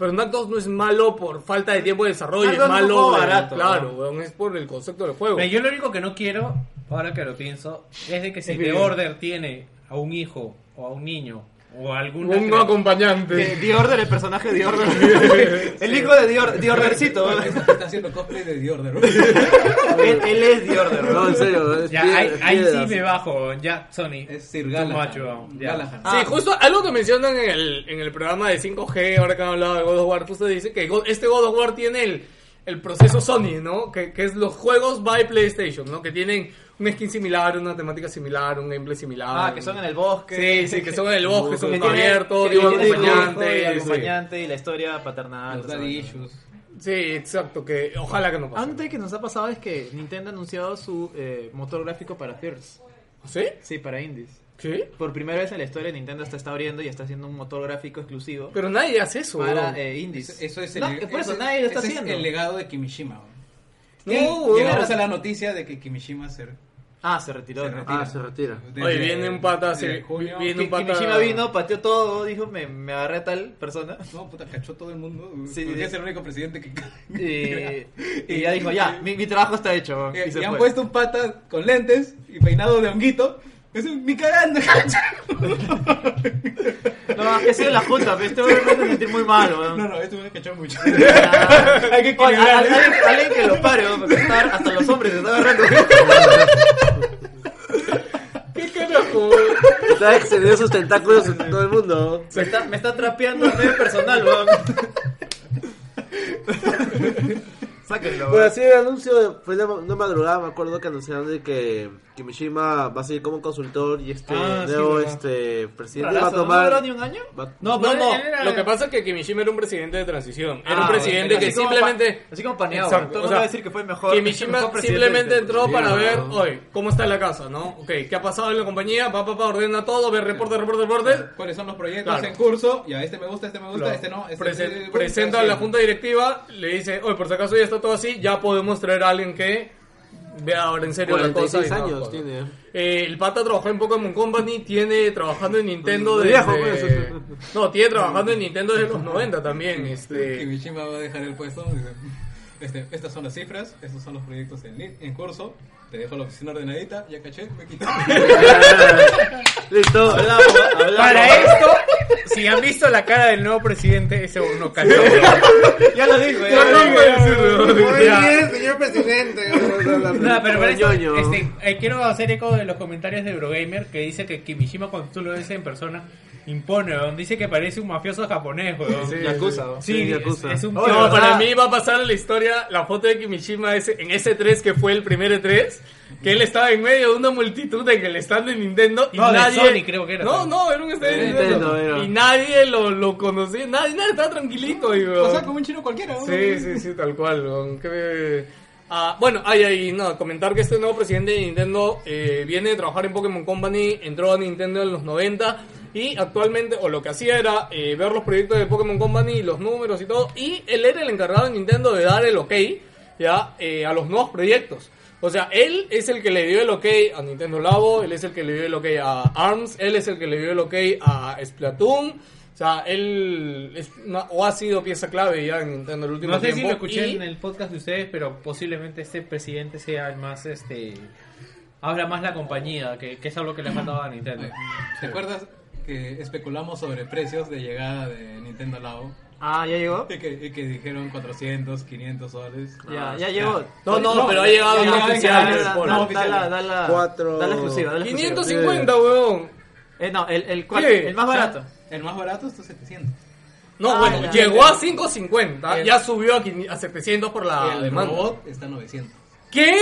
S4: Pero Knack 2 no es malo por falta de tiempo de desarrollo,
S3: Knack
S4: es
S3: 2 es un
S4: malo,
S3: juego
S4: weón,
S3: barato,
S4: claro,
S3: ¿no?
S4: weón, es por el concepto del juego.
S6: Pero yo lo único que no quiero, ahora que lo pienso, es de que si
S3: Es
S6: The
S3: video.
S6: Order tiene a un hijo o a un niño o a alguna
S4: Un
S6: crea-
S4: acompañante.
S3: Que The Order, el personaje de Order. el hijo de The Order, The Ordercito.
S1: Eso que está haciendo cosplay de The *laughs* Order. huevón.
S3: él, él es The Order.
S5: No, en serio. es
S6: Ya,
S5: piedra-
S6: ahí, ahí sí
S5: piedras.
S6: me bajo, ya, Sony.
S1: Es Sir
S6: Too much,
S1: Galahad.
S6: huevón, ya.
S1: Galahad.
S3: Ah.
S4: Sí, justo algo que mencionan en el, en el programa de 5G, ahora que han hablado de God of War, justo dice que God- este God of War tiene el, el proceso Sony, ¿no? Que, que es los juegos by PlayStation, ¿no? Que tienen un skin similar, una temática similar, un gameplay similar.
S3: Ah, que son en el bosque.
S4: Sí, sí, que son en el bosque, son
S3: Que
S4: mundo
S3: tiene-
S4: abierto,
S3: que
S4: tiene un
S3: tiene el hijo y el
S4: acompañante. sí.
S3: acompañante y la historia paternal.
S1: Los
S3: todo
S1: daddy
S3: eso.
S1: issues.
S4: Sí, exacto, que ojalá que no pase.
S3: Antes que nos ha pasado es que Nintendo ha anunciado su eh, motor gráfico para First.
S4: ¿Sí?
S3: Sí, para indies.
S4: ¿Sí?
S3: Por primera vez en la historia Nintendo está, está abriendo y está haciendo un motor gráfico exclusivo
S4: Pero nadie hace eso,
S3: para
S4: weón.
S3: eh,
S1: Eso,
S3: indies.
S1: eso es el,
S3: No, por eso
S1: ese-
S3: nadie lo está
S1: ese es
S3: haciendo.
S1: el legado de Kimishima. huevón.
S4: No,
S1: Y
S4: huevón.
S1: Llegamos a la noticia de que Kimishima se,
S3: Ah, se retiró.
S1: se
S3: ¿no?
S1: retira.
S5: Ah, se retira.
S1: Desde-
S4: Oye, viene un pata, sí,
S1: desde junio.
S4: viene-
S3: Que-
S4: un pata-
S3: Kimishima vino, pateó todo, dijo, me, me agarré a tal
S1: *laughs*
S3: persona.
S1: No, puta, cachó todo el mundo.
S3: Sí,
S1: porque
S3: sí.
S1: es el único presidente que.
S3: Y, y ya dijo, ya, mi, mi trabajo está hecho.
S1: *laughs*
S3: weón",
S1: Eh,
S3: Y se
S1: y han
S3: fue.
S1: puesto un pata con lentes y peinado de honguito. Es un mi cagando.
S3: No, es que ha sido la junta, pero este weón me hace sentir muy mal,
S1: *laughs* no,
S3: weón.
S1: no, esto me cachó mucho. *laughs*
S3: Ah.
S1: Hay que
S3: Oye, a- a-
S1: equilibrar. ¿eh?
S3: alguien, alguien que lo pare, weón, porque está- hasta los hombres se están agarrando.
S4: ¿Qué carajo?
S5: Está extendiendo sus tentáculos en todo el mundo.
S3: Me está, me está trapeando el medio personal, weón. Sáquenlo. weón.
S5: Bueno, así el anuncio fue de pues, una madrugada, me acuerdo que anunciaron de que Kimishima va a seguir como consultor y este
S6: Ah, sí,
S5: nuevo
S6: verdad.
S5: este presidente va
S3: Rarazo,
S5: a
S3: ¿No duró
S5: tomar.
S3: ni un año?
S5: va-
S6: No,
S4: No, pues,
S6: pero
S4: no,
S6: él era-
S4: lo que pasa es que Kimishima era un presidente de transición. Era
S3: Ah,
S4: un presidente
S3: así
S4: que
S3: como pa-
S4: simplemente.
S3: así como paneado.
S4: Exacto,
S3: Todo el
S4: o
S3: mundo va a
S4: sea,
S3: decir que fue el mejor. el
S4: Kimishima
S3: mejor presidente.
S4: simplemente entró para
S5: Ya.
S4: ver, oye, ¿cómo está la casa, no? Ok, ¿qué ha pasado en la compañía? Papá, papá, ordena todo, ve reporte, reporte, reporte.
S1: ¿Cuáles son los proyectos
S4: Claro.
S1: en curso? Ya, este me gusta, este me gusta, este no. Este,
S4: Presen-
S1: este- este-
S4: presenta a la junta directiva, le dice, oye, por si acaso ya está todo así, ya podemos traer a alguien que vea ahora en serio la cosa. y
S5: 46
S4: no,
S5: años
S4: joder.
S5: tiene.
S4: Eh, el pata trabajó en Pokémon Company, tiene trabajando en Nintendo
S5: Muy
S4: desde...
S5: viejo, pues.
S4: No, tiene trabajando en Nintendo desde los 90 también. Este...
S1: Kimishima va a dejar el puesto. dice, Este, estas son las cifras, estos son los proyectos en, li- en curso. Te dejo la oficina ordenadita, ya caché, me quito. *laughs*
S5: Listo.
S3: Hablamos, hablamos.
S6: Para
S5: *laughs*
S6: esto, si han visto la cara del nuevo presidente, ese uno cayó.
S3: Ya lo dijo,
S4: *laughs*
S3: ya
S4: Ya
S3: lo
S4: no
S3: dijo.
S4: puede decirlo. *laughs* Ya.
S5: señor presidente.
S6: No, pero para esto,
S5: Ñoño.
S6: este, eh, quiero hacer eco de los comentarios de Eurogamer que dice que Kimishima cuando tú lo ves en persona impone, weón. dice que parece un mafioso japonés, weón. Sí,
S3: Yakuza, weón.
S5: Sí,
S6: es-
S5: Yakuza.
S6: Es, un
S4: No,
S6: tío,
S4: para
S6: ¿verdad?
S4: mí va a pasar a la historia la foto de Kimishima ese, en ese 3 que fue el primer E3, que él estaba en medio de una multitud en el stand de Nintendo y
S6: No, de
S4: nadie...
S6: Sony creo que era.
S4: No, no, era un stand de
S5: De
S4: Nintendo.
S5: Nintendo, era.
S4: Y nadie lo, lo conocía, nadie, nadie estaba tranquilito. Y,
S1: O sea, como un chino cualquiera. ¿no?
S4: Sí, sí, sí, tal cual. weón. Que- Ah, bueno, ay, ay, no, comentar que este nuevo presidente de Nintendo eh, viene de trabajar en Pokémon Company, entró a Nintendo en los 90 y actualmente, o lo que hacía era eh, ver los proyectos de Pokémon Company, los números y todo, y él era el encargado de Nintendo de dar el ok ya eh, a los nuevos proyectos. O sea, él es el que le dio el ok a Nintendo Labo, él es el que le dio el ok a ARMS, él es el que le dio el ok a Splatoon. O sea, él es una- o ha sido pieza clave ya en Nintendo el último
S6: No sé
S4: tiempo.
S6: si lo escuché
S4: y-
S6: en el podcast de ustedes, pero posiblemente este presidente sea el más este habla más la compañía, que, que es algo que le ha faltado a Nintendo.
S1: ¿Te acuerdas que especulamos sobre precios de llegada de Nintendo Labo?
S3: Ah, ya llegó.
S1: Y que, y que dijeron 400 500 soles. Ah,
S3: Ya, ya llegó.
S4: No, no, pero ha llegado
S1: ya
S4: no
S1: llegó,
S4: oficial.
S1: ya
S4: se
S1: llegó.
S4: supone.
S1: No,
S3: Da la, da la,
S5: Cuatro-
S3: da la exclusiva, da la exclusiva.
S4: 550, weón.
S3: Eh, no, el, el, cual-
S4: Sí.
S3: el más barato.
S1: El más barato está 700.
S4: No,
S3: Ah,
S4: bueno,
S3: ya,
S4: llegó
S3: ya.
S4: a 550, ya subió a, 500 a 700 por la
S1: el
S4: demanda.
S1: robot está 900.
S4: ¿Qué?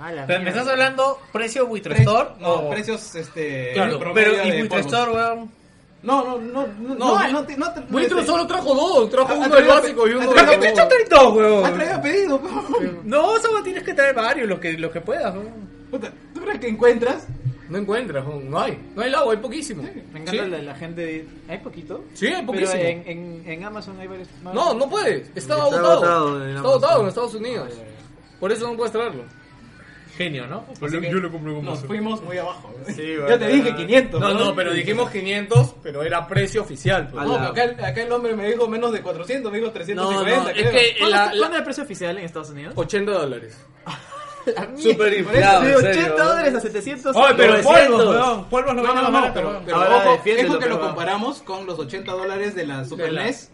S3: Ah, la
S6: Pero me
S3: mierda.
S6: estás hablando precio buitre store
S1: Pre- no,
S4: Oh.
S6: o-
S1: precios este
S6: Claro,
S1: promedio
S6: pero
S1: de
S6: y buitre
S1: polvos.
S6: store, weón.
S1: No, no, no, no,
S4: No,
S1: no, no, te- no, te- no
S4: Buitro
S1: te-
S4: solo trajo dos,
S6: Ah,
S4: trajo
S1: Ha- ha
S4: uno el
S1: traído
S4: básico y
S1: pe-
S4: uno
S1: ha
S4: el
S1: traído
S4: robot.
S1: pecho
S6: traes dos,
S1: Ha traído pedido, po.
S6: No, solo tienes que traer varios, los que, los que puedas, weón.
S1: Puta, ¿Tú crees que encuentras?
S4: No encuentras, weón, no hay. No hay lago, hay poquísimo.
S3: Me
S4: Sí,
S3: encanta la, la gente. ¿Hay poquito?
S4: sí, hay
S3: Pero
S4: poquísimo.
S3: en, en, en Amazon hay varios.
S4: No, no puede. Está
S5: Está agotado
S4: agotado.
S5: en
S4: Está
S5: Amazon.
S4: agotado en Estados Unidos.
S6: Ah,
S4: Por eso no puedes traerlo.
S6: Genio, ¿no?
S4: le compré un
S1: Nos fuimos muy abajo. *laughs*
S3: Yo te dije 500.
S4: No, no, pero dijimos 500, pero era precio oficial. pues.
S5: Al
S1: No,
S5: lado.
S1: acá, el- acá el hombre me dijo menos de 400, me dijo 350.
S4: No, no, es
S1: creo.
S4: que-
S3: ¿Cuánto,
S4: la-
S3: está-
S4: la-
S3: cuánto es el precio oficial en Estados Unidos?
S4: 80 dólares. Pues,
S5: Super
S1: inflado,
S3: de
S5: inflado.
S3: 80 dólares a 700.
S6: Oye, pero
S3: 900.
S6: polvos, weón. Polvos lo
S1: No,
S6: venden
S1: no,
S6: más
S1: no,
S6: barato,
S1: pero,
S6: weón.
S1: pero
S3: Ahora,
S1: ojo, es
S3: defiéndelo,
S1: porque lo
S3: pero-
S1: comparamos con los 80 dólares de la Super
S4: De la-
S1: NES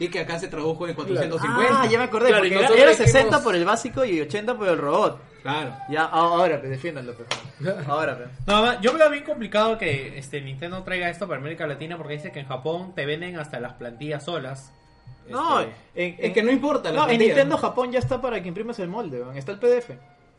S1: y que acá se tradujo en
S3: Ah,
S1: 450.
S3: ya me acordé.
S4: Claro, y
S3: porque era,
S4: nosotros
S3: era
S4: dijimos-
S3: 60 por el básico y 80 por el robot.
S1: Claro.
S3: Ya, ahora, pues,
S4: *laughs*
S3: defiéndanlo, pues. Ahora, pues.
S6: No, ma- yo veo bien complicado que este Nintendo traiga esto para América Latina porque dice que en Japón te venden hasta las plantillas solas.
S3: No, en,
S6: Este,
S1: Es que no importa. la
S3: No, en
S1: cantidad,
S3: Nintendo
S1: ¿no?
S3: Japón ya está para que imprimas el molde, weón. Está el PDF.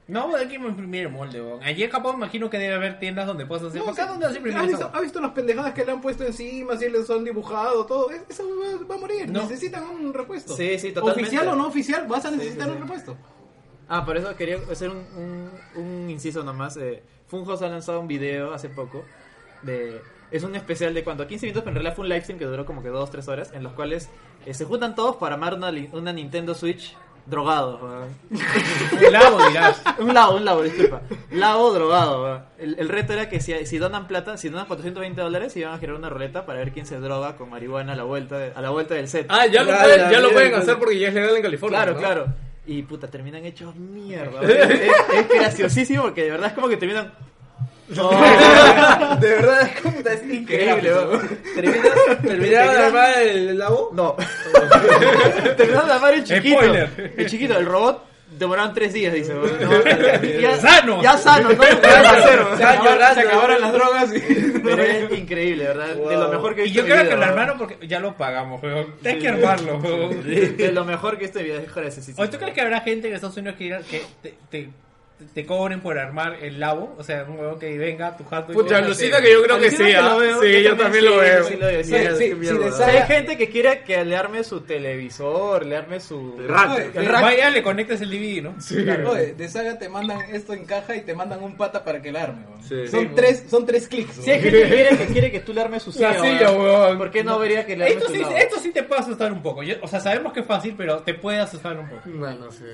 S6: No, hay que imprimir el molde, weón. Allí en Japón imagino que debe haber tiendas donde puedas hacer.
S1: No,
S6: ¿Por qué
S1: sí,
S6: dónde vas a imprimir
S1: ¿has
S6: esa
S1: visto,
S6: hueá?
S1: ¿Has visto las pendejadas que le han puesto encima? Si les han dibujado, todo. Es- Esa huevada va a morir.
S6: No.
S1: Necesitan un repuesto.
S3: Sí, sí, totalmente.
S1: Oficial o no oficial, vas a necesitar
S3: sí, sí.
S1: un repuesto.
S3: Ah, por eso quería hacer un, un, un inciso nomás. Eh, Funhouse ha lanzado un video hace poco de... Es un especial de cuando 15 minutos, pero en realidad fue un livestream que duró como que 2-3 horas, en los cuales eh, se juntan todos para armar una, li- una Nintendo Switch drogado. weón.
S6: *laughs* Un lago, dirás.
S3: un lado, un lado, disculpa. Lado drogado. weón. El, el reto era que si, si donan plata, si donan 420 dólares, iban a generar una ruleta para ver quién se droga con marihuana a la vuelta, de- a la vuelta del set.
S4: Ah, ya lo,
S5: Ah,
S4: pueden,
S5: la
S4: ya lo
S5: mierda.
S4: pueden hacer porque ya es legal en California.
S3: Claro,
S4: ¿no?
S3: claro. Y puta, terminan hechos
S6: *laughs*
S3: mierda. Es, es- es graciosísimo porque de verdad es como que terminan. de verdad *laughs* es como puta, es increíble. weón. Terminan-
S5: ¿Terminaron de
S3: terminan-
S5: armar el, el lago?
S3: No.
S6: *laughs*
S3: terminaron de armar el chiquito.
S6: Spoiler.
S3: El chiquito, el robot. Demoraron tres días, dice.
S6: *laughs*
S3: weón. No, ya,
S6: Sano.
S3: Ya sano, no lo pueden
S6: *laughs*
S3: hacer, weón.
S5: Se acabaron- se acabaron
S1: las drogas.
S3: *laughs* Pero es increíble, de ¿verdad? De lo mejor que he
S6: Y
S3: visto en mi
S6: yo creo
S3: vida,
S6: que lo
S3: weón.
S6: armaron porque ya lo pagamos, weón. Tienes que armarlo, weón.
S3: De lo mejor que este video, joder, ese sí.
S6: Oye, ¿tú crees que habrá gente en Estados Unidos que, diga que te, te, te cobren por armar el labo? O sea, un huevón que venga a tu jato y
S4: Pucha,
S6: todo,
S4: Lucita que yo creo que
S3: Alucina
S4: sí.
S3: lo
S4: ah.
S3: veo,
S4: Sí, yo también lo
S3: sí,
S4: veo.
S3: sí lo veo.
S1: Sí,
S3: Mierda,
S1: sí,
S3: qué
S1: si
S3: mierda.
S1: les
S3: O sea,
S1: haga-
S3: Hay gente que quiere que le arme su televisor, le arme su...
S5: Rack.
S6: que- Vaya, le conectas el DVD, ¿no? Sí.
S1: Oye, de saga te mandan esto en caja y te mandan un pata para que la arme. weón.
S5: Sí.
S1: Son, tres, son tres clics.
S3: Si eh, hay
S1: weón.
S3: gente que quiere, que quiere que tú le armes su
S6: La
S3: silla,
S6: silla, weón.
S3: ¿por qué no vería que le armes
S6: Esto
S3: su
S6: sí,
S3: lado?
S6: esto sí te puede asustar un poco. Yo- o sea, sabemos que es fácil, pero te puede asustar un *laughs* poco.
S4: Bueno, sí.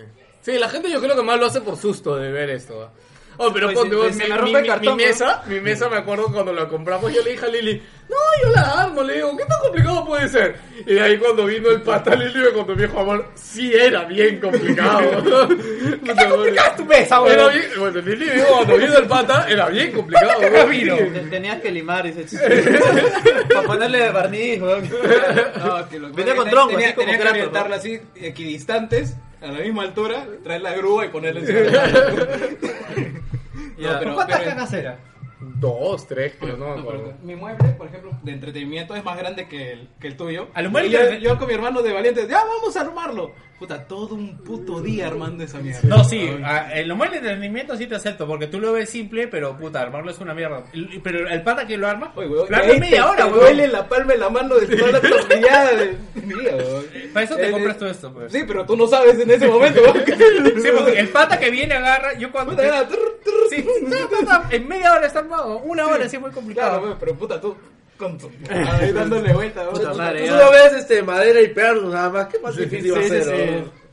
S4: Sí, la gente yo creo que más lo hace por susto de ver esto. ah. Oh, pero
S3: Pues,
S4: ponte,
S3: pues,
S4: vos,
S3: se
S4: mi,
S3: me rompe
S4: mi-
S3: el
S4: mi-
S3: cartón,
S4: mi mesa, mi mesa me acuerdo cuando la compramos, yo le dije a Lili, no, yo la armo, le digo, ¿qué tan complicado puede ser? Y ahí cuando vino el pata Lili me contó, viejo amor, sí era bien complicado. *laughs* ¿Qué tan complicado
S6: tu mesa, weón?
S4: Era bien, bueno, Lili dijo, cuando vino el pata, era bien complicado. weón.
S6: Ramiro.
S3: Te- Tenías que limar, dice. *laughs* Para ponerle barniz, *laughs* weón.
S1: No, que lo-
S3: Venía con
S1: tenía-
S3: tronco,
S1: tenía,
S3: así como
S1: tenía que
S3: Kratos,
S1: orientarla así, equidistantes, a la misma altura, traer la grúa y ponerla encima. de la mano.
S3: *laughs* Ya.
S1: No, pero-
S6: ¿Cuántas
S1: pero- *laughs*
S6: cajas era?
S4: Dos, tres, pero no me
S1: No,
S4: acuerdo.
S1: pero mi mueble, por ejemplo, de entretenimiento es más grande que el, que el tuyo.
S6: A lo mejor
S1: Y yo,
S6: internet-
S1: yo con mi hermano de valiente, ya vamos a armarlo. Puta, todo un puto día armando esa mierda.
S6: No, sí, ah, a- en lo mal de entretenimiento sí te acepto, porque tú lo ves simple, pero puta, armarlo es una mierda. El- Pero el pata que lo arma,
S1: Oye, weón,
S6: lo arma
S1: ahí
S6: en media
S1: te-
S6: hora,
S1: te
S6: weón.
S1: duele la palma de la mano de toda la tortillada
S6: *laughs*
S1: de mi día, weón.
S6: Para eso te
S1: Eh,
S6: compras
S1: eh,
S6: todo esto, pues.
S1: Sí, pero tú no sabes en ese momento, weón.
S6: *laughs* Sí, porque el pata que viene agarra, yo cuando...
S1: *laughs* Puta, era trrr, trrr.
S6: Sí, *laughs* ta, ta, ta, en media hora está armado, una hora sí es muy
S1: Claro,
S6: complicado.
S1: weón, pero puta, tú. Con tu- ahí dándole vuelta, weón.
S3: Puta madre.
S5: Tú solo ves este, madera y perros nada más. ¿Qué más
S6: *laughs*
S5: difícil va a
S3: Sí, sí,
S5: ser?
S3: sí.
S5: ¿no?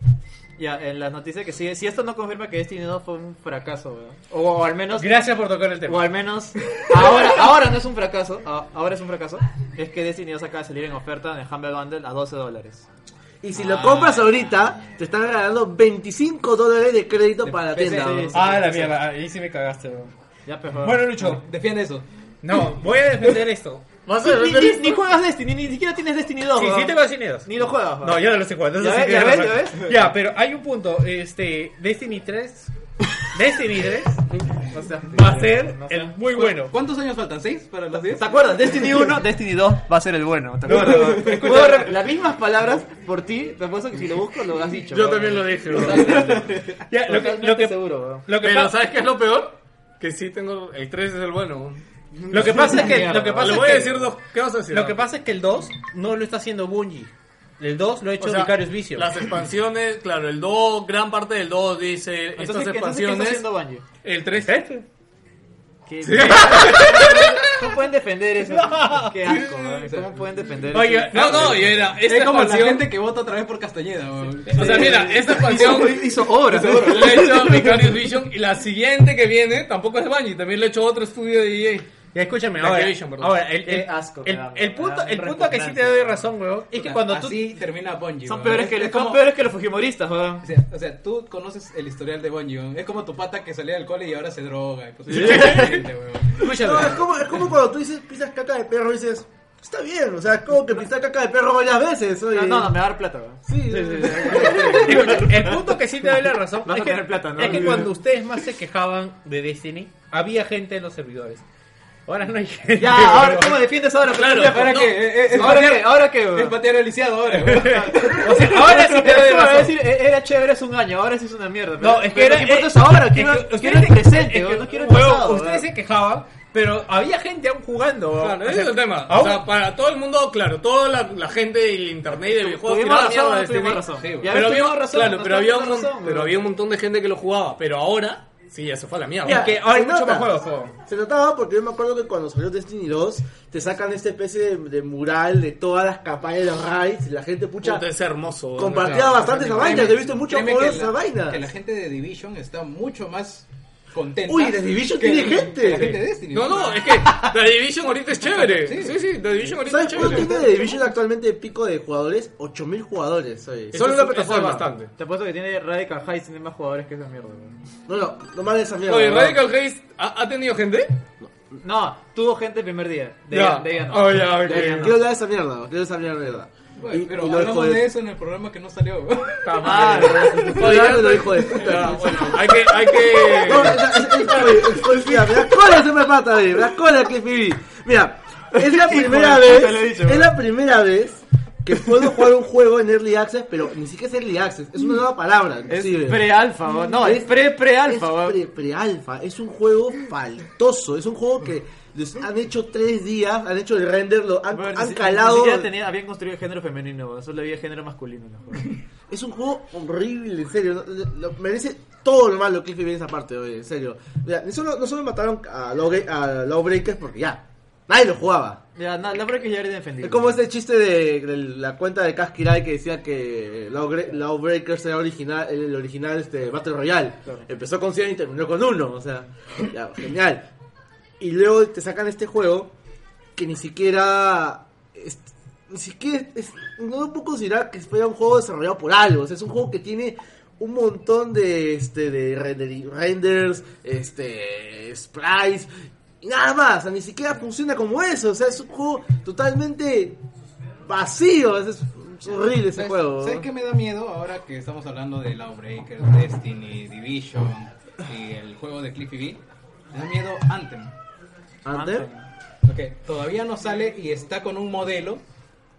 S3: Ya, en las noticias que sigue, si esto no confirma que Destiny 2 fue un fracaso, weón. O, o al menos
S6: Gracias por tocar el tema.
S3: O al menos, ahora, ahora no es un fracaso, a- ahora es un fracaso, es que Destiny 2 acaba de salir en oferta en el Humble Bundle a 12 dólares. Ah.
S5: Y si lo compras ahorita, te están regalando 25 dólares de crédito para la
S3: PC,
S5: tienda.
S3: sí,
S5: weón.
S3: sí. Ah,
S6: Ah, la mierda, ahí sí me cagaste. weón.
S3: Ya,
S6: Bueno, Lucho,
S1: Defiende eso.
S6: no, voy a defender esto.
S4: ¿Vas a
S3: Ni,
S4: defender
S3: ni-
S4: esto?
S3: ni juegas Destiny, ni, ni siquiera tienes Destiny 2.
S6: Sí, sí
S3: weón.
S6: tengo Destiny 2.
S3: Ni lo juegas.
S6: No,
S3: weón.
S6: yo no los he jugado. eso
S3: ¿Ya
S6: sí
S3: ves?
S6: que
S3: ¿Ya
S6: es
S3: ves?
S6: verdad.
S3: ¿Ya ves?
S6: Ya, pero hay un punto. Este, Destiny 3. Destiny 3
S3: O sea,
S6: va a ser el muy bueno.
S1: ¿Cuántos años faltan? ¿Seis para los 10?
S3: ¿Se acuerdan? Destiny
S6: *laughs*
S3: 1, Destiny 2 va a ser el bueno. ¿te
S6: No,
S3: acuerdas?
S6: no, no,
S3: Puedo
S6: escucha.
S3: re- Las mismas palabras por ti, te apuesto que si lo busco lo has dicho.
S4: Yo
S3: weón.
S4: también lo dije, bro.
S6: Ya, lo que, lo que,
S3: seguro, weón.
S6: lo que
S4: Pero
S6: pasa,
S4: ¿sabes qué es lo peor? Que sí tengo... El 3 es el bueno.
S6: lo que pasa es que, lo que pasa
S4: Le
S6: es
S4: voy a
S6: que-
S4: decir dos... ¿Qué vas a decir?
S6: lo que pasa es que el 2 no lo está haciendo Bungie. El 2 lo ha hecho
S4: O sea,
S6: Vicarious Vicio.
S4: Las expansiones, claro, el 2, gran parte del 2 dice
S3: Entonces,
S4: estas
S3: ¿qué- entonces, ¿qué está
S4: expansiones.
S3: haciendo Bungie?
S6: El 3 ¿eh?
S3: ¿Qué- *laughs* ¿Cómo pueden defender eso? Qué asco, weón. ¿Cómo pueden defender eso?
S6: Oye, no, no, y era. Esta
S1: Es como la
S6: expansión-
S1: gente que vota otra vez por Castañeda. weón.
S6: O sea, mira,
S3: *laughs*
S6: esta expansión
S4: *laughs*
S3: hizo obras.
S4: le he hecho Vicarious Vision y la siguiente que viene tampoco es de Bungie, también le he hecho otro estudio de E EA.
S6: Ya, escúchame,
S4: La
S6: ahora,
S4: Activision, perdón.
S6: ahora el,
S3: Qué
S6: el-
S3: asco que
S6: el-
S3: da,
S6: el
S3: me
S6: punto,
S3: da
S6: el
S3: un
S6: punto que sí te
S3: repugnancia.
S6: doy
S3: *laughs*
S6: razón, weón, es que cuando tú...
S1: Así termina Bungie.
S3: Son
S1: weón.
S3: peores que,
S1: Es
S3: los-
S1: como-
S3: son peores que los fujimoristas, weón.
S1: O sea, o sea, tú conoces el historial de Bungie. weón. Es como tu pata que salía del cole y ahora se droga. y pues-
S5: *laughs*
S1: weón.
S5: No, es como, es como cuando tú dices pisas caca de perro y dices, está bien, o sea, es como que pisas caca de perro varias veces. Oye.
S3: No, no, no, me va a dar plata, weón.
S5: Sí,
S6: Escucha, el punto que sí te doy la razón
S3: Vas
S6: es
S3: a
S6: que,
S3: tener plata, ¿no?
S6: es que cuando ustedes más se quejaban de Destiny, había gente en los servidores. Ahora no hay gente. *laughs*
S3: Ya,
S6: weón.
S3: ahora, ¿cómo defiendes ahora? Claro,
S1: ¿Ahora qué? Eh, eh, es
S3: ¿Ahora
S1: patear-
S3: qué? ¿Ahora qué,
S1: Es
S3: weón?
S1: patear al lisiado
S3: *laughs*
S1: ahora. weón.
S6: O sea, ahora sí te doy
S3: Pero
S6: la
S3: a
S6: razón.
S3: decir, eh, era chévere hace un año, ahora sí es una mierda.
S6: No,
S3: pero-
S6: es que
S3: pero lo
S6: era.
S3: que importa
S6: eh,
S3: es ahora,
S6: es
S3: quiero,
S6: que
S3: quiero el
S6: ustedes-
S3: presente,
S6: es que,
S3: weón, no quiero el
S6: weón,
S3: pasado. weón.
S6: Ustedes se quejaban, pero había gente aún jugando. weón.
S4: Claro,
S6: O
S4: ese
S6: sea,
S4: es el tema. O
S6: aún-
S3: Ah,
S4: sea, para todo el mundo, claro, toda la, la gente del internet y de videojuegos
S3: Tuvimos
S4: tiraba mierda
S3: razón,
S4: de
S3: no tuvimos
S4: Destiny.
S3: razón.
S1: Sí, güey.
S3: Ya
S4: pero
S3: ves,
S4: había,
S3: tuvimos razón,
S4: claro,
S3: nos
S4: pero había, un,
S3: tuvimos razón,
S4: pero
S3: weón.
S4: había un montón de gente que lo jugaba, pero ahora sí ya se fue a la mierda.
S6: Ya, que ahora hay mucho más juegos. weón.
S5: Se notaba porque yo me acuerdo que cuando salió Destiny 2, te sacan esta especie de, de mural de todas las campañas de los raids y la gente pucha
S4: Puta, es hermoso. ¿no?
S5: compartía
S4: Claro.
S5: bastante esa vaina. Yo he visto muchos
S1: Créeme
S5: juegos de
S1: que
S5: esa
S1: la-
S5: vaina.
S1: Que la gente de Division está mucho más contenta.
S5: Uy, The Division tiene gente.
S1: que La gente de Destiny.
S4: No, no, es que The Division ahorita es chévere. Sí,
S1: Sí.
S4: sí, The Division ahorita es
S5: ¿Sabes cuánto
S4: chévere.
S5: tiene The Division actualmente de pico de jugadores? 8.000 jugadores.
S4: Solo
S5: Oye. Eso
S4: una
S5: es-
S4: plataforma.
S5: eso es bastante.
S4: Bastante.
S3: Te apuesto que tiene Radical High, tiene más jugadores que esa mierda. weón.
S5: No, no, no mal esa mierda.
S4: Oye,
S5: ¿no?
S4: Radical Haze, ¿ha, ha tenido gente?
S3: No, tuvo gente el primer día. De
S4: Ya.
S3: ella, de ella no.
S4: Oh, ya, ok.
S5: Eh, Quiero hablar de esa mierda, ¿no? quiero esa mierda.
S1: Bueno, pero
S5: lo
S1: hablamos
S5: hijo
S1: de eso en el programa que no salió. weón.
S3: Ah,
S4: Oye, ya
S5: *laughs* Claro, lo
S4: estoy-
S5: hijo de puta.
S4: Ya, bueno, hay que, hay que...
S5: No, es- es- es- oye, es- oye, mira, me da cola se me pata, oye, me da cola que es Phoebe. Mira, es la primera
S3: de
S5: vez,
S3: puta, le he dicho,
S5: es
S3: bro.
S5: la primera vez que puedo jugar un juego en Early Access, pero ni siquiera es Early Access, es una nueva palabra,
S3: es
S5: inclusive.
S3: pre-alfa, weón. No, es pre-pre-alfa,
S5: Es
S3: weón.
S5: pre- pre-alfa, es un juego faltoso, es un juego que les han hecho tres días, han hecho el render, lo han,
S3: Weón, ni
S5: han
S3: si- Ni
S5: calado.
S3: siquiera tenía- habían construido el género femenino, weón. Solo había género masculino en el juego.
S5: Es un juego horrible, en serio. no- lo- lo- merece todo lo malo que es en esa parte, oye, en serio. Mira, ni solo, no solo mataron a, Lawbreakers a Lawbreakers porque ya, nadie lo jugaba.
S3: Ya, no, la verdad que ya era defendido.
S5: Es como ese chiste de, de la cuenta de Kaskirai que decía que Lawbre- Lawbreakers era original, el original este, Battle Royale. Empezó con 100 y terminó con 1, o sea, ya, genial. Y luego te sacan este juego que ni siquiera... es- ni siquiera... es- no puedo considerar que fuera un juego desarrollado por algo, o sea, es un juego que tiene un montón de este de render- renders, este sprites y nada más, o sea, ni siquiera funciona como eso, o sea, es un juego totalmente vacío, es, es horrible ese
S1: ¿Sabes,
S5: juego.
S1: ¿Sabes qué me da miedo ahora que estamos hablando de Lawbreaker, Destiny, Division y el juego de Cliffy B? Me da miedo Anthem.
S5: Ander,
S4: Ah,
S1: Ok, todavía no sale y está con un modelo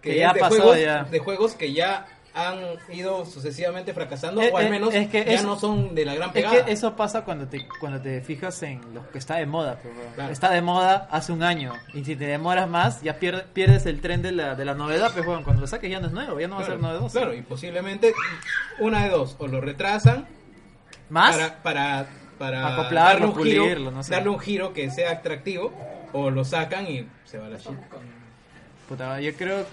S1: que,
S3: Que ya
S1: es de,
S3: pasó,
S1: juegos,
S3: ya.
S1: de juegos que ya han ido sucesivamente fracasando
S3: Eh,
S1: o al
S3: eh,
S1: menos
S3: es que
S1: ya
S3: es-
S1: no son de la gran
S3: Es
S1: pegada.
S3: que eso pasa cuando te, cuando te fijas en lo que está de moda. pues, weón.
S1: Claro.
S3: Está de moda hace un año. Y si te demoras más, ya pier- pierdes el tren de la, de la novedad. Pues, weón. cuando lo saques ya no es nuevo, ya no va a
S1: claro,
S3: ser novedoso.
S1: claro, y posiblemente una de dos, o lo retrasan
S3: ¿Más?
S1: para, para, para darle
S3: Acoplarlo,
S1: un giro-
S3: pulirlo, no sé.
S1: darle un giro que sea atractivo, o lo sacan y se va la shit.
S3: Puta, yo creo...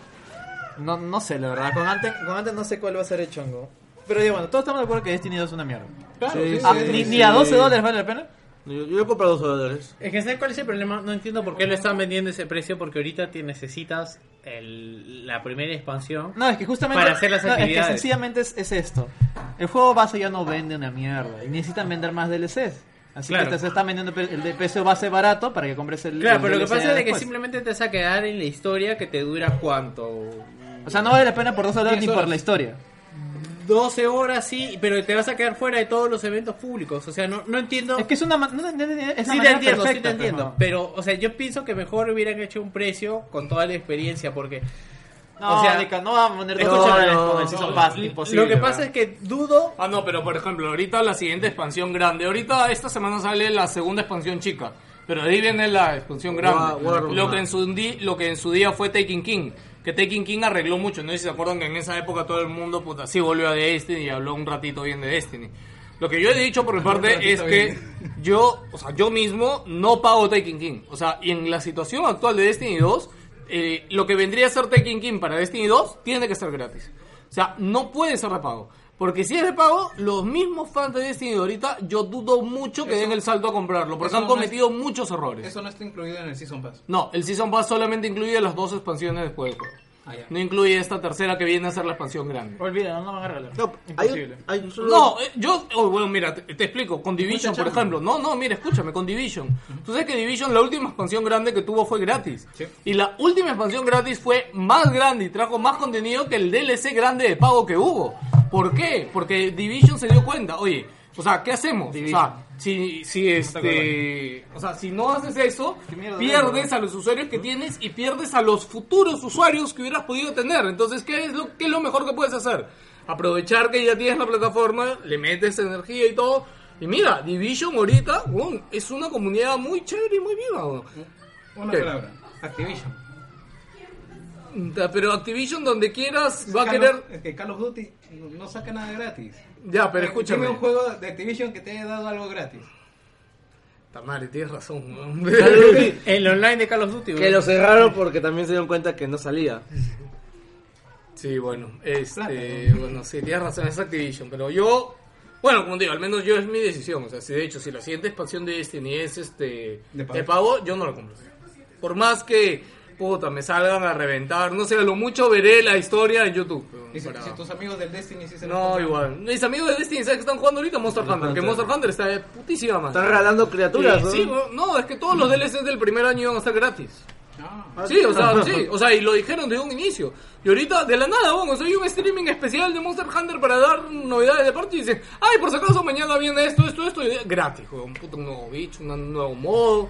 S3: No, no sé, la verdad. Con antes, con antes no sé cuál va a ser el chongo. Pero digo, bueno, todos estamos de acuerdo que Destiny 2 es una mierda.
S1: Claro,
S5: Sí,
S1: sí,
S5: sí,
S3: Ah,
S1: sí,
S3: ni,
S1: sí.
S3: ni a 12 dólares vale la pena?
S5: Yo, yo he comprado dos dólares.
S6: Es que ¿sabes cuál es el problema? No entiendo por qué lo están vendiendo ese precio, porque ahorita te necesitas el- la primera expansión.
S3: No, es que justamente.
S6: Para hacer las
S3: no, es que
S6: actividades.
S3: sencillamente es, es esto. El juego base ya no vende una mierda. Y necesitan vender más DLCs. Así
S6: Claro.
S3: que te- se están vendiendo pe- el de precio base barato para que compres el.
S6: Claro,
S3: el
S6: pero lo que
S3: DLC
S6: pasa es de que
S3: después.
S6: simplemente te vas a quedar en la historia que te dura cuánto.
S3: O sea, no vale la pena por dos dólares ni
S6: 10
S3: por
S6: horas.
S3: la historia.
S6: 12 horas sí, pero te vas a quedar fuera de todos los eventos públicos. O sea, no, no entiendo.
S3: Es que es una. ma- no, no, no, no, es una
S6: sí te
S3: manera
S6: entiendo, sí
S3: perfecta,
S6: te
S3: pero
S6: entiendo.
S3: no.
S6: Pero, o sea, yo pienso que mejor hubieran hecho un precio con toda la experiencia, porque
S3: No,
S6: O sea,
S3: Nica, no vamos a poner dos
S6: escúchame,
S3: dólares
S6: no,
S3: con el Season Pass, imposible.
S6: lo que pasa es que dudo.
S4: Ah, no, pero por ejemplo, ahorita la siguiente expansión grande. Ahorita esta semana sale la segunda expansión chica. Pero de ahí viene la expansión grande.
S5: War- War-
S4: lo, que en su di- lo que en su día fue Taking King. Que Taking King arregló mucho. No sé si se acuerdan que en esa época todo el mundo puta, sí volvió a Destiny y habló un ratito bien de Destiny. Lo que yo he dicho por mi parte es que yo, o sea, yo mismo no pago Taking King. O sea, y en la situación actual de Destiny 2, eh, lo que vendría a ser Taking King para Destiny 2 tiene que ser gratis. O sea, no puede ser de pago. Porque si es de pago, los mismos fans de Destiny de ahorita, yo dudo mucho que
S1: Eso-
S4: den el salto a comprarlo, porque
S1: eso
S4: han
S1: no es-
S4: cometido muchos errores.
S1: Eso no está incluido en el Season Pass.
S4: No, el Season Pass solamente incluye las dos expansiones después del juego.
S1: Ah, ya.
S4: No incluye esta tercera que viene a ser la expansión grande.
S3: Olvida, no, no van a regalar.
S5: No,
S3: imposible.
S5: Hay, hay un solo-
S4: No, eh, yo, oh, bueno, mira, te, te explico. Con Division, por ejemplo. No, no, mira, escúchame, con Division. Tú sabes que Division, la última expansión grande que tuvo fue gratis. Y la última expansión gratis fue más grande y trajo más contenido que el DLC grande de pago que hubo. ¿Por qué? Porque Division se dio cuenta, oye, o sea, ¿qué hacemos? O sea, si, si este, o sea, si no haces eso,
S3: mierda,
S4: pierdes a los usuarios que tienes y pierdes a los futuros usuarios que hubieras podido tener. Entonces, ¿qué es lo, qué es lo mejor que puedes hacer? Aprovechar que ya tienes la plataforma, le metes energía y todo. Y mira, Division ahorita weón, es una comunidad muy chévere y muy viva. weón.
S1: Una
S4: ¿Qué?
S1: palabra. Activision. Mm.
S4: Ta- Pero Activision donde quieras va a
S1: Call
S4: querer...
S1: of- es que Call of Duty no saca nada gratis.
S4: Ya, pero
S1: Eh,
S4: escúchame.
S1: Dime un juego de Activision que te haya dado algo gratis.
S4: Ta madre, tienes razón. weón.
S6: El online de Call of Duty,
S5: Que lo cerraron porque también se dieron cuenta que no salía.
S4: Sí, bueno, este, bueno, sí, tienes razón, es Activision, pero yo, bueno, como digo, al menos yo es mi decisión, o sea, si de hecho, si la siguiente expansión de Destiny es este,
S1: De
S4: de
S1: pago.
S4: pago, yo no la compro. Por más que, puta, me salgan a reventar, no sé, a lo mucho veré la historia en YouTube. pero
S1: Y si,
S4: para-
S1: si tus amigos del Destiny sí se lo
S4: No,
S1: compran.
S4: igual. Mis amigos de Destiny, ¿sabes que están jugando ahorita? Monster Hunter, que Monster Hunter está de putísima madre.
S5: Están regalando criaturas, ¿no?
S4: Sí, bueno, no, es que todos los DLCs del primer año van a estar gratis.
S1: Ah,
S4: Sí, o
S5: *laughs*
S4: sea, sí, o sea, y lo dijeron de un inicio. Y ahorita, de la nada, bueno, soy un streaming especial de Monster Hunter para dar novedades de parte y dicen, ay, por si acaso mañana viene esto, esto, esto, y gratis, weón, puto, un nuevo bicho, un nuevo modo.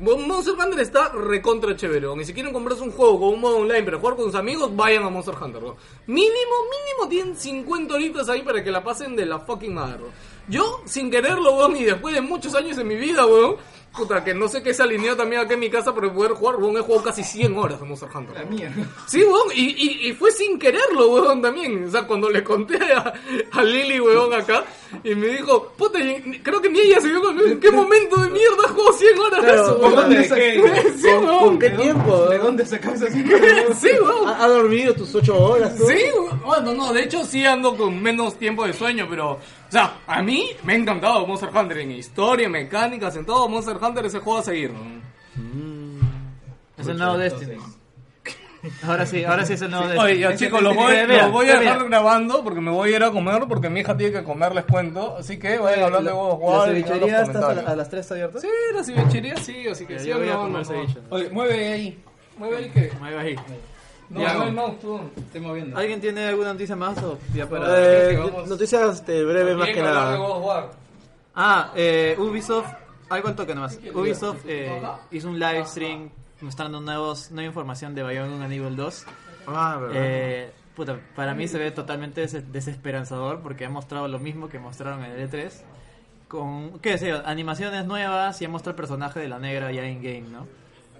S4: Mon- Monster Hunter está recontra chévere, weón. y si quieren comprarse un juego con un modo online para jugar con sus amigos, vayan a Monster Hunter, weón. Mínimo, mínimo tienen 50 horitas ahí para que la pasen de la fucking madre, weón. Yo, sin quererlo, weón, y después de muchos años en mi vida, weón, puta, que no sé qué se alineó también acá en mi casa para poder jugar, weón, he jugado casi 100 horas de Monster Hunter.
S1: la
S4: weón.
S1: mía.
S4: Sí, weón, y, y, y fue sin quererlo, weón, también. O sea, cuando le conté a, a Lili, weón, acá, y me dijo, puta, y- creo que ni ella se dio cuenta, ¿en qué momento de mierda jugó 100 horas de
S5: Claro,
S4: eso,
S5: ¿por
S4: weón?
S5: dónde
S1: saqué?
S4: Sí, weón.
S5: ¿Con qué tiempo?
S1: ¿De
S5: eh?
S1: dónde sacas *laughs* así?
S4: *laughs* Sí, weón.
S5: ¿Ha, ha dormido tus ocho horas? tú?
S4: Sí, weón. bueno, no, de hecho sí ando con menos tiempo de sueño, pero, o sea, a mí me ha encantado Monster Hunter en historia, en mecánicas, en todo. Monster Hunter es el juego a seguir, weón.
S3: Es el nuevo Destiny. Ahora sí, ahora sí es el nuevo Destiny.
S4: Oye, ya
S3: Ese
S4: chicos, lo
S3: Destiny
S4: voy,
S3: que
S4: lo
S3: vean,
S4: voy
S3: que
S4: a
S3: vean.
S4: dejar grabando porque me voy a ir a comer porque mi hija tiene que comer, les cuento. Así que vayan hablando de huevos
S3: ¿La
S4: guardos y vean los
S3: cevichería estás a, la-
S4: comentarios.
S3: a las 3 abiertas?
S4: Sí, la cevichería sí, así que
S3: Ya,
S4: sí.
S3: yo voy a
S4: no,
S3: comer
S4: no,
S3: ceviche.
S6: Oye, mueve ahí.
S4: no. Mueve el que.
S3: Me iba a ir.
S4: No,
S1: Ya.
S4: no, el mouse, tú.
S1: Estoy moviendo.
S3: ¿Alguien tiene alguna noticia más o ya para...?
S5: Eh,
S1: Creo que vamos-
S5: noticias este, breves más
S4: Bien,
S5: que
S4: hablar de
S5: nada.
S4: huevos guardos.
S3: Ah, eh, Ubisoft, algo al toque nomás. Ubisoft eh, hizo un live stream mostrando nuevos, nueva información de Bioware Nivel 2.
S5: Ah, verdad.
S3: Eh, puta, para mí se ve totalmente des- desesperanzador porque han mostrado lo mismo que mostraron en el E3. Con, qué sé yo, animaciones nuevas y han mostrado el personaje de la negra ya in-game, ¿no?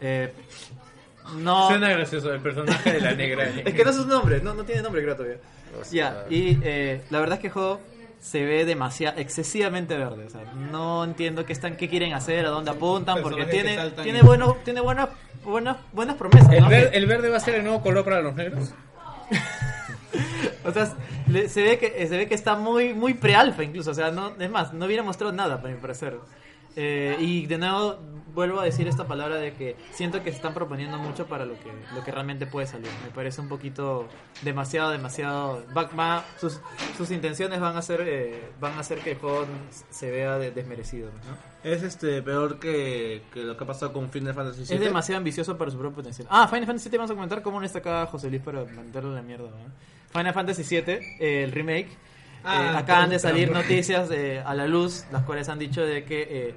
S3: Eh, no...
S6: Suena gracioso el personaje de
S3: *laughs*
S6: la negra.
S3: Es que no es su nombre, no, no tiene nombre creo todavía. Ya, y eh, la verdad es que el juego se ve demasiado, excesivamente verde. O sea, no entiendo qué están, qué quieren hacer, a dónde apuntan, porque
S1: Personajes que
S3: tiene,
S1: saltan
S3: tiene
S1: y-
S3: bueno, tiene buenas, buenas, buenas promesas,
S6: ¿El,
S3: ¿no?
S6: ver- el verde va a ser el nuevo color para los negros?
S3: *laughs* O sea, le- se ve que, se ve que está muy, muy pre-alfa incluso. O sea, no, es más, no hubiera mostrado nada para mi parecer. Eh, y de nuevo vuelvo a decir esta palabra de que siento que se están proponiendo mucho para lo que, lo que realmente puede salir. Me parece un poquito demasiado, demasiado... va- va- sus, sus intenciones van a, hacer, eh, van a hacer que el juego se vea de- desmerecido. ¿no?
S5: Es este peor que, que lo que ha pasado con Final Fantasy VII.
S3: Es demasiado ambicioso para su propio potencial. Ah, Final Fantasy VII vamos a comentar cómo no está acá José Luis para mandarle la mierda. ¿no? Final Fantasy VII, eh, el remake.
S1: Ah,
S3: eh, acaban
S1: puta
S3: de salir
S1: madre.
S3: noticias eh, a la luz, las cuales han dicho de que eh,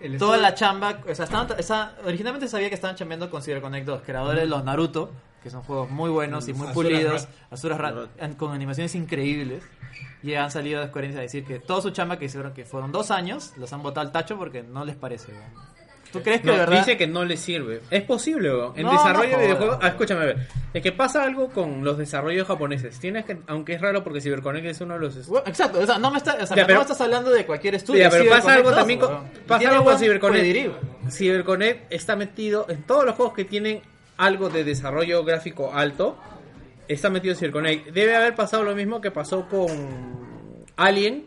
S1: El
S3: toda
S1: estudio-
S3: la chamba, o sea, estaban, tra- esa- originalmente sabía que estaban chambeando con CyberConnect 2, creadores de los Naruto, que son juegos muy buenos y muy
S1: Azura's
S3: pulidos, Azura's Rat,
S5: Rat.
S3: an- con animaciones increíbles. Y han salido de coherencia a decir que toda su chamba que hicieron, que fueron dos años, los han botado al tacho porque no les parece. weón. ¿Tú crees que de verdad?
S6: Dice que no le sirve. Es posible, weón. En
S3: No,
S6: desarrollo
S3: no
S6: de
S3: jodas.
S6: videojuegos. Ah, escúchame, a ver. Es que pasa algo con los desarrollos japoneses. Tienes que. Aunque es raro porque CyberConnect es uno de los.
S3: Bueno, exacto, o sea, no me, está, o sea,
S6: Ya,
S3: no
S6: pero-
S3: me estás hablando de cualquier estudio.
S6: Ya, pero
S3: Cyberconnect
S6: pasa algo
S3: dos,
S6: también con-
S3: weón.
S6: pasa
S3: Tiene
S6: algo con
S3: buen
S6: CyberConnect.
S3: poderío.
S6: CyberConnect está metido en todos los juegos que tienen algo de desarrollo gráfico alto. Está metido CyberConnect. Debe haber pasado lo mismo que pasó con Alien.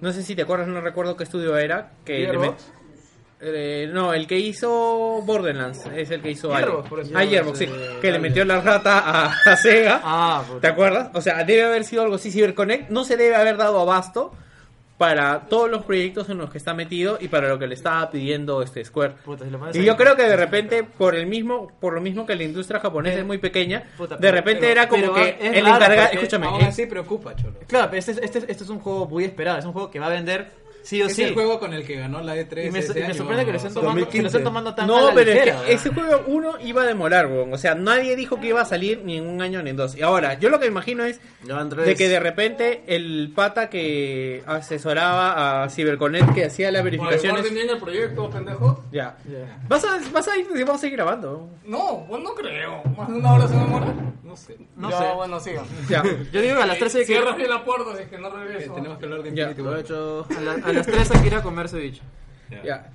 S6: No sé si te acuerdas, no recuerdo qué estudio era. Que le
S3: Gearbox.
S6: met- Eh, no, el que hizo Borderlands es el que hizo
S3: Gearbox, por
S6: Alien.
S3: eso.
S6: Ah, Gearbox, sí.
S5: Gearbox, eh,
S6: Que le
S5: Alien.
S6: metió la rata a, *laughs* a Sega.
S3: Ah, puta.
S6: ¿Te acuerdas? O sea, debe haber sido algo así. CyberConnect no se debe haber dado abasto para todos los proyectos en los que está metido y para lo que le estaba pidiendo este Square.
S3: Puta, si lo pones
S6: Y
S3: ahí-
S6: yo creo que de repente, por el mismo, por lo mismo que la industria japonesa es muy pequeña,
S3: Puta,
S6: de
S3: pero-
S6: repente
S3: pero-
S6: era
S3: pero
S6: como que
S3: es
S6: el
S3: raro
S6: encargado,
S3: porque
S6: escúchame,
S1: Aún
S6: eh,
S1: así preocupa, cholo.
S3: Claro, pero este, es- este, es- este es un juego muy esperado, es un juego que va a vender sí o
S1: es
S3: sí.
S1: el juego con el que ganó la E3.
S3: y me,
S1: ese
S3: y me
S1: año,
S3: sorprende que lo
S1: vamos.
S3: estén tomando, que lo
S5: 2015.
S3: estén tomando tan a
S6: este No,
S3: la
S6: pero es que
S3: ligera,
S6: ese juego uno iba a demorar, weón. O sea, nadie dijo que iba a salir ni en un año ni en dos. Y ahora, yo lo que me imagino es
S5: Ya van tres.
S6: de que de repente el pata que asesoraba a CyberConnect, que hacía las verificaciones...
S4: bien el proyecto, pendejo?
S6: Ya.
S3: Ya.
S6: ¿Vas a, vas a ir, vamos a seguir grabando.
S4: No, pues no creo. Más de una hora se va a morir.
S1: No sé.
S3: No
S4: ya,
S3: sé.
S4: bueno, sigan.
S3: *laughs*
S6: Ya.
S3: Yo digo, a las 13 hay que, Eh,
S4: Cierra bien la puerta, si es que no regreso.
S1: Tenemos que hablar de
S6: Ya,
S1: Infinity War.
S5: Provecho.
S3: *laughs* a, la- a las 13 hay que ir a comer ceviche.
S6: ya.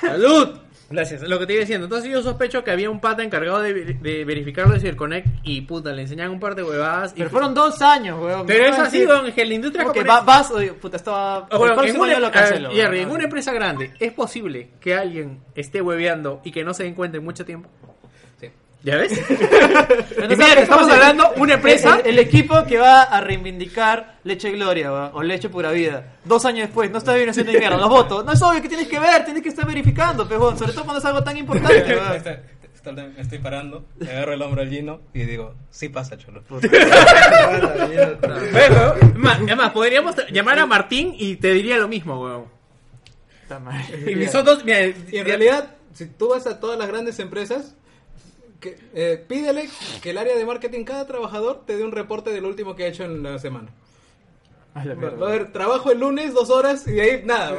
S5: ¡Salud!
S6: Gracias, lo que te iba diciendo. Entonces yo sospecho que había un pata encargado de, ver- de verificarlo de CyberConnect y puta, le enseñaban un par de huevadas. y-
S3: Pero fueron dos años, weón.
S6: Pero
S3: Me
S6: es
S3: van a
S6: así,
S3: decir,
S6: weón, es que la industria
S3: como que
S6: japonesa-
S3: va- vas, oye, puta, estaba...
S6: O bueno,
S3: el
S6: en
S3: próximo
S6: una-
S3: año lo cancelo.
S6: a ver, Jerry, en
S3: weón.
S6: una empresa grande, ¿es posible que alguien esté hueveando y que no se den cuenta en mucho tiempo?
S1: Sí.
S6: ¿Ya
S3: *laughs*
S6: ves?
S3: Entonces,
S6: Y mira que estamos hablando una empresa.
S3: El, el equipo que va a reivindicar Leche Gloria ¿va? o Leche Pura Vida. Dos años después, no está bien haciendo ni mierda. Los votos. No es obvio que tienes que ver, tienes que estar verificando, pejón. Sobre todo cuando es algo tan importante. ¿va?
S1: Me estoy parando, le agarro el hombro al Gino y digo, sí pasa, cholo.
S5: *laughs*
S6: Bueno, es más- es más, podríamos tra- llamar a Martín y te diría lo mismo, weón.
S3: Puta madre.
S6: Y nosotros, mira,
S1: Y en realidad, si tú vas a todas las grandes empresas, que, eh, pídele que el área de marketing, cada trabajador, te dé un reporte de lo último que ha hecho en la semana.
S3: A la
S1: Va
S3: mierda.
S1: va a haber trabajo el lunes, dos horas, y de ahí nada.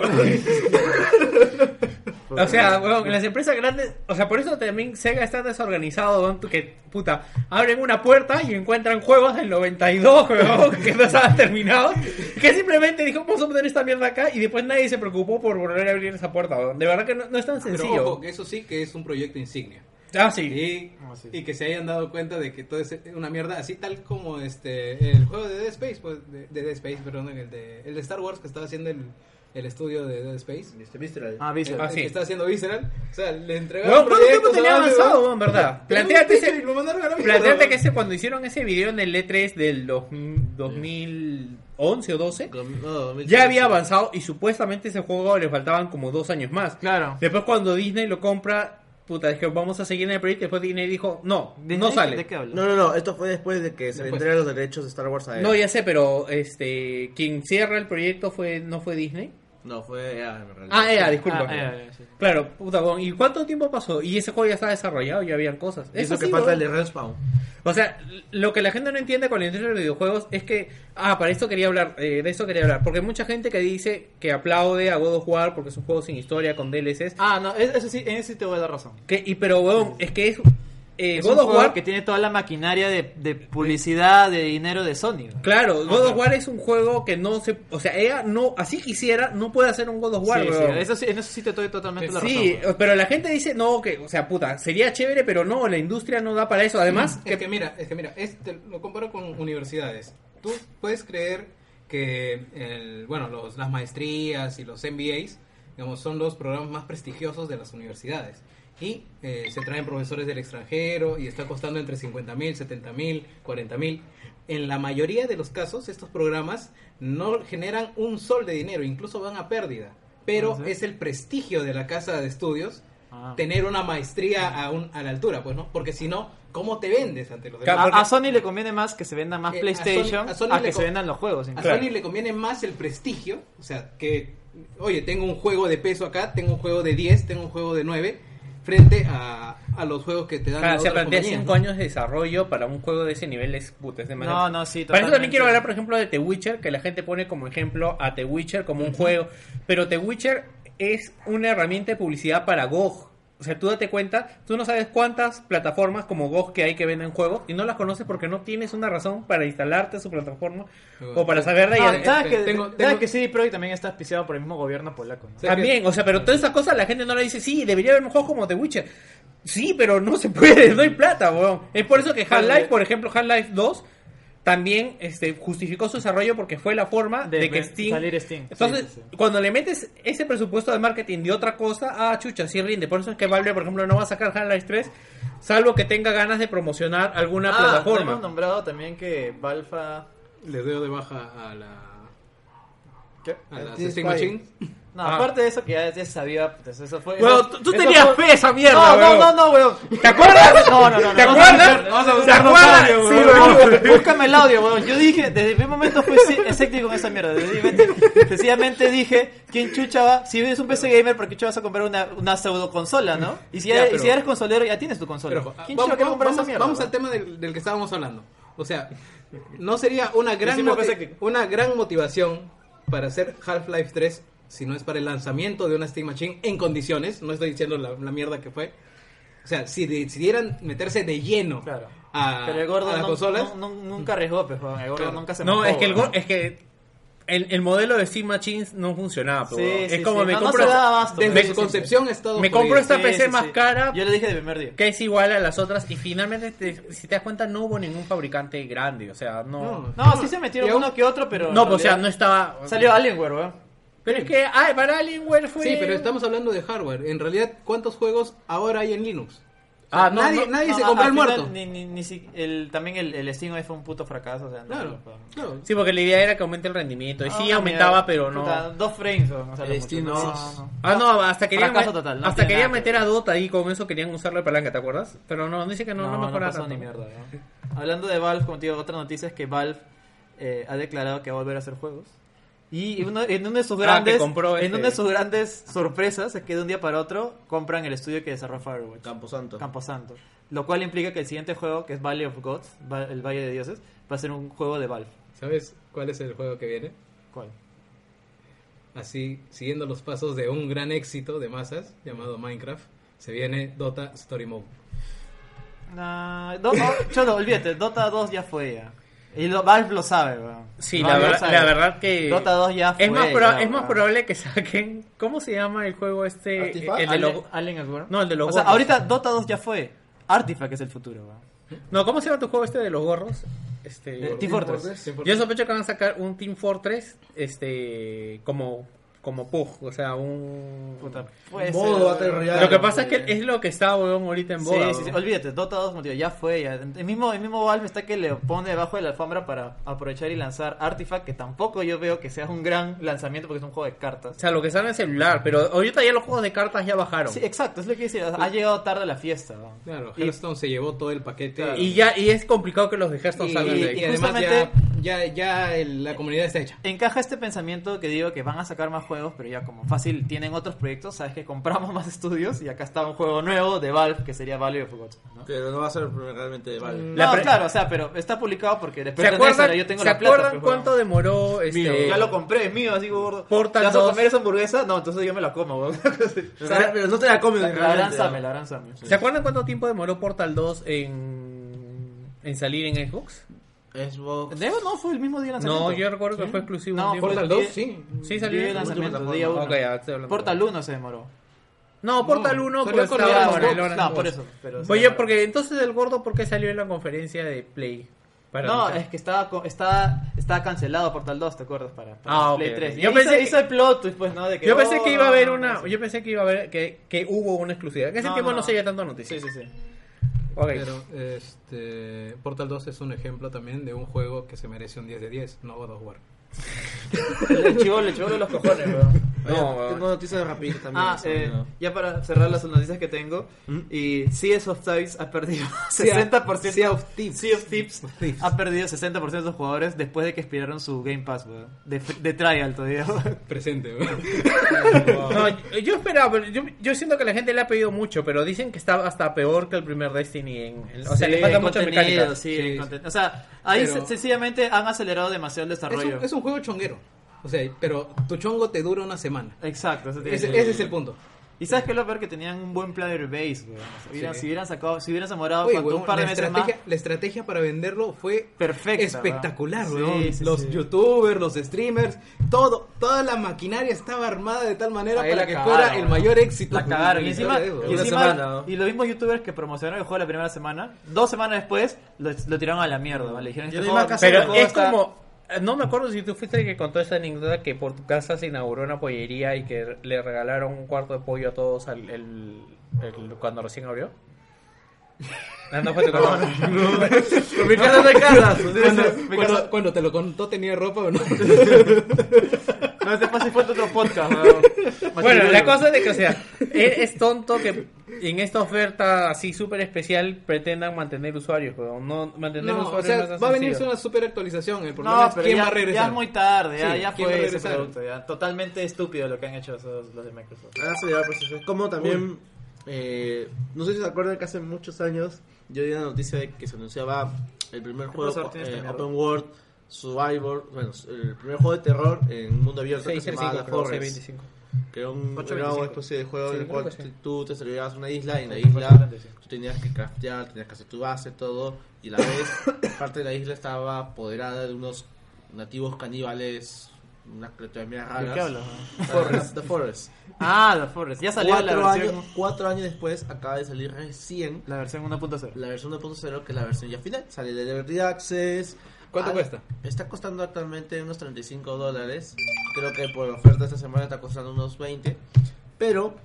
S6: O sea, weón, las empresas grandes, o sea, por eso también Sega está desorganizado, weón, que puta, abren una puerta y encuentran juegos del 92, weón, que no estaban terminados, que simplemente dijo, vamos a poner esta mierda acá y después nadie se preocupó por volver a abrir esa puerta, weón. De verdad que no, no es tan
S1: Pero
S6: sencillo.
S1: ojo, que eso sí que es un proyecto insignia.
S6: ah, sí.
S1: Y,
S3: Ah, sí.
S1: y que se hayan dado cuenta de que todo es una mierda, así tal como este el juego de Dead Space, pues, de, de Dead Space, perdón, el de, el de Star Wars que estaba haciendo el, el estudio de Dead Space.
S5: Mr. Mistral.
S3: Ah, viste.
S1: el-
S6: Ah,
S1: el
S6: sí.
S1: que está haciendo Visceral. O sea, le entregaron.
S6: Weón, ¿cuánto tiempo
S1: proyectos,
S6: tenía
S1: avance,
S6: avanzado,
S1: weón?
S6: weón, verdad?
S1: Tenía un
S6: Planteate
S1: teaser
S6: ese-
S1: y lo mandaron a la mierda,
S6: Planteate
S1: weón.
S6: que ese, cuando hicieron ese video en el E3 del 2000 2011 o 12, ya había avanzado y supuestamente ese juego le faltaban como dos años más.
S3: Claro.
S6: Después cuando Disney lo compra, puta, es que vamos a seguir en el proyecto. Después Disney dijo, no, no sale.
S3: ¿De qué hablas?
S5: No, no, no, esto fue después de que se le
S1: Después.
S5: entregan los derechos de Star Wars a él.
S6: No, ya sé, pero este, quien cierra el proyecto fue, no fue Disney.
S5: No, fue EA en realidad.
S6: Ah, EA, disculpa.
S3: Ah, eh, eh, sí.
S6: Claro, puta, weón, ¿y cuánto tiempo pasó? Y ese juego ya estaba desarrollado, ya habían cosas.
S5: Y Eso
S6: Eso
S5: que
S6: sí,
S5: falta el
S6: weón.
S5: de Respawn.
S6: O sea, lo que la gente no entiende con la industria de los videojuegos es que, ah, para esto quería hablar, eh, de esto quería hablar, porque hay mucha gente que dice que aplaude a God of War porque es un juego sin historia, con DLCs,
S3: Ah, no, es- eso sí, en eso sí te voy a dar razón.
S6: que, y, pero weón, es que es, eh,
S3: Es un
S6: God of
S3: juego
S6: War,
S3: que tiene toda la maquinaria de, de publicidad, de dinero de Sony. weón.
S6: claro, God of War es un juego que no se, o sea, ella no, así quisiera, no puede hacer un God of War,
S3: Sí, sí,
S6: weón.
S3: eso sí, en eso sí te doy totalmente la razón.
S6: Sí,
S3: weón.
S6: pero la gente dice, no, que, o sea, puta, sería chévere, pero no, la industria no da para eso. Además,
S1: Es que mira, es que mira, este lo comparo con universidades. Tú puedes creer que el, bueno, los, las maestrías y los MBAs digamos, son los programas más prestigiosos de las universidades. Y eh, se traen profesores del extranjero y está costando entre 50 mil, 70 mil, 40 mil. En la mayoría de los casos, estos programas no generan un sol de dinero, incluso van a pérdida. Pero
S3: Ah, ¿sí?
S1: es el prestigio de la casa de estudios
S3: Ah.
S1: tener una maestría a, un- a la altura, pues, ¿no? Porque si no, ¿cómo te vendes ante los demás?
S3: A, a Sony le conviene más que se venda más
S1: Eh, a
S3: PlayStation
S1: Sony-
S3: a,
S1: a Sony le
S3: que
S1: co-
S3: se vendan los juegos.
S1: A
S3: incluso.
S6: Claro.
S1: Sony le conviene más el prestigio, o sea, que, oye, tengo un juego de peso acá, tengo un juego de 10, tengo un juego de 9, frente a, a los juegos que te dan
S6: Ah,
S1: las
S6: se
S1: otras
S6: plantea
S1: compañías,
S6: 5
S1: ¿no?
S6: años de desarrollo para un juego de ese nivel es puta, es demasiado.
S3: No, no, sí,
S6: Para eso también
S3: totalmente.
S6: quiero hablar, por ejemplo, de The Witcher, que la gente pone como ejemplo a The Witcher como un juego. Pero The Witcher es una herramienta de publicidad para GOG. O sea, tú date cuenta, tú no sabes cuántas plataformas como GOG que hay que venden juegos y no las conoces porque no tienes una razón para instalarte su plataforma o para saberla. y-
S3: No,
S6: eh,
S3: ¿Sabes que,
S1: tengo-
S3: sabes
S1: tengo-
S3: que CD Projekt también está auspiciado por el mismo gobierno polaco? ¿no?
S1: Sí.
S6: También, o sea, pero todas esas cosas la gente no le dice, sí, debería haber un juego como The Witcher. Sí, pero no se puede, no hay plata, weón. Es por eso que Half-Life, por ejemplo, Half-Life 2 también este, justificó su desarrollo porque fue la forma de,
S3: De
S6: que
S3: ver-
S6: Steam...
S3: salir Steam.
S6: Entonces,
S3: Sí, sí, sí.
S6: cuando le metes ese presupuesto de marketing de otra cosa, ah, chucha, sí rinde. Por eso es que Valve, por ejemplo, no va a sacar Half-Life 3, salvo que tenga ganas de promocionar alguna
S3: Ah, no
S6: plataforma.
S3: hemos nombrado también que Valfa...
S1: Les doy de baja a la...
S3: ¿Qué?
S1: A la
S5: Steam
S1: Steam Machine.
S3: No,
S6: Ah.
S3: aparte de eso que ya, ya se sabía... pues, Eso fue,
S6: Weón,
S3: eso-
S6: tú, tú
S3: eso
S6: tenías
S3: fue-
S6: fe a esa mierda,
S3: No, no,
S6: weón.
S3: no, no, weón.
S6: ¿Te acuerdas?
S3: No, no, no, no.
S6: ¿Te acuerdas?
S3: Vamos a
S6: ¿Te
S3: buscar- vamos a
S6: acuerdas?
S3: buscar-
S6: Sí,
S3: Sí,
S6: weón.
S3: weón. Búscame el audio, weón. Yo dije, desde el primer momento fui sí- escéptico con esa mierda. Desde- Sencillamente dije, ¿quién chucha va? Si eres un PC gamer, ¿por qué chucha vas a comprar una, una pseudo consola, no? Y si,
S1: Ya,
S3: eres-
S1: pero-
S3: si eres consolero, ya tienes tu consola.
S1: Pero, ah,
S3: ¿Quién
S1: vamos,
S3: chucha va a
S1: vamos-
S3: comprar esa
S1: vamos-
S3: mierda?
S1: vamos al
S3: weón?
S1: tema del, del que estábamos hablando. O sea, no sería una gran,
S3: Decime
S1: moti-
S3: cosa que-
S1: una gran motivación para hacer Half-Life 3 si no es para el lanzamiento de una Steam Machine en condiciones. No estoy diciendo la, la mierda que fue. O sea, si decidieran meterse de lleno
S3: Claro.
S1: a,
S3: Pero el
S1: a
S3: gordo
S1: las
S3: no-
S1: consolas,
S3: no- no- nunca arriesgó, pues, weón. El gordo
S1: Claro.
S3: nunca se
S6: No,
S3: mojó,
S6: es que, el,
S3: weón.
S6: go- es que el, el modelo de Steam Machines no funcionaba. pues,
S3: Sí,
S6: weón.
S3: sí,
S6: es como
S3: sí.
S6: me
S3: No, no
S6: compro,
S3: se daba abasto,
S1: desde
S3: weón.
S1: su
S3: Sí, sí,
S1: concepción ha estado
S6: me
S1: jodida.
S6: compro esta
S3: Sí,
S6: PC
S3: sí,
S6: más
S3: sí.
S6: cara
S3: Yo le dije del primer día.
S6: que es igual a las otras y finalmente te- si te das cuenta no hubo ningún fabricante grande, o sea, no...
S1: No.
S3: No, sí se metieron
S1: Y aún-
S3: uno que otro, pero.
S6: No,
S3: en
S6: pues, o sea, no
S3: realidad
S6: estaba...
S3: Salió Alienware, weón.
S6: Pero es que, ay, para Alienware fue...
S1: Sí, pero estamos hablando de hardware. En realidad, ¿cuántos juegos ahora hay en Linux?
S6: Ah, no,
S1: nadie
S6: no,
S1: nadie
S3: No,
S1: se
S3: a-
S1: compró
S3: al
S1: el
S3: final
S1: muerto.
S3: Ni, ni, ni si- el, también el, el Steam fue un puto fracaso. O sea, no,
S1: Claro,
S3: no, no.
S1: claro.
S6: Sí, porque la idea era que aumente el rendimiento. Y
S3: Ah,
S6: Pues sí,
S3: una
S6: aumentaba,
S3: mierda.
S6: pero no...
S3: Puta, dos frames, weón, o sea,
S5: El
S3: lo mucho.
S5: Steam
S3: no,
S5: es-
S3: no.
S6: Ah, no, hasta querían,
S3: Fracaso total, no
S6: hasta
S3: tiene
S6: querían
S3: nada que
S6: meter a Dota ahí, con eso querían usarlo de palanca, ¿te acuerdas? Pero no, dice que no, no,
S3: No, no
S6: mejora
S3: pasó
S6: tanto.
S3: ni mierda, weón. *laughs* Hablando de Valve, como te digo, otra noticia es que Valve eh, ha declarado que va a volver a hacer juegos. Y uno- en uno de sus
S6: Ah,
S3: grandes
S6: que compró
S3: en
S6: este.
S3: una de sus grandes sorpresas es que de un día para otro compran el estudio que desarrolló Firewatch.
S5: Camposanto.
S3: Camposanto. Lo cual implica que el siguiente juego, que es Valley of Gods, Va- el Valle de Dioses, va a ser un juego de Valve.
S1: ¿Sabes cuál es el juego que viene?
S3: ¿Cuál?
S1: Así, siguiendo los pasos de un gran éxito de masas llamado Minecraft, se viene Dota Story Mode.
S3: No, no, no, *laughs* cholo, olvídate, Dota 2 ya fue ya. Y lo- Valve lo sabe, weón.
S6: Sí,
S3: Valve
S6: la,
S3: lo
S6: verdad,
S3: sabe.
S6: la verdad que...
S3: Dota 2 ya fue.
S6: Es más, proba-
S3: ya,
S6: es más
S3: weón.
S6: probable que *laughs* saquen. ¿Cómo se llama el juego este?
S5: ¿Artifact?
S6: El de los-
S3: Alien- Alien es bueno.
S6: No, el de los
S3: O sea,
S6: gorros.
S3: ahorita Dota 2 ya fue. Artifact es el futuro, weón.
S6: No, ¿cómo se llama tu juego este de los gorros? Este.
S3: Eh, Team Fortress.
S6: Yo sospecho que van a sacar un Team Fortress, este, como, como Pug, o sea, un.
S3: Puta, puede
S5: Modo
S3: ser,
S5: Battle
S3: weón.
S5: Royale.
S6: Lo que pasa es que es lo que está, weón, ahorita en
S3: Sí,
S6: boda.
S3: sí, sí,
S6: weón.
S3: olvídate, Dota 2 como te digo, ya fue, ya. El mismo, el mismo Valve está que le pone debajo de la alfombra para aprovechar y lanzar Artifact, que tampoco yo veo que sea un gran lanzamiento porque es un juego de
S6: O
S3: cartas.
S6: sea, lo que sale en celular, pero ahorita ya los juegos de cartas ya bajaron.
S3: Sí, exacto, es lo que decir, ha llegado tarde a la fiesta. ¿no?
S1: Claro,
S3: Y-
S1: Hearthstone se llevó todo el paquete.
S3: Claro.
S6: Y ya, y es complicado que los de Hearthstone
S1: y-
S6: salgan de
S1: y
S6: ahí.
S3: y
S1: además ya,
S3: justamente-
S1: ya, ya el- la comunidad está hecha.
S3: Encaja este pensamiento que digo que van a sacar más juegos, pero ya como fácil tienen otros proyectos, sabes que compramos *laughs* más estudios y acá está un juego nuevo de Valve que sería Valve of Forgotten, ¿no?
S5: Pero no va a ser realmente de Valve.
S6: La
S3: No,
S6: pre-
S3: claro, o sea, pero está publicado porque
S6: ¿Se
S3: después
S6: acuerdan,
S3: yo tengo
S6: ¿se
S3: la plata,
S6: acuerdan
S3: pues,
S6: cuánto
S3: weón.
S6: demoró este?
S3: Ya lo compré, es mío, así gordo.
S6: Portal
S3: ¿Te vas a
S6: 2.
S3: comer esa hamburguesa? No, entonces yo me la como,
S6: *laughs*
S3: weón.
S5: O sea, pero no te la comes
S3: La gran
S5: realmente.
S3: Same,
S5: ¿no?
S3: la gran Same.
S6: ¿Se acuerdan cuánto tiempo demoró Portal 2 en, en salir en Xbox?
S5: Xbox.
S3: Debo no fue el mismo día de lanzamiento.
S6: No, yo recuerdo que fue exclusivo.
S3: No,
S6: un tiempo.
S1: Portal
S3: porque-
S1: 2, sí.
S6: Sí,
S3: Día
S6: salió
S3: de
S6: en Xbox.
S3: lanzamiento,
S5: última
S3: día uno.
S6: Ok, ya, estoy hablando.
S3: Portal 1 se demoró.
S6: No, Portal
S1: No,
S6: 1
S1: salió
S6: pues,
S1: con
S6: estaba
S1: la
S6: por
S1: Xbox.
S6: el Orange
S3: No,
S6: Box.
S3: por eso. Pero
S6: Oye, porque entonces el gordo, ¿por qué salió en la conferencia de Play? Para
S3: no,
S6: luchar.
S3: es que estaba, co- estaba, estaba cancelado Portal 2, ¿te acuerdas? Para, para
S6: Ah,
S3: Play
S6: ok.
S3: 3.
S6: Yo
S3: Yo
S6: pensé
S3: pensé
S6: que-
S3: hizo el plot twist, pues, ¿no? De que,
S6: Yo pensé que iba a haber
S3: oh,
S6: una,
S3: sí.
S6: yo pensé que iba a haber que, que hubo una exclusividad. En ese
S3: No,
S6: tiempo no,
S3: no.
S6: se veía tanto noticia.
S3: Sí, sí, sí.
S6: Ok.
S7: Pero este, Portal 2 es un ejemplo también de un juego que se merece un 10 de 10, no God of War.
S3: Le chivó, le chivó los cojones, weón.
S5: Oye, tengo noticias rapidito también.
S3: Ah, eh, ya para cerrar las noticias que tengo, y Sea of Thieves ha perdido *laughs* 60%.
S1: Sea of Thieves.
S3: Sea of Thieves ha perdido 60% de sus jugadores después de que expiraron su Game Pass, weón. De, de trial todavía.
S1: *laughs*
S3: weón.
S7: Presente, weón.
S6: No, yo- yo esperaba, pero yo, yo siento que la gente le ha pedido mucho, pero dicen que está hasta peor que el primer Destiny. En, en- o sea,
S3: Sí,
S6: le faltan
S3: en
S6: muchas
S3: contenido,
S6: mecánicas.
S3: sí, en
S7: Sí.
S3: conten- O sea, ahí
S7: Pero-
S3: se- sencillamente han acelerado demasiado el
S7: Es
S3: desarrollo.
S7: un, es un juego chonguero. O sea, pero tu chongo te dura una semana.
S3: Exacto, eso te iba a
S7: Ese,
S3: decir.
S7: ese es el punto.
S3: Y sabes que lo peor que tenían un buen player base, weón. Si hubieran,
S7: Sí.
S3: si hubieran sacado, si hubieran demorado
S7: Oye,
S3: cuanto
S7: huevón,
S3: un par de
S7: la,
S3: meses más.
S7: estrategia, la estrategia para venderlo fue
S3: Perfecta,
S7: espectacular,
S3: weón.
S7: weón.
S3: Sí, sí,
S7: los
S3: sí.
S7: youtubers, los streamers, todo, toda la maquinaria estaba armada de tal manera
S3: Ahí
S7: para
S3: la
S7: que
S3: cagaron,
S7: fuera el
S3: weón.
S7: mayor éxito.
S3: La cagaron. Y
S7: de la
S3: encima,
S7: historia de eso,
S3: y,
S7: weón.
S3: encima-
S4: semana, ¿no?
S3: y los mismos youtubers que promocionaron el juego la primera semana, dos semanas después, lo, lo tiraron a la mierda. ¿vale? Le dijeron,
S5: Yo
S3: este
S5: doy
S3: juego-
S5: más caso
S3: este
S6: Pero
S3: juego
S6: es
S3: está-
S6: *laughs* como, eh, no me acuerdo si tú fuiste el que contó esa anécdota que por tu casa se inauguró una pollería y que le regalaron un cuarto de pollo a todos al- el- el- cuando recién abrió. Ah, no fue tu casa. *laughs*
S4: Por mi casa no hay
S3: *laughs*
S4: casas.
S7: Cuando,
S3: me
S7: cuando-
S3: caso-
S7: cuando te lo contó, tenía ropa o no.
S3: No, este pase fue otro podcast, weón.
S6: Pues Bueno, la
S3: Machirulo.
S6: cosa es de que, o sea, *laughs* e- es tonto que en esta oferta así súper especial pretendan mantener usuarios, pero no mantener
S7: No, o
S6: usuarios
S7: sea,
S6: no es tan
S7: va a venirse
S6: sencillo.
S7: una super actualización. El problema
S3: No,
S7: es
S3: pero
S7: quién
S3: ya,
S7: va a regresar.
S3: ya es muy tarde, ya,
S7: Sí,
S3: ya
S7: ¿quién va a
S3: fue ese
S7: regresar?
S3: producto, ya. Totalmente estúpido lo que han hecho esos, los de Microsoft.
S5: Han acelerado el proceso. pues, Como también, eh, no sé si se acuerdan que hace muchos años yo di la noticia de que se anunciaba el primer juego
S3: pasó? ¿Tienes
S5: eh,
S3: esta mierda?
S5: Open World Survivor, bueno, el primer juego de terror en mundo abierto que se llamaba The
S6: 635, creo,
S5: Forest,
S6: 625.
S5: que era un,
S3: Ocho
S5: era
S3: veinticinco.
S5: una especie de juego
S6: Sí,
S5: en el
S6: creo
S5: cual
S6: que sí.
S5: tú te desarrollabas una isla y en la
S3: Ocho
S5: isla
S3: veinticinco.
S5: tú tenías que craftear, tenías que hacer tu base, todo, y a la vez *coughs* parte de la isla estaba apoderada de unos nativos caníbales, unas criaturas medias
S3: ¿De
S5: raras.
S3: qué hablas?
S5: Forest, The Forest.
S3: Ah, The Forest. Ya salió la
S5: Cuatro
S3: versión,
S5: años, cuatro años después acaba de salir recién
S3: la versión 1.0.
S5: la versión 1.0 que es la versión ya final. Sale de Early Access.
S7: ¿Cuánto
S5: Ah,
S7: cuesta?
S5: Está costando actualmente unos 35 dólares. Creo que por oferta esta semana está costando unos 20. Pero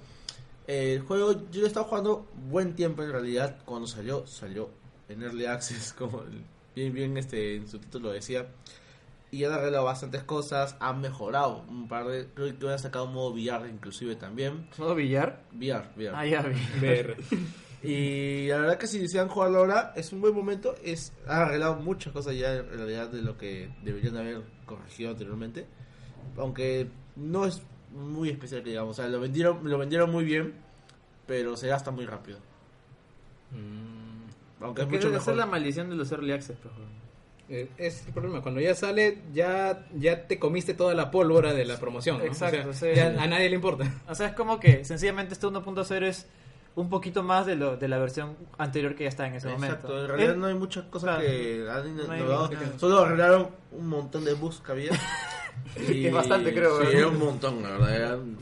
S5: eh, el juego yo lo he estado jugando buen tiempo en realidad. Cuando salió, salió en Early Access, *laughs* como el- bien, bien este, en su título decía. Y han arreglado bastantes cosas, han mejorado un par de... Creo que han sacado un modo VR inclusive también.
S3: ¿Modo billar?
S5: VR, VR.
S3: Ah, ya vi.
S5: Y la verdad que si desean jugarlo ahora, es un buen momento. Es, han arreglado muchas cosas ya en realidad de lo que deberían haber corregido anteriormente. Aunque no es muy especial que digamos. O sea, lo vendieron, lo vendieron muy bien, pero se gasta muy rápido. Aunque es
S3: Que
S5: mucho
S3: debe ser
S5: mejor.
S3: la maldición de los early access, por favor.
S7: Eh, es el problema. Cuando ya sale, ya, ya te comiste toda la pólvora de la promoción. ¿no?
S3: Exacto,
S7: O sea,
S3: sí.
S7: ya a nadie le importa.
S3: O sea, es como que sencillamente este 1.0 es un poquito más de, lo, de la versión anterior que ya está en ese
S5: Exacto,
S3: momento.
S5: en realidad
S3: Eh,
S5: no hay muchas cosas
S3: claro.
S5: que han
S3: No hay
S5: innovado.
S3: nada.
S5: Solo arreglaron un montón de bugs que había.
S3: *laughs*
S5: y
S3: Es bastante, creo,
S5: Sí,
S3: ¿verdad?
S5: era un montón, la verdad. Eran,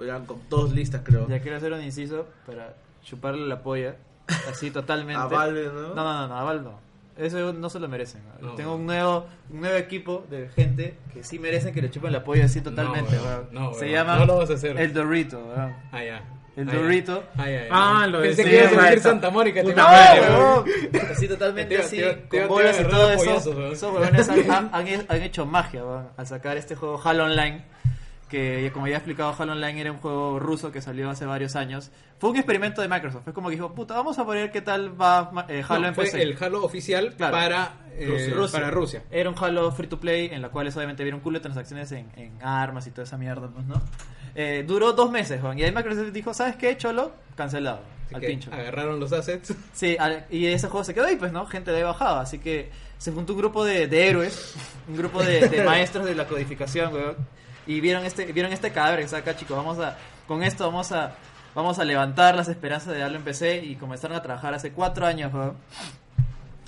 S5: eran con dos listas, creo.
S3: Ya quiero hacer un inciso para chuparle la polla. Así totalmente.
S5: A Valve, Ah, ¿no?
S3: No, no, no, no, a Val no. Eso no se lo merecen.
S7: No.
S3: Tengo un nuevo, un nuevo equipo de gente que sí merecen que le chupen la polla así totalmente.
S7: No, weón,
S3: weón.
S7: no,
S3: se
S7: weón,
S3: llama
S7: no lo vas a hacer.
S3: el Dorrito. weón.
S7: Ah, ya.
S3: El
S7: Ah, ya.
S3: Dorrito.
S7: Ah, ya, ya.
S6: Ah, lo
S7: Pensé
S6: de-
S7: que ibas
S6: sí,
S7: a decir
S6: esa-
S7: Santa Mónica. te
S6: Puta
S7: iba a
S6: madre,
S7: decir,
S6: weón.
S3: Así totalmente
S7: Te iba-
S3: así,
S7: te iba- te iba-
S3: con bolas
S7: te
S3: y
S7: iba a
S3: todo
S7: agarrar a
S3: eso.
S7: pollazos, weón.
S3: Esos huevones
S7: *laughs*
S3: han, han- han- han hecho magia weón, al sacar este juego Halo Online. Que como ya he explicado, Halo Online era un juego ruso que salió hace varios años. Fue un experimento de Microsoft. Fue como que dijo, puta, vamos a poner qué tal va ma- eh, Halo
S7: No, *laughs*
S3: en
S7: fue
S3: PC.
S7: el Halo oficial
S3: Claro.
S7: para, eh, para Rusia.
S3: Era un Halo free to play en la cual obviamente vieron un culo de transacciones en, en armas y toda esa mierda, pues, ¿no? Eh, duró dos meses, Juan. Y ahí Microsoft dijo, ¿sabes qué, Cholo? Cancelado.
S7: Así
S3: al
S7: que
S3: pincho.
S7: agarraron los assets.
S3: Sí, al- y ese juego se quedó ahí, pues, ¿no? Gente de ahí bajaba. Así que se juntó un grupo de, de héroes, un grupo de, de maestros de la codificación, weón. Y vieron este, vieron este cadáver que está acá, chicos. Vamos a, con esto vamos a, vamos a levantar las esperanzas de darlo en PC. Y comenzaron a trabajar hace cuatro años, weón,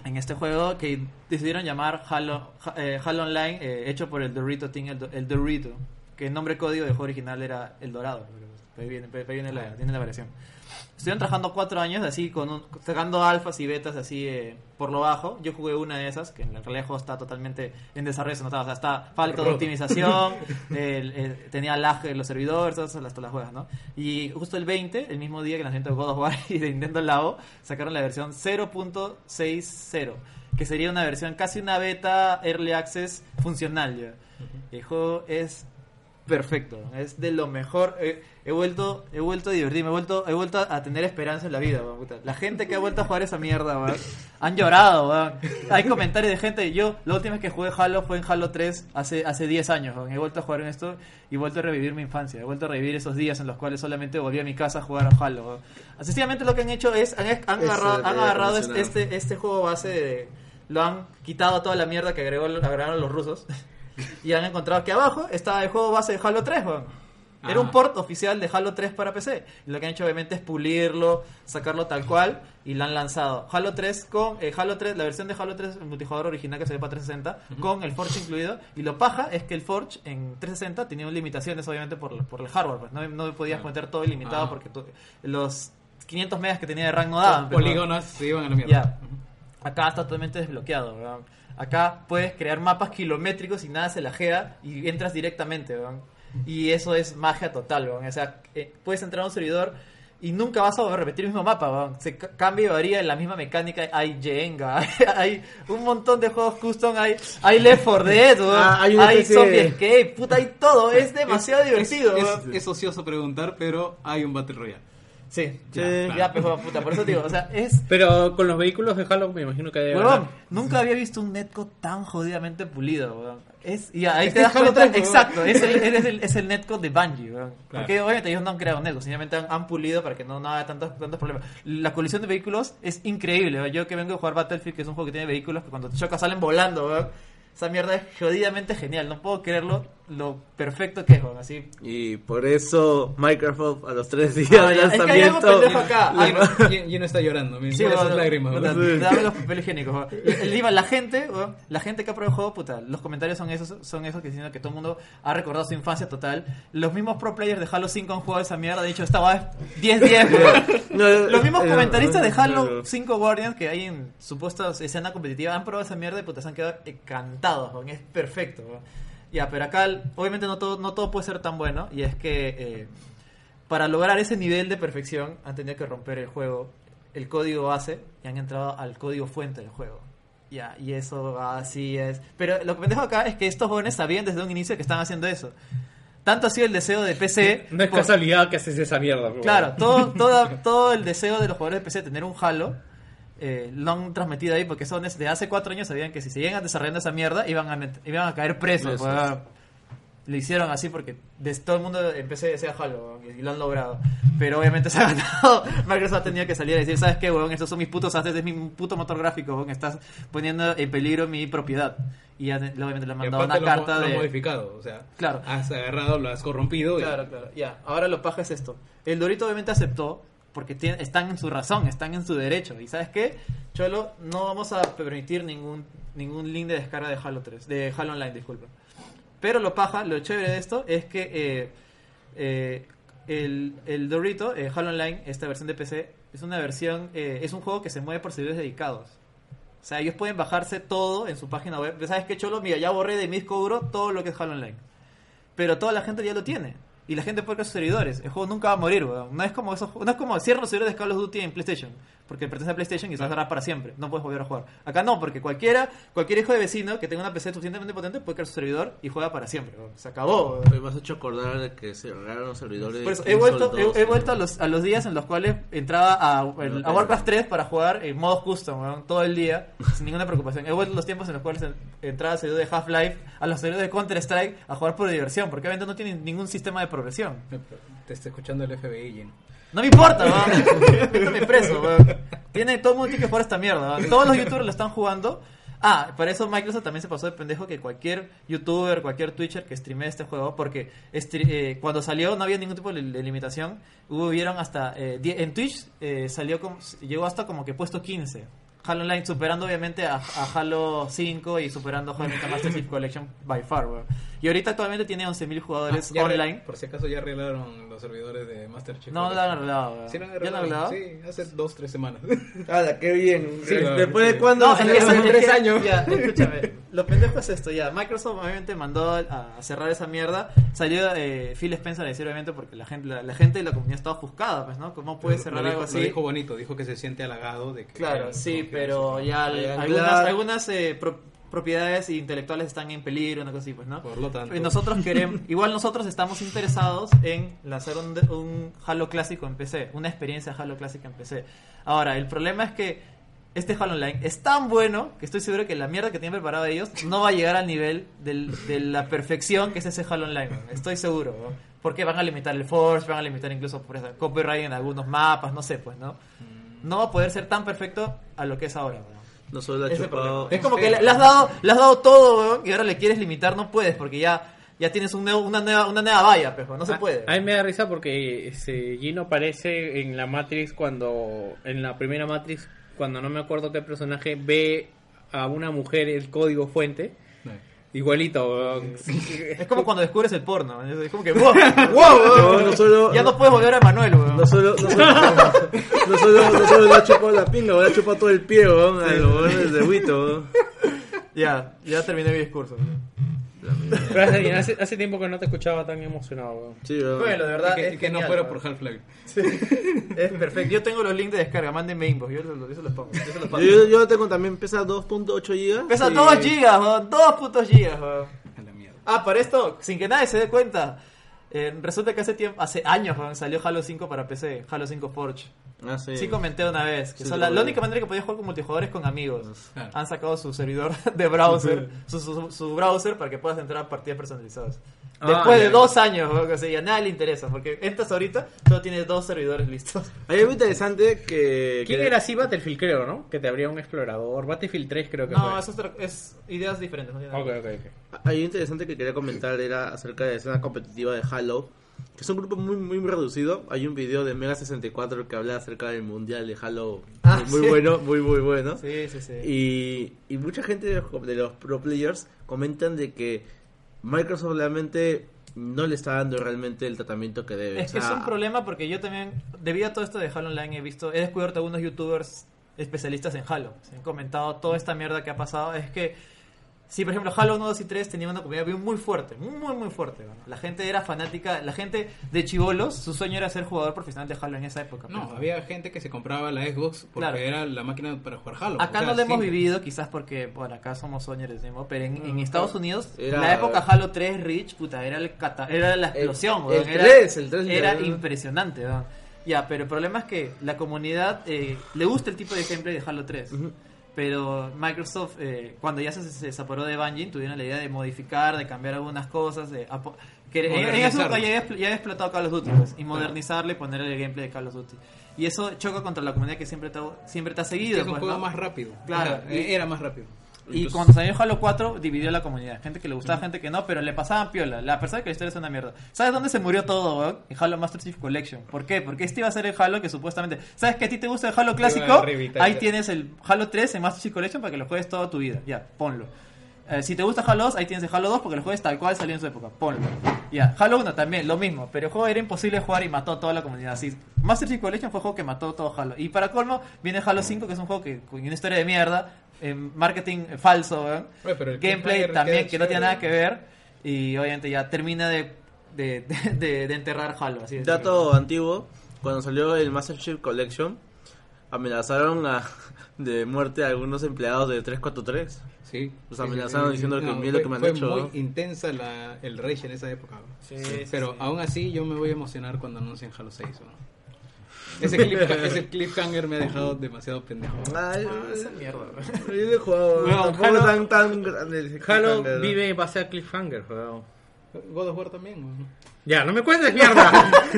S3: en este juego que decidieron llamar Halo, Ja- eh, Halo Online, eh, hecho por el Dorito Team, el, Do- el Dorito. pues, Que el nombre código del juego original era El Dorado. pero Ahí viene, ahí viene la, tiene la variación. Estuvieron trabajando cuatro años así, con un- sacando alfas y betas así eh, por lo bajo. Yo jugué una de esas, que en el juego está totalmente en desarrollo, se notaba, o sea, está falta de optimización, el- el- tenía lag en los servidores, todas esas- todas las juegas, ¿no? Y justo el 20, el mismo día que nacimiento de God of War *laughs* y de Nintendo Labo, sacaron la versión 0.60, que sería una versión casi una beta early access funcional ya. El juego es perfecto. Es de lo mejor. Eh, he vuelto, he vuelto a divertirme, he vuelto, he vuelto a tener esperanza en la vida, weón, puta. La gente que ha vuelto a jugar esa mierda, weón, han llorado, weón. Hay comentarios de gente, yo la última vez que jugué Halo fue en Halo 3 hace, hace 10 años, weón. He vuelto a jugar en esto y he vuelto a revivir mi infancia, he vuelto a revivir esos días en los cuales solamente volví a mi casa a jugar a Halo, weón. Sencillamente lo que han hecho es, han, han
S5: Eso
S3: agarrado, han
S5: debería
S3: agarrado
S5: funcionar.
S3: este, este juego base de... Lo han quitado toda la mierda que agregó, agregaron los rusos y han encontrado que abajo está el juego base de Halo 3, weón. Era un port oficial de Halo 3 para PC. Y Lo que han hecho obviamente es pulirlo, sacarlo tal cual y lo han lanzado. Halo 3 con eh, Halo 3, la versión de Halo 3 el multijugador original que salió para 360 con el Forge incluido y lo paja es que el Forge en 360 tenía limitaciones obviamente por, por el hardware, pues. no, no podías meter todo ilimitado
S1: Ah.
S3: porque tú- los 500 megas que tenía de rank no daban. pues, ¿no?
S1: Polígonos se iban a la mierda.
S3: Ya. Acá está totalmente desbloqueado, weón. Acá puedes crear mapas kilométricos y nada se lajea y entras directamente, weón. Y eso es magia total, weón. O sea, eh, puedes entrar a un servidor y nunca vas a repetir el mismo mapa, weón. Se ca- cambia y varía en la misma mecánica. Hay Jenga, *laughs* hay un montón de juegos custom, hay, hay Left 4 Dead, weón.
S5: Ah, hay
S3: hay
S5: una especie
S3: Zombie
S5: de-
S3: Escape, puta, hay todo. Es demasiado
S1: *laughs*
S3: divertido,
S1: Es,
S3: weón.
S1: es ocioso preguntar, pero hay un Battle Royale.
S3: Sí, ya, pues, weón, puta, por eso te digo, o sea, es
S6: *laughs* Pero con los vehículos de Halo me imagino que debe
S3: Huevón, nunca había visto un netcode tan jodidamente pulido, huevón. Es, y ahí
S5: Es
S3: te
S5: que
S3: das
S5: Halo
S3: cuenta,
S5: 3, huevón.
S3: exacto, es el,
S5: *laughs*
S3: es, el, es el netcode de Bungie, huevón. Porque obviamente ellos no han creado netcode, simplemente han, han pulido para que no, no haya tantos, tantos problemas. La colisión de vehículos es increíble, huevón. Yo que vengo a jugar Battlefield, que es un juego que tiene vehículos, que cuando te chocas salen volando, huevón. Esa mierda es jodidamente genial, no puedo creerlo lo perfecto que es, huevón. Así,
S5: Y por eso Microsoft a los tres días
S3: Ah,
S5: de
S3: ya, es que hay algo
S5: lanzamiento.
S3: pendejo acá. Ah,
S1: Lleno, lle- lleno está llorando, me
S3: Sí,
S1: esas
S3: weón,
S1: lágrimas.
S3: puta,
S1: weón. *laughs*
S3: te dame los papeles higiénicos. weón. El Lima, la gente, weón, la gente que ha probado el juego, puta, los comentarios son esos, son esos que dicen que todo el mundo ha recordado su infancia total. Los mismos pro players de Halo 5 han jugado esa mierda, de hecho estaba
S1: *laughs*
S3: 10-10, weón.
S5: No, eh, no,
S3: Los mismos
S5: no,
S3: comentaristas de
S5: no, no,
S3: Halo
S5: no.
S3: 5 Guardians que hay en supuesta escena competitiva han probado esa mierda y puta, se han quedado encantados, weón. es perfecto. weón. Ya, pero acá el- obviamente no todo, no todo puede ser tan bueno y es que eh, para lograr ese nivel de perfección han tenido que romper el juego, el código base y han entrado al código fuente del juego. Ya, y eso así es. Pero lo que me dejo acá es que estos jóvenes sabían desde un inicio que estaban haciendo eso. Tanto ha sido el deseo de PC.
S6: No es
S3: por-
S6: casualidad que haces esa mierda, huevón.
S3: Claro,
S6: *laughs*
S3: todo, toda- todo el deseo de los jugadores de PC de tener un Halo eh, lo han transmitido ahí porque son desde hace cuatro años sabían que si seguían desarrollando esa mierda iban a, met- iban a caer presos. weón. Lo hicieron así porque des- todo el mundo en PC desea Halo weón, y lo han logrado. Pero obviamente *laughs* se ha ganado. Microsoft ha tenido que salir a decir: ¿Sabes qué, weón? Estos son mis putos haces, es mi puto motor gráfico, weón. Estás poniendo en peligro mi propiedad. Y ya, obviamente le han
S1: Y aparte
S3: mandado una
S1: lo mo-
S3: carta
S1: lo
S3: de.
S1: has modificado, o sea,
S3: Claro.
S1: has agarrado, lo has corrompido. y-
S3: Claro, claro, ya. Ahora lo paja es esto. El Dorito obviamente aceptó porque tiene- están en su razón, están en su derecho. ¿Y sabes qué? Cholo, no vamos a permitir ningún, ningún link de descarga de Halo 3, de Halo Online, disculpa. Pero lo paja, lo chévere de esto es que eh, eh, el, el Dorito, eh, Halo Online, esta versión de PC, es una versión, eh, es un juego que se mueve por servidores dedicados. O sea, ellos pueden bajarse todo en su página web. ¿Sabes qué, Cholo? Mira, ya borré de mi disco duro todo lo que es Halo Online pero toda la gente ya lo tiene. Y la gente puede crear sus servidores. El juego nunca va a morir, weón. No es como esos, no es como cierran los servidores de Call of Duty en PlayStation. Porque pertenece a PlayStation y se va a cerrar para siempre. No puedes volver a jugar. Acá no, porque cualquiera, cualquier hijo de vecino que tenga una PC suficientemente potente puede crear su servidor y juega para siempre. weón. Se acabó. weón.
S5: Me vas a hecho acordar de que se agarraron los servidores.
S3: Por eso,
S5: de
S3: he vuelto,
S5: Console
S3: he, he
S5: 2,
S3: vuelto a,
S5: ¿no?
S3: los, a los días en los cuales entraba a, el- a Warcraft 3 para jugar en modo custom, weón, todo el día, sin ninguna preocupación. He vuelto a los tiempos en los cuales en- entraba a servidor de Half-Life, a los servidores de Counter-Strike, a jugar por diversión, porque obviamente no tienen ningún sistema de progresión.
S1: Te está escuchando el FBI, Jin.
S3: No *laughs* me importa, weón. Méteme preso, weón. Tiene, todo el mundo tiene que jugar esta mierda, weón. Todos los youtubers lo están jugando. Ah, para eso Microsoft también se pasó de pendejo que cualquier youtuber, cualquier twitcher que streamee este juego, porque estre- eh, cuando salió no había ningún tipo de, de limitación. Hubieron hasta... eh, die- en Twitch eh, salió como, llegó hasta como que puesto 15. Halo Online superando obviamente a, a Halo 5 y superando Halo Master Chief Collection by far, weón. Y ahorita actualmente tiene 11.000 jugadores
S1: Ah, ya arre-
S3: online.
S1: Por si acaso ya arreglaron los servidores de MasterChef.
S3: No, no lo han arreglado.
S1: Sí, lo han
S3: ¿Ya lo han
S1: arreglado.
S3: arreglado?
S1: Sí, hace dos, tres semanas.
S5: Ala, qué bien.
S1: Sí, claro,
S5: Después de
S1: sí.
S5: cuándo.
S3: No, es que- es que-
S1: tres años.
S3: Ya, escúchame. Lo pendejo es esto, ya. Microsoft obviamente mandó a cerrar esa mierda. Salió eh, Phil Spencer a decir, obviamente, porque la gente, la, la gente y la comunidad estaba ofuscada, pues, ¿no? ¿Cómo *laughs* puede cerrar
S1: lo dijo,
S3: algo
S1: Lo
S3: así?
S1: dijo bonito, dijo que se siente halagado de que...
S3: Claro, sí,
S1: que-
S3: pero ya al-
S5: Hablan
S3: algunas,
S5: claro.
S3: algunas eh, pro- propiedades intelectuales están en peligro, una cosa así, pues, ¿no?
S1: Por lo tanto.
S3: Y nosotros
S1: *laughs*
S3: queremos, igual nosotros estamos interesados en lanzar un, un Halo clásico en PC, una experiencia Halo clásica en PC. Ahora, el problema es que este Halo Online es tan bueno que estoy seguro que la mierda que tienen preparado ellos no va a llegar al nivel del- de la perfección que es ese Halo Online, man. estoy seguro. ¿no? Porque van a limitar el Force, van a limitar incluso por esa copyright en algunos mapas, no sé, pues, ¿no? No va a poder ser tan perfecto a lo que es ahora, weón.
S5: No solo la
S3: Ese
S5: chupado.
S3: Es como que le, le has dado, le has dado todo, weón, y ahora le quieres limitar, no puedes, porque ya, ya tienes un nuevo- una, nueva, una nueva valla, pejo, no se
S1: Ah,
S6: A-
S3: puede.
S6: Ah, A, mí me da risa porque ese Gino aparece en la Matrix cuando. En la primera Matrix, cuando no me acuerdo qué personaje ve a una mujer el código fuente. Igualito. weón.
S3: Es como cuando descubres el porno, weón, es
S1: *laughs*
S3: como que wow, wow, weón.
S5: No, no solo-
S3: ya no puedes volver a Manuel, weón.
S5: No solo, no solo, no solo, no solo le ha chupado la pinga, le ha chupado todo el pie, weón, a los huevones de Huito, weón.
S3: Ya, ya terminé mi discurso. weón.
S6: Gracias, Gino. *laughs* Hace, hace tiempo que no te escuchaba tan emocionado. weón.
S5: Sí, weón.
S3: Bueno, de
S1: Y
S3: verdad,
S1: que,
S3: es
S1: y que no
S3: genial,
S1: fuera
S3: weón.
S1: por Half-Life.
S3: Es perfecto, yo tengo los links de descarga, mándenme inbox, yo, los- yo se los pongo. Yo se los
S5: Yo,
S3: pongo.
S5: yo, yo tengo también, pesa 2.8 gigas.
S3: Pesa
S5: y-
S3: 2 gigas, weón, 2 putos gigas, weón.
S1: A la mierda.
S3: Ah, para esto, sin que nadie se dé cuenta. eh, resulta que hace tiempo, hace años, weón, salió Halo 5 para PC, Halo 5 Forge.
S5: Ah, sí.
S3: Sí, comenté una vez. Que
S5: Sí,
S3: son
S5: te
S3: la,
S5: comenté.
S3: la única manera que podía jugar con multijugador es con amigos.
S1: Claro.
S3: Han sacado su servidor *laughs* de browser, su, su- su browser para que puedas entrar a partidas personalizadas.
S6: Ah,
S3: Después de
S6: ya.
S3: dos años, o sea, ya nada le interesa, porque entras ahorita, solo tienes dos servidores listos.
S5: Hay algo interesante que...
S6: ¿Quién
S5: que-
S6: era así? Battlefield, creo, ¿no? Que te abría un explorador. Battlefield 3, creo que
S3: No,
S6: fue.
S3: es, otra- es ideas diferentes. no tiene nada
S6: Ok,
S3: que ver.
S6: ok, ok.
S5: Hay algo interesante que quería comentar era acerca de la escena competitiva de Halo, que es un grupo muy muy reducido. Hay un video de Mega 64 que habla acerca del mundial de Halo,
S3: Ah,
S5: muy
S3: sí.
S5: bueno, muy muy bueno.
S3: Sí, sí, sí.
S5: Y, y mucha gente de los, de los pro players comentan de que Microsoft realmente no le está dando realmente el tratamiento que debe.
S3: Es que
S5: O
S3: es
S5: sea,
S3: un problema porque yo también, debido a todo esto de Halo Online, he visto, he descubierto algunos youtubers especialistas en Halo. Se han comentado toda esta mierda que ha pasado. Es que, si por ejemplo Halo 1, 2 y 3 tenía una comunidad bien muy fuerte, muy, muy fuerte. ¿no? La gente era fanática, la gente de chivolos, su sueño era ser jugador profesional de Halo en esa época.
S1: No,
S3: pues.
S1: había gente que se compraba la Xbox porque
S3: Claro.
S1: era la máquina para jugar Halo.
S3: Acá
S1: O sea,
S3: no lo hemos
S1: sí.
S3: vivido, quizás porque por acá somos soñadores, ¿no? pero en, en Estados Unidos,
S5: Era-
S3: la época Halo 3 Rich, puta, era, el cata- era la explosión,
S5: el
S3: weón, era,
S5: 3, el 3
S3: era
S5: ya, ¿no?
S3: impresionante. weón. Ya, pero el problema es que la comunidad eh, le gusta el tipo de gameplay de Halo 3. Pero Microsoft, eh, cuando ya se, se separó de Bungie, tuvieron la idea de modificar, de cambiar algunas cosas. De, apo- que en- en ese punto
S1: Modernizarlo.
S3: ya, había expl- ya había explotado Call of Duty pues, y modernizarle y ponerle el gameplay de Call of Duty. Y eso choca contra la comunidad que siempre te, ha- siempre te ha seguido.
S1: Es un
S3: pues,
S1: juego
S3: ¿no?
S1: más rápido.
S3: Claro,
S1: O sea,
S3: y-
S1: era más rápido.
S3: Y cuando salió Halo 4, dividió la comunidad. Gente que le gustaba, gente que no, pero le pasaban piola. La persona que la historia es una mierda. ¿Sabes dónde se murió todo, weón? En Halo Master Chief Collection. ¿Por qué? Porque este iba a ser el Halo que supuestamente. ¿Sabes que a ti te gusta el Halo clásico?
S6: revitalizar.
S3: Ahí tienes el Halo 3 en Master Chief Collection para que lo juegues toda tu vida. Ya, ponlo. Eh, si te gusta Halo 2, ahí tienes el Halo 2 porque el juego es tal cual salió en su época. Ponlo. Ya, Halo 1 también, lo mismo. Pero el juego era imposible de jugar y mató a toda la comunidad. Así, Master Chief Collection fue el juego que mató todo Halo. Y para colmo, viene Halo 5, que es un juego que con una historia de mierda, eh, marketing eh, falso, weón.
S1: Oye, pero el
S3: gameplay
S1: cliffhanger
S3: también
S1: queda
S3: que no
S1: chévere.
S3: tiene nada que ver. Y obviamente ya termina de, de, *laughs* de- de- de enterrar Halo. Así de
S5: Dato antiguo, cuando salió el Master Chief Collection, amenazaron a, *laughs* de muerte a algunos empleados de 343.
S1: Sí.
S5: Los
S1: Sí,
S5: amenazaron Pues diciendo que mira lo
S1: fue-
S5: que me han
S1: fue
S5: hecho,
S1: muy
S5: ¿no?
S1: intensa la, el rage en esa época. ¿no?
S3: Sí, sí,
S1: Pero
S3: sí.
S1: aún así yo me voy a emocionar cuando anuncien Halo 6. ¿no? Ese,
S5: *laughs*
S1: clip- ese cliffhanger me ha dejado demasiado pendejo.
S5: Ay,
S3: Ah, esa mierda, weón.
S5: *laughs* yo no he jugado,
S6: Bueno,
S5: tampoco
S6: Halo-
S5: tan, tan grande el
S6: Halo
S5: cliffhanger, ¿no?
S6: vive en base a Cliffhanger, weón.
S1: God of War también. ¿no?
S6: Ya, no me cuentes *laughs* mierda.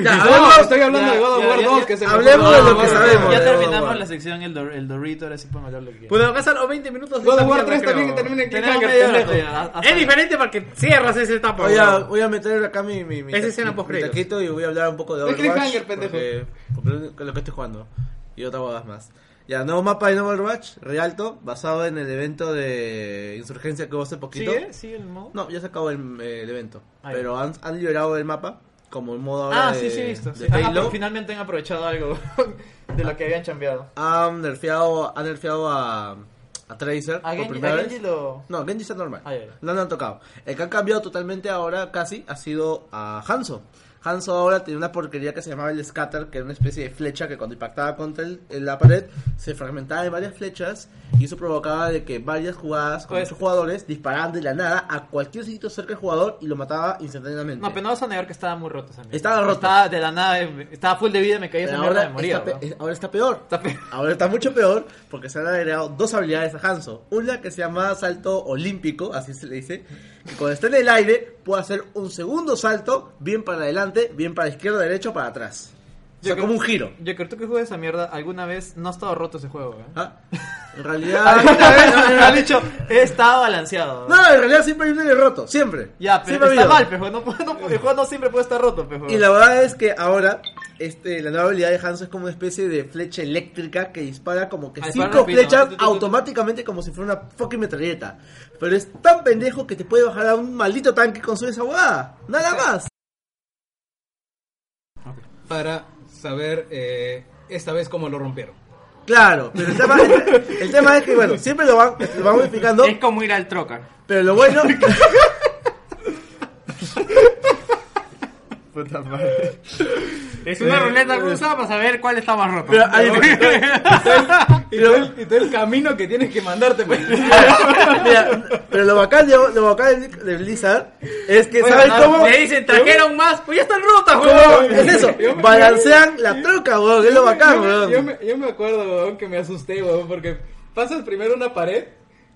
S6: ya,
S1: No, estoy hablando
S3: ya,
S1: de God of
S3: ya,
S1: War
S3: ya,
S1: 2,
S3: ya.
S1: que se
S5: Hablemos de lo
S1: God
S5: que
S1: of War
S5: sabemos.
S3: Ya
S5: weón,
S3: terminamos
S5: weón.
S3: la sección el, Dor- el Dorito, ahora sí podemos hablar lo que quieras.
S6: Puedo pasar los 20 minutos. de
S1: God
S6: esta
S1: of War
S6: mierda,
S1: 3 también
S6: creo.
S1: termina en
S3: Tenemos
S1: cliffhanger
S3: media hora
S1: pendejo.
S3: todavía, hasta-
S6: Es diferente porque cierras esa etapa.
S5: Voy a,
S6: weón.
S5: voy a meter acá mi, mi, mi,
S6: Esa escena
S5: mi- mi
S6: post-créditos.
S5: taquito y voy a hablar un poco de
S1: El
S5: Overwatch
S1: cliffhanger, pendejo.
S5: porque, porque es lo que estoy jugando y otra bodas más. Ya, nuevo mapa de nuevo Overwatch, Realto, basado en el evento de insurgencia que hubo hace poquito.
S3: ¿Sigue? ¿Sigue el modo?
S5: No, ya se acabó el, eh, el evento.
S3: Ah,
S5: pero han, han liberado el mapa como el modo ahora
S3: Ah,
S5: de,
S3: sí, sí, he visto. sí.
S5: de
S3: Ah,
S5: Halo.
S3: pero finalmente han aprovechado algo *laughs* de lo que habían chambeado.
S5: Han nerfeado, han nerfeado a, a Tracer
S3: A
S5: por
S3: Genji,
S5: primera
S3: a
S5: vez.
S3: Genji lo...
S5: No, Genji está normal.
S3: Ah, ya, ya.
S5: No, no han tocado. El que han cambiado totalmente ahora, casi, ha sido a Hanzo. Hanzo ahora tenía una porquería que se llamaba el Scatter, que era una especie de flecha que cuando impactaba contra el- en la pared se fragmentaba en varias flechas y eso provocaba de que varias jugadas con
S3: Pues-
S5: sus jugadores disparaban de la nada a cualquier sitio cerca del jugador y lo mataba instantáneamente.
S3: No, pero no vas a negar que estaba muy roto también.
S5: Estaba roto.
S3: Estaba de la nada, eh, estaba full de vida, me caí
S5: Pero
S3: esa mierda,
S5: ahora,
S3: me moría.
S5: está pe-
S3: weón.
S5: es- ahora está peor.
S3: Está peor. *laughs*
S5: Ahora está mucho peor porque se han agregado dos habilidades a Hanzo. Una que se llama salto olímpico, así se le dice, que cuando está en el aire puede hacer un segundo salto, bien para adelante, bien para izquierda, derecho, para atrás. O
S3: Yo
S5: sea, como
S3: creo-
S5: un giro.
S3: Yo creo que tú que juegas esa mierda, alguna vez no ha estado roto ese juego, weón.
S5: Ah, En
S3: *laughs*
S5: realidad...
S3: Alguna vez me han dicho, he estado balanceado. weón.
S5: *laughs* No, en realidad siempre hay un aire roto, siempre.
S3: Ya, pero
S5: Siempre ha
S3: está
S5: habido.
S3: mal, pero no, puede- no puede- el juego no siempre puede estar roto, pero.
S5: Y la verdad es que ahora este, la nueva habilidad de Hanzo es como una especie de flecha eléctrica que dispara como que
S3: Ah, dispara
S5: cinco
S3: rápido,
S5: flechas
S3: tu, tu, tu, tu.
S5: automáticamente como si fuera una fucking metralleta. Pero es tan pendejo que te puede bajar a un maldito tanque con su esa huevada. Nada más.
S1: Para saber eh, esta vez cómo lo rompieron.
S5: Claro, pero el tema, el, el tema es que, bueno, siempre lo van, lo van modificando,
S2: Es como ir al troca.
S5: pero
S3: *laughs*
S5: lo bueno...
S2: Es una ruleta rusa para saber cuál está más roto.
S5: Pero hay-
S1: Y todo el, y todo el camino que tienes que mandarte. pues.
S5: Mira, pero lo bacán de, lo bacán de- de Blizzard es que, ¿sabes cómo?
S2: Le dicen, trajeron más, pues ya están rotas,
S5: ¿Cómo
S2: weón.
S5: es eso? Balancean la troca, weón, es lo bacán,
S1: yo, me-
S5: weón.
S1: yo me, yo me acuerdo, weón, que me asusté, weón, porque pasas primero una pared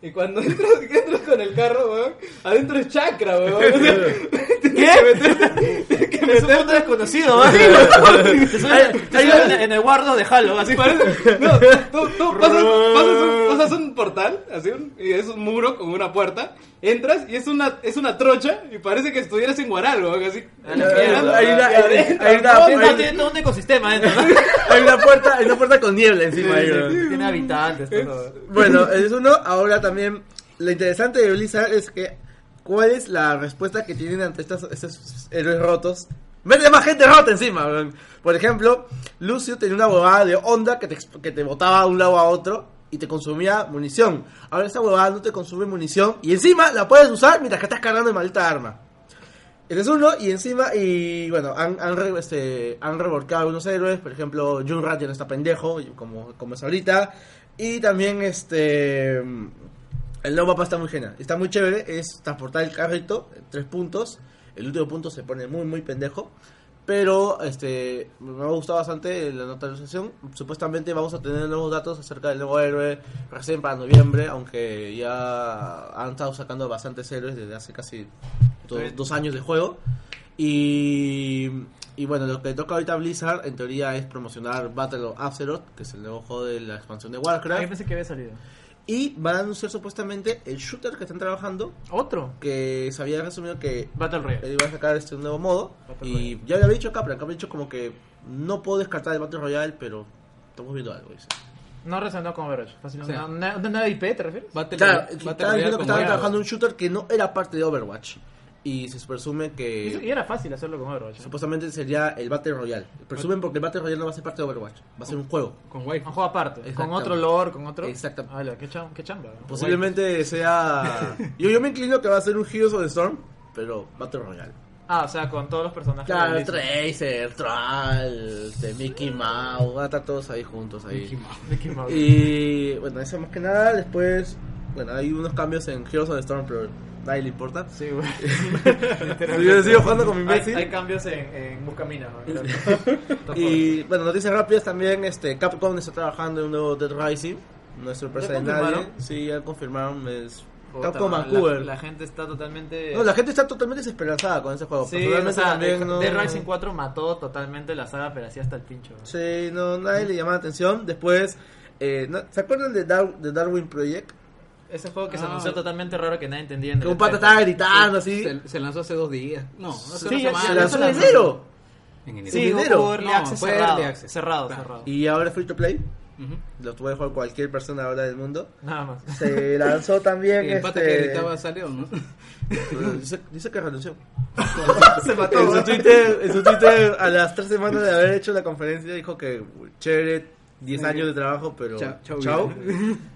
S1: y cuando *laughs* entras, entras con el carro, weón, adentro es chakra, weón.
S5: *laughs*
S1: *laughs* ¿Qué? que
S3: Es un
S1: meterte-
S3: mundo desconocido, ¿no? Te suena-
S5: Ay,
S3: te
S5: ay,
S3: suena
S5: ay.
S3: en- en el guardo de Halo, así.
S1: *laughs* Parece- no, tú,
S5: *laughs*
S1: tú pasas, pasas un, pasas un portal, así, un- y es un muro con una puerta, entras y es una, es una trocha y parece que estuvieras en Guaral, weón, así.
S5: Ah,
S3: A la mierda.
S5: Hay una-
S1: Y adentro,
S5: hay una-
S1: todo
S3: Es
S5: hay-
S3: más, tiene todo un ecosistema dentro, ¿no?
S5: *laughs* Hay una puerta, hay una puerta con niebla encima. ahí, weón.
S3: Tiene habitantes, todo.
S5: Bueno, es uno. Ahora también, lo interesante de Blizzard es que, ¿cuál es la respuesta que tienen ante estas- estos héroes rotos? Mete más gente rota encima. weón. Por ejemplo, Lucio tenía una huevada de onda que te, exp- que te botaba de un lado a otro y te consumía munición. Ahora esa huevada no te consume munición y encima la puedes usar mientras que estás cargando el maldita arma. Ese es uno, y encima, y bueno, han, han, re- este, han revolcado unos héroes, por ejemplo, Junrat ya no está pendejo, y como, como es ahorita, y también este. El nuevo mapa está muy genial, está muy chévere, es transportar el carrito, tres puntos, el último punto se pone muy, muy pendejo, pero este, me ha gustado bastante la notarización, supuestamente vamos a tener nuevos datos acerca del nuevo héroe recién para noviembre, aunque ya han estado sacando bastantes héroes desde hace casi do-
S3: Sí.
S5: dos años de juego. Y, y bueno, lo que toca ahorita a Blizzard en teoría es promocionar Battle of Azeroth, que es el nuevo juego de la expansión de
S3: Ah, Yo
S5: Warcraft.
S3: pensé que había salido.
S5: Y van a anunciar supuestamente el shooter que están trabajando,
S3: Otro.
S5: que se había resumido que
S3: Battle Royale.
S5: iba a sacar este un nuevo modo.
S3: Battle
S5: Y ya lo había dicho acá, pero acá había dicho como que no puedo descartar el Battle Royale, pero estamos viendo algo. Dice.
S3: No resonó con Overwatch.
S1: O sea.
S3: ¿Una una- una nueva IP te refieres?
S1: Battle-
S5: Claro,
S1: Battle Royale
S5: estaban diciendo que
S1: como
S5: estaban
S1: era.
S5: trabajando un shooter que no era parte de Overwatch. Y se presume que...
S3: Y era fácil hacerlo con Overwatch. ¿no?
S5: Supuestamente sería el Battle Royale. Presumen porque el Battle Royale no va a ser parte de Overwatch. Va a ser un juego.
S1: Con wifi.
S3: Un juego aparte. Con
S5: Exactamente.
S3: otro lore, con otro.
S5: Exactamente.
S3: Ala, qué cham- qué chamba.
S5: Pues
S3: ¿no?
S5: Posiblemente sea... Yo, yo me inclino que va a ser un Heroes of the Storm, pero Battle Royale.
S3: Ah, o sea, con todos los personajes.
S5: Claro,
S3: del Disney.
S5: Tracer, Troll, este, Mickey Mouse, van a estar todos ahí juntos ahí.
S3: Mickey Mouse.
S5: Y bueno, eso más que nada. Después, bueno, hay unos cambios en Heroes of the Storm, pero nadie le importa.
S3: Sí,
S5: *laughs*
S3: güey.
S5: Yo sigo jugando con mi
S3: Hay,
S5: imbécil.
S3: hay cambios en, en Buscaminas. ¿no? Claro.
S5: *laughs* Y bueno, noticias rápidas también, este Capcom está trabajando en un nuevo Dead Rising, no es sorpresa
S3: ¿Ya
S5: de nadie.
S3: confirmaron?
S5: Sí, ya confirmaron, es
S3: Puta,
S5: Capcom
S3: la-
S5: Vancouver.
S3: La, gente está totalmente.
S5: No, la gente está totalmente desesperanzada con ese juego.
S3: Sí,
S5: Personalmente
S3: o sea,
S5: también
S3: de,
S5: no-
S3: de Rising 4 mató totalmente la saga, pero así hasta el pincho. ¿no?
S5: Sí, no, nadie le llamaba la atención. Después, eh, ¿no? ¿se acuerdan de, Dar- de Darwin Project?
S3: Ese juego que se anunció totalmente raro que nadie entendía. en
S5: Que
S3: el
S5: Ah. un pata
S3: trailer.
S5: estaba gritando así.
S1: Se, se lanzó hace dos días. No, hace
S3: Sí,
S1: una
S3: ya-
S1: semana.
S5: Se
S3: Ah,
S5: lanzó
S3: eso
S5: en
S3: la-
S5: enero.
S1: En enero.
S5: en
S3: Sí, un
S5: enero.
S3: juego early
S1: No,
S3: access
S1: fue
S3: cerrado.
S1: early access.
S3: Cerrado,
S1: Claro.
S3: cerrado.
S5: Y ahora es free to play. Lo puede jugar cualquier persona ahora del mundo.
S3: Nada más.
S5: Se lanzó también.
S1: El pata que
S5: este,
S1: gritaba salió,
S3: *laughs*
S1: ¿no?
S5: Dice, dice que renunció. Se mató. En su, Twitter, en su Twitter, a las tres semanas de haber hecho la conferencia, dijo que uy, chévere, 10 años de trabajo, pero
S1: Chao,
S5: chao.
S1: chao,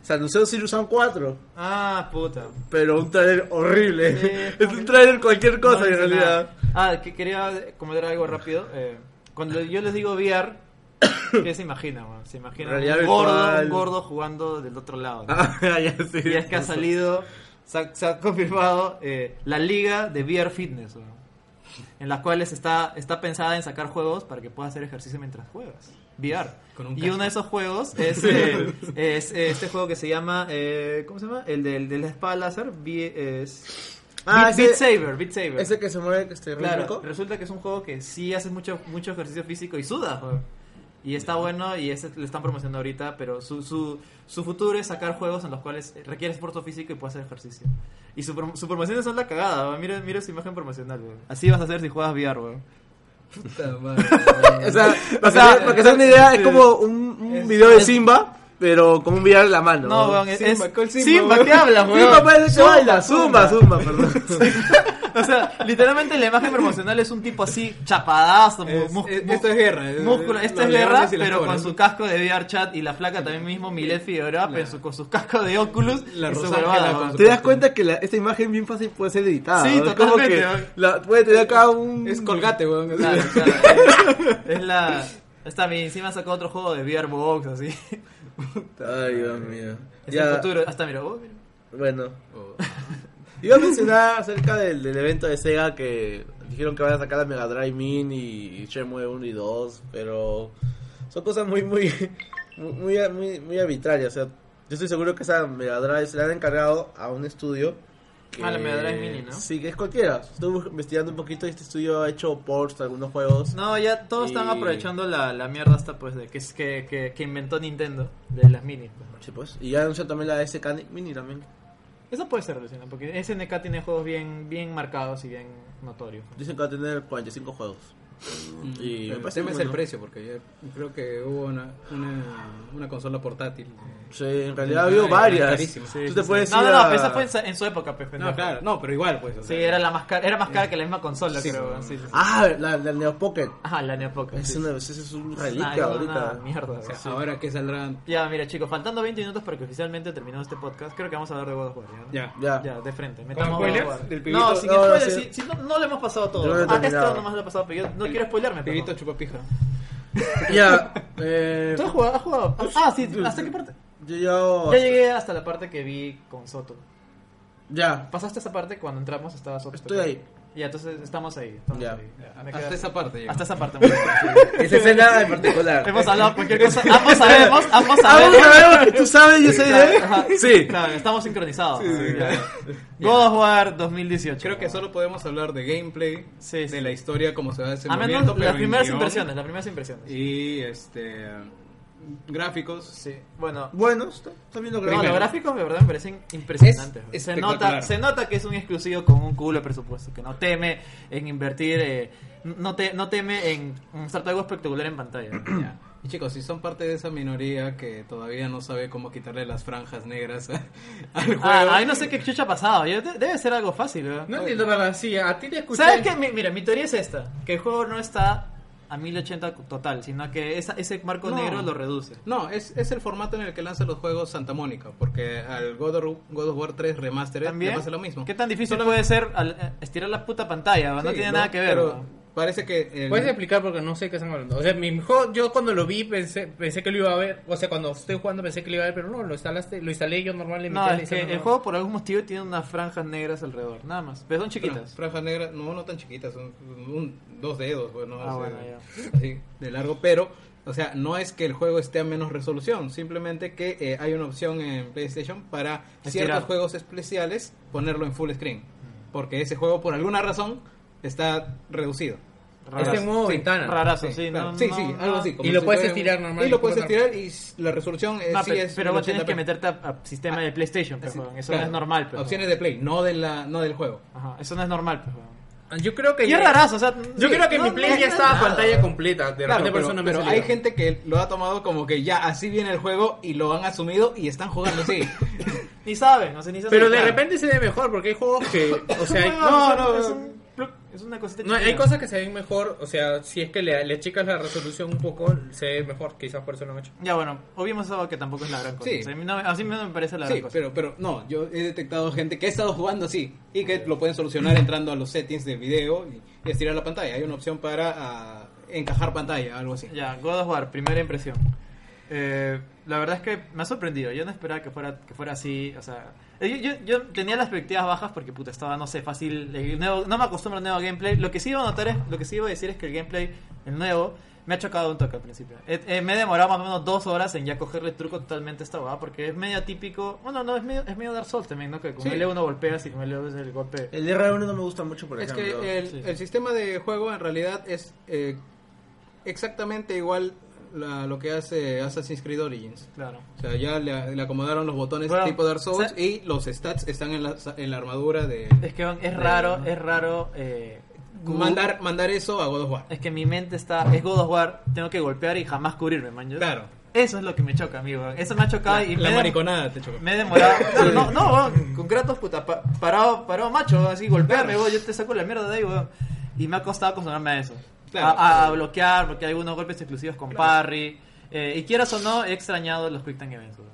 S5: Se anunció Sirius Sam 4,
S3: Ah, puta.
S5: pero un trailer horrible.
S3: Sí,
S5: *laughs* es un trailer cualquier cosa
S3: No
S5: en
S3: dice
S5: realidad.
S3: nada. Ah, que quería comentar algo rápido. eh, cuando yo les digo VR,
S5: *laughs*
S3: ¿qué se imagina, man? Se imagina
S5: Realidad
S3: un gordo,
S5: virtual.
S3: un gordo jugando del otro lado. ¿no?
S5: *laughs* Ah, ya sí.
S3: y es que ha salido, se ha, se ha confirmado eh, la liga de VR Fitness, ¿no? en las cuales está, está pensada en sacar juegos para que puedas hacer ejercicio mientras juegas. VR. y uno de esos
S5: *laughs*
S3: juegos es, eh, es, eh, este juego que se llama, eh, ¿cómo se llama? El del, de la espada láser. vi- es,
S5: Ah,
S3: Beat, Beat
S5: ese,
S3: Saber, Beat Saber.
S5: ese que se mueve, que este
S3: Claro,
S5: rítmico.
S3: resulta que es un juego que sí haces mucho, mucho ejercicio físico y sudas, joder. Y está bueno y ese lo están promocionando ahorita, pero su, su, su futuro es sacar juegos en los cuales requiere esfuerzo físico y puedes hacer ejercicio. Y su, prom- su promoción es la cagada, weón. mira, mira su imagen promocional, weón. Así vas a hacer si juegas VR, weón.
S5: O sea, o sea, para que se den una idea, es como un, un video de Simba, pero con un VR en la mano.
S3: No, weón, es... es- Simba,
S5: weón?
S3: ¿qué hablas, weón?
S5: Simba parece que baila, Zumba,
S3: *laughs*
S5: Zumba, perdón.
S3: O sea, literalmente la imagen promocional es un tipo así, chapadazo, mu-
S1: Es-
S3: mus-
S1: es-
S3: mu-
S1: esto es eh, guerra. es-
S3: músculo. Esto es
S1: los
S3: guerra,
S1: leones y las
S3: pero con
S1: cobras.
S3: su casco de VR chat y la flaca también mismo, Milet Figueroa, pero su- con sus cascos de Oculus
S1: Eh, La
S3: y su
S1: Rosángela
S3: huevada,
S1: con
S3: weón.
S1: su-
S5: Te das cuenta que la- esta imagen bien fácil puede ser editada.
S3: Sí,
S5: ¿no? Es como
S3: totalmente,
S5: que
S3: weón.
S5: la- puede tener acá un.
S1: Es colgate, weón.
S5: *laughs*
S3: Claro, claro. Es, es la... Está bien, encima sacó otro juego de VR Box, así. *laughs*
S5: Ay, Dios mío.
S3: Es el
S5: Ya,
S3: futuro. Hasta mira, oh, mira.
S5: bueno. *laughs* Iba a mencionar acerca del, del evento de Sega que dijeron que van a sacar la Mega Drive Mini y Shenmue 1 y 2, pero son cosas muy, muy, *laughs* muy, muy, muy, muy arbitrarias. O sea, yo estoy seguro que esa Mega Drive se la han encargado a un estudio. que-
S3: Ah, la Mega Drive Mini, ¿no?
S5: Sí, que es cualquiera. Estuve investigando un poquito y este estudio ha hecho ports de algunos juegos.
S3: No, ya todos están
S5: Y-
S3: aprovechando la, la mierda hasta pues de que, es- que, que, que inventó Nintendo de las mini.
S5: Sí, pues. Y ya anunciaron también la SK Mini también.
S3: Eso puede ser recién, porque SNK tiene juegos bien, bien marcados y bien notorios.
S5: Dicen que va a tener 45 juegos.
S3: Mm.
S5: Y me
S1: El
S5: parece
S1: tema es
S5: muy
S1: el
S5: bueno.
S1: precio, porque yo creo que hubo una, una, una consola portátil.
S5: Sí, en
S1: Ah,
S5: realidad ha habido
S1: era
S5: varias.
S1: carísimo. Sí,
S5: Tú
S1: sí,
S5: te
S1: sí.
S5: puedes
S3: No,
S5: ir
S3: no, no,
S5: a-
S3: pero esa fue en, sa- en su época, pues,
S1: No,
S3: pendejo.
S1: claro, no, pero igual, pues. o
S3: Sí,
S1: sea,
S3: era la más cara, era más cara que la misma consola,
S1: Sí,
S3: creo.
S1: no.
S3: Sí, sí, sí.
S5: Ah, la, la Neo Pocket.
S3: Ajá, la Neopoca.
S5: Es
S3: sí.
S5: una, ese es un
S3: Nah,
S5: reliquia
S3: es una
S5: ahorita.
S3: mierda.
S1: o sea,
S3: sí.
S1: Ahora que saldrán.
S3: Ya, mira, chicos, faltando 20 minutos para que oficialmente terminemos este podcast, creo que vamos a hablar de God of War, ¿ya? ¿no?
S1: Ya.
S5: Ya.
S3: Ya, de frente. Metamos
S6: spoilers?
S3: God of War.
S6: ¿Del pibito?
S3: no, sin
S5: No, no,
S3: spoilers,
S5: sí.
S3: si- si no, no lo hemos pasado todo.
S5: Yo no lo
S3: ah,
S5: he
S3: esto
S5: terminado.
S3: nomás lo he pasado, pero yo no quiero spoilearme. pero
S1: Pibito
S3: no.
S1: chupapija.
S3: *laughs*
S5: Ya. Eh,
S3: ¿Tú has jugado? has jugado?
S1: Pues,
S3: Ah, sí, ¿hasta qué parte?
S5: yo yo.
S3: Ya llegué hasta la parte que vi con Soto. *laughs*
S5: Ya.
S3: Pasaste esa parte cuando entramos, estaba Soto.
S5: Estoy ahí.
S3: Ya, entonces estamos ahí. estamos
S5: Ya.
S3: ahí. Ah, Me quedé-
S1: Hasta esa parte. llegó.
S3: hasta esa parte. muy
S5: *laughs*
S3: bien.
S5: Esa escena en *laughs* particular.
S3: Hemos hablado cualquier cosa. Ambos sabemos, ambos
S5: *laughs* Vamos
S3: sabemos.
S5: a ver, tú sabes, yo soy
S3: Ajá.
S5: de. Sí.
S3: Claro, estamos sincronizados. Ya. God of War 2018.
S1: Creo que solo podemos hablar de gameplay,
S3: Sí, sí.
S1: de la historia, cómo se va
S3: A menos
S1: desenvolviendo. pero
S3: las
S1: en
S3: primeras
S1: guión
S3: impresiones, las primeras impresiones.
S1: Y este. Gráficos.
S3: Sí, bueno.
S5: Bueno, está, está bien
S3: No,
S5: logrado.
S3: los
S1: Primero.
S3: gráficos de verdad me parecen impresionantes.
S1: Es
S3: se,
S1: espectacular.
S3: nota, se nota que es un exclusivo con un culo de presupuesto, que no teme en invertir, eh, no, te, no teme en mostrarte algo espectacular
S1: *clears throat*
S3: en pantalla. Ah,
S1: Ya. Y chicos, si son parte de esa minoría que todavía no sabe cómo quitarle las franjas negras *laughs* a- al juego.
S3: ah, ahí no sé qué chucha ha pasado, yo- de- debe ser algo fácil. ¿verdad?
S6: No entiendo, verdad, sí, a ti te escuché.
S3: ¿Sabes qué? Mi- Mira, mi teoría es esta, que el juego no está a 1080 total, sino que esa- ese marco
S1: No.
S3: negro lo reduce.
S1: No, es, es el formato en el que lanza los juegos Santa Mónica, porque al God of, God of War 3 Remastered
S3: ¿También?
S1: le pasa lo mismo.
S3: ¿Qué tan difícil puede ser al- eh, estirar la puta pantalla? No
S1: Sí,
S3: tiene nada que ver.
S1: pero
S3: ¿no? Pues
S1: Parece que el-
S6: ¿Puedes explicar? Porque no sé qué están hablando. O sea, mi juego, yo cuando lo vi pensé, pensé que lo iba a ver. O sea, cuando estoy jugando pensé que lo iba a ver, pero no, lo instalaste, lo instalé yo normal en mi
S3: No,
S6: tele,
S3: es que
S6: diciendo,
S3: el
S6: no.
S3: juego por algún motivo tiene unas franjas negras alrededor, nada más. Pero son
S1: fran-
S3: chiquitas.
S1: franjas negras, no, no tan chiquitas, son un- dos dedos, bueno,
S3: Ah,
S1: o sea,
S3: bueno,
S1: así de largo, pero, o sea, no es que el juego esté a menos resolución, simplemente que eh, hay una opción en PlayStation para
S3: Estirar. Mm.
S1: ciertos juegos especiales ponerlo en full screen, porque ese juego por alguna razón está reducido.
S6: Este
S3: Raras.
S6: modo ventana.
S3: Rarazo, sí,
S1: claro.
S3: no,
S1: sí,
S3: no,
S1: sí,
S3: no.
S1: algo así.
S6: Y lo
S1: si
S6: puedes
S1: fuera-
S6: estirar normal,
S1: Y lo
S6: y
S1: puedes
S6: cortar.
S1: estirar y s- la resolución eh,
S3: No,
S1: sí
S3: pero,
S1: es.
S3: pero vos tenés
S1: 1080p.
S3: que meterte a, a sistema de PlayStation, pues,
S1: Así,
S3: weón. eso
S1: claro.
S3: no es normal. pues,
S1: Opciones
S3: weón.
S1: de play, no, de la, no del juego.
S3: Ajá, eso no es normal. pues, weón.
S2: Yo creo que
S3: Y es rarazo, o sea.
S2: Yo creo que mi play ya estaba a
S6: pues,
S2: pantalla completa. De repente
S1: Claro, pero,
S2: persona me
S1: pero
S2: hace
S1: hay
S2: llegar.
S1: gente que lo ha tomado como que ya así viene el juego y lo han asumido y están jugando así. *laughs*
S3: Ni saben, no sé, ni saben.
S2: Pero de repente se ve mejor porque hay juegos que, o sea, hay-
S3: *laughs* No, no, es un- Es una cosita
S2: no, hay
S3: chiquita.
S2: cosas que se ven mejor, o sea, si es que le, le achicas la resolución un poco, se ve mejor, quizás por eso lo han hecho.
S3: Ya bueno, obviemos eso que tampoco es la gran cosa.
S1: Sí.
S3: O sea, a mí no- así no me parece la gran
S1: Sí,
S3: cosa.
S1: pero, pero no, yo he detectado gente que ha estado jugando así y que lo pueden solucionar entrando a los settings de video y, y estirar la pantalla. Hay una opción para ah, encajar pantalla, algo así.
S3: Ya, God of War, primera impresión. Eh, la verdad es que me ha sorprendido. Yo no esperaba que fuera, que fuera así. O sea, eh, yo, yo- yo tenía las expectativas bajas porque puta, estaba, no sé, fácil. el nuevo- no me acostumbro al nuevo gameplay. Lo que sí iba a notar es, lo que sí iba a decir es que el gameplay, el nuevo, me ha chocado un toque al principio. Eh, eh, me he demorado más o menos dos horas en ya cogerle el truco totalmente a esta huevada porque es medio típico. Bueno, no, es medio, es medio Dark Souls también, ¿no? Que con el L1 golpeas y con el L2 es el golpe.
S5: El R1 no me gusta mucho, por
S1: Es
S5: ejemplo.
S1: que el,
S3: Sí.
S1: el sistema de juego en realidad es eh, exactamente igual a lo que hace Assassin's Creed Origins.
S3: Claro.
S1: O sea, ya le, le acomodaron los botones
S3: Bueno,
S1: tipo Dark Souls
S3: o sea-
S1: y los stats están en la, en la armadura de
S3: Es que es raro, es raro. Eh,
S1: mandar, mandar eso a God of War.
S3: Es que mi mente está, es God of War, tengo que golpear y jamás cubrirme, man. yo-
S1: Claro.
S3: Eso es lo que me choca, amigo. Eso me ha chocado
S1: La
S3: y me, he dem-
S1: mariconada te chocó.
S3: me
S1: *laughs*
S3: he demorado. No, no, no, weón, con Kratos, puta, pa- parado, parado macho, así, golpearme, weón, yo te saco la mierda de ahí, weón. Y me ha costado acostumbrarme a eso.
S1: Claro,
S3: a, a-
S1: claro.
S3: a bloquear, porque hay algunos golpes exclusivos con parry. eh, y quieras o no, he extrañado los Quick Time Events, weón.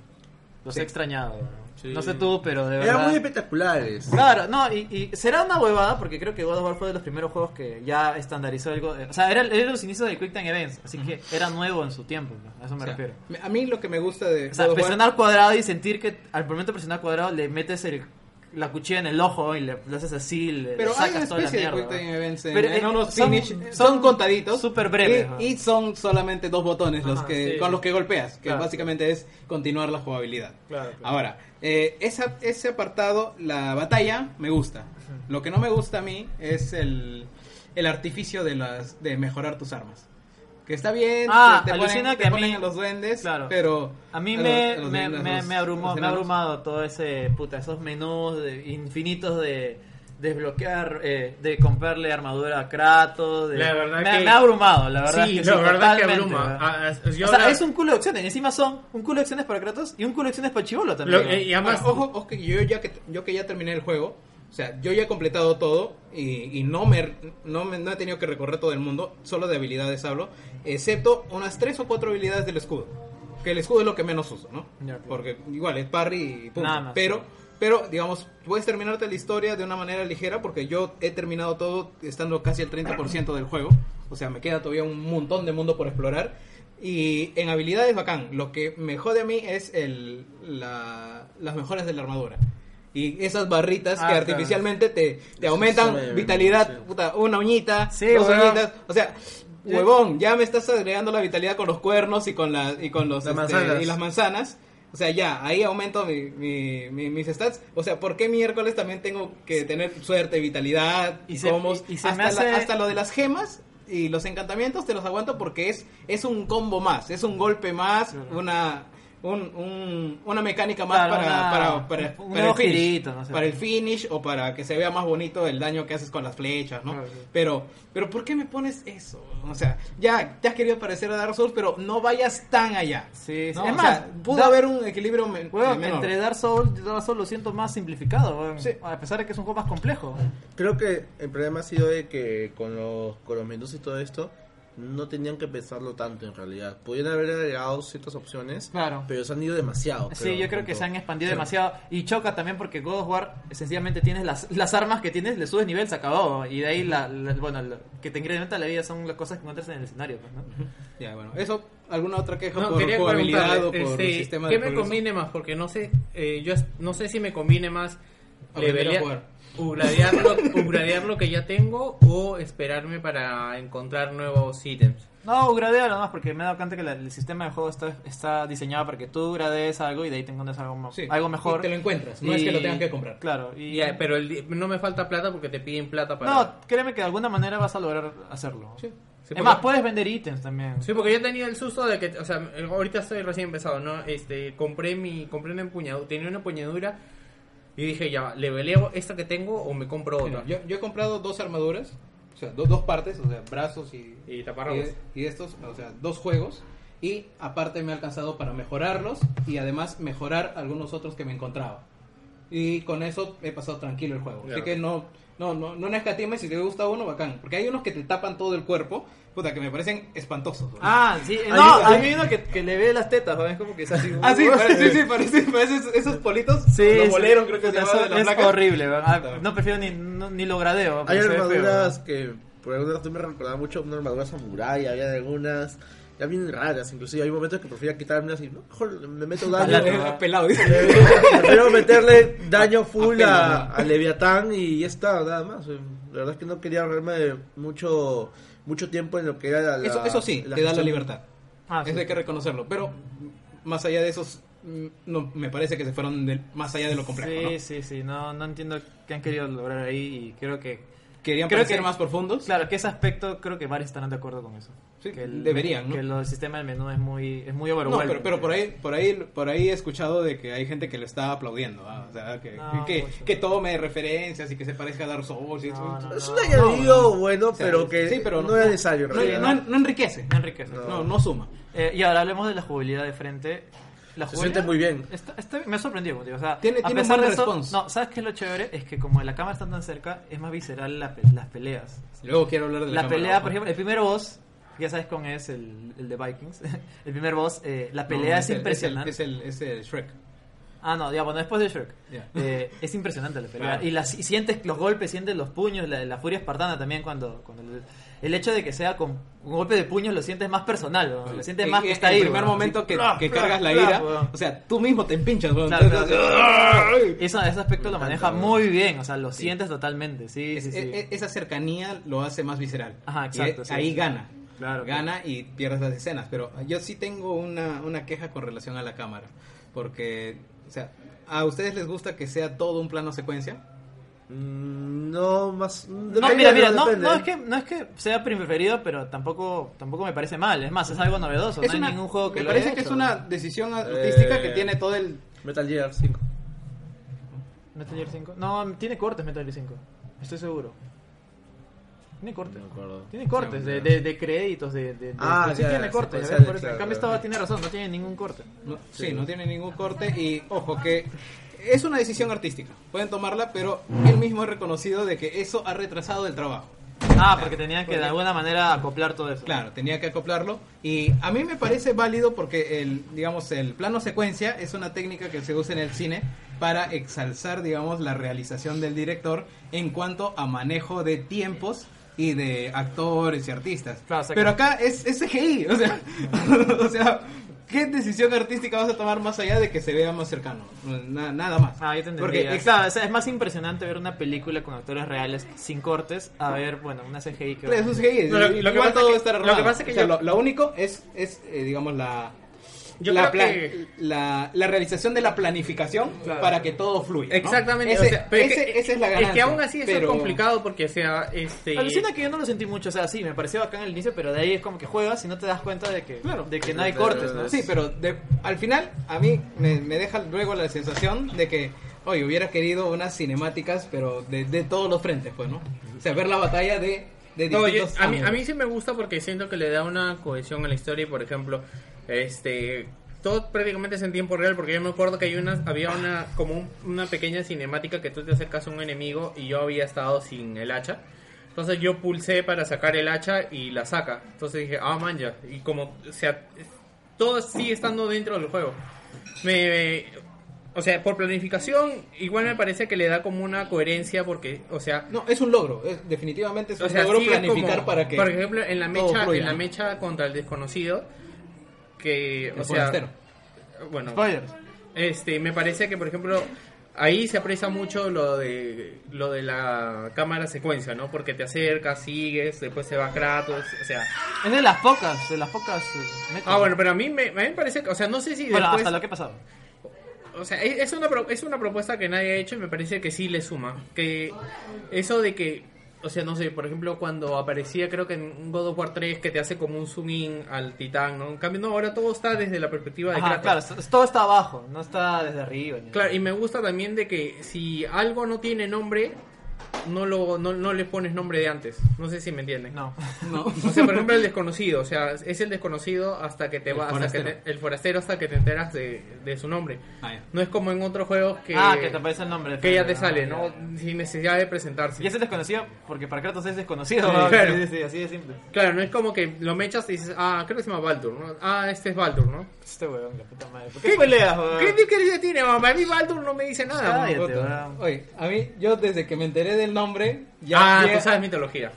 S3: Los he extrañado, weón. No sé tú, pero de verdad.
S5: Eran muy espectaculares.
S3: Claro, no, y, y será una huevada porque creo que God of War fue de los primeros juegos que ya estandarizó algo. O sea, era, era los inicios de Quick Time Events, así que era nuevo en su tiempo, ¿no? a eso me
S1: O sea,
S3: refiero.
S1: me- a mí lo que me gusta de
S3: O sea,
S1: God of War-
S3: presionar cuadrado y sentir que al momento de presionar cuadrado le metes el, la cuchilla en el ojo y le, le haces así, le,
S1: pero
S3: le
S1: hay una
S3: sacas toda la
S1: especie de
S3: mierda.
S1: quick time
S3: ¿no?
S1: events en,
S3: Pero,
S1: en
S3: eh,
S1: unos
S3: son-
S1: finish
S3: son
S1: son, contaditos
S3: súper breves,
S1: y-
S3: ¿no?
S1: y, son solamente dos botones los
S3: Ajá,
S1: que
S3: sí.
S1: con los que golpeas que
S3: Claro.
S1: básicamente es continuar la jugabilidad
S3: Claro, claro.
S1: ahora eh, esa- ese apartado la batalla me gusta lo que no me gusta a mí es el, el artificio de las de mejorar tus armas que está bien
S3: Ah,
S1: te, te ponen,
S3: alucina
S1: te
S3: que a
S1: ponen
S3: mí-
S1: a los duendes
S3: claro.
S1: pero
S3: A mí
S1: a los-
S3: me,
S1: a los
S3: me,
S1: duendes,
S3: me,
S1: los-
S3: me abrumó,
S1: los
S3: me ha
S1: enanos.
S3: abrumado todo ese, puta, esos menús de- infinitos de desbloquear, eh, de comprarle armadura a Kratos. De,
S2: La verdad
S3: me,
S2: que-
S3: me ha abrumado, la verdad
S2: sí,
S3: es que
S2: la
S3: sí,
S2: verdad que
S3: totalmente,
S2: abruma.
S3: ¿verdad?
S2: Ah, ah, yo
S3: o sea,
S2: la-
S3: es un culo de opciones, encima son un culo de opciones para Kratos y un culo de opciones para Chivolo también.
S2: lo- eh, y además,
S1: Ahora, Ah, ojo, ojo, que yo ya que yo que ya terminé el juego, o sea, yo ya he completado todo y, y no me no me- no he tenido que recorrer todo el mundo, solo de habilidades hablo, excepto unas tres o cuatro habilidades del escudo, que el escudo es lo que menos uso, ¿no?
S3: Ya, claro.
S1: Porque igual es parry y punto.
S3: Nada más,
S1: pero
S3: sí.
S1: pero digamos, puedes terminarte la historia de una manera ligera porque yo he terminado todo estando casi al 30% del juego, o sea, me queda todavía un montón de mundo por explorar. Y en habilidades bacán, lo que me jode a mí es el, la- las mejoras de la armadura. Y esas barritas
S2: Ah,
S1: que
S2: claro.
S1: artificialmente te, te
S5: sí,
S1: aumentan
S5: sí,
S1: vitalidad,
S5: sí.
S1: puta, una uñita,
S3: Sí,
S1: dos
S3: huevón.
S1: uñitas, o sea, huevón, ya me estás agregando la vitalidad con los cuernos y con la, y con los
S5: Las
S1: este,
S5: manzanas.
S1: y las manzanas. O sea, ya, ahí aumento mi- mi- mi- mis stats. O sea, ¿por qué miércoles también tengo que tener suerte, vitalidad
S3: Y
S1: y,
S3: se-
S1: combos?
S3: y- y se
S1: hasta,
S3: me hace-
S1: la- hasta lo de las gemas y los encantamientos te los aguanto porque es, es un combo más, es un golpe más,
S3: Claro.
S1: una, un, un- una mecánica más
S3: Claro,
S1: para,
S3: una-
S1: para, para, para
S3: un nuevo
S1: el finish.
S3: girito, no sé.
S1: Para el finish o para que se vea más bonito el daño que haces con las flechas, ¿no?
S3: Claro, Ah, sí.
S1: Pero, pero ¿por qué me pones eso? O sea, ya te has querido parecer a Dark Souls, pero no vayas tan allá.
S3: Sí, sí.
S1: No,
S3: es
S1: o
S3: más,
S1: sea, pudo
S3: da-
S1: haber un equilibrio men-
S3: Weón,
S1: menor.
S3: entre Dark Souls, Dark Souls lo siento más simplificado, weón.
S1: Sí.
S3: a pesar de que es un juego más complejo.
S5: Creo que el problema ha sido de que con los, con los menús y todo esto, no tenían que pensarlo tanto en realidad. Pudieron haber agregado ciertas opciones,
S3: Claro.
S5: pero se han ido demasiado.
S3: Sí, yo creo que
S5: junto.
S3: se han expandido
S5: Sí.
S3: demasiado. Y choca también porque God of War, sencillamente tienes las, las armas que tienes, le subes nivel, se acabó. Y de ahí, la, la- bueno, lo que te incrementa la vida son las cosas que encuentras en el escenario. Pues, ¿no?
S1: Ya, bueno, eso, ¿alguna otra queja
S2: no,
S1: por
S2: quería
S1: jugabilidad o por
S2: preguntarle, este,
S1: sistema
S2: ¿qué
S1: de
S2: me
S1: progreso?
S2: conviene más? Porque no sé, eh, yo as- no sé si me conviene más
S1: Aprender a
S2: levelea-
S1: jugar.
S2: upgradear lo,
S1: *laughs*
S2: upgradear lo que ya tengo o esperarme para encontrar nuevos ítems.
S3: No, gradeo nomás porque me he dado cuenta que la- el sistema de juego está, está diseñado para que tú gradees algo y de ahí te encuentras algo, mo-
S1: Sí,
S3: algo
S1: y
S3: mejor.
S1: te lo encuentras, no es
S2: Y-
S1: que lo tengas que comprar.
S3: Claro, y.
S2: Ya, eh, pero el di- no me falta plata porque te piden plata para...
S3: No, créeme que de alguna manera vas a lograr hacerlo.
S1: Sí.
S2: Sí,
S3: es más,
S2: porque-
S3: puedes vender ítems también.
S2: Sí, porque yo tenía el susto de que, o sea, ahorita estoy recién empezado, ¿no? Este, compré mi, compré una empuñadura, tenía una empuñadura
S6: Y dije, ya, ¿le veleo esta que tengo o me compro otra?
S1: Mira, yo, yo he comprado dos armaduras, o sea, dos, dos partes, o sea, brazos y,
S6: Y taparrabos.
S1: y- y estos, o sea, dos juegos. Y aparte me ha alcanzado para mejorarlos y además mejorar algunos otros que me encontraba. Y con eso he pasado tranquilo el juego. Así
S6: Claro.
S1: que no, no, no, no escatimes, si te gusta uno, bacán. Porque hay unos que te tapan todo el cuerpo, puta, que me parecen espantosos. ¿no?
S3: Ah, sí. No, hay, uno que, que le ve las tetas, ¿no? Es como que es así.
S1: Ah, sí, parece- sí, sí, *laughs* parece, parece esos- esos politos. los boleros, creo que se
S3: es,
S1: llama de la
S3: es
S1: placa.
S3: horrible, ¿verdad? Ah, No prefiero ni, no- ni lo gradeo. ¿verdad?
S5: Hay
S3: Porque se ve feo,
S5: armaduras que por alguna razón me recordaba mucho una armadura samurai, había algunas ya bien raras, inclusive hay momentos que prefiero quitarme así, no, mejor me meto daño.
S3: Palate, ¿verdad?
S1: pelado, dice.
S5: *laughs* prefiero meterle daño full
S1: Apenas,
S5: a, a Leviatán y ya está, nada más. Eh, La verdad es que no quería ahorrarme mucho mucho tiempo en lo que era la, la-
S1: Eso, eso sí,
S5: la
S1: te da la
S5: gestión.
S1: libertad.
S3: Ah, sí.
S1: Eso hay que reconocerlo. Pero más allá de esos, mm, no, me parece que se fueron del- más allá de lo complejo.
S3: Sí,
S1: ¿no?
S3: sí, sí, no, no entiendo qué han querido lograr ahí y creo que...
S1: Querían
S3: Creo
S1: parecer
S3: que-
S1: más profundos.
S3: Claro, que ese aspecto creo que varios estarán de acuerdo con eso.
S1: Sí,
S3: que
S1: deberían, ¿no?
S3: Que lo- el sistema del menú es muy, es muy
S1: No,
S3: overwhelming.
S1: pero, pero por ahí, por ahí, por ahí he escuchado de que hay gente que lo está aplaudiendo, ah, o sea, que,
S3: No,
S1: que,
S3: mucho.
S1: que tome referencias y que se parezca a Dark Souls y
S3: No,
S1: eso.
S3: no, no.
S5: Es un añadido
S1: no, no.
S5: bueno,
S1: sea,
S5: pero que
S1: sí, pero
S5: no,
S1: no-
S5: era necesario. en
S1: No,
S5: realidad.
S1: no- no enriquece,
S3: Me enriquece.
S1: no, no suma.
S3: Eh, y ahora hablemos de la jugabilidad de frente. La
S5: Se
S3: jugabilidad
S5: siente muy bien.
S3: está- está- me ha sorprendido, como te digo, o sea,
S1: Tiene-
S3: a
S1: tiene
S3: pesar
S1: buen
S3: de eso-
S1: response.
S3: No, ¿sabes qué es lo chévere? Es que como la cámara está tan cerca, es más visceral la pe- las peleas.
S1: Luego quiero hablar de la,
S3: La
S1: cámara
S3: pelea,
S1: baja.
S3: por ejemplo, el primer boss, ya sabes con es el, el de Vikings. *laughs* El primer boss, eh, la
S1: No,
S3: pelea es,
S1: el-
S3: impresionante.
S1: Es el, es el, Shrek.
S3: Ah, no, ya, bueno, después de Shrek.
S1: Ya.
S3: Eh, es impresionante la pelea.
S1: Claro.
S3: Y, las, y sientes los golpes, sientes los puños, la, la furia espartana también cuando... cuando el, el hecho de que sea con un golpe de puños lo sientes más personal, ¿no? lo sientes
S1: Y-
S3: más
S1: y
S3: que está ahí.
S1: Eh, El primer
S3: ¿no?
S1: momento
S3: Así,
S1: que,
S3: ¡plaf,
S1: que
S3: plaf,
S1: cargas la
S3: plaf,
S1: ira,
S3: weón!
S1: o sea, tú mismo te empinchas, weón.
S3: Claro,
S1: Entonces,
S3: claro. Eso- ese aspecto lo maneja muy bien, o sea, lo sientes totalmente, sí,
S1: es-
S3: sí, sí.
S1: e- e- esa cercanía lo hace más visceral.
S3: Ajá,
S1: Y
S3: exacto,
S1: e-
S3: sí,
S1: ahí
S3: sí.
S1: gana.
S3: Claro,
S1: gana y pierdes las escenas. Pero yo sí tengo una, una queja con relación a la cámara. Porque, o sea, ¿a ustedes les gusta que sea todo un plano secuencia?
S5: Mm, No, más.
S3: No,
S5: depende,
S3: mira, mira, no,
S5: depende. ¿eh?
S3: no, es que, no es que sea mi preferido, pero tampoco, tampoco me parece mal. Es más, es algo novedoso. Pues no
S1: una-
S3: hay ningún juego que
S1: me
S3: lo
S1: parece
S3: haya
S1: que es
S3: hecho.
S1: una decisión artística que
S5: Eh.
S1: tiene todo el...
S5: Metal Gear 5.
S3: Metal Gear 5. No, tiene cortes Metal Gear 5. Estoy seguro. Tiene cortes.
S5: No me acuerdo.
S3: Tiene cortes
S1: Sí,
S3: de,
S1: no.
S3: de, de créditos, de, de, de-
S5: Ah,
S3: sí
S5: ya,
S3: tiene
S5: sí,
S3: cortes.
S5: puede
S3: ¿ves?
S5: ser,
S3: Por eso, en cambio,
S5: claro, claro.
S3: estaba tiene razón, no tiene ningún corte.
S1: No, sí, no tiene ningún corte y ojo que es una decisión artística. Pueden tomarla, pero él mismo ha reconocido de que eso ha retrasado el trabajo.
S3: Ah, porque tenían que de alguna manera acoplar todo eso.
S1: Claro, tenía que acoplarlo y a mí me parece válido porque el, digamos, el plano secuencia es una técnica que se usa en el cine para exalzar, digamos, la realización del director en cuanto a manejo de tiempos y de actores y artistas.
S3: Claro, o sea que-
S1: Pero acá es, es CGI, o sea, *laughs* o sea, ¿qué decisión artística vas a tomar más allá de que se vea más cercano? Na- nada más.
S3: Ah, yo te entendí.
S1: Porque
S3: Porque, claro, o sea, es más impresionante ver una película con actores reales sin cortes a ver, bueno, una CGI que...
S1: Claro, eso es gay,
S6: No, lo- lo
S1: igual
S6: que pasa
S1: todo
S6: es
S1: va a
S6: que-
S1: estar
S6: lo
S1: armado.
S6: que pasa es que
S1: O sea,
S6: yo-
S1: lo, lo único es, es eh, digamos, la,
S6: Yo
S1: la,
S6: creo
S1: pla-
S6: que-
S1: la, la realización de la planificación para que todo fluya. ¿no?
S6: Exactamente.
S1: Ese-
S6: o sea, pero es
S1: ese-
S6: que-
S1: esa es la
S6: Es que
S1: ganancia,
S6: aún así eso es
S1: pero-
S6: complicado porque, o sea, este...
S3: Alucina que yo no lo sentí mucho, o sea, sí, me pareció bacán el inicio, pero de ahí es como que juegas y no te das cuenta de que,
S1: Claro.
S3: de que no hay cortes, ¿no?
S1: Sí, pero de- al final a mí me, me deja luego la sensación de que, oye, hubiera querido unas cinemáticas, pero de, de todos los frentes, pues, ¿no? O sea, ver la batalla de, de
S6: No, yo-
S1: distintos
S6: a, mí,
S1: ángulos.
S6: a mí sí me gusta porque siento que le da una cohesión a la historia y, por ejemplo, este todo prácticamente es en tiempo real porque yo me acuerdo que hay unas había una como un- una pequeña cinemática que tú te acercas a un enemigo y yo había estado sin el hacha. Entonces yo pulsé para sacar el hacha y la saca. Entonces dije, ah, manja. Y como, o sea, todo sigue estando dentro del juego. Me, me- o sea, por planificación, igual me parece que le da como una coherencia porque, o sea,
S1: No, es un logro, es- definitivamente es un
S6: o sea,
S1: logro
S6: sí es
S1: planificar
S6: como,
S1: para que...
S6: por ejemplo, en la
S1: todo
S6: mecha,
S1: fluya,
S6: en la
S1: ¿no?
S6: mecha contra el desconocido, que,
S1: el
S6: o sea,
S1: forastero.
S6: bueno,
S3: Spoilers.
S6: este, me parece que, por ejemplo, ahí se aprecia mucho lo de lo de la cámara secuencia, ¿no? Porque te acercas, sigues, después se va Kratos, o sea,
S3: Es de las pocas, de las pocas... eh, metas.
S6: ah, bueno, pero a mí me, a mí me parece, que- o sea, no sé si
S3: Bueno,
S6: después,
S3: hasta lo que ha pasado.
S6: o sea, e-, es, es una pro- es una propuesta que nadie ha hecho y me parece que sí le suma, que eso de que o sea, no sé, por ejemplo, cuando aparecía, creo que en God of War 3, que te hace como un zoom in al titán, ¿no? En cambio, no, ahora todo está desde la perspectiva de
S3: Ajá,
S6: Kratos.
S3: claro, es- todo está abajo, no está desde arriba. ni-
S6: pues. Claro, y me gusta también de que si algo no tiene nombre, no, lo, no, no le pones nombre de antes. No sé si me entienden.
S3: No.
S6: O sea, por ejemplo, el desconocido. O sea, es el desconocido hasta que te va, hasta que
S1: forastero.
S6: te- el forastero hasta que te enteras de, de su nombre.
S1: Ah, ya.
S6: No es como en otros juegos que,
S3: Ah, que te aparece el nombre.
S6: que ya te
S3: Ah,
S6: sale,
S3: ya.
S6: ¿no? Sin necesidad de presentarse.
S3: Y ese es desconocido porque para Kratos es desconocido.
S6: Sí,
S3: ¿no?
S6: claro.
S3: Sí, sí, así de simple.
S6: Claro, no es como que lo mechas y dices, ah, creo que se llama Baldur, ¿no? Ah, este es Baldur, ¿no?
S3: Este weón, la puta madre. ¿Por qué peleas,
S6: ¿Qué diferencia tiene, mamá? A mí Baldur no me dice nada. mamá.
S3: Cállate, weón.
S1: Oye, a mí, yo desde que me enteré del nombre, ya.
S6: ah,
S1: ya-
S6: tú sabes mitología.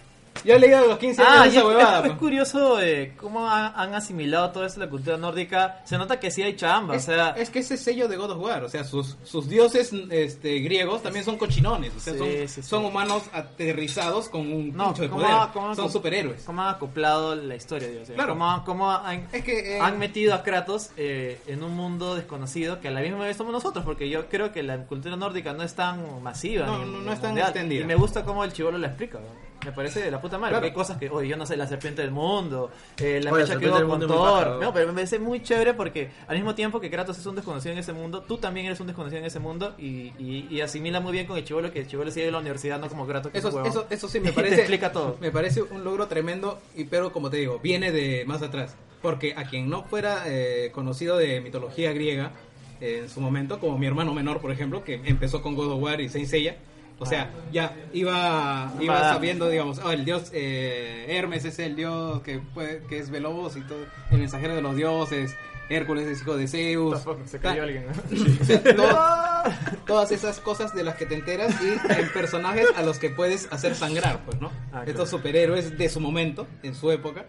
S1: Yo he leído a los 15 años
S3: pues, Ah,
S1: esa huevada. pues.
S3: es,
S6: pues?
S3: es
S1: pa.
S3: curioso eh, cómo han, han asimilado todo eso la cultura nórdica. Se nota que sí hay chamba, o
S1: Es,
S3: sea,
S1: es que ese sello de God of War, o sea, sus, sus dioses este, griegos también son cochinones, o sea,
S3: Sí,
S1: son,
S3: sí, sí.
S1: son humanos aterrizados con un
S3: No,
S1: pincho de
S3: ¿cómo
S1: poder,
S3: va- cómo va-
S1: son superhéroes.
S3: cómo han acoplado la historia, Dios. ¿Eh?
S1: Claro.
S3: Cómo, cómo han,
S1: Es que eh,
S3: han metido a Kratos eh, en un mundo desconocido que a la misma vez somos nosotros, porque yo creo que la cultura nórdica no es tan masiva.
S1: No,
S3: ni-
S1: no,
S3: ni
S1: no es tan
S3: mundial.
S1: extendida.
S3: Y me gusta cómo el chivolo la explica. ¿no? Me parece de la puta madre.
S1: Claro.
S3: porque hay cosas que, oye, yo no sé, la serpiente del mundo, eh, la
S5: Oye, la
S3: fecha que
S5: serpiente del
S3: hubo con
S5: mundo es muy paja,
S3: Thor.
S5: ¿no?
S3: No, pero me parece muy chévere porque al mismo tiempo que Kratos es un desconocido en ese mundo, tú también eres un desconocido en ese mundo y, y- y asimila muy bien con el chivolo que el chivolo sigue en la universidad, no como Kratos. que es un
S1: eso,
S3: huevón.
S1: eso, eso
S3: *laughs*
S1: sí
S3: Y
S1: me
S3: te
S1: parece.
S3: explica todo.
S1: Me parece un logro tremendo, y pero como te digo, viene de más atrás. Porque a quien no fuera eh, conocido de mitología griega eh, en su momento, como mi hermano menor, por ejemplo, que empezó con God of War y Saint Seiya, o sea, ya iba, iba
S3: Ah. Va.
S1: sabiendo, digamos, ah, el dios eh, Hermes es el dios que, puede- que es veloz y todo, el mensajero de los dioses, Hércules es hijo de Zeus.
S3: *laughs* Se cayó alguien, ¿no?
S1: *laughs* Todo- todas esas cosas de las que te enteras y
S3: *laughs*
S1: en personajes a los que puedes hacer sangrar, pues, ¿no?
S3: Ah, claro.
S1: Estos superhéroes de su momento, en su época,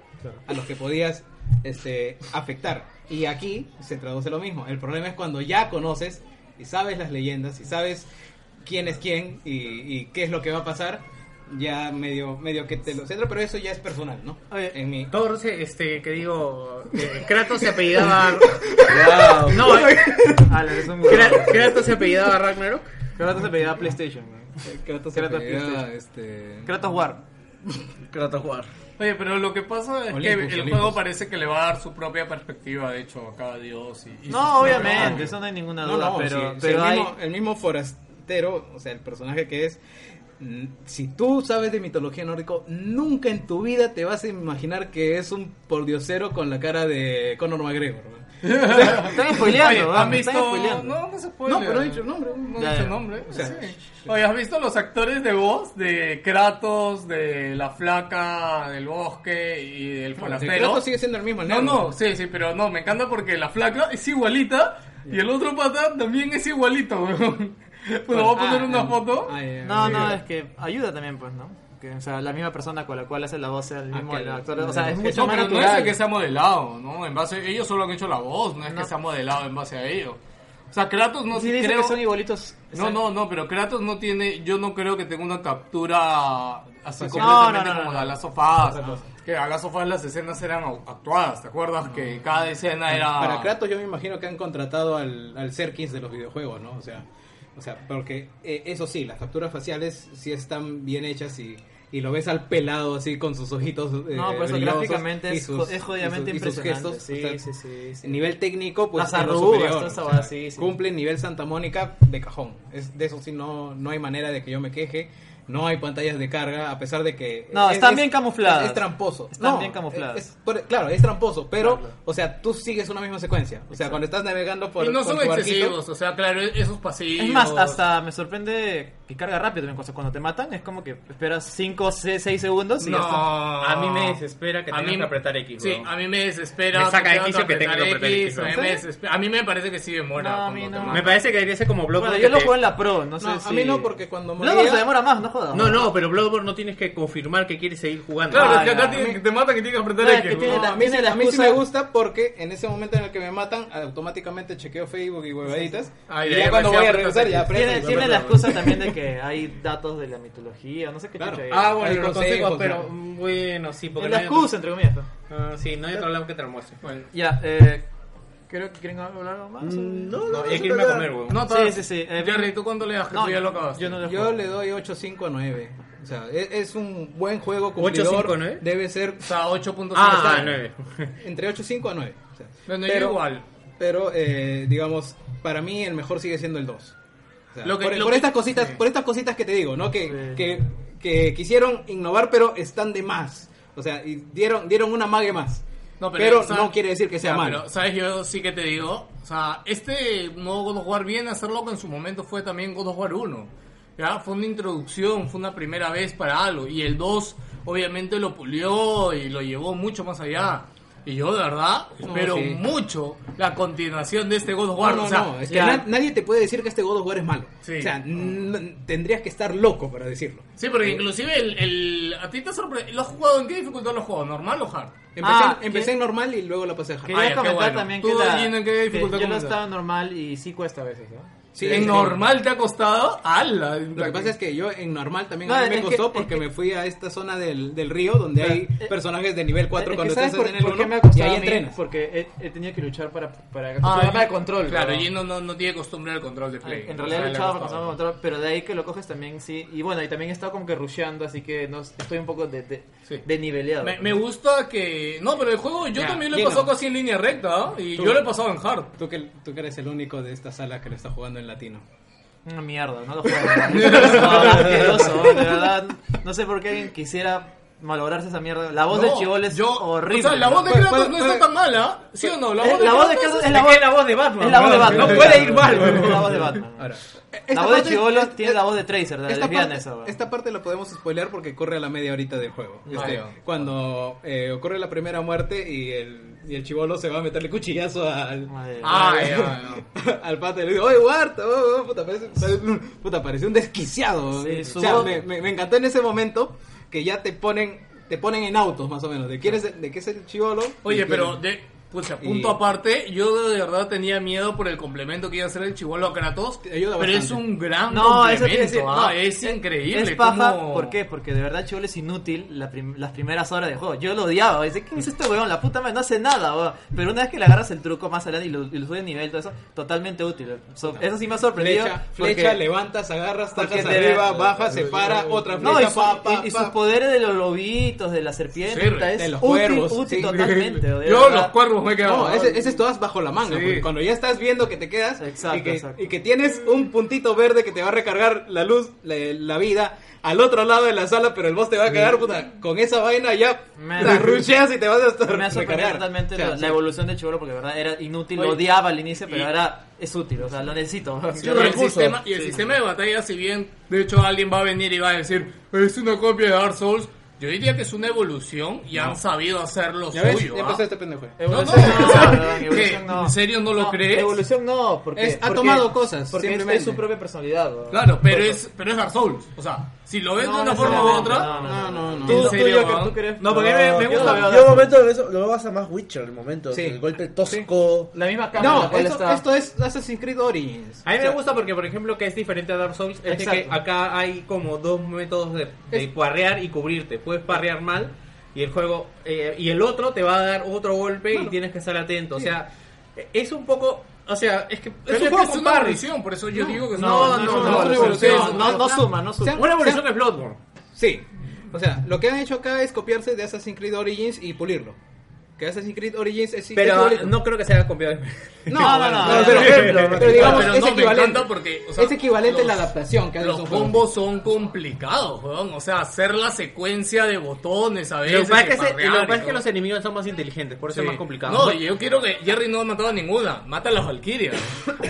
S1: a los que podías este, afectar. Y aquí se traduce lo mismo. El problema es cuando ya conoces y sabes las leyendas y sabes quién es quién y, y qué es lo que va a pasar, ya medio, medio que te lo centra, pero eso ya es personal, ¿no?
S3: Oye,
S1: en mi...
S6: Thor, se- este, que digo, eh, Kratos
S3: *laughs*
S6: se apellidaba... *laughs* No,
S3: Alan, Ah, es un huevón.
S6: Kra- Kratos se apellidaba Ragnarok.
S3: Kratos se pegaba PlayStation, ¿no?
S1: Kratos
S3: Kratos
S1: apellida, este...
S3: Kratos War.
S4: Kratos War. Oye, pero lo que pasa es que
S1: Olympus,
S4: el
S1: Olympus.
S4: juego parece que le va a dar su propia perspectiva, de hecho, a cada dios. Y, y
S3: No,
S4: sus- *laughs*
S3: obviamente, eso no hay ninguna
S1: No,
S3: duda,
S1: no, si-
S3: pero,
S1: si
S3: pero
S1: el,
S3: hay...
S1: mismo, el mismo forastero, o sea, el personaje que es, mm, si tú sabes de mitología nórdico, nunca en tu vida te vas a imaginar que es un pordiosero con la cara de Conor McGregor. ¿no?
S3: Están spoileando,
S4: Oye,
S3: vamos,
S4: ¿han visto?
S3: están spoileando.
S4: No, no se puede.
S1: No, pero no he dicho el nombre. no.
S4: No
S3: Ya,
S4: dice
S3: ya.
S4: nombre.
S1: O sea,
S4: sí. Oye, ¿has visto los actores de voz de Kratos, de la flaca del bosque y del
S1: El
S4: forastero?
S1: Kratos sigue siendo el mismo. el
S4: No,
S1: negro.
S4: no, sí, sí, pero no, me encanta porque la flaca es igualita y el otro pata también es igualito, weón. *laughs* Bueno, voy a poner
S1: Ah,
S4: una
S1: ah,
S4: foto.
S1: ah, ya,
S3: No,
S1: ya.
S3: no, es que ayuda también, pues, ¿no? Que, o sea, la misma persona con la cual hace la voz sea el mismo
S1: Ah, que-
S3: el actor. O sea, es mucho
S4: no,
S3: más
S4: pero no es
S3: natural.
S4: el que se ha modelado, ¿no? En base, ellos solo han hecho la voz, no es que se ha modelado en base a ello. O sea, Kratos no
S3: Sí, dicen
S4: creo...
S3: que son igualitos.
S4: No, no, no, pero Kratos no tiene, yo no creo que tenga una captura así
S3: Pues No, no,
S4: completamente
S3: no, no,
S4: como
S3: no.
S4: la Last of Us. Ah, Que a Last of Us las escenas eran au- actuadas, ¿te acuerdas? Que cada escena era...
S1: Para Kratos yo me imagino que han contratado al, al Serkis de los videojuegos, ¿no? O sea, o sea porque eh, eso sí, las capturas faciales sí están bien hechas y, y lo ves al pelado así con sus ojitos eh,
S3: No, pero eso
S1: brillosos
S3: gráficamente
S1: y
S3: es,
S1: sus-
S3: es jodidamente
S1: y sus- y sus
S3: impresionante.
S1: gestos,
S3: sí,
S1: o sea,
S3: sí, sí, sí.
S1: en nivel técnico, pues
S3: Las
S1: es lo
S3: arrugas,
S1: superior,
S3: toda esa
S1: o
S3: hueá,
S1: sea,
S3: sí, sí.
S1: Cumple nivel Santa Mónica de cajón. Es, de eso sí, no, no hay manera de que yo me queje. No hay pantallas de carga, a pesar de que.
S3: No,
S1: es-
S3: están
S1: es-
S3: bien camufladas.
S1: Es, es tramposo.
S3: Están
S1: No,
S3: bien camufladas.
S1: es- es- por- claro, es tramposo, pero, o sea, tú sigues una misma secuencia. O sea, cuando estás navegando por.
S4: Y no
S1: por
S4: son
S1: tu barquito,
S4: excesivos, o sea, claro, esos pasillos...
S3: Es más, hasta me sorprende que carga rápido también. o sea, Cuando te matan, es como que esperas 5, 6 segundos y ya está.
S6: A mí me desespera que tengas que apretar X,
S4: Sí,
S6: weón.
S4: a mí me desespera.
S6: Me saca de
S4: tenga
S6: quicio que tenga que apretar X,
S4: A mí,
S6: ¿no?
S4: me desespera. A mí me parece que sigue muera.
S3: No, a
S4: cuando
S3: mí
S4: te
S3: no.
S4: matan.
S6: Me parece que debería ser como Bloodborne.
S3: Bueno, yo
S6: que
S3: lo
S6: te-
S3: juego en la pro, no sé
S1: No,
S3: si...
S1: a mí no, porque cuando
S3: No,
S1: moría-
S3: se demora más, no jodas.
S6: No, no, pero Bloodborne no tienes que confirmar que quieres seguir jugando.
S4: Claro,
S3: Ah,
S4: es que acá
S3: ya.
S4: tiene- que te matan y tienes que apretar
S3: No, es
S4: X.
S3: que
S4: ¿no?
S3: tiene
S1: No,
S3: la-
S1: a mí, sí- a mí sí
S3: excusa-
S1: me gusta porque en ese momento en el que me matan, automáticamente chequeo Facebook y huevaditas.
S4: Ah,
S1: y
S4: ya,
S1: ya,
S4: ya
S1: cuando
S4: me
S1: voy a
S4: decía,
S1: regresar, ya aprieto
S3: Tiene,
S1: y lo
S3: tiene
S1: aprieto.
S3: la excusa también de que hay datos de la mitología, no sé qué
S1: Claro.
S3: chucha es.
S6: Ah, bueno,
S1: Hay
S6: los consejos,
S1: consejos,
S6: pero
S1: ¿no?
S6: mm, bueno, sí, porque
S3: Es la
S6: hay otro-
S3: excusa, entre comillas.
S6: Ah, sí, no hay otro lado que te lo muestre.
S3: Ya, eh, pues. Creo que quieren hablar algo más.
S5: No,
S6: No,
S5: no,
S6: hay que
S5: no,
S6: irme a
S5: no.
S6: comer, weón.
S4: No,
S3: Sí,
S4: todas-
S3: sí, sí. Eh,
S4: Jerry, ¿tú cuándo le das? Que
S3: no,
S4: tú Ah, ya lo acabaste.
S3: Yo no lo
S1: Yo
S3: juego.
S1: le doy 8-5-9. O sea, es, es un buen juego
S8: ¿Ocho, cinco,
S1: cumplidor.
S8: nueve?
S1: Debe ser
S4: O sea, 8.5
S8: Ah,
S4: está.
S8: 9.
S1: entre 8-5 a 9. O sea,
S4: Bueno, yo
S1: pero-
S4: igual.
S1: Pero, eh, digamos, para mí el mejor sigue siendo el 2. O sea,
S4: Lo que-
S1: por,
S4: lo
S1: por
S4: que-
S1: estas cositas, por estas cositas que te digo, ¿no? Que, que, que quisieron innovar, pero están de más. O sea, y dieron, dieron una mague más.
S4: No,
S1: pero
S4: ¿sabes?
S1: no quiere decir que sea
S4: Ya,
S1: malo.
S4: Pero, ¿sabes? Yo sí que te digo. O sea, este modo God of War bien hacerlo que en su momento fue también God of War 1. ¿Ya? Fue una introducción, fue una primera vez para algo. Y el 2, obviamente, lo pulió y lo llevó mucho más allá. Y yo, de verdad, pero
S1: sí.
S4: mucho la continuación de este God of War.
S1: no, no,
S4: o sea,
S1: no, es que
S4: ya-
S1: na- nadie te puede decir que este God of War es malo.
S4: Sí.
S1: O sea, n- tendrías que estar loco para decirlo.
S4: Sí, porque inclusive el, el- a ti te sorprende. ¿Lo has jugado en qué dificultad lo has jugado? ¿Normal o hard?
S1: Empecé,
S3: Ah,
S1: en, empecé
S3: ¿qué?
S1: en normal y luego la pasé a hard.
S4: Ah,
S3: Quería
S4: ya, qué
S3: comentar
S4: bueno.
S3: también
S4: Tú,
S3: que, la,
S4: Gino, ¿en qué
S3: que
S4: dificultad
S3: yo lo
S4: comentas?
S3: estaba normal y sí cuesta a veces, ¿no?
S1: Sí,
S4: ¿En
S1: sí.
S4: normal te ha costado? ¡Ala!
S1: Lo que pasa es que yo en normal también
S3: No,
S1: a mí me
S3: es que-
S1: costó
S3: es
S1: porque
S3: que-
S1: me fui a esta zona del, del río donde
S3: Claro.
S1: hay
S3: Eh,
S1: personajes de nivel 4
S3: Es
S1: cuando
S3: que
S1: estás
S3: ¿sabes por,
S1: en el
S3: por qué me
S1: 1
S3: ha
S1: y
S3: costado
S1: ahí
S3: a mí?
S1: entrenas.
S3: Porque he, he tenido que luchar para, para
S4: Ah,
S3: acostumbrarme
S4: yo-
S3: al control.
S4: Claro,
S3: ¿no? Ah,
S4: y no, no, no tiene costumbre al control de play.
S3: En en realidad he
S4: O sea, le ha
S3: luchado para
S4: costado.
S3: acostumbrarme al control, pero de ahí que lo coges también sí. Y bueno, y también he estado como que rusheando, así que no, estoy un poco de, de,
S4: Sí.
S3: deniveleado.
S4: Me, me gusta que. No, pero el juego yo
S1: Ya,
S4: también lo he
S1: lleno.
S4: pasado casi en línea recta. ¿ah? Y
S1: Tú.
S4: yo lo he pasado en hard.
S1: Tú que, tú que eres el único de esta sala que lo está jugando en latino.
S3: Una mierda, no lo juego. No, asqueroso, de verdad. No sé por qué alguien quisiera malograrse esa mierda. La voz
S4: No,
S3: del chivol es
S4: yo-
S3: horrible.
S4: O sea, la voz de
S3: ¿no?
S4: Kratos no está tan mala. ¿Sí o no? La
S3: Eh,
S4: voz de
S3: La voz de
S4: Kratos
S3: Kratos es la voz,
S6: la voz de Batman.
S3: es la voz de
S6: weón.
S3: Batman.
S6: No puede ir mal, weón.
S3: Es la voz de Batman.
S1: Esta
S3: La voz de
S1: parte-
S3: Chivolo
S1: esta-
S3: tiene la voz de Tracer, de
S1: Esta
S3: lesbiana
S1: parte,
S3: esa, weón.
S1: esta parte la podemos spoilear porque corre a la media horita del juego. Este,
S4: ya.
S1: cuando eh, ocurre la primera muerte y el, y el chivolo se va a meterle cuchillazo al,
S3: Madre.
S4: Ah, ya, ya.
S1: *laughs* al pata y le digo, oye, Huerta, oh, oh, puta, parece, parece- puta, parece un desquiciado.
S3: Sí,
S1: o sea,
S3: su-
S1: me, me- me encantó en ese momento que ya te ponen te ponen en autos, más o menos, de quién es, de qué es el chivolo.
S4: Oye, pero de. Pues a punto
S1: Y-
S4: aparte, yo de verdad tenía miedo por el complemento que iba a ser el chivolo a Kratos.
S1: Te ayuda
S4: pero es
S1: bastante.
S4: un gran
S3: No,
S4: complemento.
S3: eso quiere decir,
S4: ¿ah?
S3: no,
S4: es increíble.
S3: Es paja,
S4: cómo-
S3: ¿por qué? Porque de verdad Chivolo es inútil la prim- las primeras horas de juego. Yo lo odiaba, dice, ¿quién es este weón? La puta madre, no hace nada, weón. Pero una vez que le agarras el truco más allá y lo, y lo subes de nivel, todo eso, totalmente útil. So- Eso sí me ha sorprendido.
S1: Flecha,
S3: porque-
S1: flecha, levantas, agarras,
S3: porque
S1: tacas
S3: te-
S1: arriba, baja, se para, otra flecha,
S3: No, y, su-
S1: pa, pa,
S3: y- y
S1: pa.
S3: sus poderes de los lobitos, de la serpiente,
S4: Sí,
S3: puta, es
S1: de los
S3: útil,
S1: cuervos,
S3: útil
S1: sí.
S3: totalmente. de
S4: Yo
S3: verdad.
S4: los cuervos me he quedado.
S1: No, ese, ese es todas bajo la manga.
S4: Sí.
S1: porque Cuando ya estás viendo que te quedas
S3: Exacto,
S1: y, que,
S3: exacto.
S1: y que tienes un puntito verde que te va a recargar la luz, la, la vida, al otro lado de la sala, pero el boss te va a cagar, puta. Con esa vaina ya
S3: Me-
S1: te rucheas y te vas a estar
S3: Me ha sorprendido totalmente la, la evolución de Chivolo porque de verdad era inútil, lo odiaba al inicio, pero
S4: y-
S3: ahora es útil, o sea, lo necesito.
S4: Y el, sistema, y el sistema de batalla, si bien de hecho alguien va a venir y va a decir es una copia de Dark Souls, yo diría que es una evolución y han sabido hacer lo
S1: ¿Ya ves?
S4: suyo.
S1: Ya
S4: ¿ah?
S1: empezó este pendejo.
S4: No, no,
S3: Evolución no,
S4: o
S3: *laughs*
S4: sea,
S3: perdón,
S4: ¿qué?
S3: evolución no.
S4: ¿En serio no lo crees?
S3: Evolución no, porque
S1: Es- ha
S3: porque-
S1: tomado cosas,
S3: Porque es,
S1: simplemente.
S3: es su propia personalidad. ¿no?
S4: Claro, pero es, pero es Dark Souls. O sea, si lo ves
S3: No,
S4: de una
S3: no
S4: forma u
S3: necesariamente,
S4: otra,
S1: No, no, no.
S3: Tú,
S4: ¿En
S3: tú,
S4: serio,
S3: yo que-
S4: ah?
S3: tú crees-
S6: No, porque me- me
S3: yo
S6: gusta-
S3: lo veo
S5: Yo
S3: así.
S5: un momento lo veo- lo vas a más Witcher, el momento.
S1: Sí.
S5: El golpe tosco.
S3: La misma cámara en la
S1: No,
S3: cual
S1: esto,
S3: está-
S1: esto es Assassin's Creed Origins.
S8: A mí me gusta porque, por ejemplo, que es diferente a Dark Souls, es de que
S3: Exacto.
S8: acá hay como dos métodos de, de parrear y cubrirte. Puedes parrear mal y el juego eh, y el otro te va a dar otro golpe y tienes que estar atento. O sea, es un poco, o sea, es que es un
S4: pero es, que
S8: juego
S4: es
S8: con
S4: una
S8: parry.
S4: evolución, por eso yo digo que
S8: no,
S4: es
S8: no,
S4: una
S8: no,
S4: evolución.
S8: no,
S4: Sí,
S3: no, no,
S4: no,
S3: no suma, no suma.
S8: Una evolución de Bloodborne.
S1: Sí. O sea, lo que han hecho acá es copiarse de Assassin's Creed Origins y pulirlo. Que Assassin's Creed Origins es
S8: Pero ah,
S1: es igualito.
S8: no creo que sea copiado.
S1: No,
S3: No,
S1: bueno,
S3: no, no,
S1: pero,
S3: no,
S1: pero-
S5: no, no,
S1: pero
S5: no,
S1: digamos,
S4: pero
S1: es
S4: no, me
S1: equivalente.
S4: encanta porque, o sea,
S1: es equivalente
S4: los-
S1: la adaptación que hacen
S4: Los
S1: esos juegos.
S4: combos son complicados, weón. O sea, hacer la secuencia de botones a
S8: Lo
S4: veces.
S8: que pasa es que, se- lo
S4: parrear y
S8: que, pasa es que
S4: todo.
S8: los enemigos son más inteligentes, por eso es más complicado.
S4: No, yo quiero que Jerry no ha matado a ninguna. Mata a las Valkyrias.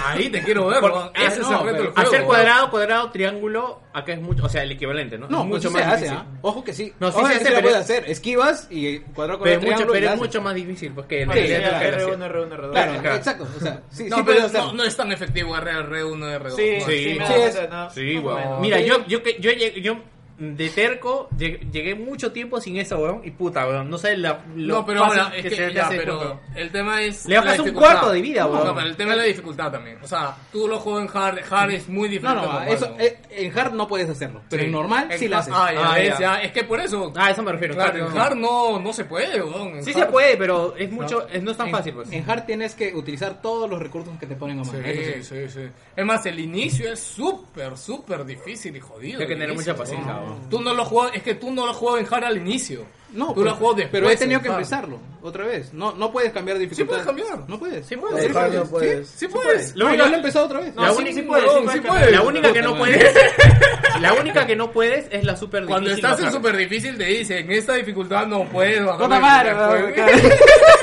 S4: Ahí te quiero ver.
S8: Por-
S4: weón.
S8: eh,
S4: Ese es
S8: no,
S4: el reto del
S8: pero
S4: juego.
S8: hacer
S4: weón.
S8: cuadrado, cuadrado, triángulo, acá es mucho, o sea, el equivalente, ¿no?
S1: No,
S8: es
S1: pues
S8: mucho
S1: sí se hace,
S8: difícil.
S1: ¿ah? Ojo que sí.
S8: No, sí
S1: Ojo
S8: se
S1: que
S8: hace,
S1: se
S8: pero-
S1: puede hacer. Esquivas y cuadrado con
S8: Pero,
S1: el
S8: es mucho,
S1: triángulo y
S8: pero
S1: la
S8: es
S1: haces.
S8: mucho más difícil, pues que
S3: Sí,
S8: la
S1: Sí,
S8: realidad
S3: era
S8: que la hacía.
S3: R1, R1, R2.
S1: Claro,
S8: Claro.
S1: exacto. O sea, sí,
S4: No,
S1: sí
S4: pero
S1: puedes hacer.
S4: no, no es tan efectivo RR1, R2.
S3: Sí,
S4: Bueno,
S3: sí,
S1: sí,
S3: me
S1: sí
S3: da
S1: es-
S3: cuenta, no,
S8: Sí,
S3: más o
S8: weón.
S3: menos.
S8: Mira,
S1: Sí.
S8: yo, yo, que- yo, llegué- yo
S6: de terco, lleg- llegué mucho tiempo sin eso, weón. Y puta, weón. No sé la, lo
S4: No, pero
S6: fácil
S4: ahora, es que,
S6: se te
S4: ya,
S6: hace
S4: pero
S6: después, weón.
S4: el tema es.
S6: Le bajas
S4: la
S6: un
S4: dificultad.
S6: cuarto de vida, weón.
S4: No, pero el tema es la dificultad también. O sea, tú lo juegas en hard, hard es muy
S1: No,
S4: difícil.
S1: no,
S4: normal,
S1: eso,
S4: weón.
S1: eh, en hard no puedes hacerlo, pero en normal sí lo haces.
S4: Ah, ya,
S6: Ah,
S4: ves,
S6: ya.
S4: ya. Es que por eso.
S6: Ah, eso me refiero.
S4: claro,
S6: claro,
S4: en
S6: no.
S4: hard no, no se puede, weón. En
S6: Sí
S4: hard-
S6: se puede, pero es mucho, es- no es tan fácil, pues.
S1: En hard tienes que utilizar todos los recursos que te ponen a mano. eso sí.
S4: Sí, sí, sí. Es más, el inicio es súper, súper difícil y jodido.
S6: Hay que
S4: el
S6: tener
S4: inicio,
S6: mucha paciencia,
S4: weón.
S6: weón.
S4: Tú no lo juegas, es que tú no lo juegas en hard al inicio.
S1: No,
S4: tú
S1: pero,
S4: lo juegas después.
S1: pero he tenido
S4: en
S1: que
S4: hard.
S1: empezarlo otra vez. No, no puedes cambiar de
S4: Sí
S1: dificultad.
S4: puedes cambiar.
S1: No puedes.
S4: Sí
S5: Lo
S4: puedes.
S5: de
S4: Sí
S5: hard no
S4: puedes.
S5: puedes.
S4: Sí pues. puedes.
S1: No, yo lo he empezado otra vez.
S6: La
S4: sí,
S6: única-
S4: sí puedes,
S6: weón,
S4: sí
S6: sí
S4: puedes.
S6: La única que no
S4: Puta
S6: puedes. *laughs* La única que no puedes es la super difícil.
S4: Cuando estás en
S6: bajar.
S4: súper difícil te dicen, esta
S1: *laughs*
S4: dificultad no puedes bajar.
S1: Puta
S4: la
S1: madre,
S4: dificultad". *laughs*
S1: weón.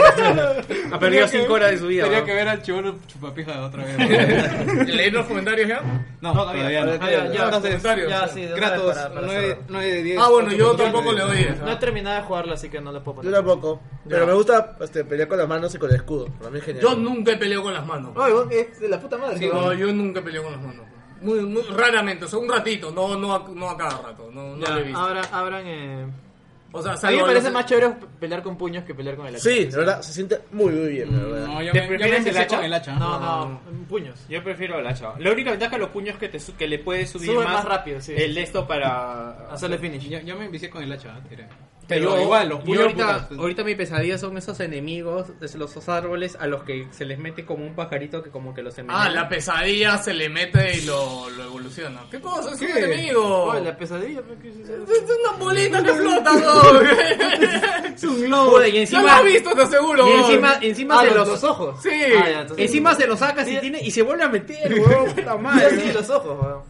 S6: Ha perdido 5 horas de su vida.
S1: Tenía
S6: weón.
S1: que ver al chivolo chupapija otra vez.
S4: Leer los comentarios ya.
S1: No, todavía no.
S3: Ah, ya, ya,
S1: Entonces,
S4: comentarios.
S3: ya, sí, de una vez
S1: Gratos,
S3: para- para
S1: 9,
S3: cerrar.
S1: de 10.
S4: Ah, bueno, yo tampoco le doy eh. eso.
S3: No he terminado de jugarla, así que no la puedo
S5: Yo
S3: poner.
S5: tampoco. Pero me gusta este, pelear con las manos y con el escudo. Para mí es genial.
S4: Yo nunca he peleado con las manos.
S5: Ay, vos, es de la puta madre.
S4: Sí,
S5: weón.
S4: no, yo nunca peleo con las manos. Muy, muy raramente, o sea, un ratito, no, no, a, no a cada rato, no, no
S3: Ya,
S4: lo he visto.
S3: Ahora, abran. Eh...
S4: o sea,
S3: A mí
S4: salvo
S3: me parece
S4: los-
S3: más chévere pelear con puños que pelear con el hacha.
S5: Sí, de verdad, se siente muy, muy bien, la verdad.
S1: No, yo
S6: ¿Te
S1: me, yo me
S6: prefieres el
S1: empecé
S6: hacha?
S1: con el hacha.
S3: No, no, puños.
S6: Yo prefiero el hacha. La única ventaja de los puños que te su- que le puedes subir
S3: Sube
S6: más,
S3: más rápido, sí.
S6: El de esto para
S3: Hacerle finish.
S1: Yo, yo me empecé con el hacha, te diré.
S6: Pero
S1: Pero igual, los
S6: yo
S1: puños, pues.
S6: ahorita,
S1: putas.
S6: ahorita mi pesadilla son esos enemigos, es los esos árboles a los que se les mete como un pajarito que como que los envenena.
S4: Ah, la pesadilla se le mete y lo, lo evoluciona. ¿Qué cosa? Es un
S1: ¿Qué?
S4: enemigo.
S3: Oye, la pesadilla. ¿no? ¿Qué es eso?
S4: Es una bolita que flota, weón.
S1: Es un globo.
S6: Joder, y
S4: Ya la
S6: encima,
S4: has visto, te aseguro.
S6: y
S4: weón.
S6: encima, encima
S3: Ah,
S6: se
S3: los,
S6: los,
S3: los ojos.
S4: Sí.
S3: Ah, ya, entonces- *laughs*
S6: encima se los sacas y
S3: Sí.
S6: tiene y se vuelve a meter,
S3: *laughs*
S6: weón, puta
S3: Ya
S6: madre.
S3: sí, los ojos, weón.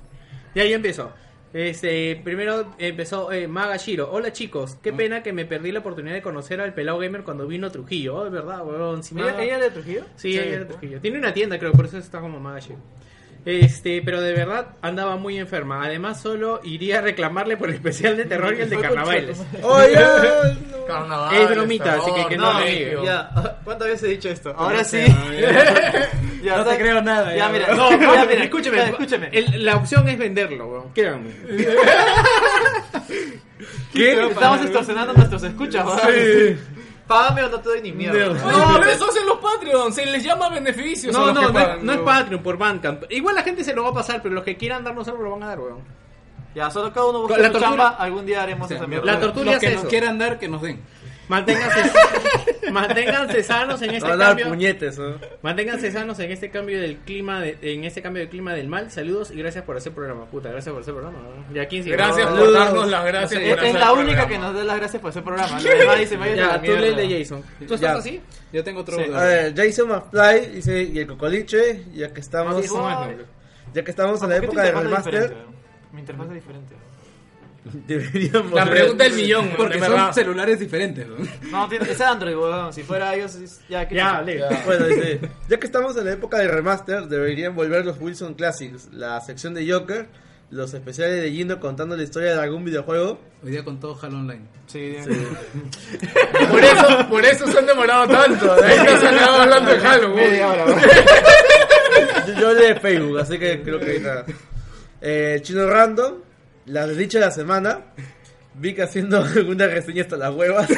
S6: Y ahí empezó. Este, primero empezó eh, Magashiro. Hola chicos, qué pena que me perdí la oportunidad de conocer al pelado gamer cuando vino a Trujillo. Oh, es verdad, weón. Si me-
S3: ¿Ella, ella le Trujillo?
S6: Sí, ahí era Trujillo. Tiene una tienda, creo, por eso está como Magashi. Este, pero de verdad andaba muy enferma. Además, solo iría a reclamarle por el especial de terror y el de carnavales.
S5: Oye, no.
S4: Carnaval,
S6: Es bromita, así que que no
S4: no,
S6: le
S4: limpio.
S3: Ah, eh, Ya, *laughs* ¿cuántas veces he dicho esto? Ahora sí. *laughs*
S6: Ah,
S3: Ya,
S1: No te
S3: ¿sabes?
S1: creo nada,
S3: Ya,
S1: ya,
S3: mira,
S1: bro.
S3: no,
S6: *laughs*
S3: ya, mira,
S6: escúcheme,
S3: ya, escúcheme.
S6: el- la opción es venderlo, weón. Créanme.
S3: Estamos extorsionando a nuestros escuchas, weón. Págame o no te doy ni mierda.
S6: No.
S3: weón.
S4: No, pero eso hacen los Patreons, se les llama beneficios. a
S6: No,
S4: los
S6: no,
S4: que
S6: no, es,
S4: pagan,
S6: no es
S4: weón.
S6: Patreon, por Bandcamp. Igual la gente se lo va a pasar, pero los que quieran darnos algo lo van a dar, weón.
S3: Ya, solo cada uno busca
S6: La
S3: su
S6: tortura-
S3: chamba, algún día haremos esa mierda.
S6: La tortura
S1: Los
S6: es
S1: que nos
S6: eso.
S1: quieran dar, que nos den.
S6: Manténganse, manténganse sanos en este
S5: Van a dar
S6: cambio.
S5: puñetes, ¿no?
S6: Manténganse sanos en este cambio del clima de- en este cambio de clima del mal. Saludos y gracias por hacer programa. Puta, gracias por hacer programa. ¿no? Ya 15
S4: Gracias por
S5: Saludos.
S4: darnos las gracias.
S3: Es,
S4: por
S3: es
S4: hacer
S3: la
S4: el
S3: única
S4: programa.
S3: que nos da las gracias por pues, ese programa. Lo demás dice, váyanse a
S6: *laughs* Ya,
S3: la
S6: tú lees
S3: mierda.
S6: de Jason. ¿Tú estás
S5: Ya.
S6: así?
S1: Yo tengo otro.
S3: Sí.
S5: A ver, Jason McFly dice, y el cocoliche, ya que estamos,
S3: Jason McFly.
S5: ya que estamos en la
S3: Ah, ¿Por qué tu
S5: época de
S3: interfaz es
S5: remaster,
S3: diferente, weón? Mi interfaz es diferente. weón.
S5: *laughs* deberíamos...
S4: La pregunta del millón, weón,
S1: Porque
S4: de
S1: son
S4: verdad.
S1: celulares diferentes, ¿no?
S3: No, tiene, es Android, weón. Si fuera iOS, es- ya, ¿qué chucha?
S6: Ya, lee.
S5: Bueno, dice, ya que estamos en la época de remaster, deberían volver los Wilson Classics, la sección de Joker, los especiales de Gino contando la historia de algún videojuego.
S1: Hoy día con todo Halo Online.
S3: Sí,
S4: Por eso, por eso se han demorado tanto. De ahí que se han quedado hablando de Halo.
S6: *laughs*
S5: Yo, yo leí Facebook, así que creo que nada. Eh, Chino Random, la desdicha de la semana, Vic haciendo alguna reseña hasta las huevas,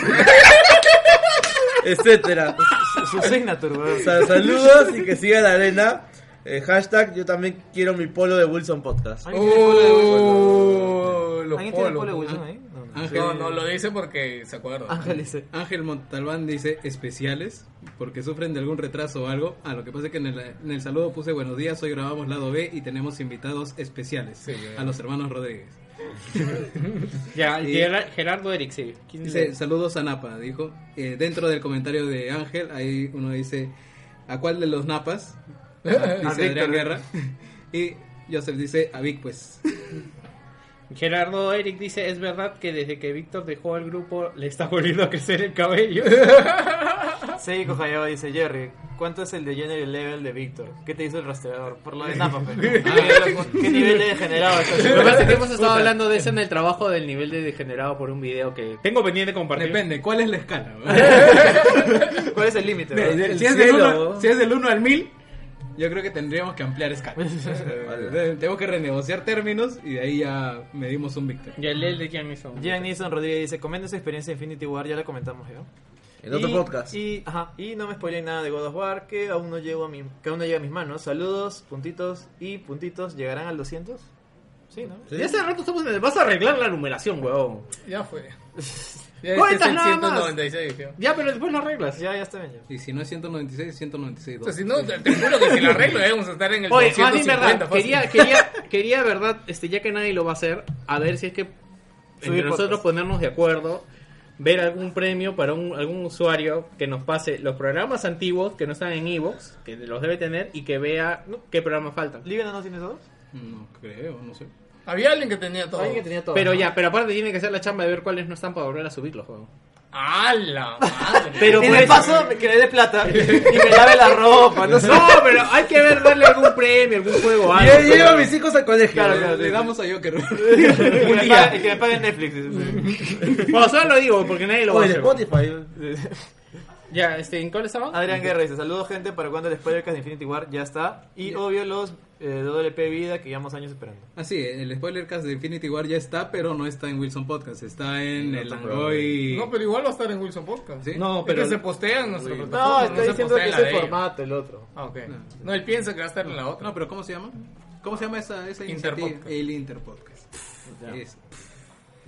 S5: etcétera.
S3: su signature, weón.
S5: O sea, saludos y que siga la arena. Eh, hashtag yo también quiero mi polo de Wilson Podcast.
S3: ¿Alguien tiene cola de Wilson?
S4: Uh, los
S3: ¿Alguien tiene cola de
S4: polos.
S3: Wilson ahí? No, no.
S1: Ángel,
S4: No, no, lo dice porque se acuerda.
S3: Ángel dice.
S1: Ángel Montalbán dice especiales porque sufren de algún retraso o algo. Ah, lo que pasa es que en el, en el saludo puse buenos días, hoy grabamos lado B y tenemos invitados especiales
S4: Sí, ya, ya.
S1: a los hermanos Rodríguez.
S6: Ya,
S1: Sí.
S6: Gerard- Gerardo Eric, sí. ¿Quién
S1: Dice,
S6: es?
S1: saludos a Napa, dijo. Eh, dentro del comentario de Ángel, ahí uno dice, ¿a cuál de los
S4: *laughs*
S1: Napas? Ah, dice Adrián Guerra. Y Joseph dice, a Vic, pues.
S6: Gerardo Eric dice, es verdad que desde que Víctor dejó el grupo le está volviendo a crecer el *laughs* cabello.
S3: Seiko Hayao dice, Jerry, ¿cuánto es el de General Level de Víctor? ¿Qué te hizo el rastreador? Por lo de Napa, pues".
S6: *laughs*
S3: pe. ¿Qué nivel de degenerado estás?
S6: Lo que pasa es que hemos estado hablando de eso en el trabajo del nivel de degenerado por un video que tengo pendiente de compartir.
S1: Depende, ¿cuál es la escala?
S4: *laughs*
S3: ¿Cuál es el límite?
S1: De-
S3: weón?
S1: de-
S6: el
S1: si, es del
S6: cielo.
S1: uno- si es del 1 al 1000, Yo creo que tendríamos que ampliar escala. Eh, Tenemos que renegociar términos y de ahí ya medimos un Victor.
S9: Y el L de quién hizo.
S3: Gian Nison Rodríguez dice, comenten su experiencia de Infinity War, ya la comentamos, yo.
S5: En otro
S3: y,
S5: podcast.
S3: Y, ajá, y no me spoilen nada de God of War, que aún no llego a mi, que aún no llega a mis manos. Saludos, puntitos y puntitos. ¿Llegarán al 200? Sí, ¿no?
S6: Ya hace rato estamos en el... Vas a arreglar la numeración, huevón.
S9: Ya fue.
S3: *laughs*
S9: Ya este
S6: ¡Cuentas
S9: es el
S6: nada más!
S9: 196, tío.
S6: Ya, pero después lo arreglas.
S3: Ya, ya está bien. ya.
S1: Y si no es 196,
S4: O
S1: 196.
S4: sea, si no, te, te juro que si lo arreglo, debemos estar en el
S6: Oye, más bien verdad,
S4: 250, fácil.
S6: quería, quería, quería, verdad, este, ya que nadie lo va a hacer, a ver si es que entre
S3: Subir
S6: nosotros
S3: podcast.
S6: ponernos de acuerdo, ver algún premio para un, algún usuario que nos pase los programas antiguos que no están en Evox, que los debe tener, y que vea qué programas faltan.
S3: ¿Líbana no tiene todos?
S1: No creo, no sé.
S4: Había alguien que tenía todo.
S3: Alguien que tenía todos.
S6: Pero
S3: ¿no?
S6: ya, pero aparte tiene que ser la chamba de ver cuáles no están para volver a subirlos. huevón.
S4: ¡A la
S3: *laughs*
S4: madre!
S6: Pero
S3: En
S6: por
S3: el
S6: eso-
S3: paso me quedé de *laughs* plata y me lave la ropa, *laughs* no sé.
S6: *laughs* No, pero hay que ver, darle algún premio, algún juego, algo.
S5: Yo llevo a mis hijos al colegio.
S3: Claro, claro,
S1: Le
S3: sí.
S1: damos a Joker. *laughs*
S3: El que me pague- el que me pague Netflix. dice.
S6: *laughs* Bueno, solo lo digo porque nadie lo va a
S5: Oye,
S6: hacer.
S5: Spotify.
S9: Ya, este, ¿en cuál estaba?
S3: *laughs* Adrián Guerra dice, saludos gente, para cuando el Spoilercast de Infinity War ya está. Y obvio los eh, WP Vida que llevamos años esperando.
S1: Así, Ah, el spoiler cast de Infinity War ya está, pero no está en Wilson Podcast, está en el Angoy.
S4: No, pero igual va a estar en Wilson Podcast.
S1: ¿Sí?
S6: No,
S4: Es
S6: pero...
S4: que se postea en nuestra
S3: No,
S4: plataforma.
S3: estoy
S4: se
S3: diciendo
S4: postea en
S3: que es
S4: la
S3: el
S4: de ellos.
S3: formato, el otro.
S4: Ah, ok. No, él piensa que va a estar en la otra.
S1: No, pero ¿cómo se llama? ¿Cómo se llama esa, esa iniciativa?
S4: Interpodcast.
S1: El Interpodcast. Es-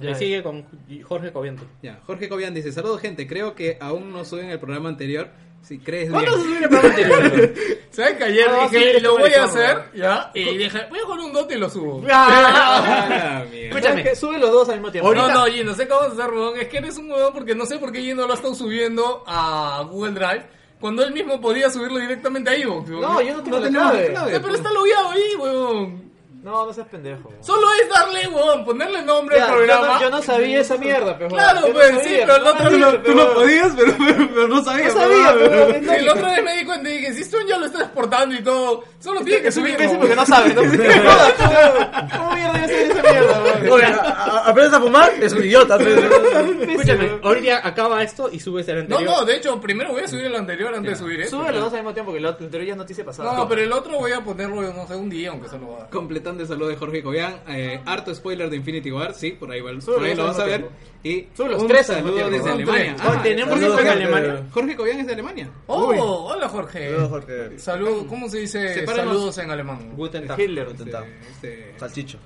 S6: Le sigue con Jorge Coviento.
S1: ya. Jorge Cobian dice, saludos gente, creo que aún no suben el programa anterior. Si crees
S6: ¿Cuándo se
S1: bien.
S6: subió el programa
S1: *laughs*
S6: anterior?
S4: ¿Sabes que ayer
S3: Ah,
S4: dije,
S3: sí, ¿eh?
S4: lo voy a
S3: estamos,
S4: hacer? Ya. Y dije, voy a jugar un dot y lo subo.
S1: Ah, *laughs* mierda.
S6: Escúchame.
S3: ¿Sabes qué? Sube los dos al mismo tiempo.
S4: No, no, Gino, sé que vas a hacer, huevón. Es que eres un huevón porque no sé por qué Gino lo ha estado subiendo a Google Drive cuando él mismo podía subirlo directamente a iVoox. huevón.
S3: No, yo no tengo
S1: No
S3: la
S1: tenemos la
S3: clave.
S1: clave.
S4: Eh, pero está logueado ahí, huevón.
S3: No, no seas pendejo.
S4: Solo es darle, huevón, ponerle nombre
S3: Ya,
S4: al
S3: yo,
S4: programa.
S3: no, yo no sabía esa mierda, pero
S4: Claro,
S3: yo no
S4: pues,
S3: sabía,
S4: sí, pero el
S3: no
S4: otro
S3: sabía,
S4: no- tú
S3: pero-
S1: no podías, pero, pero- pero no sabía.
S3: No sabía,
S1: pero-
S3: pero-
S4: Sí, la otra vez me di cuenta y dije, si esto ya lo está exportando y todo, solo tiene que
S3: Es un
S4: subirlo.
S3: imbécil porque no sabe, ¿no? Joda, ¿Cómo mierda yo sabía esa mierda, weón?
S5: Eh, Oye, a- a- aprendes a fumar, es un idiota.
S6: Escúchame, ahorita acaba esto y subes el
S4: No,
S6: anterior.
S4: no, de hecho, primero voy a subir el anterior antes de subir este.
S3: Sube los dos al mismo tiempo, que el otro- el anterior ya es noticia pasada.
S4: No, pero el otro voy a ponerlo, no sé, un día, aunque solo va a...
S1: Completando el saludo de Jorge Cobian, eh, harto spoiler de Infinity War, sí, por ahí, va, el-
S3: Solo
S1: por ahí
S3: los
S1: lo vamos a
S3: al
S1: ver.
S3: mismo
S1: Y
S3: Solo los
S1: un
S3: tres al mismo
S1: saludo
S3: tiempo,
S1: desde
S4: ¿no?
S1: Alemania.
S4: Tres.
S1: Ah,
S6: Tenemos
S5: Saludos,
S6: hijos en
S5: gente.
S6: Alemania.
S1: Jorge Cobian es de Alemania.
S4: ¡Oh! Hola, Jorge.
S5: Saludos, Jorge.
S4: Salud, ¿cómo se dice
S1: Sepárenos.
S4: saludos en alemán?
S5: Guten Tag.
S3: Hitler.
S5: Guten Tag.
S1: Este,
S5: Salchicho.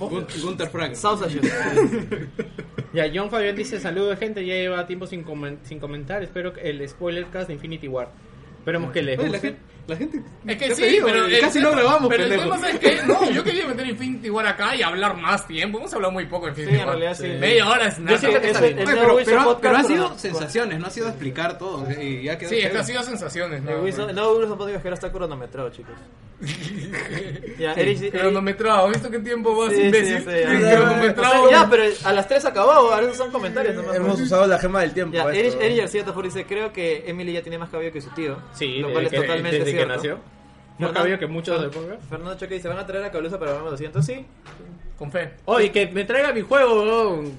S1: Gun- Gunther Frank.
S3: Sausages.
S6: Ya, John Fabián dice saludos gente, ya lleva tiempo sin, comen- sin comentar. Espero que el spoiler cast de Infinity War. Esperemos que le
S1: Oye, la,
S6: guste.
S1: gente, la gente-
S4: Es que
S1: ya te
S4: sí,
S1: digo, eh,
S4: pero... el
S1: casi
S4: tema-
S1: no grabamos,
S4: Pero
S1: pendejo.
S4: el tema es que... No, yo quería meter Infinity War acá y hablar más tiempo. Hemos hablado muy poco de Infinity
S3: Sí, en
S4: War.
S3: realidad sí.
S4: Media hora es nada.
S6: Yo siento que está
S3: el
S6: bien.
S1: Oye,
S3: nuevo
S1: pero,
S3: Wilson
S1: pero-
S3: Podcast
S1: pero han
S3: con-
S1: sido
S3: con-
S1: sensaciones, no ha sido explicar todo. Y ya quedó
S4: Sí, es que
S1: chévere.
S4: ha sido sensaciones.
S3: El
S4: ¿no?
S3: Wilson, no, Wilson Podcast que ahora está
S4: *laughs*
S3: cronometrado, chicos. ya, Erich, Erich-
S4: Cronometrado, ¿visto qué tiempo vas,
S3: Sí, sí,
S4: imbécil?
S3: sí, ya.
S4: Cronometrado.
S3: Ya, pero a las 3 acabado, ahora esos son comentarios nomás.
S5: Hemos usado la gema del tiempo.
S3: Ya,
S5: para
S3: Erich,
S5: esto.
S3: Erich García Tafur dice, creo que Emily ya tiene más cabello que su tío.
S6: Sí,
S3: lo cual es
S6: desde que-
S3: totalmente
S6: desde que
S3: cierto.
S6: nació. Más
S3: Fernando-
S6: cabello que muchos del podcast.
S3: Fernando Choque dice, ¿van a traer a Cabeluza para verme
S4: *laughs*
S3: 200? Sí.
S4: Con fe.
S6: Oye, que me traiga mi juego, weón.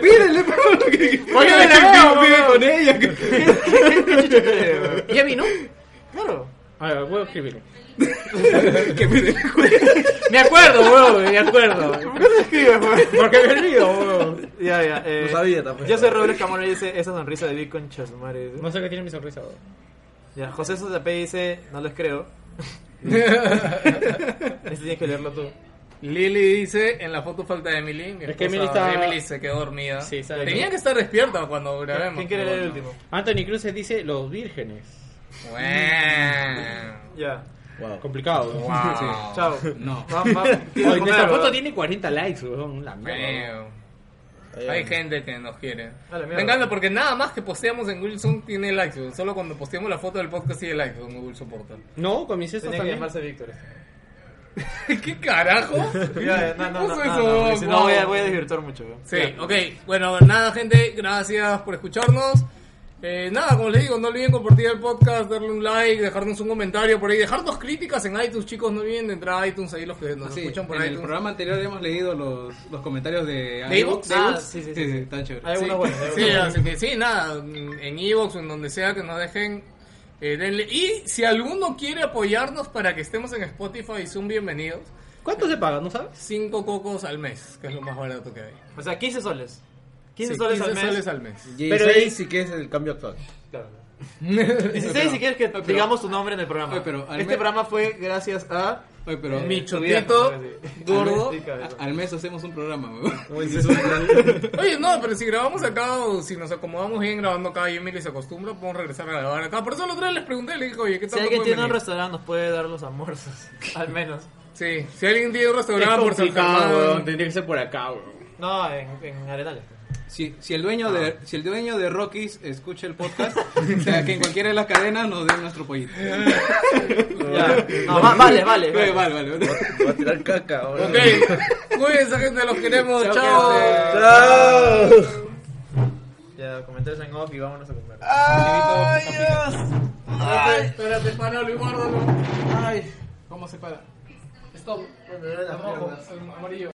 S1: Pídele, pero- que-
S6: Oye,
S1: que-
S6: me la
S1: que-
S6: veo,
S1: que-
S6: weón.
S1: con ella. que-
S6: ¿Ya vino?
S3: claro.
S6: A ver, voy a escribirlo.
S1: que pídele.
S6: Me acuerdo, weón, me acuerdo. ¿Por qué te escribes, weón? Porque me olvido, weón.
S3: Ya, ya. Eh,
S5: No sabía tampoco.
S3: Yo soy Robles Camorra y dice, esa sonrisa de Bitcoin Chasumare.
S6: No sé qué tiene mi sonrisa, weón.
S3: Ya, José Sosa P dice, no les creo. Este tienes que leerlo tú.
S4: Lili dice, en la foto falta de Emily. Mi
S6: Es
S4: esposa
S6: que Emily está-
S4: Emily se quedó dormida.
S6: Sí, está
S4: Tenía
S6: bien.
S4: que estar despierta cuando grabemos.
S3: ¿Quién quiere
S4: pero
S3: leer el
S4: bueno.
S3: último?
S6: Anthony Cruces dice los vírgenes.
S3: *laughs*
S4: Bueno.
S3: Ya.
S6: Complicado, weón.
S4: Wow.
S3: Chao.
S1: No.
S3: Vamos, vamos.
S6: Oye, nuestra foto tiene 40 likes, weón. La mierda. weón.
S4: Damn. Hay gente que nos quiere.
S3: Dale, mierda.
S4: Me encanta porque nada más que posteamos en Wilson tiene likes. weón. Solo cuando posteamos la foto del podcast sigue likes en Wilson Portal.
S6: No, con mis sesos
S3: Tenía que
S6: también.
S3: llamarse Víctor.
S4: *laughs* ¿Qué carajo?
S3: *laughs* Ya, ya, no,
S4: ¿Qué
S3: no, no,
S4: puso
S3: no,
S4: eso?
S3: no, no, si no,
S4: Wow.
S3: voy a, voy a desvirtuar mucho. weón.
S4: Sí,
S3: Ya.
S4: ok. Bueno, nada, gente. Gracias por escucharnos. Eh, nada, como les digo, no olviden compartir el podcast, darle un like, dejarnos un comentario por ahí, dejarnos críticas en iTunes, chicos. No olviden de entrar a iTunes, ahí los
S3: Ah,
S4: que nos
S1: Sí,
S4: escuchan por
S1: en el
S4: iTunes.
S1: programa anterior hemos leído los, los comentarios de
S4: ¿De iVoox?
S1: de
S3: Ah,
S1: iVoox.
S3: sí, sí, sí,
S1: sí,
S3: sí.
S1: está chévere.
S3: Hay
S4: Sí,
S3: uno bueno. hay
S4: sí,
S3: uno bueno.
S4: así que sí, nada, en Evox, en donde sea que nos dejen Eh, denle- Y si alguno quiere apoyarnos para que estemos en Spotify, son bienvenidos.
S8: ¿Cuánto se paga? ¿No sabes?
S4: Cinco cocos al mes, que es lo más barato que hay.
S3: O sea, 15 soles. 15
S4: Sí,
S3: soles
S4: 15
S3: al mes.
S4: soles al mes.
S5: 16
S8: Pero ahí-
S5: sí que es el cambio actual.
S3: Claro. 16 si quieres que digamos tu nombre en el programa.
S1: Oye, pero al
S3: este
S1: mes-
S3: programa fue gracias a eh,
S1: Oye, pero
S4: Mi
S1: al
S4: chotito gordo.
S1: mes- al mes hacemos un programa, weón.
S4: Oye, no, pero si grabamos acá o si nos acomodamos bien grabando acá y Emily se acostumbra, podemos regresar a grabar acá. Por eso la otra vez les pregunté, les dije, oye, ¿qué
S3: Si
S4: tal?
S3: alguien tiene un restaurante nos puede dar los almuerzos, al menos.
S4: Sí, si alguien tiene un restaurante por San
S8: weón.
S4: Germán.
S8: Tendría que ser por acá, weón.
S3: No, en, en Arenales. pues.
S1: Si, si el dueño de si el dueño de Rockies escucha el podcast, o sea, que en cualquiera de las cadenas nos den nuestro pollito.
S3: *laughs* Ya. No, va- Ah, vale, vale.
S1: Oye,
S3: vale.
S1: vale, vale. vale.
S5: Va a tirar caca ahora.
S4: Ok, cuídense, gente, los queremos. Chao.
S5: ¡Chao!
S3: Ya, comentarios en off y vámonos a comer.
S4: Espérate, espérate, páralo y guárdalo.
S1: ¿Cómo se para?
S4: Stop. Rojo, amarillo.